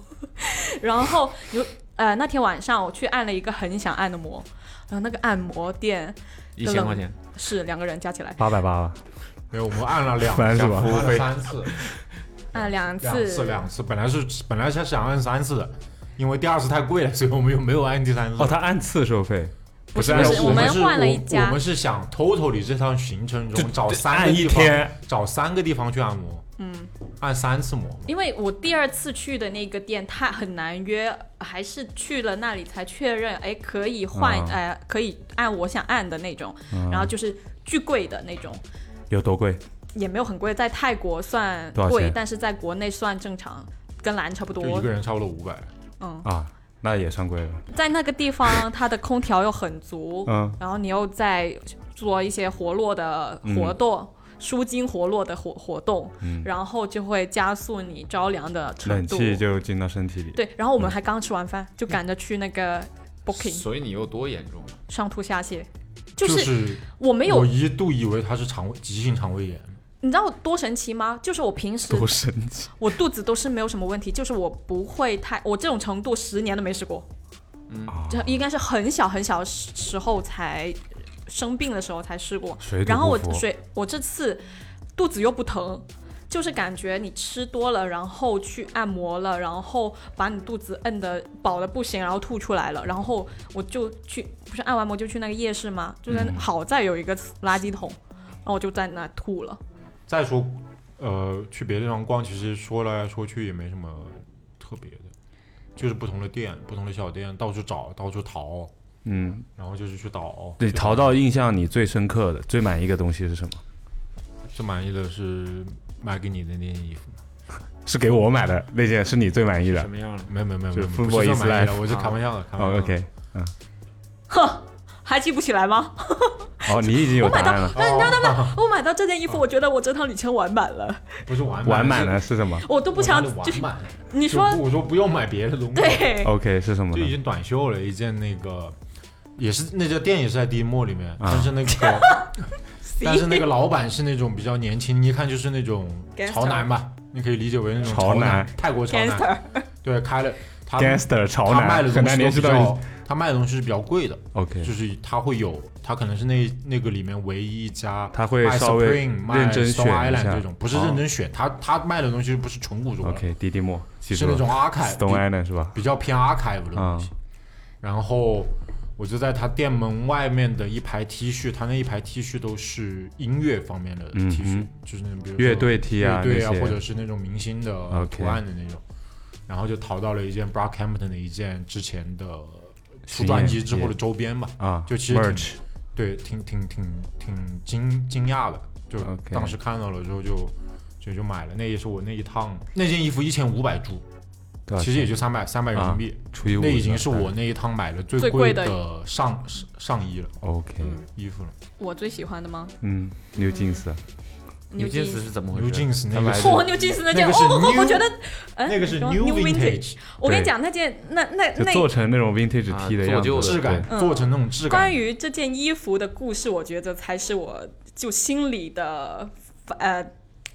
Speaker 2: 然后你就呃，那天晚上我去按了一个很想按的摩，然后那个按摩店
Speaker 3: 一千块钱，
Speaker 2: 是两个人加起来
Speaker 6: 八百八吧，
Speaker 7: 没有，我们按了两
Speaker 6: 反
Speaker 7: 下
Speaker 6: 正是吧
Speaker 7: 服务费三次，
Speaker 2: 按两次，
Speaker 7: 两次两次，本来是本来是想按三次的，因为第二次太贵了，所以 <laughs> 我们又没有按第三次。
Speaker 6: 哦，他按次收费，
Speaker 7: 不是
Speaker 2: 不
Speaker 7: 按
Speaker 2: 是
Speaker 7: 次
Speaker 2: 我
Speaker 7: 我
Speaker 2: 们
Speaker 7: 是
Speaker 2: 换了
Speaker 7: 我
Speaker 2: 一家
Speaker 7: 我们是想 totally 这趟行程中找三
Speaker 6: 按
Speaker 7: 个
Speaker 6: 一
Speaker 7: 地方，
Speaker 6: 天
Speaker 7: 找三个地方去按摩，嗯，按三次摩嘛。
Speaker 2: 因为我第二次去的那个店太很难约，还是去了那里才确认，哎，可以换，
Speaker 6: 啊
Speaker 2: 哎、可以按我想按的那种，然后就是巨贵的那种，
Speaker 6: 有多贵？
Speaker 2: 也没有很贵，在泰国算
Speaker 6: 多少
Speaker 2: 贵
Speaker 6: 钱，
Speaker 2: 但是在国内算正常，跟蓝差不
Speaker 7: 就一
Speaker 2: 多
Speaker 7: 个。人差不多五百，
Speaker 2: 嗯，
Speaker 6: 啊，那也算贵了。
Speaker 2: 在那个地方，它的空调又很足，
Speaker 6: 嗯，
Speaker 2: 然后你又在做一些活络的活动。
Speaker 6: 嗯
Speaker 2: 舒筋活络的活活动，然后就会加速你着凉的程
Speaker 6: 冷
Speaker 2: 度，
Speaker 6: 气就进到身体里。，
Speaker 2: 对，然后我们还刚吃完饭，就赶着去那个 Booking
Speaker 16: 所以你有多严重？
Speaker 2: 上吐下泻，
Speaker 7: 就
Speaker 2: 就是我没有，
Speaker 7: 我一度以为他是肠胃急性肠胃炎，
Speaker 2: 你知道多神奇吗？就是我平时
Speaker 6: 多神奇！
Speaker 2: 我肚子都是没有什么问题，就是我不会太，我这种程度十年都没试过，
Speaker 6: 啊
Speaker 2: 这应该是很小很小的时候才生病的时候才试过
Speaker 6: 水，土
Speaker 2: 然后
Speaker 6: 不
Speaker 2: 我
Speaker 6: 服
Speaker 2: 水我这次肚子又不疼。就是感觉你吃多了，然后去按摩了，然后把你肚子摁得饱的不行，然后吐出来了，然后我就去，不是按完摩就去那个夜市吗？就在那好在有一个垃圾桶，然后我就在那吐了。
Speaker 7: 再说，呃，去别的地方逛，其实说来说去也没什么特别的，就是不同的店、不同的小店，到处找，到处淘，
Speaker 6: 嗯，
Speaker 7: 然后就是去倒。
Speaker 6: 对，
Speaker 7: 去
Speaker 6: 淘到印象你最深刻的、最满意的东西是什么？
Speaker 7: 最满意的是买给你的那件衣服，
Speaker 6: 是给我买的那件，是你最满意的
Speaker 3: 什。么样的？
Speaker 7: 没有没有没有，
Speaker 6: 就
Speaker 7: 没有
Speaker 6: Food
Speaker 7: 不是
Speaker 6: Boy
Speaker 7: 最
Speaker 6: is
Speaker 7: 满意
Speaker 6: life
Speaker 7: 的，我是开玩笑的，开玩
Speaker 6: 哦
Speaker 7: 笑的。
Speaker 6: ，OK，
Speaker 2: 哼，还记不起来吗？
Speaker 6: 哦，你已经有
Speaker 2: 我
Speaker 6: 答
Speaker 2: 买到
Speaker 6: 案了，，
Speaker 7: 哦
Speaker 2: 那你知道吗？我买到这件衣服，我觉得我这趟旅程完满了，
Speaker 7: <laughs> 不是完
Speaker 6: 完满
Speaker 7: 满
Speaker 6: 了是什么
Speaker 2: 我都
Speaker 7: 是，
Speaker 2: 不想
Speaker 7: 我拿的
Speaker 2: 就
Speaker 7: 完满。
Speaker 2: 你
Speaker 7: 你
Speaker 2: 说
Speaker 7: 我说不用买别的东西，，
Speaker 2: 对，
Speaker 6: ？OK，是什么
Speaker 7: 就已
Speaker 6: 呢？
Speaker 7: 经短袖了，一件那个。也是那家店也是在 D 墨里面，
Speaker 6: 啊
Speaker 7: 但是
Speaker 2: <laughs>
Speaker 7: 那个但是那个老板是那种比较年轻，一看就是那种
Speaker 2: Gangster
Speaker 7: 潮男吧，你可以理解为那种
Speaker 6: 潮
Speaker 7: 潮
Speaker 6: 男
Speaker 7: 泰国潮
Speaker 2: Gangster
Speaker 7: 男。对，开了他
Speaker 6: gangster 潮
Speaker 7: 他卖
Speaker 6: 男，
Speaker 7: 的
Speaker 6: 很
Speaker 7: 东
Speaker 6: 难
Speaker 7: 西
Speaker 6: 联
Speaker 7: 都
Speaker 6: 系
Speaker 7: 比
Speaker 6: 到
Speaker 7: 较
Speaker 6: 一。，
Speaker 7: 他卖的东西是比较贵的，
Speaker 6: OK，
Speaker 7: 就是他会有，他可能是那那个里面唯一一家
Speaker 6: 他会
Speaker 7: 卖
Speaker 6: 稍微
Speaker 7: Supreme，卖
Speaker 6: 认真
Speaker 7: Stone
Speaker 6: 选一
Speaker 7: Island
Speaker 6: 下
Speaker 7: 这种，不是
Speaker 6: 哦
Speaker 7: 认真选，他他卖的东西不是纯古着的，
Speaker 6: OK，滴滴墨，记
Speaker 7: 是
Speaker 6: 住
Speaker 7: 那
Speaker 6: 了
Speaker 7: 种 archive，
Speaker 6: ，Stone Island 是吧？
Speaker 7: 比较偏 archive 的东西。然
Speaker 6: 嗯
Speaker 7: 后我就在他店门外面的一排 T 恤，他那一排 T 恤都是音乐方面的
Speaker 6: 嗯
Speaker 7: T 恤，
Speaker 6: 嗯
Speaker 7: 就是那种比如说
Speaker 6: 乐队 T 啊
Speaker 7: 乐队啊
Speaker 6: 那，些
Speaker 7: 或者是那种明星的
Speaker 6: OK
Speaker 7: 图案的那种。然后就淘到了一件 Brockhampton 的一件之前的出专辑之后的周边吧，
Speaker 6: 啊，
Speaker 7: 就其实
Speaker 6: merch
Speaker 7: 挺对，挺挺挺挺惊惊讶的，就
Speaker 6: OK
Speaker 7: 当时看到了之后就就就买了，那也是我那一趟那件衣服一千五百铢，
Speaker 6: 多少
Speaker 7: 其实也
Speaker 6: 钱
Speaker 7: 就三百三百人
Speaker 6: 啊
Speaker 7: 民币，
Speaker 6: 除以五，
Speaker 7: 那已经是我那一趟买的最
Speaker 2: 最
Speaker 7: 贵
Speaker 2: 贵的
Speaker 7: 的上上上衣了，
Speaker 6: OK，
Speaker 2: 嗯
Speaker 7: 衣服了。
Speaker 2: 我最喜欢的吗？
Speaker 6: 嗯，New Jeans，
Speaker 2: 牛津
Speaker 3: 斯是怎么
Speaker 7: New
Speaker 3: 回事？
Speaker 7: Jeans 那
Speaker 6: 他
Speaker 7: 个
Speaker 6: 买
Speaker 7: 是
Speaker 2: 哦，牛津斯那件，哦
Speaker 7: 那个是
Speaker 2: 哦，哦
Speaker 7: new-
Speaker 2: 我觉得，哎，
Speaker 7: 那个是
Speaker 2: 你说
Speaker 7: new
Speaker 2: New Vintage。
Speaker 7: vintage，
Speaker 2: 我跟你
Speaker 6: 对
Speaker 2: 讲，那件那那
Speaker 6: 就
Speaker 2: 那
Speaker 6: 做成那种 vintage
Speaker 3: 啊
Speaker 6: T 的
Speaker 3: 做
Speaker 6: 样
Speaker 3: 旧
Speaker 6: 子，
Speaker 3: 的
Speaker 7: 质感
Speaker 2: 对
Speaker 7: 做成那种质感。
Speaker 2: 关于这件衣服的故事，我觉得才是我就心里的呃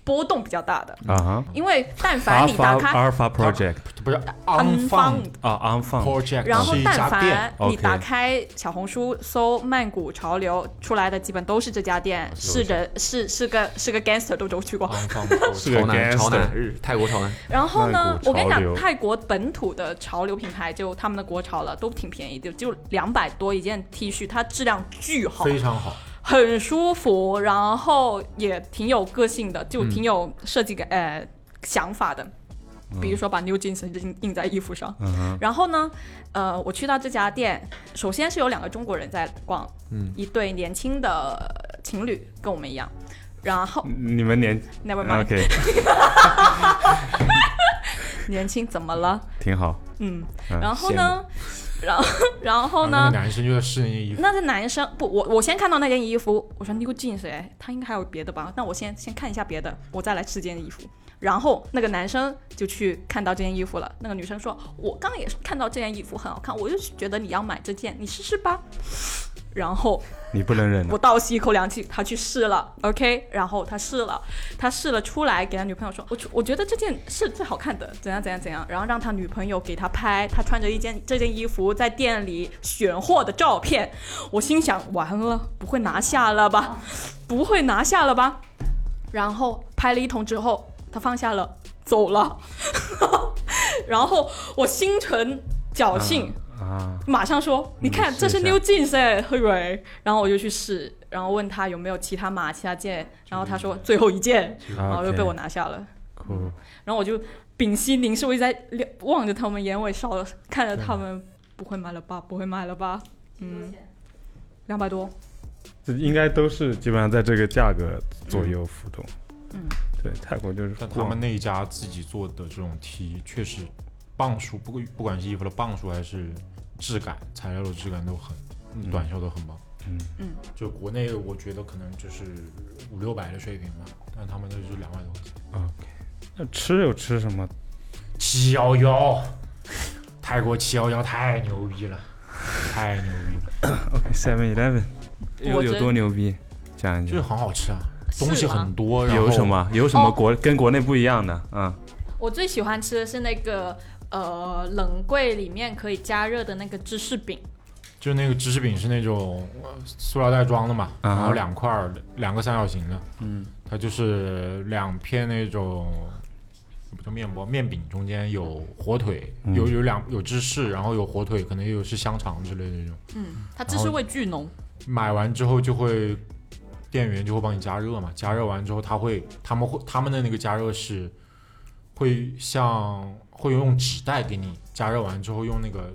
Speaker 2: 波动比较大的，
Speaker 6: 啊哈。
Speaker 2: 因为但凡你打
Speaker 6: Alpha
Speaker 2: 开
Speaker 6: Alpha Project
Speaker 7: 不是
Speaker 2: Unfound
Speaker 7: unfound
Speaker 6: 啊，Unfound
Speaker 7: project，
Speaker 2: 然后
Speaker 7: 是一
Speaker 2: 但
Speaker 7: 家
Speaker 2: 凡
Speaker 7: 店，
Speaker 6: OK
Speaker 2: 你打开小红书搜曼谷潮流出来的，基本都是这家店，是人是是个是个 gangster 都都去过。
Speaker 7: unfound
Speaker 6: <laughs>
Speaker 7: project
Speaker 6: 是个
Speaker 3: 潮南，潮
Speaker 6: gangster
Speaker 3: 南日泰国潮南，
Speaker 2: 然后呢
Speaker 6: 曼，谷
Speaker 2: 我跟你
Speaker 6: 潮流
Speaker 2: 讲，泰国本土的潮流品牌就他们的国潮了，都挺便宜的，就两百多一件 T 恤，它质量巨好，
Speaker 7: 非常好。
Speaker 2: 很舒服，然后也挺有个性的，就
Speaker 6: 嗯
Speaker 2: 挺有设计感、呃想法的。比如说把 New Jeans 印印在衣服上，
Speaker 6: 嗯
Speaker 2: 然后呢，呃，我去到这家店，首先是有两个中国人在逛，
Speaker 6: 嗯
Speaker 2: 一对年轻的情侣跟我们一样，然后
Speaker 6: 你们年
Speaker 2: Never mind，、
Speaker 6: 嗯啊 OK
Speaker 2: 年轻怎么了？
Speaker 6: 挺好，
Speaker 2: 嗯，
Speaker 6: 嗯
Speaker 2: 然后呢，然后 <laughs> 然后
Speaker 7: 然后
Speaker 2: 呢
Speaker 7: 那个，男生就在试那件衣服，
Speaker 2: 那个男生不，我我先看到那件衣服，我说 New Jeans 哎，他应该还有别的吧？那我先先看一下别的，我再来试这件衣服。然后那个男生就去看到这件衣服了，那个女生说：“我刚刚也是看到这件衣服很好看，我就觉得你要买这件，你试试吧。”然后
Speaker 6: 你不能忍
Speaker 2: 我
Speaker 6: 的，
Speaker 2: 倒吸一口凉气，他去试了，OK，然后他试了，他试了出来给他女朋友说，我出我觉得这件是最好看的，怎样怎样怎样，然后让他女朋友给他拍他穿着一件这件衣服在店里选货的照片，我心想完了，不会拿下了吧，不会拿下了吧，然后拍了一通之后，他放下了，走了， <laughs> 然后我心存侥幸，
Speaker 6: 啊，
Speaker 2: 马上说，你看
Speaker 6: 试
Speaker 2: 这是
Speaker 6: 一下
Speaker 2: New Jeans 哎，嘿喂，然后我就去试，然后问他有没有其他码、其他件，然后他说最后一件，
Speaker 6: 啊
Speaker 2: 然后就哦被我拿下了，
Speaker 6: 酷，
Speaker 2: 然后我就屏息凝视，我一直在撩望着他们眼尾烧，看着他们不会卖了吧，不会卖了吧，嗯，两百多，
Speaker 6: 这应该都是基本上在这个价格左右浮动。嗯，对，泰国就是
Speaker 7: 但他
Speaker 6: 逛
Speaker 7: 们那一家自己做的这种 T 确实磅数，不过不管是衣服的磅数还是质感、材料的质感都很，短袖都很棒。
Speaker 6: 嗯
Speaker 2: 嗯，
Speaker 7: 就国内我觉得可能就是五六百的水平吧，但他们那就是两百多块钱。
Speaker 6: 那吃有吃什么？
Speaker 7: 七幺幺，泰国七幺幺太牛逼了，太牛逼 <laughs> 了，
Speaker 6: Seven Eleven 有
Speaker 2: 我
Speaker 6: 有
Speaker 2: 觉
Speaker 6: 多牛逼？讲一
Speaker 7: 就是
Speaker 6: 讲，
Speaker 7: 很好吃啊，
Speaker 2: 是
Speaker 7: 东西
Speaker 2: 吗
Speaker 7: 很多，然后哦
Speaker 6: 有什么有什么国跟国内不一样的啊？
Speaker 2: 我最喜欢吃的是那个呃冷柜里面可以加热的那个芝士饼，
Speaker 7: 就那个芝士饼是那种呃塑料袋装的嘛，
Speaker 6: 啊哈
Speaker 7: 然后两块儿两个三角形的，嗯，它就是两片那种叫面包面饼，中间有火腿，
Speaker 6: 嗯
Speaker 7: 有有两有芝士，然后有火腿，可能也有是香肠之类的那种。
Speaker 2: 它芝
Speaker 6: 哦
Speaker 2: 士味巨浓，
Speaker 7: 买完之后就会店员就会帮你加热嘛，加热完之后他会他们会他们的那个加热是会像会用纸袋给你加热完之后用那个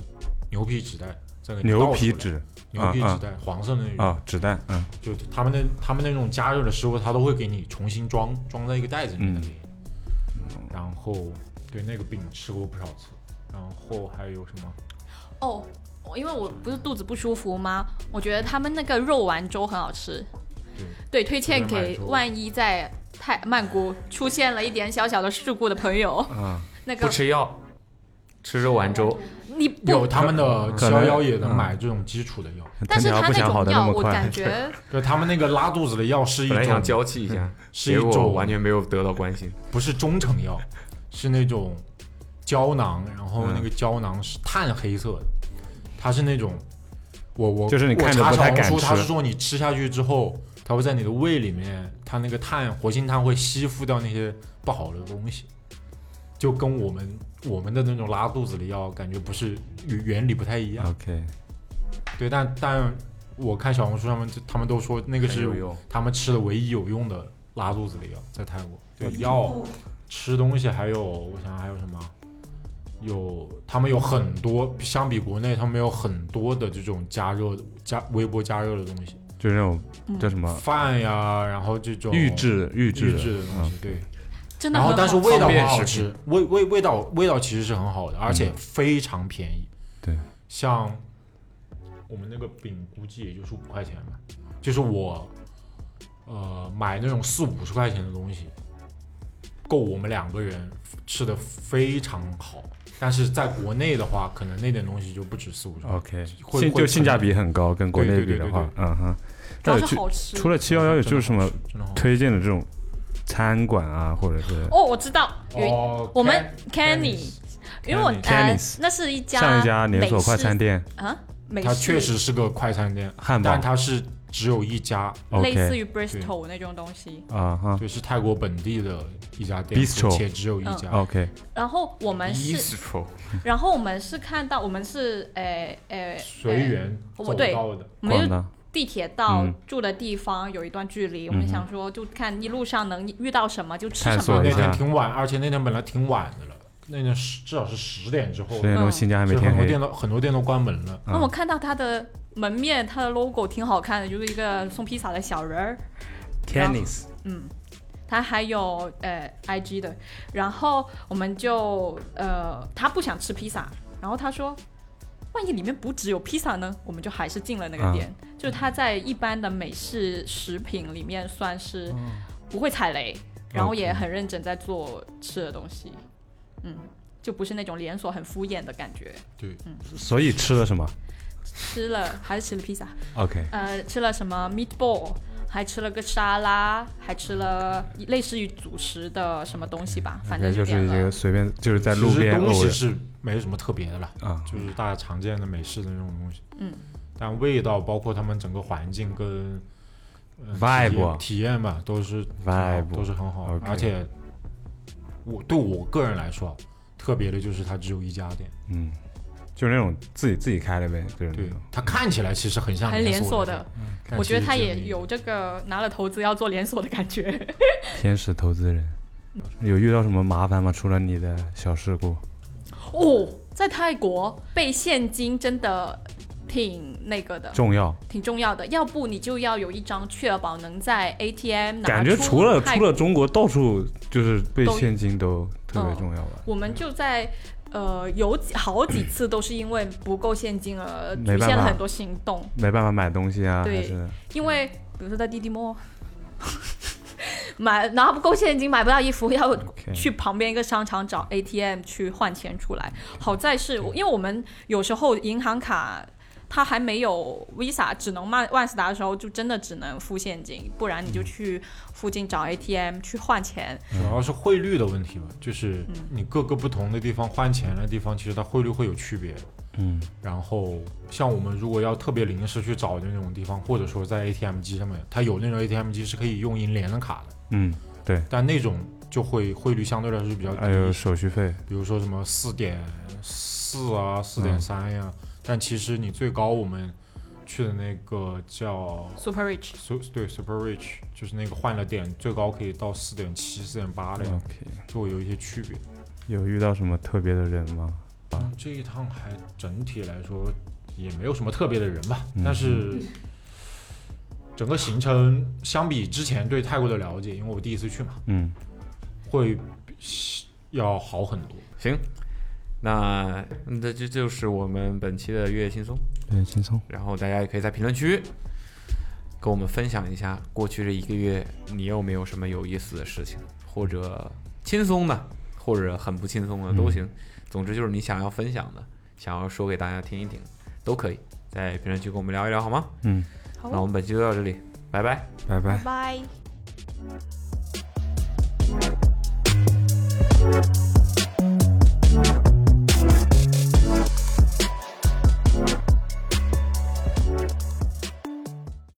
Speaker 7: 牛皮纸袋再给你
Speaker 6: 牛
Speaker 7: 倒出
Speaker 6: 皮
Speaker 7: 来
Speaker 6: 纸
Speaker 7: 牛皮
Speaker 6: 啊
Speaker 7: 纸袋，黄色的那种，
Speaker 6: 啊，纸袋，嗯
Speaker 7: 就他们那他们那种加热的食物，他都会给你重新装装在一个袋子里
Speaker 3: 嗯
Speaker 7: 面的。然后对那个饼吃过不少次，然后还有什么？
Speaker 2: 哦，我因为我不是肚子不舒服吗？我觉得他们那个肉丸粥很好吃，对，推荐
Speaker 7: 肉丸
Speaker 2: 给
Speaker 7: 粥
Speaker 2: 万一在泰曼谷出现了一点小小的事故的朋友。
Speaker 6: 啊，
Speaker 2: <laughs> 那个
Speaker 3: 不吃药，吃肉丸粥，
Speaker 2: 你不，
Speaker 7: 有他们的
Speaker 6: 可
Speaker 7: 七
Speaker 6: 能
Speaker 7: 幺幺也
Speaker 3: 嗯
Speaker 7: 能买这种基础的药，
Speaker 2: 但是
Speaker 6: 藤条
Speaker 2: 他
Speaker 6: 不想好
Speaker 2: 种
Speaker 6: 的那
Speaker 2: 药，
Speaker 6: 么
Speaker 2: 我
Speaker 6: 快
Speaker 2: 感觉
Speaker 6: <laughs>
Speaker 7: 就他们那个拉肚子的药是一
Speaker 3: 本来想
Speaker 7: 种，
Speaker 3: 娇气一下，
Speaker 7: 是一
Speaker 3: 结果
Speaker 7: 种
Speaker 3: 完全没有得到关心。
Speaker 7: 不是中成药，是那种胶囊，然后那个胶囊是炭黑色的，它是那种我我
Speaker 6: 就是你
Speaker 7: 我
Speaker 6: 看着
Speaker 7: 查
Speaker 6: 不太
Speaker 7: 小红
Speaker 6: 敢
Speaker 7: 书它
Speaker 6: 吃
Speaker 7: 是说你吃下去之后，它会在你的胃里面，它那个碳活性炭会吸附掉那些不好的东西，就跟我们我们的那种拉肚子的药感觉不是原原理不太一样。
Speaker 6: ，OK，
Speaker 7: 对，但但我看小红书上面就他们都说那个是
Speaker 3: 很有用
Speaker 7: 他们吃的唯一有用的拉肚子的药，在泰国。对，药、吃东西还有我想想还有什么？有他们有很多，相比国内他们有很多的这种加热加微波加热的东西，
Speaker 6: 就是那
Speaker 2: 嗯
Speaker 6: 种叫什么
Speaker 7: 饭呀，然后这种
Speaker 6: 啊预制预
Speaker 7: 预
Speaker 6: 制啊
Speaker 7: 制的东西，对。
Speaker 2: 真的
Speaker 7: 然
Speaker 2: 很好
Speaker 7: 后但是味道
Speaker 3: 方便
Speaker 7: 很好
Speaker 3: 食
Speaker 7: 吃，味味味道味道其实是很好的，而且非常便宜。
Speaker 6: 嗯对，
Speaker 7: 像我们那个饼估计也就是五块钱吧，就是我呃买那种四五十块钱的东西，够我们两个人吃的非常好。但是在国内的话，可能那点东西就不止四五十块。
Speaker 6: ，OK，
Speaker 7: 会
Speaker 6: 性
Speaker 7: 会
Speaker 6: 就性价比很高，跟国内
Speaker 7: 对
Speaker 6: 比
Speaker 7: 对对
Speaker 6: 的
Speaker 7: 对
Speaker 6: 话，嗯哼。
Speaker 2: 主要
Speaker 6: 那
Speaker 2: 是
Speaker 6: 除
Speaker 2: 好吃。
Speaker 6: 除了七幺幺，有就是什么
Speaker 7: 真的好吃。
Speaker 6: 推荐的这种餐馆啊，或者是
Speaker 2: 哦，我知道，有一
Speaker 7: 哦
Speaker 2: 我们
Speaker 7: Kenny-
Speaker 2: Canny，因为我
Speaker 7: Kenny
Speaker 2: 呃
Speaker 6: Kenny's，
Speaker 2: 那是一家
Speaker 6: 上一家连锁
Speaker 2: 美式
Speaker 6: 快餐店
Speaker 2: 啊，美
Speaker 7: 它
Speaker 2: 式
Speaker 7: 确实是个快餐店，
Speaker 6: 汉堡
Speaker 7: 但它是只有一家，
Speaker 2: 类似
Speaker 6: ，OK，
Speaker 2: 于 Bristol 那种东西。
Speaker 6: 啊哈
Speaker 7: 对，是泰国本地的一家店
Speaker 6: Bistro 哦
Speaker 7: 且只有
Speaker 2: 嗯
Speaker 7: 一家。
Speaker 6: ，OK，
Speaker 2: 然后我们
Speaker 3: 一
Speaker 2: 是，
Speaker 3: 是丑，
Speaker 2: 然后我们是看到我们是诶诶
Speaker 7: 随缘
Speaker 2: 我
Speaker 7: 走
Speaker 2: 对
Speaker 7: 到的，
Speaker 2: 我们
Speaker 6: 广
Speaker 2: 就
Speaker 6: 的，
Speaker 2: 地铁到
Speaker 6: 嗯
Speaker 2: 住的地方有一段距离，我们想说就看一路上能遇到什么就吃
Speaker 6: 探
Speaker 2: 什
Speaker 6: 索
Speaker 2: 么
Speaker 6: 一。下
Speaker 7: 那天挺晚，而且那天本来挺晚的了，那天十至少是十点之后
Speaker 6: 十，点钟
Speaker 2: 嗯
Speaker 6: 新疆还没
Speaker 7: 就
Speaker 6: 天
Speaker 7: 很多
Speaker 6: 黑
Speaker 7: 店，都很多店都关门了。
Speaker 6: 嗯
Speaker 2: 那我看到它的门面，它的 logo 挺好看的，就是一个送披萨的小人儿，
Speaker 6: Tennis
Speaker 2: 嗯，它还有呃 IG 的。然后我们就呃，他不想吃披萨，然后他说。万一里面不只有披萨呢？我们就还是进了那个
Speaker 6: 啊
Speaker 2: 店，就是它在一般的美式食品里面算是不会踩雷，然后也很认真在做吃的东西，嗯，就不是那种连锁很敷衍的感觉。
Speaker 7: 对，
Speaker 6: 所以吃了什么？
Speaker 2: 吃了还是吃了披萨，
Speaker 6: OK，
Speaker 2: 呃，吃了什么 meatball，还吃了个沙拉，还吃了类似于主食的什么东西吧，反正
Speaker 6: 就
Speaker 2: 点
Speaker 6: 是一
Speaker 2: 了
Speaker 6: 个。随便就是在
Speaker 7: 其
Speaker 6: 路
Speaker 7: 实
Speaker 6: 边
Speaker 7: 东
Speaker 6: 偶
Speaker 7: 西
Speaker 6: 尔
Speaker 7: 是没什么特别的啦，
Speaker 6: 啊，
Speaker 7: 就是大家常见的美式的那种东西。
Speaker 2: 嗯，
Speaker 7: 但味道包括他们整个环境跟、呃、
Speaker 6: Vibe 啊
Speaker 7: 体验体验吧，都是
Speaker 6: Vibe 啊嗯
Speaker 7: 都是很好。
Speaker 6: OK
Speaker 7: 而且我对我个人来说，特别的就是它只有一家店，
Speaker 6: 嗯，就是那种自己自己开的呗，就是那
Speaker 7: 对
Speaker 6: 种。
Speaker 7: 它看起来其实很像
Speaker 2: 还连
Speaker 7: 锁
Speaker 2: 锁的，
Speaker 7: 但
Speaker 2: 我觉得
Speaker 7: 其实
Speaker 2: 他
Speaker 7: 只
Speaker 2: 也
Speaker 7: 一
Speaker 2: 有这个拿了投资要做连锁的感觉。
Speaker 6: 天使投资人。有遇到什么麻烦吗？除了你的小事故，
Speaker 2: <laughs> 哦，在泰国被现金真的挺那个的，
Speaker 6: 重要，
Speaker 2: 挺重要的。要不你就要有一张确保能在 ATM 拿
Speaker 6: 感觉
Speaker 2: 出
Speaker 6: 除了
Speaker 2: 泰
Speaker 6: 除了中国，到处就是被
Speaker 2: 都
Speaker 6: 现金都特别
Speaker 2: 嗯
Speaker 6: 重要吧？
Speaker 2: 我们就在呃有几好几次都是因为不够现金而
Speaker 6: 没
Speaker 2: 局
Speaker 6: 办
Speaker 2: 限了
Speaker 6: 法
Speaker 2: 很多行动，
Speaker 6: 没办法买东西啊，
Speaker 2: 对
Speaker 6: 还是
Speaker 2: 因为比如说在滴滴摸。 <laughs> 买拿不够现金买不到衣服，要
Speaker 6: OK
Speaker 2: 去旁边一个商场找 ATM 去换钱出来。好在是因为我们有时候银行卡它还没有 Visa，只能万万事达的时候，就真的只能付现金，不然你就去附近找 ATM 去换钱。
Speaker 7: 主要是汇率的问题吧，就是
Speaker 2: 嗯
Speaker 7: 你各个不同的地方换钱的地方，其实它汇率会有区别。
Speaker 6: 嗯，
Speaker 7: 然后像我们如果要特别临时去找的那种地方，或者说在 ATM 机上面，它有那种 ATM 机是可以用银联的卡的，
Speaker 6: 嗯，
Speaker 7: 但那种就会汇率相对来说是比较低，
Speaker 6: 还有手续费，
Speaker 7: 比如说什么四点四啊、四点三呀，但其实你最高我们去的那个叫
Speaker 2: Super Rich，
Speaker 7: Su- 对 Super Rich，就是那个换了点最高可以到四点七、四点八的样子，
Speaker 6: OK，
Speaker 7: 就会有一些区别。嗯
Speaker 6: 有遇到什么特别的人吗？
Speaker 7: 这一趟还整体来说也没有什么特别的人吧，但是 <laughs> 整个行程相比之前对泰国的了解，因为我第一次去嘛，
Speaker 6: 嗯，
Speaker 7: 会比要好很多。
Speaker 3: 行，那嗯这这就是我们本期的越野轻松。
Speaker 6: 对，轻松，
Speaker 3: 然后大家也可以在评论区跟我们分享一下过去这一个月你有没有什么有意思的事情，或者轻松的，或者很不轻松的
Speaker 7: 嗯
Speaker 3: 都行。总之就是你想要分享的，想要说给大家听一听，都可以在评论区跟我们聊一聊，好吗？
Speaker 6: 嗯，
Speaker 2: 好
Speaker 6: 哎
Speaker 3: 那我们本期就到这里，拜拜。
Speaker 6: 拜拜。
Speaker 2: 拜。